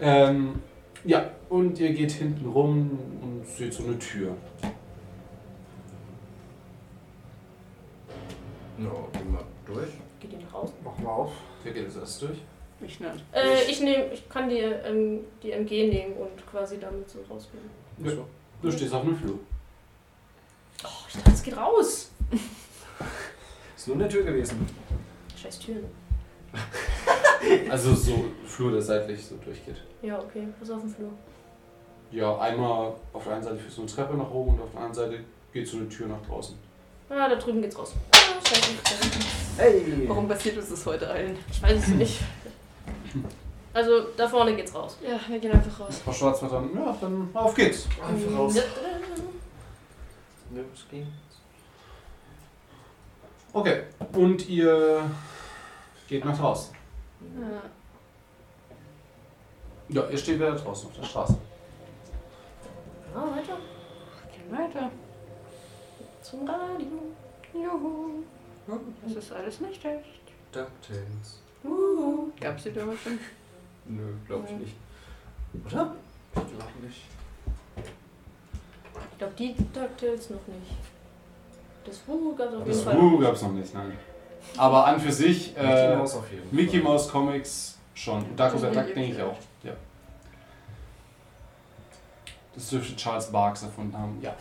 Speaker 1: Ähm, ja, und ihr geht hinten rum und seht so eine Tür.
Speaker 12: No, gehen wir durch.
Speaker 2: Geht ihr nach außen?
Speaker 34: Mach mal auf.
Speaker 1: Wer geht das erst durch?
Speaker 4: Ich nicht.
Speaker 2: Äh, ich nehm, ich kann die, ähm, die MG nehmen und quasi damit so rausgehen.
Speaker 1: Ja. Du stehst auf einem Flur.
Speaker 2: Oh, ich dachte, es geht raus.
Speaker 12: Ist nur eine Tür gewesen.
Speaker 2: Scheiß Türen.
Speaker 1: Also so ein Flur, der seitlich so durchgeht.
Speaker 2: Ja, okay. Was auf dem Flur?
Speaker 1: Ja, einmal auf der einen Seite führt so eine Treppe nach oben und auf der anderen Seite geht so eine Tür nach draußen.
Speaker 2: Ah, da drüben geht's raus. Ah, scheiße. ich kann-
Speaker 12: Hey!
Speaker 4: Warum passiert uns das heute allen?
Speaker 2: Ich weiß es nicht. Also, da vorne geht's raus.
Speaker 4: Ja, wir gehen einfach raus.
Speaker 1: Frau Schwarz macht dann, ja, dann auf geht's.
Speaker 34: Einfach raus.
Speaker 12: Nö, es ging.
Speaker 1: Okay, und ihr geht nach draußen.
Speaker 4: Ja.
Speaker 1: Ja, ihr steht wieder draußen auf der Straße.
Speaker 2: Ah, weiter.
Speaker 4: Gehen weiter.
Speaker 2: Zum Radio.
Speaker 4: Juhu. Das ist alles nicht echt.
Speaker 12: DuckTales.
Speaker 4: Juhu. Uh. Gab's die damals schon?
Speaker 12: Nö, glaub ich
Speaker 4: Nö.
Speaker 12: nicht. Oder? Ich glaub nicht.
Speaker 2: Ich glaube, die DuckTales noch nicht. Das Wu gab's auf jeden
Speaker 1: Das
Speaker 2: Fall.
Speaker 1: Wu gab's noch nicht, nein. Aber an für sich,
Speaker 12: Mickey
Speaker 1: äh,
Speaker 12: Mouse auf jeden Fall.
Speaker 1: Mickey Mouse Comics schon. Darko the Duck denke ich auch. Ja. Das dürfte Charles Barks erfunden haben. Ja.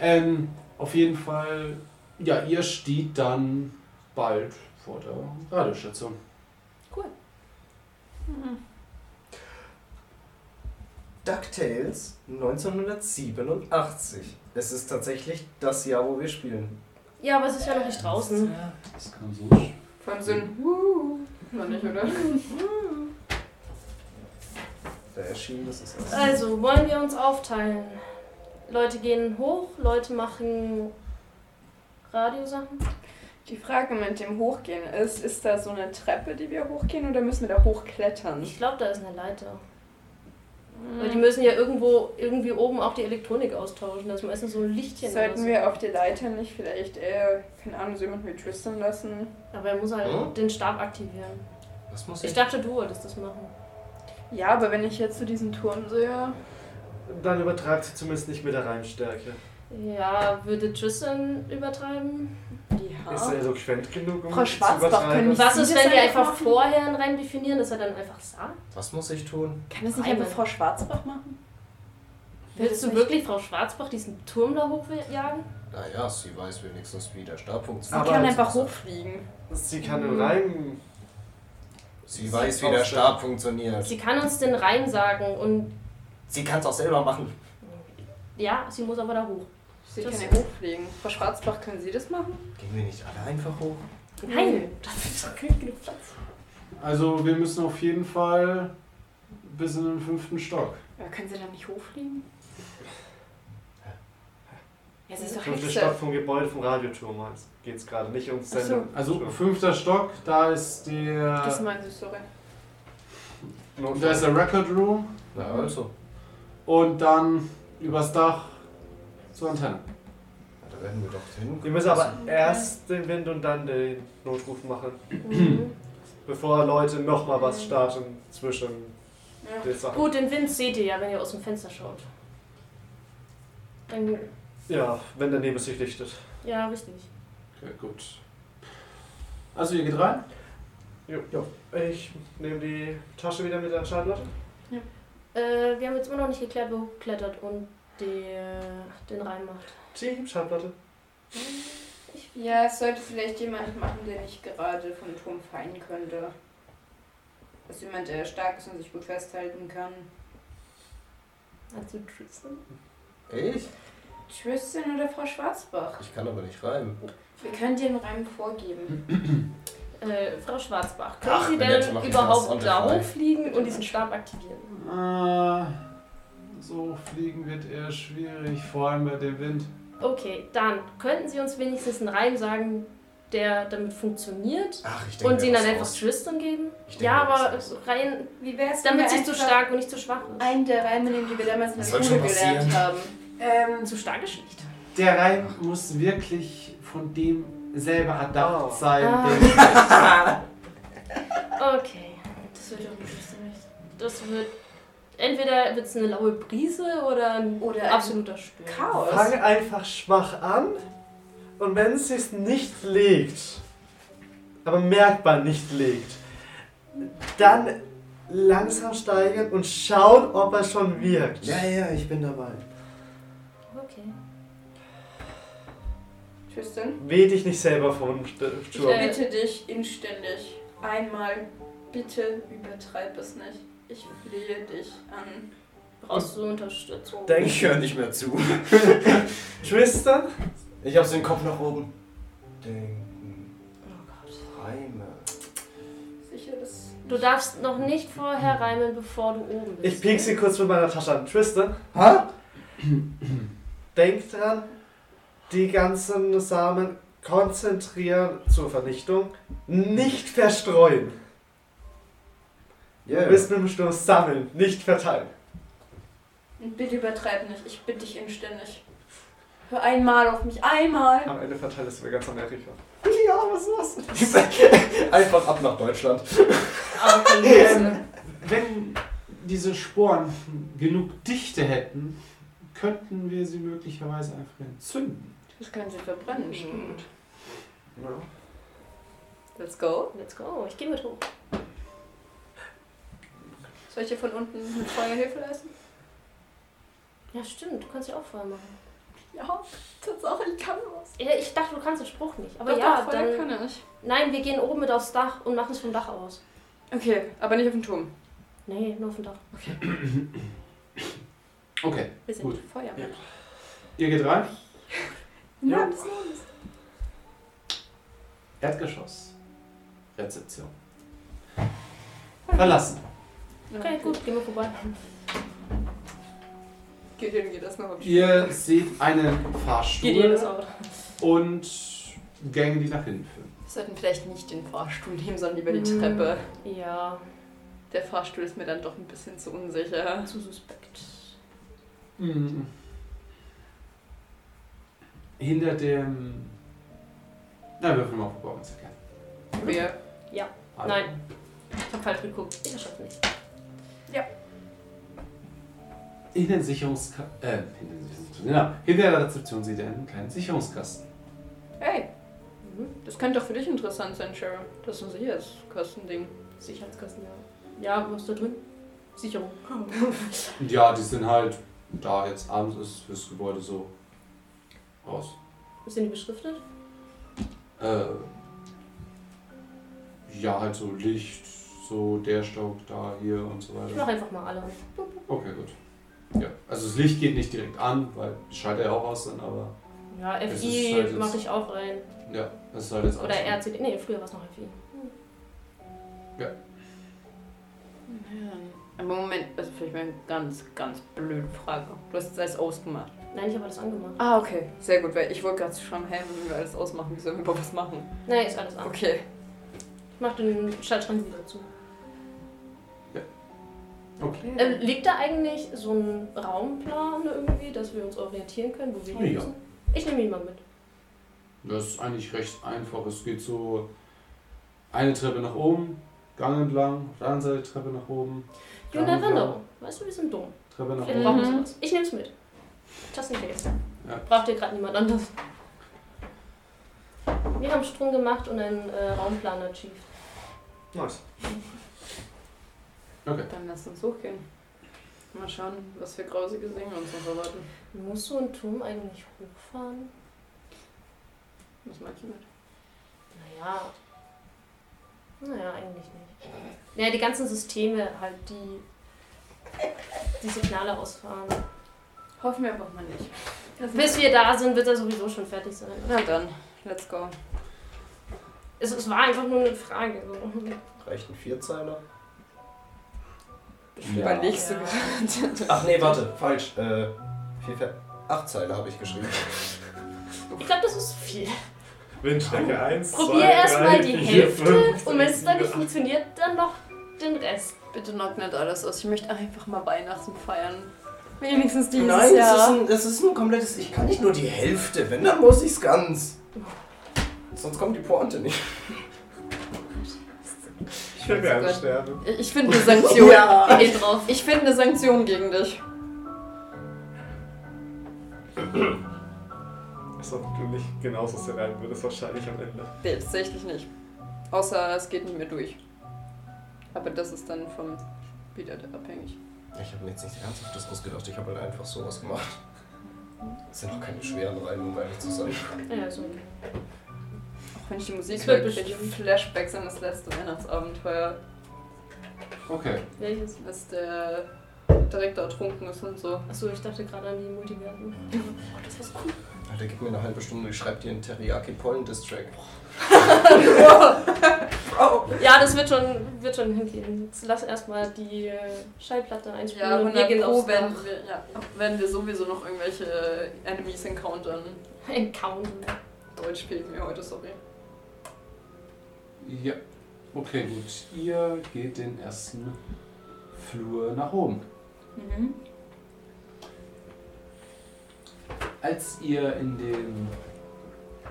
Speaker 1: Ähm, auf jeden Fall, ja, ihr steht dann bald vor der Radiostation.
Speaker 12: DuckTales 1987. Es ist tatsächlich das Jahr, wo wir spielen.
Speaker 2: Ja, aber es ist ja noch nicht draußen.
Speaker 1: Das kann so. sch-
Speaker 4: Vor allem so ein Wuhu. Noch nicht, oder?
Speaker 12: Da erschien das ist erst.
Speaker 2: Also, wollen wir uns aufteilen? Leute gehen hoch, Leute machen Radiosachen.
Speaker 4: Die Frage mit dem Hochgehen ist, ist da so eine Treppe, die wir hochgehen oder müssen wir da hochklettern? Mhm.
Speaker 2: Ich glaube, da ist eine Leiter. Weil die
Speaker 4: Hm.
Speaker 2: müssen ja irgendwo, irgendwie oben auch die Elektronik austauschen. Da ist meistens so ein Lichtchen.
Speaker 4: Sollten
Speaker 2: oder
Speaker 4: wir auf die Leiter nicht vielleicht, äh, keine Ahnung, so jemanden wie Tristan lassen?
Speaker 2: so. Aber er muss halt
Speaker 12: Hm?
Speaker 2: den Stab aktivieren.
Speaker 12: Was muss
Speaker 2: Ich
Speaker 12: ich?
Speaker 2: dachte, du wolltest das machen.
Speaker 4: Ja, aber wenn ich jetzt zu diesem Turm sehe.
Speaker 3: Dann übertreibt sie zumindest nicht mit der Reimstärke.
Speaker 2: Ja, würde Tristan übertreiben?
Speaker 3: Ist er
Speaker 4: Ja.
Speaker 3: eloquent genug, um
Speaker 4: Ah. Frau
Speaker 3: zu
Speaker 4: Schwarzbach können
Speaker 3: übertreiben?
Speaker 4: Ich
Speaker 2: Was
Speaker 4: sehe
Speaker 2: ist,
Speaker 4: das
Speaker 2: wenn wir
Speaker 4: einfach
Speaker 2: einfach
Speaker 4: machen.
Speaker 2: vorher einen Reim definieren, dass er dann einfach sagt?
Speaker 12: Was muss ich tun?
Speaker 4: Kann das nicht
Speaker 2: Einmal.
Speaker 4: einfach Frau Schwarzbach machen?
Speaker 2: Willst du wirklich Frau Schwarzbach diesen Turm da hochjagen?
Speaker 12: Naja, sie weiß wenigstens, wie der Stab
Speaker 4: Sie
Speaker 12: funktioniert.
Speaker 3: Aber-
Speaker 4: kann einfach hochfliegen.
Speaker 3: Sie kann den Reim.
Speaker 12: Sie weiß, wie der Stab funktioniert.
Speaker 2: Sie kann uns den Reim sagen und
Speaker 12: Sie kann es auch selber machen.
Speaker 2: ja, sie muss aber da hoch.
Speaker 4: Sie
Speaker 2: Das-
Speaker 4: kann ja hochfliegen. Frau Schwarzbach, können Sie das machen?
Speaker 12: Gehen wir nicht alle einfach hoch?
Speaker 2: Nein, das ist doch kein genug Platz.
Speaker 1: Also wir müssen auf jeden Fall bis in den fünften Stock.
Speaker 10: Aber können sie dann nicht hochfliegen? Ja, sie ist doch
Speaker 3: Fünfte
Speaker 10: Hexe.
Speaker 3: Stock vom Gebäude vom Radioturm meinst Geht's gerade nicht ums
Speaker 10: Ach so.
Speaker 3: Sendung.
Speaker 1: Also fünfter Stock, da ist
Speaker 10: Das
Speaker 1: der,
Speaker 10: meinen sie, sorry.
Speaker 1: da ist der Record Room
Speaker 6: Na also.
Speaker 1: und dann übers Dach zur Antenne.
Speaker 6: Na, Da werden wir doch hin.
Speaker 3: Ihr müsst aber erst den Wind und dann den Notruf machen,
Speaker 2: Mhm.
Speaker 3: bevor Leute nochmal was starten zwischen
Speaker 10: Ja.
Speaker 3: den Sachen.
Speaker 2: Gut, den Wind seht ihr ja, wenn ihr aus dem Fenster schaut. Dann,
Speaker 3: Ja, wenn der Nebel sich lichtet.
Speaker 2: ja, richtig.
Speaker 1: Okay, gut. Also ihr geht rein.
Speaker 3: Ich nehme die Tasche wieder mit der Schallplatte.
Speaker 2: Äh, wir haben jetzt immer noch nicht geklärt, wer hochklettert und der, den reinmacht.
Speaker 3: Team Schallplatte.
Speaker 4: Ja, es sollte vielleicht jemand machen, der nicht gerade vom Turm fallen könnte. Also jemand, der stark ist und sich gut festhalten kann.
Speaker 2: Also Tristan?
Speaker 6: Ich?
Speaker 4: Tristan oder Frau Schwarzbach?
Speaker 6: Ich kann aber nicht rein.
Speaker 4: Wir können dir einen Reim vorgeben.
Speaker 2: Äh, Frau Schwarzbach, können
Speaker 6: Ach,
Speaker 2: Sie
Speaker 6: wenn jetzt,
Speaker 2: denn
Speaker 6: mach ich das on
Speaker 2: überhaupt
Speaker 6: the
Speaker 2: da
Speaker 6: fly.
Speaker 2: hochfliegen und diesen Stab aktivieren?
Speaker 1: Äh, so fliegen wird eher schwierig, vor allem bei dem Wind.
Speaker 2: Okay, dann könnten Sie uns wenigstens einen Reim sagen, der damit funktioniert
Speaker 6: Ach, ich denke
Speaker 2: und den
Speaker 6: mir
Speaker 2: dann
Speaker 6: was
Speaker 2: einfach
Speaker 6: aus.
Speaker 2: Tristan geben?
Speaker 6: Ich denke
Speaker 2: Ja,
Speaker 6: mir was
Speaker 2: aber
Speaker 6: aus.
Speaker 2: rein,
Speaker 4: Wie wär's, wenn
Speaker 2: damit
Speaker 4: wir
Speaker 2: sie nicht zu
Speaker 4: einfach
Speaker 2: stark und nicht zu schwach ist.
Speaker 4: einen der Reime nehmen, die wir damals in
Speaker 6: Das
Speaker 4: der
Speaker 6: soll
Speaker 4: Schule
Speaker 6: schon
Speaker 4: gelernt
Speaker 6: passieren.
Speaker 4: haben?
Speaker 1: Ähm,
Speaker 2: Zu stark ist schlecht.
Speaker 1: der Reim muss wirklich von dem selber erdacht
Speaker 3: Oh.
Speaker 1: sein.
Speaker 2: Ah.
Speaker 1: der-
Speaker 2: Okay,
Speaker 4: Das wird doch nicht.
Speaker 2: das wird. Entweder wird es eine laue Brise oder ein
Speaker 4: Oder ein
Speaker 2: absoluter Sturm.
Speaker 4: Chaos.
Speaker 3: Fang einfach schwach an und wenn es sich nicht legt, aber merkbar nicht legt, dann langsam steigern und schauen, ob er schon wirkt.
Speaker 6: Ja, ja, ich bin dabei.
Speaker 2: Okay.
Speaker 4: Tristan,
Speaker 3: Weh dich nicht selber vom St- Sturm.
Speaker 2: Äh.
Speaker 4: bitte dich inständig. Einmal, bitte übertreib es nicht. Ich flehe dich an.
Speaker 2: Brauchst du Unterstützung?
Speaker 6: Ich
Speaker 3: Denk,
Speaker 6: höre nicht mehr zu.
Speaker 3: Tristan,
Speaker 6: Ich hab's den Kopf nach oben. Denken.
Speaker 2: Oh
Speaker 6: Reime.
Speaker 4: Sicher, das.
Speaker 2: Du darfst noch nicht vorher reimen, bevor du oben bist.
Speaker 3: ich piekse kurz mit meiner Tasche an. Tristan,
Speaker 6: Hä?
Speaker 3: denk dran, die ganzen Samen konzentrieren zur Vernichtung, nicht verstreuen.
Speaker 6: Ja,
Speaker 3: Du bist mit dem Sturm sammeln, nicht verteilen.
Speaker 4: Und bitte übertreib nicht. Ich bitte dich inständig. Hör einmal auf mich. Einmal.
Speaker 3: Am Ende verteilst du mir ganz Amerika.
Speaker 6: ja, was ist das? Einfach ab nach Deutschland.
Speaker 2: Aber keine Lust.
Speaker 1: Ähm, wenn diese Sporen genug Dichte hätten, könnten wir sie möglicherweise einfach entzünden.
Speaker 4: Das können sie verbrennen, stimmt.
Speaker 1: Ja.
Speaker 4: Let's go.
Speaker 2: Let's go, ich gehe mit hoch.
Speaker 4: Soll ich dir von unten mit Feuer Hilfe leisten?
Speaker 2: Ja, stimmt, du kannst ja auch vorher machen.
Speaker 4: Ja, Tatsache, ich kann was.
Speaker 2: Ja, Ich dachte, du kannst den Spruch nicht. Aber
Speaker 4: Doch,
Speaker 2: ja,
Speaker 4: doch, Feuer
Speaker 2: dann.
Speaker 4: kann ich.
Speaker 2: Nein, wir gehen oben mit aufs Dach und machen es vom Dach aus.
Speaker 4: Okay, aber nicht auf den Turm.
Speaker 2: Nee, nur vom Dach.
Speaker 1: Okay,
Speaker 4: Wir sind
Speaker 1: Gut.
Speaker 4: Feuer.
Speaker 1: Ja. ihr geht rein.
Speaker 4: Ja.
Speaker 1: Erdgeschoss. Rezeption. Verlassen.
Speaker 2: Okay, gut, gehen wir vorbei.
Speaker 4: Geht hin, geht das noch auf
Speaker 1: Ihr seht einen
Speaker 2: Geht ihr
Speaker 1: Fahrstuhl
Speaker 2: das auch?
Speaker 1: und Gänge, die nach hinten führen.
Speaker 10: Wir sollten vielleicht nicht den Fahrstuhl nehmen, sondern lieber die Treppe.
Speaker 2: Mhm. Ja,
Speaker 10: Der Fahrstuhl ist mir dann doch ein bisschen zu unsicher.
Speaker 2: zu suspekt. Mhm.
Speaker 1: Hinter dem. Na, würfel mal auf Performance erkennen.
Speaker 10: Wir.
Speaker 2: Nein. Ich hab falsch geguckt. Ich schaff's nicht.
Speaker 1: Hinter den Sicherungskasten. Äh, hinter den Sicherungskasten. Genau. Hinter der Rezeption seht ihr einen kleinen Sicherungskasten.
Speaker 10: Hey,
Speaker 2: Mhm.
Speaker 10: das könnte doch für dich interessant sein, Cheryl. Das ist ein Sicherheitskostending.
Speaker 2: Sicherheitskasten, ja. Ja, was ist da drin? Sicherung.
Speaker 1: Und ja, die sind halt da jetzt abends ist fürs Gebäude so aus.
Speaker 2: Sind die beschriftet?
Speaker 1: Äh. Ja, halt so Licht, so der Stock da, hier und so
Speaker 2: Ich
Speaker 1: weiter.
Speaker 2: mach einfach mal alle.
Speaker 1: Okay, gut. Ja, also das Licht geht nicht direkt an, weil es schaltet ja auch aus dann, aber
Speaker 2: Ja,
Speaker 1: Es
Speaker 2: FI
Speaker 1: ist halt jetzt-
Speaker 2: mache ich auch rein.
Speaker 1: ja, das ist halt jetzt
Speaker 2: Oder
Speaker 1: alles-
Speaker 2: RCD. Nee, früher war es noch FI.
Speaker 1: Ja.
Speaker 4: Ja, Aber Moment, also vielleicht mal eine ganz, ganz blöde Frage. Du hast jetzt alles ausgemacht.
Speaker 2: Nein, ich habe alles angemacht.
Speaker 4: Ah, okay. Sehr gut, weil ich wollte gerade schreiben, hey, wenn wir alles ausmachen, wie sollen wir überhaupt was machen?
Speaker 2: Nein, ist alles an.
Speaker 4: Okay.
Speaker 2: Ich mach den Schaltschrank wieder zu.
Speaker 1: Okay.
Speaker 2: Äh,
Speaker 4: Ähm,
Speaker 2: liegt da eigentlich so ein Raumplan irgendwie, dass wir uns orientieren können, wo wir hin
Speaker 1: Oh Ja.
Speaker 2: müssen? Ich nehme ihn mal mit.
Speaker 1: Das ist eigentlich recht einfach. Es geht so eine Treppe nach oben, Gang entlang, auf der anderen Seite Treppe nach oben.
Speaker 2: You
Speaker 1: Gang
Speaker 2: never
Speaker 1: entlang,
Speaker 2: know. Weißt du, wir sind dumm.
Speaker 1: Treppe nach oben.
Speaker 2: Vielleicht Äh, brauchen wir sowas. Ich nehme es mit. Just in case.
Speaker 1: Ja.
Speaker 2: Braucht ihr gerade niemand anders. Wir haben Strom gemacht und einen äh, Raumplan achieved.
Speaker 34: Nice.
Speaker 1: Okay.
Speaker 4: Dann lass uns hochgehen. Mal schauen, was für grausige Dinge uns noch erwarten.
Speaker 2: Muss so ein Turm eigentlich hochfahren?
Speaker 4: Was meinst du mit?
Speaker 2: Naja. Naja, eigentlich nicht. Naja, die ganzen Systeme halt, die die Signale ausfahren.
Speaker 4: Hoffen wir einfach mal nicht.
Speaker 2: Bis wir da sind, wird er sowieso schon fertig sein.
Speaker 4: Also Na dann, let's go.
Speaker 2: Es, es war einfach nur eine Frage. So.
Speaker 6: Reicht ein Vierzeiler?
Speaker 1: Ja.
Speaker 4: Überlegst du
Speaker 2: Ja.
Speaker 4: gerade?
Speaker 6: Ach nee, warte, falsch. Äh, vier, vier, acht Zeiler habe ich geschrieben.
Speaker 2: Ich glaube, das ist viel.
Speaker 34: Windstärke 1.
Speaker 2: Probier erstmal die Hälfte und wenn es dann nicht funktioniert, dann noch den Rest.
Speaker 4: Bitte knock nicht alles aus. Ich möchte einfach mal Weihnachten feiern. Wenigstens dieses
Speaker 6: Nein, es ist,
Speaker 4: Jahr.
Speaker 6: ein, es ist ein komplettes. Ich kann nicht nur die Hälfte, wenn, dann muss ich's ganz. Sonst kommt die Pointe nicht.
Speaker 34: Ich will
Speaker 2: Oh
Speaker 4: gerne
Speaker 34: gerne sterben.
Speaker 4: Ich- Ich finde eine Sanktion.
Speaker 6: Ja.
Speaker 4: Geh drauf. Ich finde eine Sanktion gegen dich.
Speaker 34: Achso, du nicht genauso sehr rein würdest, wahrscheinlich am Ende.
Speaker 4: Nee, tatsächlich nicht. Außer es geht nicht mehr durch. Aber das ist dann vom Spieler abhängig.
Speaker 6: Ich habe mir jetzt nichts Ernsthaftes ausgedacht, ich habe halt einfach sowas gemacht. Es sind auch keine schweren Reihen, um ehrlich zu sein.
Speaker 2: Ja, so. okay.
Speaker 4: Auch wenn ich die Musik
Speaker 2: Das
Speaker 4: höre,
Speaker 2: wird
Speaker 4: kriege ich
Speaker 2: bestimmt.
Speaker 4: Flashbacks an das letzte Weihnachtsabenteuer.
Speaker 1: Okay.
Speaker 2: Welches?
Speaker 4: Als der Direktor ertrunken ist und so.
Speaker 2: Achso, ich dachte gerade an die Multiversen. Oh, das war cool.
Speaker 6: Alter, gib mir eine halbe Stunde, ich schreibe dir einen Teriyaki Pollen Distrack.
Speaker 2: Ja, das wird schon, wird schon hingehen. Jetzt lass erstmal die äh, Schallplatte einspielen.
Speaker 4: Ja,
Speaker 2: und wir
Speaker 4: 100
Speaker 2: gehen
Speaker 4: Pro
Speaker 2: aufs
Speaker 4: werden
Speaker 2: Dach.
Speaker 4: wir, ja, werden wir sowieso noch irgendwelche Enemies encountern.
Speaker 2: Encounter.
Speaker 4: Deutsch fehlt mir heute, sorry.
Speaker 1: Ja. Okay, gut. Ihr geht den ersten Flur nach oben.
Speaker 4: Mhm.
Speaker 1: Als ihr in den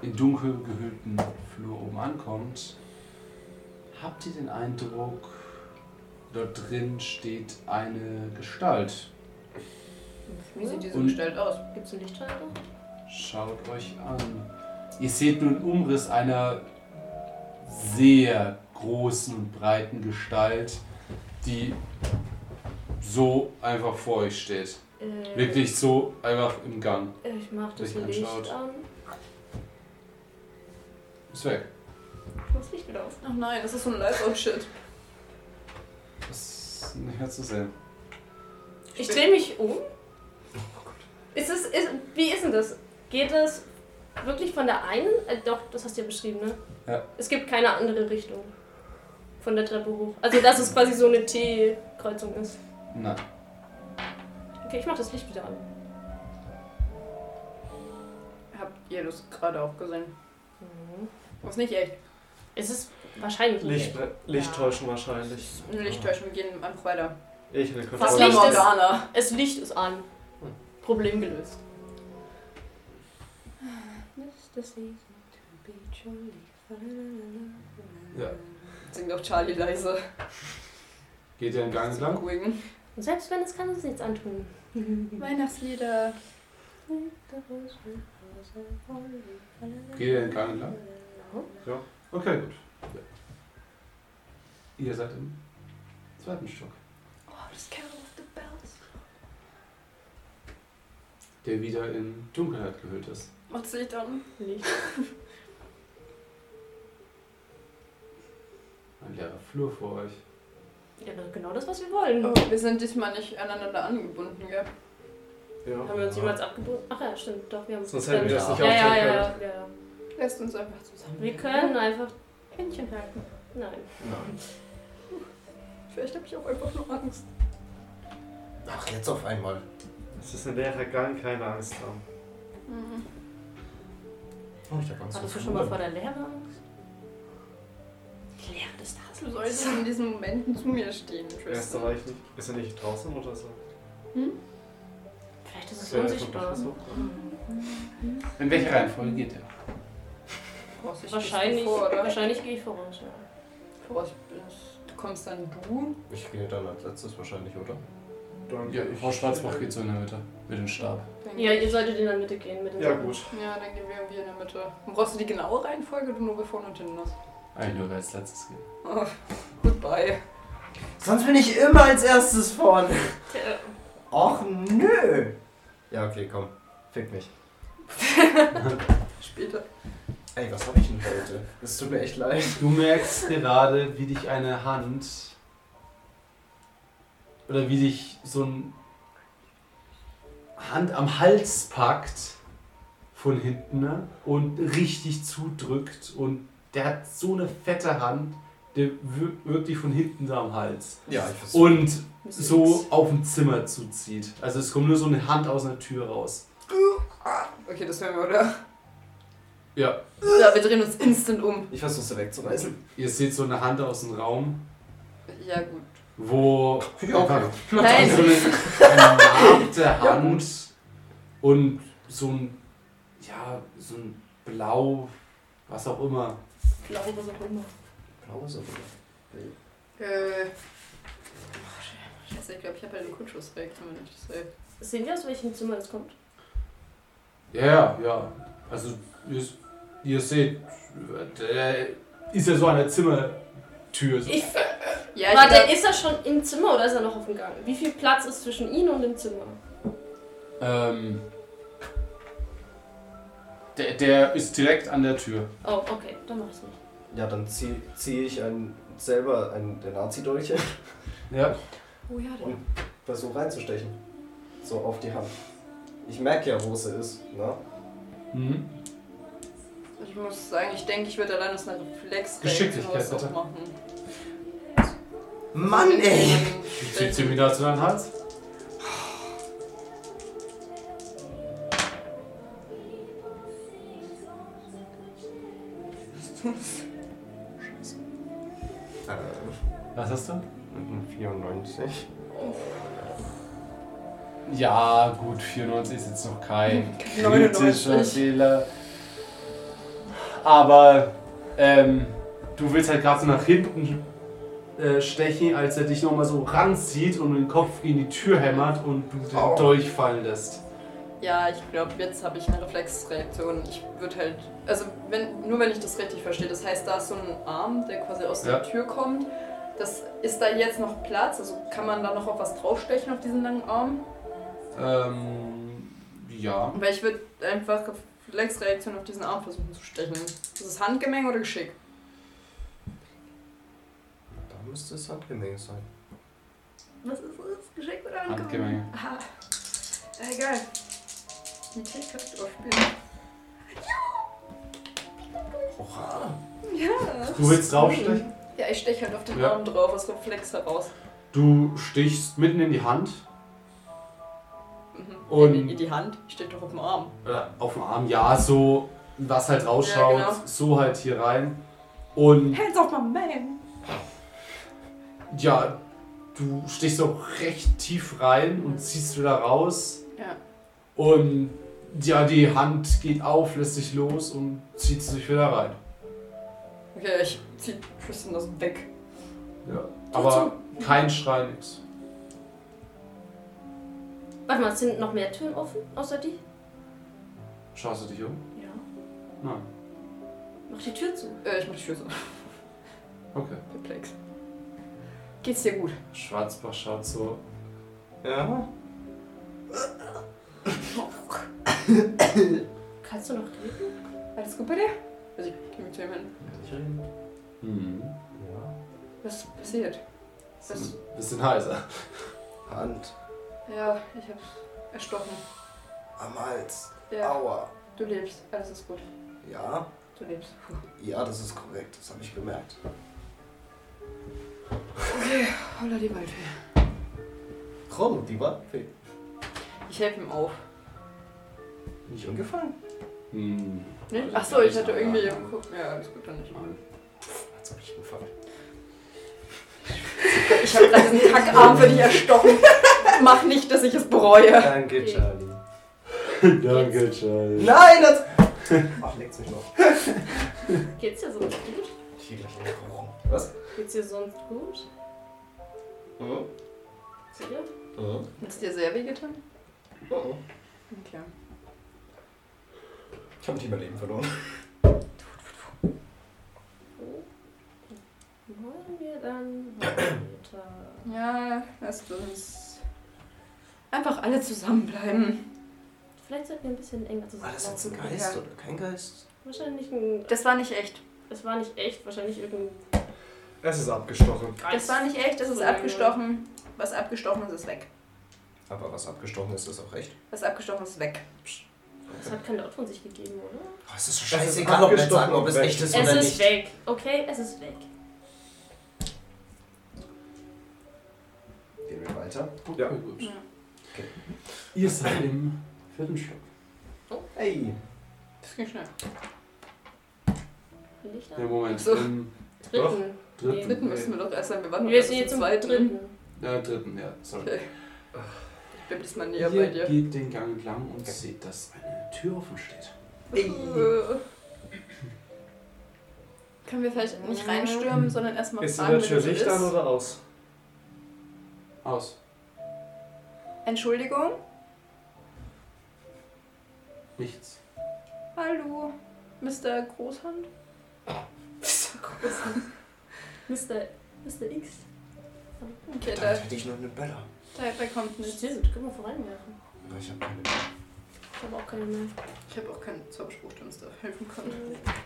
Speaker 1: in dunkel gehüllten Flur oben ankommt, habt ihr den Eindruck, dort drin steht eine Gestalt.
Speaker 4: Wie sieht diese
Speaker 1: Und-
Speaker 4: Gestalt aus?
Speaker 2: Gibt's einen Lichtschalter?
Speaker 1: Schaut euch an. Ihr seht nun einen Umriss einer sehr großen und breiten Gestalt, die so einfach vor euch steht.
Speaker 2: Äh,
Speaker 1: Wirklich so einfach im Gang.
Speaker 2: Ich mach das
Speaker 1: Sich anschaut.
Speaker 2: Licht an.
Speaker 1: Ist weg.
Speaker 2: Ich mach das Licht wieder auf.
Speaker 4: Ach nein, das ist so ein Live-Out-Shit.
Speaker 1: Ist nicht mehr zu sehen.
Speaker 2: Ich drehe mich um. Ist es, ist, wie ist denn das? Geht es wirklich von der einen? Äh, doch, das hast du ja beschrieben, ne?
Speaker 1: Ja.
Speaker 2: Es gibt keine andere Richtung von der Treppe hoch. Also, dass es quasi so eine T-Kreuzung ist.
Speaker 1: Nein.
Speaker 2: Okay, ich mach das Licht wieder an.
Speaker 4: Habt ihr das gerade auch gesehen? Mhm. Das ist nicht echt.
Speaker 2: Es ist wahrscheinlich
Speaker 34: Licht,
Speaker 2: nicht.
Speaker 34: Lichttäuschen wahrscheinlich.
Speaker 4: Nicht täuschen, wir gehen einfach weiter.
Speaker 34: Ich will kurz
Speaker 2: Was
Speaker 4: Fata
Speaker 2: Licht ist-
Speaker 4: Morgana.
Speaker 2: Es Licht ist an.
Speaker 34: Hm.
Speaker 2: Problem gelöst.
Speaker 1: Ja.
Speaker 4: Sing doch Charlie leise.
Speaker 1: Geht ihr den Gang entlang?
Speaker 4: Beruhigen.
Speaker 2: Und selbst wenn es kann uns nichts antun.
Speaker 4: Weihnachtslieder.
Speaker 1: Geht ihr den Gang entlang? Ja. Okay, gut. Ihr seid im zweiten Stock,
Speaker 4: Oh, das Carol of the Bells.
Speaker 1: der wieder in Dunkelheit gehüllt ist.
Speaker 4: Macht's Licht an.
Speaker 2: Licht.
Speaker 1: Ein leerer Flur vor euch.
Speaker 2: Ja, aber genau das, was wir wollen.
Speaker 4: Oh, wir sind diesmal nicht aneinander angebunden, gell?
Speaker 34: Ja.
Speaker 2: Haben wir uns jemals abgebunden? Ach ja, stimmt, doch, wir haben uns
Speaker 34: Sonst hätten wir das nicht
Speaker 2: ja, ja,
Speaker 34: aufteilen
Speaker 2: ja, ja, ja.
Speaker 4: Lasst uns einfach zusammen.
Speaker 2: Wir können einfach.
Speaker 4: Händchen halten.
Speaker 2: Nein.
Speaker 4: Ich Vielleicht habe ich auch einfach nur Angst.
Speaker 6: Ach, jetzt auf einmal.
Speaker 34: Es ist in der Gang keine Angst haben.
Speaker 4: Mhm.
Speaker 6: Oh, ich hab Angst
Speaker 2: Hattest du
Speaker 6: vor
Speaker 2: schon mal
Speaker 6: Vögeln.
Speaker 2: vor der Lehre Angst? Die Lehre des Tages.
Speaker 4: Du solltest in diesen Momenten zu mir stehen, Tristan.
Speaker 34: Österreich nicht. Ist er nicht draußen oder so?
Speaker 2: Vielleicht ist es
Speaker 34: Ist er
Speaker 2: unsichtbar.
Speaker 34: so?
Speaker 1: In welcher Reihenfolge geht der?
Speaker 4: Vorsicht,
Speaker 2: Wahrscheinlich,
Speaker 4: Vor, oder?
Speaker 2: wahrscheinlich gehe ich voraus. Ja.
Speaker 4: Vorsicht, bist- du kommst dann du.
Speaker 6: Ich gehe dann als letztes wahrscheinlich, oder?
Speaker 34: Dann
Speaker 1: Ja, Frau Schwarzbach geht so in der Mitte mit dem Stab.
Speaker 4: Dann-
Speaker 2: ja, ihr solltet in der Mitte gehen mit den
Speaker 34: Ja,
Speaker 2: Sachen.
Speaker 34: gut.
Speaker 4: Ja, dann gehen wir irgendwie in der Mitte. Brauchst du die genaue Reihenfolge oder nur wer vorne und hinten ist?
Speaker 1: Eigentlich nur wer als letztes geht.
Speaker 4: Oh, goodbye.
Speaker 6: Sonst bin ich immer als erstes vorne.
Speaker 2: Tja. äh,
Speaker 6: Och nö. Ja, okay, komm. Fick mich.
Speaker 4: Später.
Speaker 6: Ey, was hab ich denn heute? Es tut mir echt leid.
Speaker 1: Du merkst gerade, wie dich eine Hand oder wie dich so ein Hand am Hals packt von hinten ne? und richtig zudrückt und der hat so eine fette Hand, der wirkt wirklich von hinten da am Hals
Speaker 6: Ja, ich versuche.
Speaker 1: und so auf dem Zimmer zuzieht. Also es kommt nur so eine Hand aus einer Tür raus.
Speaker 4: Okay, das hören wir, oder?
Speaker 1: Ja,
Speaker 4: Ja, wir drehen uns instant um.
Speaker 6: Ich versuche sie wegzureißen.
Speaker 1: ihr seht so eine Hand aus dem Raum,
Speaker 4: Ja, gut.
Speaker 1: wo
Speaker 6: Ja, okay.
Speaker 1: Nein. So eine vernarbte Hand und so ein, ja, so ein Blau, was auch immer.
Speaker 4: Glaube, was auch immer.
Speaker 6: Pause.
Speaker 4: Äh. ach, Sche- Scheiße, ich halt glaube, ich habe ja eine Kutschussreaktion, wenn ich das sehe.
Speaker 2: Sehen wir aus welchem Zimmer das kommt?
Speaker 1: Ja, ja, ja. Also, ihr, ihr seht, der ist ja so an der Zimmertür. So.
Speaker 2: Ich,
Speaker 4: Ja, ich
Speaker 2: warte,
Speaker 4: glaub-
Speaker 2: ist er schon im Zimmer oder ist er noch auf dem Gang? Wie viel Platz ist zwischen ihm und dem Zimmer?
Speaker 1: Ähm, der, der ist direkt an der Tür.
Speaker 2: Oh, okay, dann mach ich's nicht.
Speaker 6: Ja, dann ziehe zieh ich einen, selber einen der Nazi-Dolche
Speaker 1: Ja.
Speaker 4: Oh ja, der.
Speaker 6: und versuche reinzustechen. So auf die Hand. Ich merke ja, wo sie ist, ne?
Speaker 1: Mhm.
Speaker 4: Ich muss sagen, ich denke, ich würde allein aus einer Reflex
Speaker 1: Geschicklichkeit, bitte.
Speaker 4: machen.
Speaker 6: Mann, ey!
Speaker 4: Ähm,
Speaker 1: Zieht sie mir dazu deinen Hals?
Speaker 6: Äh,
Speaker 1: Was hast du?
Speaker 6: 94.
Speaker 1: Ja, gut, 94 ist jetzt noch kein kritischer
Speaker 4: 99.
Speaker 1: Fehler. Aber ähm, du willst halt gerade so nach hinten äh, stechen, als er dich nochmal so ranzieht und den Kopf gegen die Tür hämmert und du den
Speaker 6: Au.
Speaker 1: Dolch fallen lässt.
Speaker 4: Ja, ich glaube, jetzt habe ich eine Reflexreaktion. Ich würde halt. Also, wenn, nur wenn ich das richtig verstehe. Das heißt, da ist so ein Arm, der quasi aus
Speaker 1: Ja.
Speaker 4: der Tür kommt. Das, ist da jetzt noch Platz? Also, kann man da noch auf was draufstechen auf diesen langen Arm?
Speaker 1: Ähm, ja.
Speaker 4: Weil ich würde einfach Reflexreaktion auf diesen Arm versuchen zu stechen. Ist es Handgemenge oder Geschick?
Speaker 6: Da müsste es Handgemenge sein.
Speaker 4: Was ist es? Geschick oder
Speaker 1: Handgemenge.
Speaker 4: Aha. Äh, Egal. Die Tick kannst du auch spielen.
Speaker 6: Oha!
Speaker 4: Ja.
Speaker 1: Du willst draufstechen?
Speaker 4: Ja, ich steche halt auf den
Speaker 1: Ja.
Speaker 4: Arm drauf, aus Reflex heraus.
Speaker 1: Du stichst mitten in die Hand.
Speaker 4: Mhm.
Speaker 1: Und-
Speaker 4: in, in die Hand. Ich stehe doch auf dem Arm.
Speaker 1: Oder auf dem Arm, ja, so was halt rausschaut,
Speaker 4: Ja, genau.
Speaker 1: so halt hier rein. Und
Speaker 4: Hands off my man!
Speaker 1: Ja, du stichst so recht tief rein und ziehst wieder raus.
Speaker 4: Mhm. Ja.
Speaker 1: Und ja, die Hand geht auf, lässt sich los und zieht sich wieder rein.
Speaker 4: Okay, ich zieh Tristan aus dem Weg.
Speaker 1: Ja. Aber kein Schrei, nix.
Speaker 2: Warte mal, sind noch mehr Türen offen, außer die?
Speaker 1: Schaust du dich um?
Speaker 2: Ja.
Speaker 1: Nein.
Speaker 2: Mach die Tür zu.
Speaker 4: Äh, ich mach die Schüsse.
Speaker 1: Okay.
Speaker 4: Perplex. Geht's dir gut?
Speaker 1: Schwarzbach schaut so.
Speaker 6: Ja?
Speaker 2: Kannst du noch reden?
Speaker 4: Alles gut bei dir? Also, ich geh mit zu ihm hin.
Speaker 1: Hm.
Speaker 4: Was ist passiert? Was?
Speaker 1: Ist ein bisschen heiser.
Speaker 6: Hand
Speaker 4: Ja, ich hab's erstochen.
Speaker 6: am Hals.
Speaker 4: Ja,
Speaker 6: Aua.
Speaker 4: du lebst. Alles ist gut.
Speaker 6: Ja?
Speaker 4: Du lebst. Puh.
Speaker 6: Ja, das ist korrekt, das habe ich gemerkt.
Speaker 4: Okay, holla die Waldfee.
Speaker 6: Krumm, die Waldfee.
Speaker 4: Ich helfe ihm auf.
Speaker 6: Nicht umgefallen.
Speaker 1: Mhm.
Speaker 11: Hm.
Speaker 1: Also
Speaker 4: Nicht? Achso, ich hatte irgendwie geguckt. Ja, alles gut, dann nicht
Speaker 1: Ah.
Speaker 4: mal.
Speaker 6: Als ob ich umfallen.
Speaker 4: Ich habe gerade diesen Kackarm für dich erstochen. Mach nicht, dass ich es bereue.
Speaker 6: Danke, Charlie.
Speaker 11: Danke, Charlie.
Speaker 6: Nein, das. Ach, leckt's mich noch.
Speaker 2: Geht's dir sonst gut?
Speaker 6: Ich will gleich in den Kuchen. Was?
Speaker 2: Geht's dir sonst gut?
Speaker 6: Mhm.
Speaker 2: Sicher?
Speaker 6: Mhm.
Speaker 4: Hat es dir sehr wehgetan?
Speaker 6: Mhm.
Speaker 4: Okay.
Speaker 6: Ich hab nicht mein Leben verloren.
Speaker 2: Oh, Wollen wir dann weiter?
Speaker 4: Ja, lasst uns einfach alle zusammenbleiben.
Speaker 2: Vielleicht sollten wir ein bisschen enger
Speaker 34: Ah,
Speaker 6: War das jetzt ein
Speaker 2: zusammenlaufen.
Speaker 6: Geist oder kein Geist?
Speaker 2: Wahrscheinlich ein.
Speaker 4: Das war nicht echt.
Speaker 2: Es war nicht echt, wahrscheinlich irgendein
Speaker 34: Es ist abgestochen.
Speaker 4: Das war nicht echt, das ist abgestochen. Was abgestochen ist, ist weg.
Speaker 6: Aber was abgestochen ist, ist auch recht.
Speaker 4: Was abgestochen ist, ist weg.
Speaker 2: Es hat kein Laut von sich gegeben, oder?
Speaker 6: Oh, es ist so
Speaker 34: Es ist
Speaker 6: scheißegal, ob wir jetzt
Speaker 34: abgestochen
Speaker 6: sagen, ob es
Speaker 34: und
Speaker 6: echt ist
Speaker 2: es
Speaker 6: oder
Speaker 2: ist
Speaker 6: nicht.
Speaker 2: weg. Okay, es ist weg.
Speaker 6: Gehen wir weiter.
Speaker 34: Ja.
Speaker 1: Okay, gut.
Speaker 4: Ja.
Speaker 6: Okay.
Speaker 1: Ihr seid im vierten Stock.
Speaker 6: Hey.
Speaker 4: Das ging schnell.
Speaker 2: Lichter.
Speaker 1: Ja, Moment.
Speaker 4: So.
Speaker 1: Im
Speaker 2: Dritten.
Speaker 1: dritten.
Speaker 4: Dritten
Speaker 1: nee.
Speaker 4: müssen wir doch erst sein, wir waren doch
Speaker 2: Wir
Speaker 4: erst
Speaker 2: sind jetzt
Speaker 4: im
Speaker 2: im
Speaker 4: zweiten.
Speaker 2: dritten.
Speaker 1: Ja, dritten, ja, sorry.
Speaker 4: Okay. Ich bleib diesmal näher
Speaker 1: Ihr
Speaker 4: bei dir.
Speaker 1: geht den Gang entlang und seht, dass eine Tür offen steht.
Speaker 4: Äh. Können wir vielleicht nicht reinstürmen, sondern erstmal
Speaker 34: Ist die
Speaker 4: fragen, wer
Speaker 34: Tür
Speaker 4: das
Speaker 34: Licht an
Speaker 4: ist?
Speaker 34: oder aus?
Speaker 1: Aus.
Speaker 4: Entschuldigung?
Speaker 1: Nichts.
Speaker 4: Hallo, Mr. Großhand?
Speaker 2: Mr. Mr. X.
Speaker 4: Okay,
Speaker 6: Dann
Speaker 4: da,
Speaker 6: hätte ich noch eine Bella.
Speaker 4: da, da kommt nichts.
Speaker 2: Stimmt, können wir voranwerfen.
Speaker 6: Aber ich hab keine.
Speaker 2: Ich habe auch keine mehr.
Speaker 4: Ich habe auch keinen Zauberspruch, der uns da helfen kann.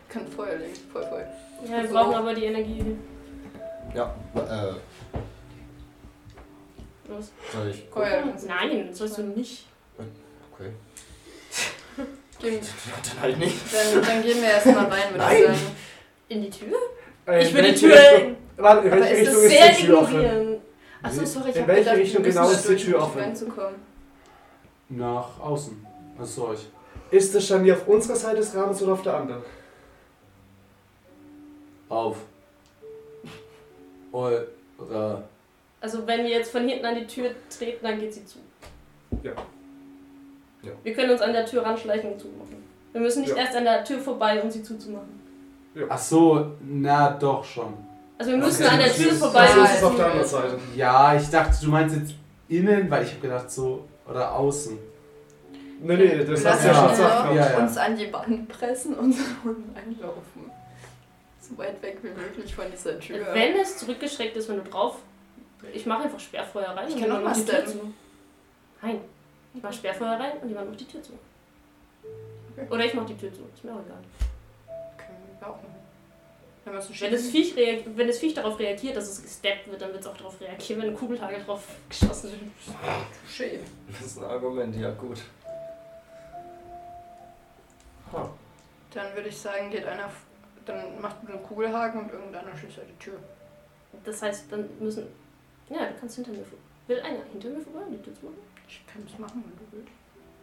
Speaker 4: Kann Feuer legen, voll voll.
Speaker 2: Ja, wir
Speaker 4: So.
Speaker 2: brauchen aber die Energie.
Speaker 6: Ja, äh,
Speaker 2: Los.
Speaker 6: soll ich.
Speaker 4: Feuer legen.
Speaker 2: Nein, Oh das sollst du nicht.
Speaker 6: Okay.
Speaker 4: Gehen-
Speaker 6: Ja, dann halt nicht.
Speaker 4: Dann, dann gehen wir erstmal rein, würde ich sagen.
Speaker 2: In die Tür?
Speaker 34: Äh,
Speaker 2: ich will die
Speaker 34: welche
Speaker 2: Tür.
Speaker 34: Richtung- Warte, in
Speaker 4: Aber
Speaker 34: welche
Speaker 4: ist das
Speaker 34: Richtung ist,
Speaker 2: sehr
Speaker 34: die Tür offen?
Speaker 2: ignorieren. Achso, sorry, ich
Speaker 34: In
Speaker 2: hab
Speaker 34: welche
Speaker 2: gedacht,
Speaker 34: Richtung
Speaker 2: wir müssen
Speaker 34: genau
Speaker 2: das
Speaker 34: ist die
Speaker 2: durch-
Speaker 34: Tür
Speaker 4: Um
Speaker 34: offen?
Speaker 4: reinzukommen.
Speaker 1: Nach außen. Was soll ich?
Speaker 34: Ist das Scharnier auf unserer Seite des Rahmens oder auf der anderen?
Speaker 1: Auf. Eure.
Speaker 2: Also wenn wir jetzt von hinten an die Tür treten, dann geht sie zu.
Speaker 34: Ja.
Speaker 6: Ja.
Speaker 2: Wir können uns an der Tür ranschleichen und zumachen. Wir müssen nicht
Speaker 34: Ja.
Speaker 2: erst an der Tür vorbei, um sie zuzumachen.
Speaker 1: Ach so, na doch schon.
Speaker 2: Also wir müssen
Speaker 1: Okay,
Speaker 2: an der
Speaker 1: das
Speaker 2: Tür
Speaker 1: ist-
Speaker 2: vorbei.
Speaker 34: Also
Speaker 2: um
Speaker 34: ist
Speaker 2: sie
Speaker 34: es auf der
Speaker 2: zumachen.
Speaker 34: anderen Seite.
Speaker 1: Ja, ich dachte, du meinst jetzt innen, weil ich habe gedacht so oder außen.
Speaker 34: Nee, nee, das hast du ja
Speaker 1: Ja.
Speaker 34: schon
Speaker 4: Lass
Speaker 34: gesagt.
Speaker 1: Ja, ja.
Speaker 4: uns an die Wand pressen und unten einlaufen. So weit weg wie möglich von dieser Tür.
Speaker 2: Wenn es zurückgeschreckt ist, wenn du drauf. Ich mache einfach Sperrfeuer rein.
Speaker 4: Ich
Speaker 2: und
Speaker 4: kann auch
Speaker 2: jemand macht die
Speaker 4: basteln.
Speaker 2: Tür zu. Nein. Ich mache Sperrfeuer rein und jemand macht die Tür zu.
Speaker 4: Okay.
Speaker 2: Oder ich mache die Tür zu. Ist mir auch egal.
Speaker 4: Können wir auch machen. Wenn wir es
Speaker 2: Wenn das, Viech reag- wenn das Viech darauf reagiert, dass es gesteppt wird, dann wird es auch darauf reagieren, wenn ein Kugelhagel drauf geschossen wird.
Speaker 4: Schön.
Speaker 6: Das ist ein Argument, ja, gut.
Speaker 4: Dann würde ich sagen, geht einer. f- Dann macht einen Kugelhaken und irgendeiner schießt halt die Tür.
Speaker 2: Das heißt, dann müssen. Ja, du kannst hinter mir vorbei. Will einer hinter mir vorbei und die Tür zumachen?
Speaker 4: Ich kann es machen, wenn du willst.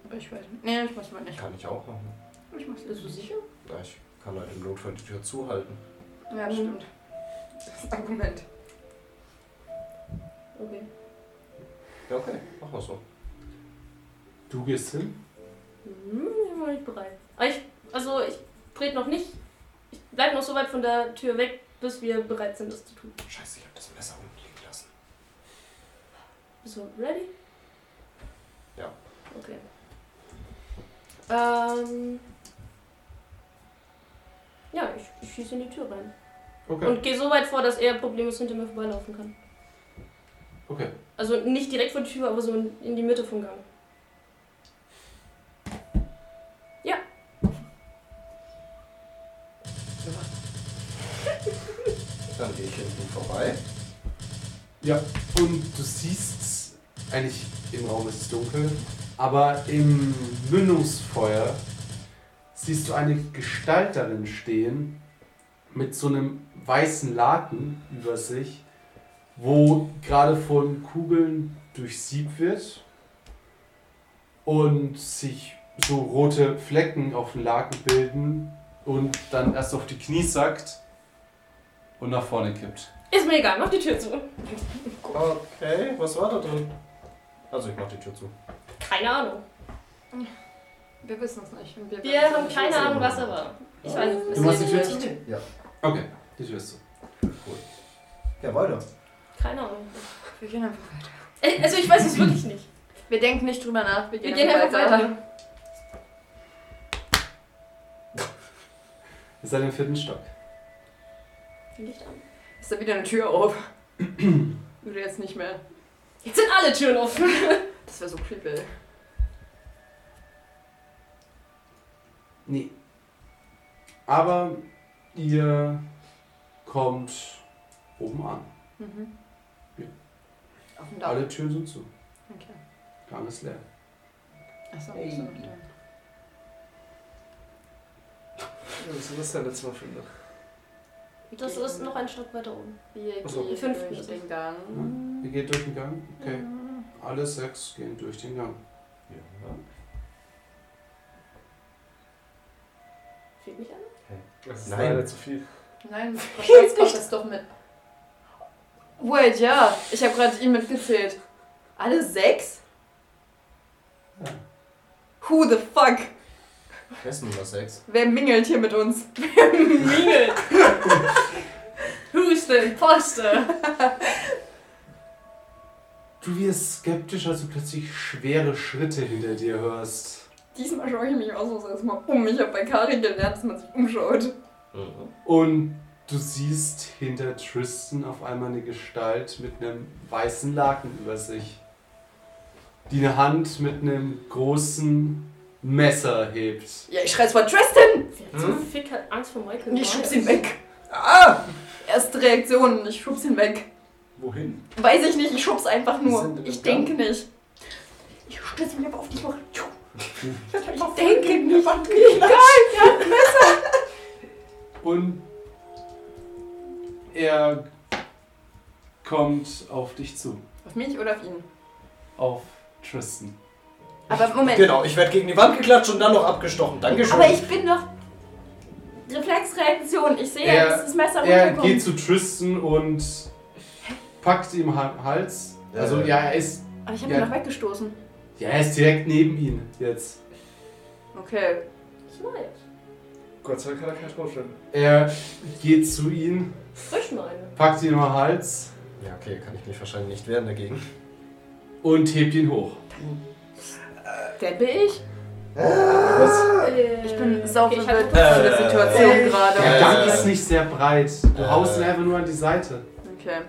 Speaker 4: Aber ich weiß nicht. Nee, ich mach's mal nicht.
Speaker 6: Kann ich auch machen.
Speaker 4: Ich mach's
Speaker 2: Bist du
Speaker 4: nicht.
Speaker 2: sicher?
Speaker 6: Ja, ich kann halt im Notfall die Tür zuhalten.
Speaker 4: Ja, das stimmt. Das ist ein Argument.
Speaker 2: Okay.
Speaker 6: Ja, okay, machen wir so.
Speaker 1: Du gehst hin?
Speaker 2: Hm, ich bin noch nicht bereit. Aber ich, also, ich trete noch nicht. Ich bleib noch so weit von der Tür weg, bis wir bereit sind, das zu tun.
Speaker 6: Scheiße, ich hab das Messer unten liegen lassen.
Speaker 2: Bist du ready?
Speaker 6: Ja.
Speaker 2: Okay. Ähm. Ja, ich, ich schieße in die Tür rein.
Speaker 1: Okay.
Speaker 2: Und gehe so weit vor, dass er problemlos hinter mir vorbeilaufen kann.
Speaker 1: Okay.
Speaker 2: Also nicht direkt vor die Tür, aber so in in die Mitte vom Gang. Ja.
Speaker 6: Dann gehe ich hinten vorbei.
Speaker 1: Ja. Und du siehst eigentlich im Raum ist es dunkel, aber im Mündungsfeuer siehst du eine Gestalt darin stehen mit so einem weißen Laken über sich,
Speaker 11: wo gerade von Kugeln durchsiebt wird und sich so rote Flecken auf dem Laken bilden und dann erst auf die Knie sackt und nach vorne kippt.
Speaker 2: Ist mir egal, mach die Tür zu.
Speaker 6: Okay, was war da drin? Also ich mach die Tür zu.
Speaker 2: Keine Ahnung.
Speaker 4: Wir wissen es nicht. und
Speaker 2: Wir haben keine Ahnung, was er war. Ich weiß es
Speaker 1: Du machst die
Speaker 2: nicht.
Speaker 1: Tür zu?
Speaker 6: Ja.
Speaker 1: Okay, die Tür ist zu.
Speaker 6: Ja, weiter.
Speaker 2: Keine Ahnung.
Speaker 4: Wir gehen einfach.
Speaker 2: Äh, Also ich weiß es wirklich nicht.
Speaker 4: Wir denken nicht drüber nach.
Speaker 2: Wir gehen einfach weiter.
Speaker 1: Ihr seid im vierten Stock.
Speaker 2: Licht an.
Speaker 4: Ist da wieder eine Tür auf? Oder jetzt nicht mehr.
Speaker 2: Jetzt sind alle Türen offen.
Speaker 4: Das wäre so creepy.
Speaker 1: Nee. Aber ihr kommt oben an.
Speaker 4: Mhm.
Speaker 1: Ja.
Speaker 4: Auf dem Dach.
Speaker 1: Alle Türen sind zu.
Speaker 4: Okay.
Speaker 1: Gang ist leer.
Speaker 4: Achso,
Speaker 6: Ey.
Speaker 4: so.
Speaker 3: Das ist ja letztes Mal schon noch.
Speaker 2: Das ist noch ein Stock weiter oben.
Speaker 4: Wir
Speaker 3: Achso.
Speaker 4: gehen
Speaker 2: Fünf
Speaker 4: durch
Speaker 2: Minuten.
Speaker 4: den Gang.
Speaker 1: Ihr geht durch den Gang? Okay. Alle sechs gehen durch den Gang.
Speaker 2: Fühlt mich an?
Speaker 3: Das ist
Speaker 6: Nein.
Speaker 3: leider zu viel.
Speaker 4: Nein, wahrscheinlich kommt das doch mit. Wait, ja. Ich habe gerade ihn mitgezählt. Alle sechs?
Speaker 1: Ja.
Speaker 4: Who the fuck?
Speaker 6: Essen Nummer 6.
Speaker 4: Wer mingelt hier mit uns? Wer mingelt?
Speaker 2: Who's the imposter?
Speaker 1: Du wirst skeptisch, als du plötzlich schwere Schritte hinter dir hörst.
Speaker 4: Diesmal schaue ich mich ausnahmsweise mal um. Ich habe bei Karin gelernt, dass man sich umschaut.
Speaker 6: Mhm.
Speaker 1: Und du siehst hinter Tristan auf einmal eine Gestalt mit einem weißen Laken über sich, die eine Hand mit einem großen Messer hebt.
Speaker 4: Ja, ich schreie zwar Tristan!
Speaker 2: Sie hat Hm? so fick halt Angst vor Michael.
Speaker 4: Ich schub's
Speaker 2: Myers.
Speaker 4: ihn weg. Ah! Erste Reaktion, ich schub's ihn weg.
Speaker 6: Wohin?
Speaker 4: Weiß ich nicht, ich schub's einfach
Speaker 6: Wir sind
Speaker 4: nur.
Speaker 6: in
Speaker 4: Ich
Speaker 6: einem
Speaker 4: denke nicht. Ich stütze mich aber auf die Woche. Ich
Speaker 2: denke
Speaker 4: denke nicht.
Speaker 1: Und er kommt auf dich zu,
Speaker 4: Auf mich oder auf ihn?
Speaker 1: auf Tristan.
Speaker 4: Aber Moment.
Speaker 6: Genau, ich werde gegen die Wand geklatscht und dann noch abgestochen. Dankeschön.
Speaker 4: Aber ich bin doch. Reflexreaktion. Ich sehe,
Speaker 1: Er-
Speaker 4: dass das Messer
Speaker 1: Er
Speaker 4: runterkommt.
Speaker 1: geht zu Tristan und packt ihm am Hals. Also
Speaker 6: Äh.
Speaker 1: ja, er ist,
Speaker 4: Aber ich habe
Speaker 1: Ja.
Speaker 4: ihn doch weggestoßen.
Speaker 1: ja, er ist direkt neben ihn jetzt.
Speaker 4: Okay.
Speaker 2: Schneid.
Speaker 3: Gott sei Dank hat er keinen Sprungschirm.
Speaker 1: Er geht zu ihm,
Speaker 2: Frischneiden.
Speaker 1: packt ihn am Hals
Speaker 6: Ja, okay, kann ich mich wahrscheinlich nicht wehren dagegen.
Speaker 1: und hebt ihn hoch.
Speaker 4: Der bin ich.
Speaker 2: Äh,
Speaker 4: Ich bin sau
Speaker 2: okay, ich
Speaker 4: verwirrt
Speaker 2: hab-
Speaker 4: von der Situation gerade.
Speaker 1: Der
Speaker 6: Äh.
Speaker 1: Gang ist nicht sehr breit. Du
Speaker 6: Äh.
Speaker 1: haust ihn einfach nur an die Seite.
Speaker 4: Okay.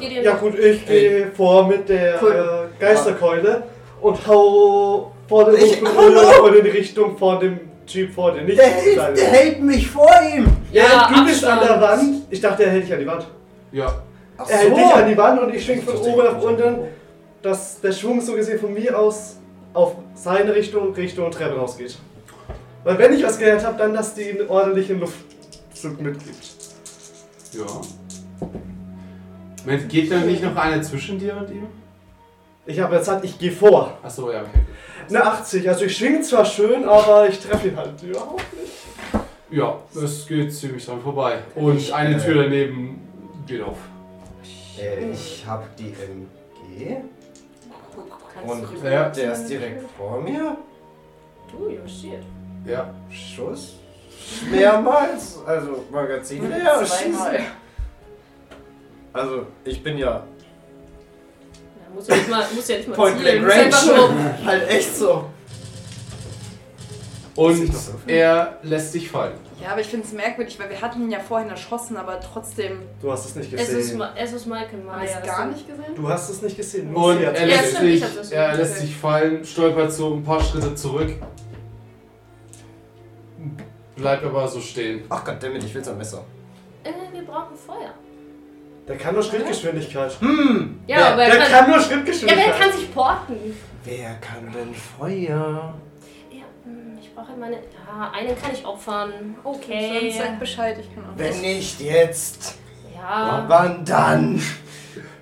Speaker 2: Geht
Speaker 6: Äh,
Speaker 2: ihr
Speaker 34: Ja
Speaker 2: noch?
Speaker 34: gut, ich gehe vor mit der
Speaker 4: Cool.
Speaker 34: äh, Geisterkeule und hau vor der
Speaker 6: Ich-
Speaker 34: Richtung oder in die Richtung vor dem Jeep vor dir. Nicht auf die Seite.
Speaker 6: hält mich vor ihm!
Speaker 34: Ja,
Speaker 2: Ja,
Speaker 34: du bist an
Speaker 2: Abstand.
Speaker 34: der Wand. Ich dachte, er hält dich an die Wand.
Speaker 1: Ja.
Speaker 6: Ach
Speaker 34: Er hält dich an
Speaker 6: so!
Speaker 34: die Wand und ich schwing von oben nach unten, dass der Schwung so gesehen von mir aus auf seine Richtung, Richtung Treppenhaus geht. Weil wenn ich was gelernt habe, dann, dass die einen ordentlichen Luftzug mitgibt.
Speaker 1: Ja. Moment, geht da nicht noch einer zwischen dir und ihm?
Speaker 34: Ich habe jetzt gesagt, ich gehe vor.
Speaker 1: Achso, ja, okay.
Speaker 34: Eine 80, also ich schwing zwar schön, aber ich treffe ihn halt überhaupt nicht.
Speaker 1: Ja, es geht ziemlich dran vorbei. Und eine Tür daneben geht auf.
Speaker 6: Äh, ich hab die MG. Und
Speaker 1: Ja.
Speaker 6: der ist direkt vor mir.
Speaker 2: Du, you're shit.
Speaker 1: Ja.
Speaker 6: Schuss. Mehrmals. Also Magazin leer. Schießen.
Speaker 4: Zweimal.
Speaker 6: Also ich bin ja
Speaker 2: Ja, muss ja nicht mal, muss ja nicht mal
Speaker 6: Point
Speaker 2: zielen.
Speaker 6: Blank
Speaker 2: Ist einfach nur-
Speaker 6: Range. halt echt so.
Speaker 1: Und er lässt dich fallen.
Speaker 4: Ja, aber ich finde es merkwürdig, weil wir hatten ihn ja vorhin erschossen, aber trotzdem.
Speaker 34: Du hast es nicht
Speaker 2: Es ist,
Speaker 34: gesehen.
Speaker 2: Ma- es ist Michael
Speaker 4: Haben wir
Speaker 2: Myers.
Speaker 4: es gar nicht gesehen?
Speaker 34: Du hast es nicht gesehen. nur
Speaker 1: Und
Speaker 34: sie hat
Speaker 1: er
Speaker 34: es
Speaker 2: Ja,
Speaker 1: lässt,
Speaker 2: stimmt, ich
Speaker 1: dich,
Speaker 2: hab das
Speaker 1: er
Speaker 2: gesehen.
Speaker 1: lässt dich fallen, stolpert so ein paar Schritte zurück. Bleibt aber so stehen.
Speaker 6: Ach Gott, damit ich will's am Messer.
Speaker 2: Äh, wir brauchen Feuer.
Speaker 34: Der kann nur Schrittgeschwindigkeit.
Speaker 2: Ja,
Speaker 6: Wer-
Speaker 2: aber
Speaker 34: Der
Speaker 2: er kann,
Speaker 34: kann nur
Speaker 2: ja, aber
Speaker 34: Schrittgeschwindigkeit.
Speaker 2: er kann sich porten.
Speaker 6: Wer kann denn Feuer?
Speaker 2: Ja, hm, ich brauche meine. Ja, einen kann ich opfern. Okay.
Speaker 4: Sonst sagt Bescheid, ich kann auch.
Speaker 6: Wenn nicht jetzt.
Speaker 2: Ja.
Speaker 6: Wann dann?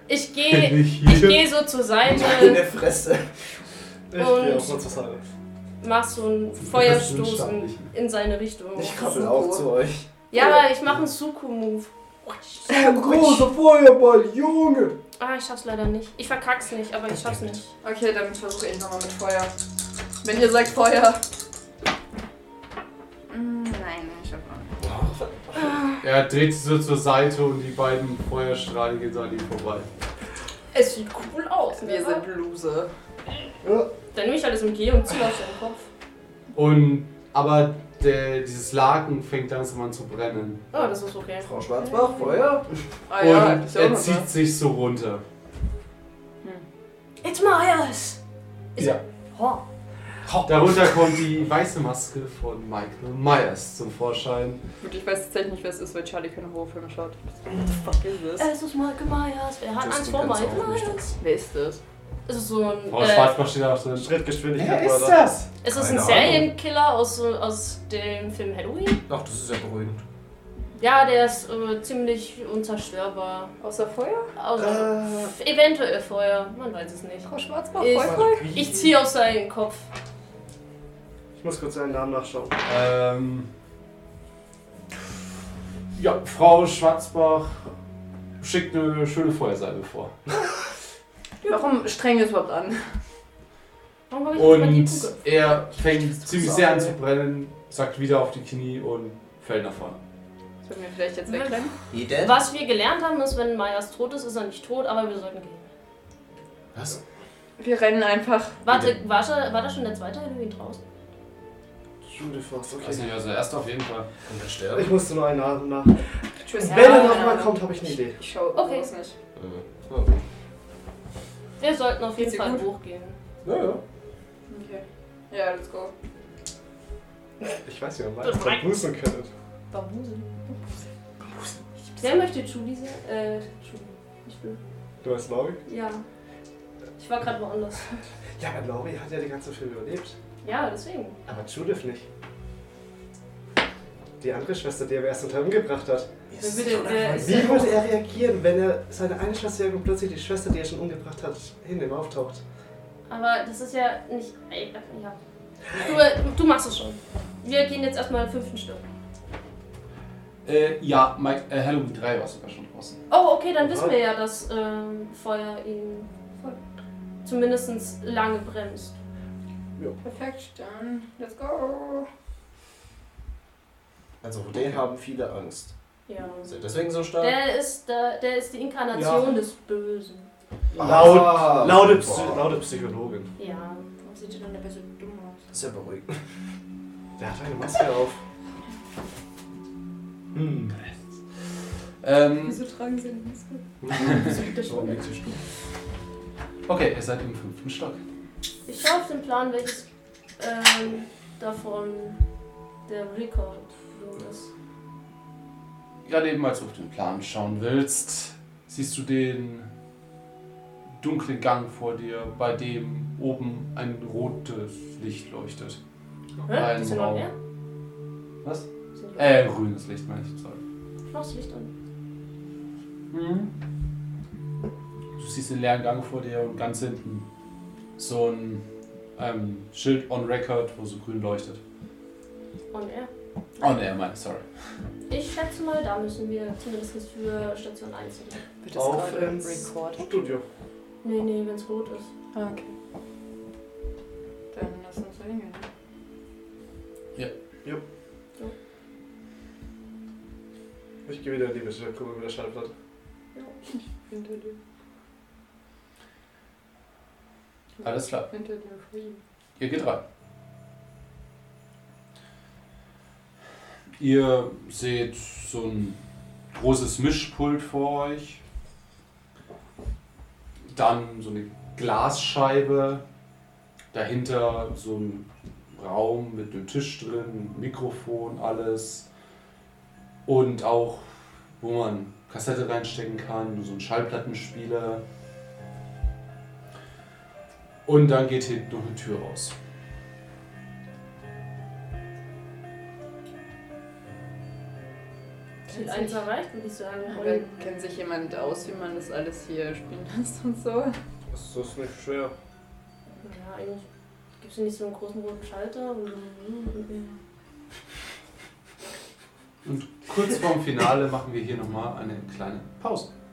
Speaker 2: Ich gehe ich geh so zur
Speaker 6: Meine
Speaker 2: Seite,
Speaker 6: Fresse.
Speaker 3: Ich gehe
Speaker 2: Und-
Speaker 3: auch mal zur Seite.
Speaker 2: mach so einen Feuerstoßen in seine Richtung.
Speaker 6: Ich krabbel auch zu euch.
Speaker 2: Ja, aber ich mache einen Suku-Move.
Speaker 6: Großer Feuerball, Junge!
Speaker 2: Ah, ich schaff's leider nicht. Ich verkack's nicht, aber ich schaff's nicht.
Speaker 4: Okay, dann versuche ich nochmal mit Feuer. Wenn ihr sagt Feuer. Mm, Nein, ich hab noch nicht.
Speaker 37: Er dreht sich so zur Seite und die beiden Feuerstrahlen gehen so an ihm vorbei.
Speaker 2: Es sieht cool aus.
Speaker 4: Wir sind Bluse.
Speaker 2: Dann nehme ich alles im G und ziehe auf seinen Kopf.
Speaker 37: Und aber der, dieses Laken fängt langsam an zu brennen.
Speaker 2: Oh, das ist okay.
Speaker 6: Frau Schwarzbach, Feuer?
Speaker 4: Ah ja,
Speaker 37: und
Speaker 4: ich auch
Speaker 37: er
Speaker 4: noch
Speaker 37: zieht
Speaker 4: da.
Speaker 37: sich so runter.
Speaker 2: It's Myers!
Speaker 37: Ja.
Speaker 2: Oh.
Speaker 37: Darunter kommt die weiße Maske von Michael Myers zum Vorschein.
Speaker 4: Gut, ich weiß tatsächlich nicht, wer es ist, weil Charlie keine Horrorfilme schaut. Äh. What the fuck is this?
Speaker 2: Es ist Michael Myers. Wer hat Angst vor Michael Myers?
Speaker 4: Wer ist das?
Speaker 2: Es ist so ein.
Speaker 37: Frau
Speaker 2: Äh,
Speaker 37: Schwarzbach Oh, steht da auch drin.
Speaker 3: Schrittgeschwindigkeit,
Speaker 37: Wer ist
Speaker 3: Leute.
Speaker 37: das?
Speaker 2: es ist ein
Speaker 6: Keine Ahnung.
Speaker 2: Serienkiller aus, so- aus dem Film Halloween.
Speaker 6: Ach, das ist ja beruhigend.
Speaker 2: Ja, der ist äh, ziemlich unzerstörbar.
Speaker 4: Außer Feuer?
Speaker 2: Also, f-
Speaker 6: Äh.
Speaker 2: Eventuell Feuer. Man weiß es nicht.
Speaker 4: Frau Schwarzbach,
Speaker 2: Ich-
Speaker 4: Feuer?
Speaker 2: Ich ziehe auf seinen Kopf.
Speaker 3: Ich muss kurz seinen Namen nachschauen.
Speaker 37: Ähm, ja, Frau Schwarzbach schickt eine schöne Feuersalbe vor.
Speaker 4: Warum strengen wir es überhaupt an?
Speaker 2: Warum habe ich jetzt mal die
Speaker 37: Und
Speaker 2: Kugel?
Speaker 37: er fängt ziemlich sehr an zu brennen, sackt wieder auf die Knie und fällt nach vorne.
Speaker 4: Sollen wir vielleicht jetzt wegrennen?
Speaker 6: He dead?
Speaker 2: Was wir gelernt haben, ist, wenn Myers tot ist, ist er nicht tot, aber wir sollten gehen.
Speaker 6: Was?
Speaker 4: Wir rennen einfach.
Speaker 2: Warte, war, schon, war da schon der zweite Halloween draußen?
Speaker 3: Judy Fox,
Speaker 1: Weiß
Speaker 3: okay.
Speaker 1: nicht, also erst auf jeden Fall.
Speaker 6: Und er sterben?
Speaker 3: Ich musste nur einen Namen nach.
Speaker 4: Tschüss.
Speaker 3: Wenn er nochmal kommt, habe ich eine Idee.
Speaker 4: Ich schau
Speaker 2: Okay.
Speaker 4: sowas nicht.
Speaker 2: Wir sollten auf jeden
Speaker 4: Geht's dir
Speaker 2: Fall
Speaker 4: gut?
Speaker 2: hochgehen.
Speaker 6: Naja.
Speaker 4: Okay. Ja, let's go.
Speaker 3: Ich weiß ja,
Speaker 2: Das
Speaker 3: was ihr bußen könnt.
Speaker 2: Bambusel. Wer möchte Julie sein? Äh, Julie. Ich will.
Speaker 3: Du weißt Laurie?
Speaker 2: Ja. Ich war gerade woanders.
Speaker 3: Ja, aber Laurie hat ja den ganzen Film überlebt.
Speaker 2: Ja, deswegen.
Speaker 3: Aber Judith nicht. Die andere Schwester, die er erst unter umgebracht hat.
Speaker 2: Wer will denn- wer ist
Speaker 3: Wie
Speaker 2: denn-
Speaker 3: würde er reagieren, wenn er seine eine Schwester jagt und plötzlich die Schwester, die er schon umgebracht hat, hinter ihm auftaucht?
Speaker 2: Aber das ist ja nicht. ey, Ja. Du, du machst es schon. Wir gehen jetzt erstmal in den fünften Stock.
Speaker 1: Äh, ja, Mike, äh, Halloween 3 war sogar schon draußen.
Speaker 2: Oh, okay, dann wissen wir ja, dass ähm, Feuer ihn zumindest lange bremst.
Speaker 4: Perfekt, dann let's go.
Speaker 6: Also, vor denen haben viele Angst.
Speaker 2: Ja.
Speaker 6: Sind deswegen so stark?
Speaker 2: Der ist, der, der ist die Inkarnation des Bösen.
Speaker 3: Laut,
Speaker 6: Ah,
Speaker 3: laute,
Speaker 6: super.
Speaker 3: Psy laute Psychologin.
Speaker 2: Ja.
Speaker 4: Warum sieht ihr denn dabei so dumm aus?
Speaker 6: Ist ja beruhigend.
Speaker 3: Der hat eine Maske auf.
Speaker 1: Ähm,
Speaker 4: Wieso tragen sie denn Maske?
Speaker 1: okay, ihr seid im fünften Stock.
Speaker 2: Ich schaue auf den Plan, welches ähm, davon der Record ist.
Speaker 1: Gerade eben, als du auf den Plan schauen willst, siehst du den dunklen Gang vor dir, bei dem oben ein rotes Licht leuchtet.
Speaker 2: Hä? Das sind noch
Speaker 1: Raum.
Speaker 2: mehr?
Speaker 1: Was?
Speaker 2: Das sind noch mehr.
Speaker 1: Äh, grünes Licht, meine ich, sorry.
Speaker 2: Ich mach das Licht an.
Speaker 1: Mhm. Du siehst den leeren Gang vor dir und ganz hinten so ein ähm, Schild on record, wo so grün leuchtet.
Speaker 2: Und er.
Speaker 1: Oh ne, er meint, sorry.
Speaker 2: Ich schätze mal, da müssen wir zumindest für Station 1 hin.
Speaker 4: Wird
Speaker 3: Auf
Speaker 4: gerade
Speaker 3: ins-
Speaker 4: Record?
Speaker 3: Studio.
Speaker 2: Nee, nee, wenn es rot ist.
Speaker 4: Ah, okay. Dann lass uns hingehen.
Speaker 3: Ich gehe wieder in die Mitte, gucke mir wieder Schallplatte.
Speaker 4: Hinter dir.
Speaker 1: Alles klar,
Speaker 4: Hinter dir, free.
Speaker 1: ihr geht rein. Ihr seht so ein großes Mischpult vor euch. Dann so eine Glasscheibe. Dahinter so ein Raum mit einem Tisch drin, Mikrofon, alles. Und auch, wo man Kassette reinstecken kann, so ein Schallplattenspieler. Und dann geht hinten noch eine Tür raus.
Speaker 2: Mit eins erreicht, würde ich sagen.
Speaker 4: Aber kennt sich jemand aus, wie man das alles hier spielen lässt und so?
Speaker 5: Das ist nicht schwer.
Speaker 2: Ja, eigentlich gibt es nicht so einen großen roten Schalter. Mhm. Und,
Speaker 1: Und kurz vorm Finale machen wir hier nochmal eine kleine Pause.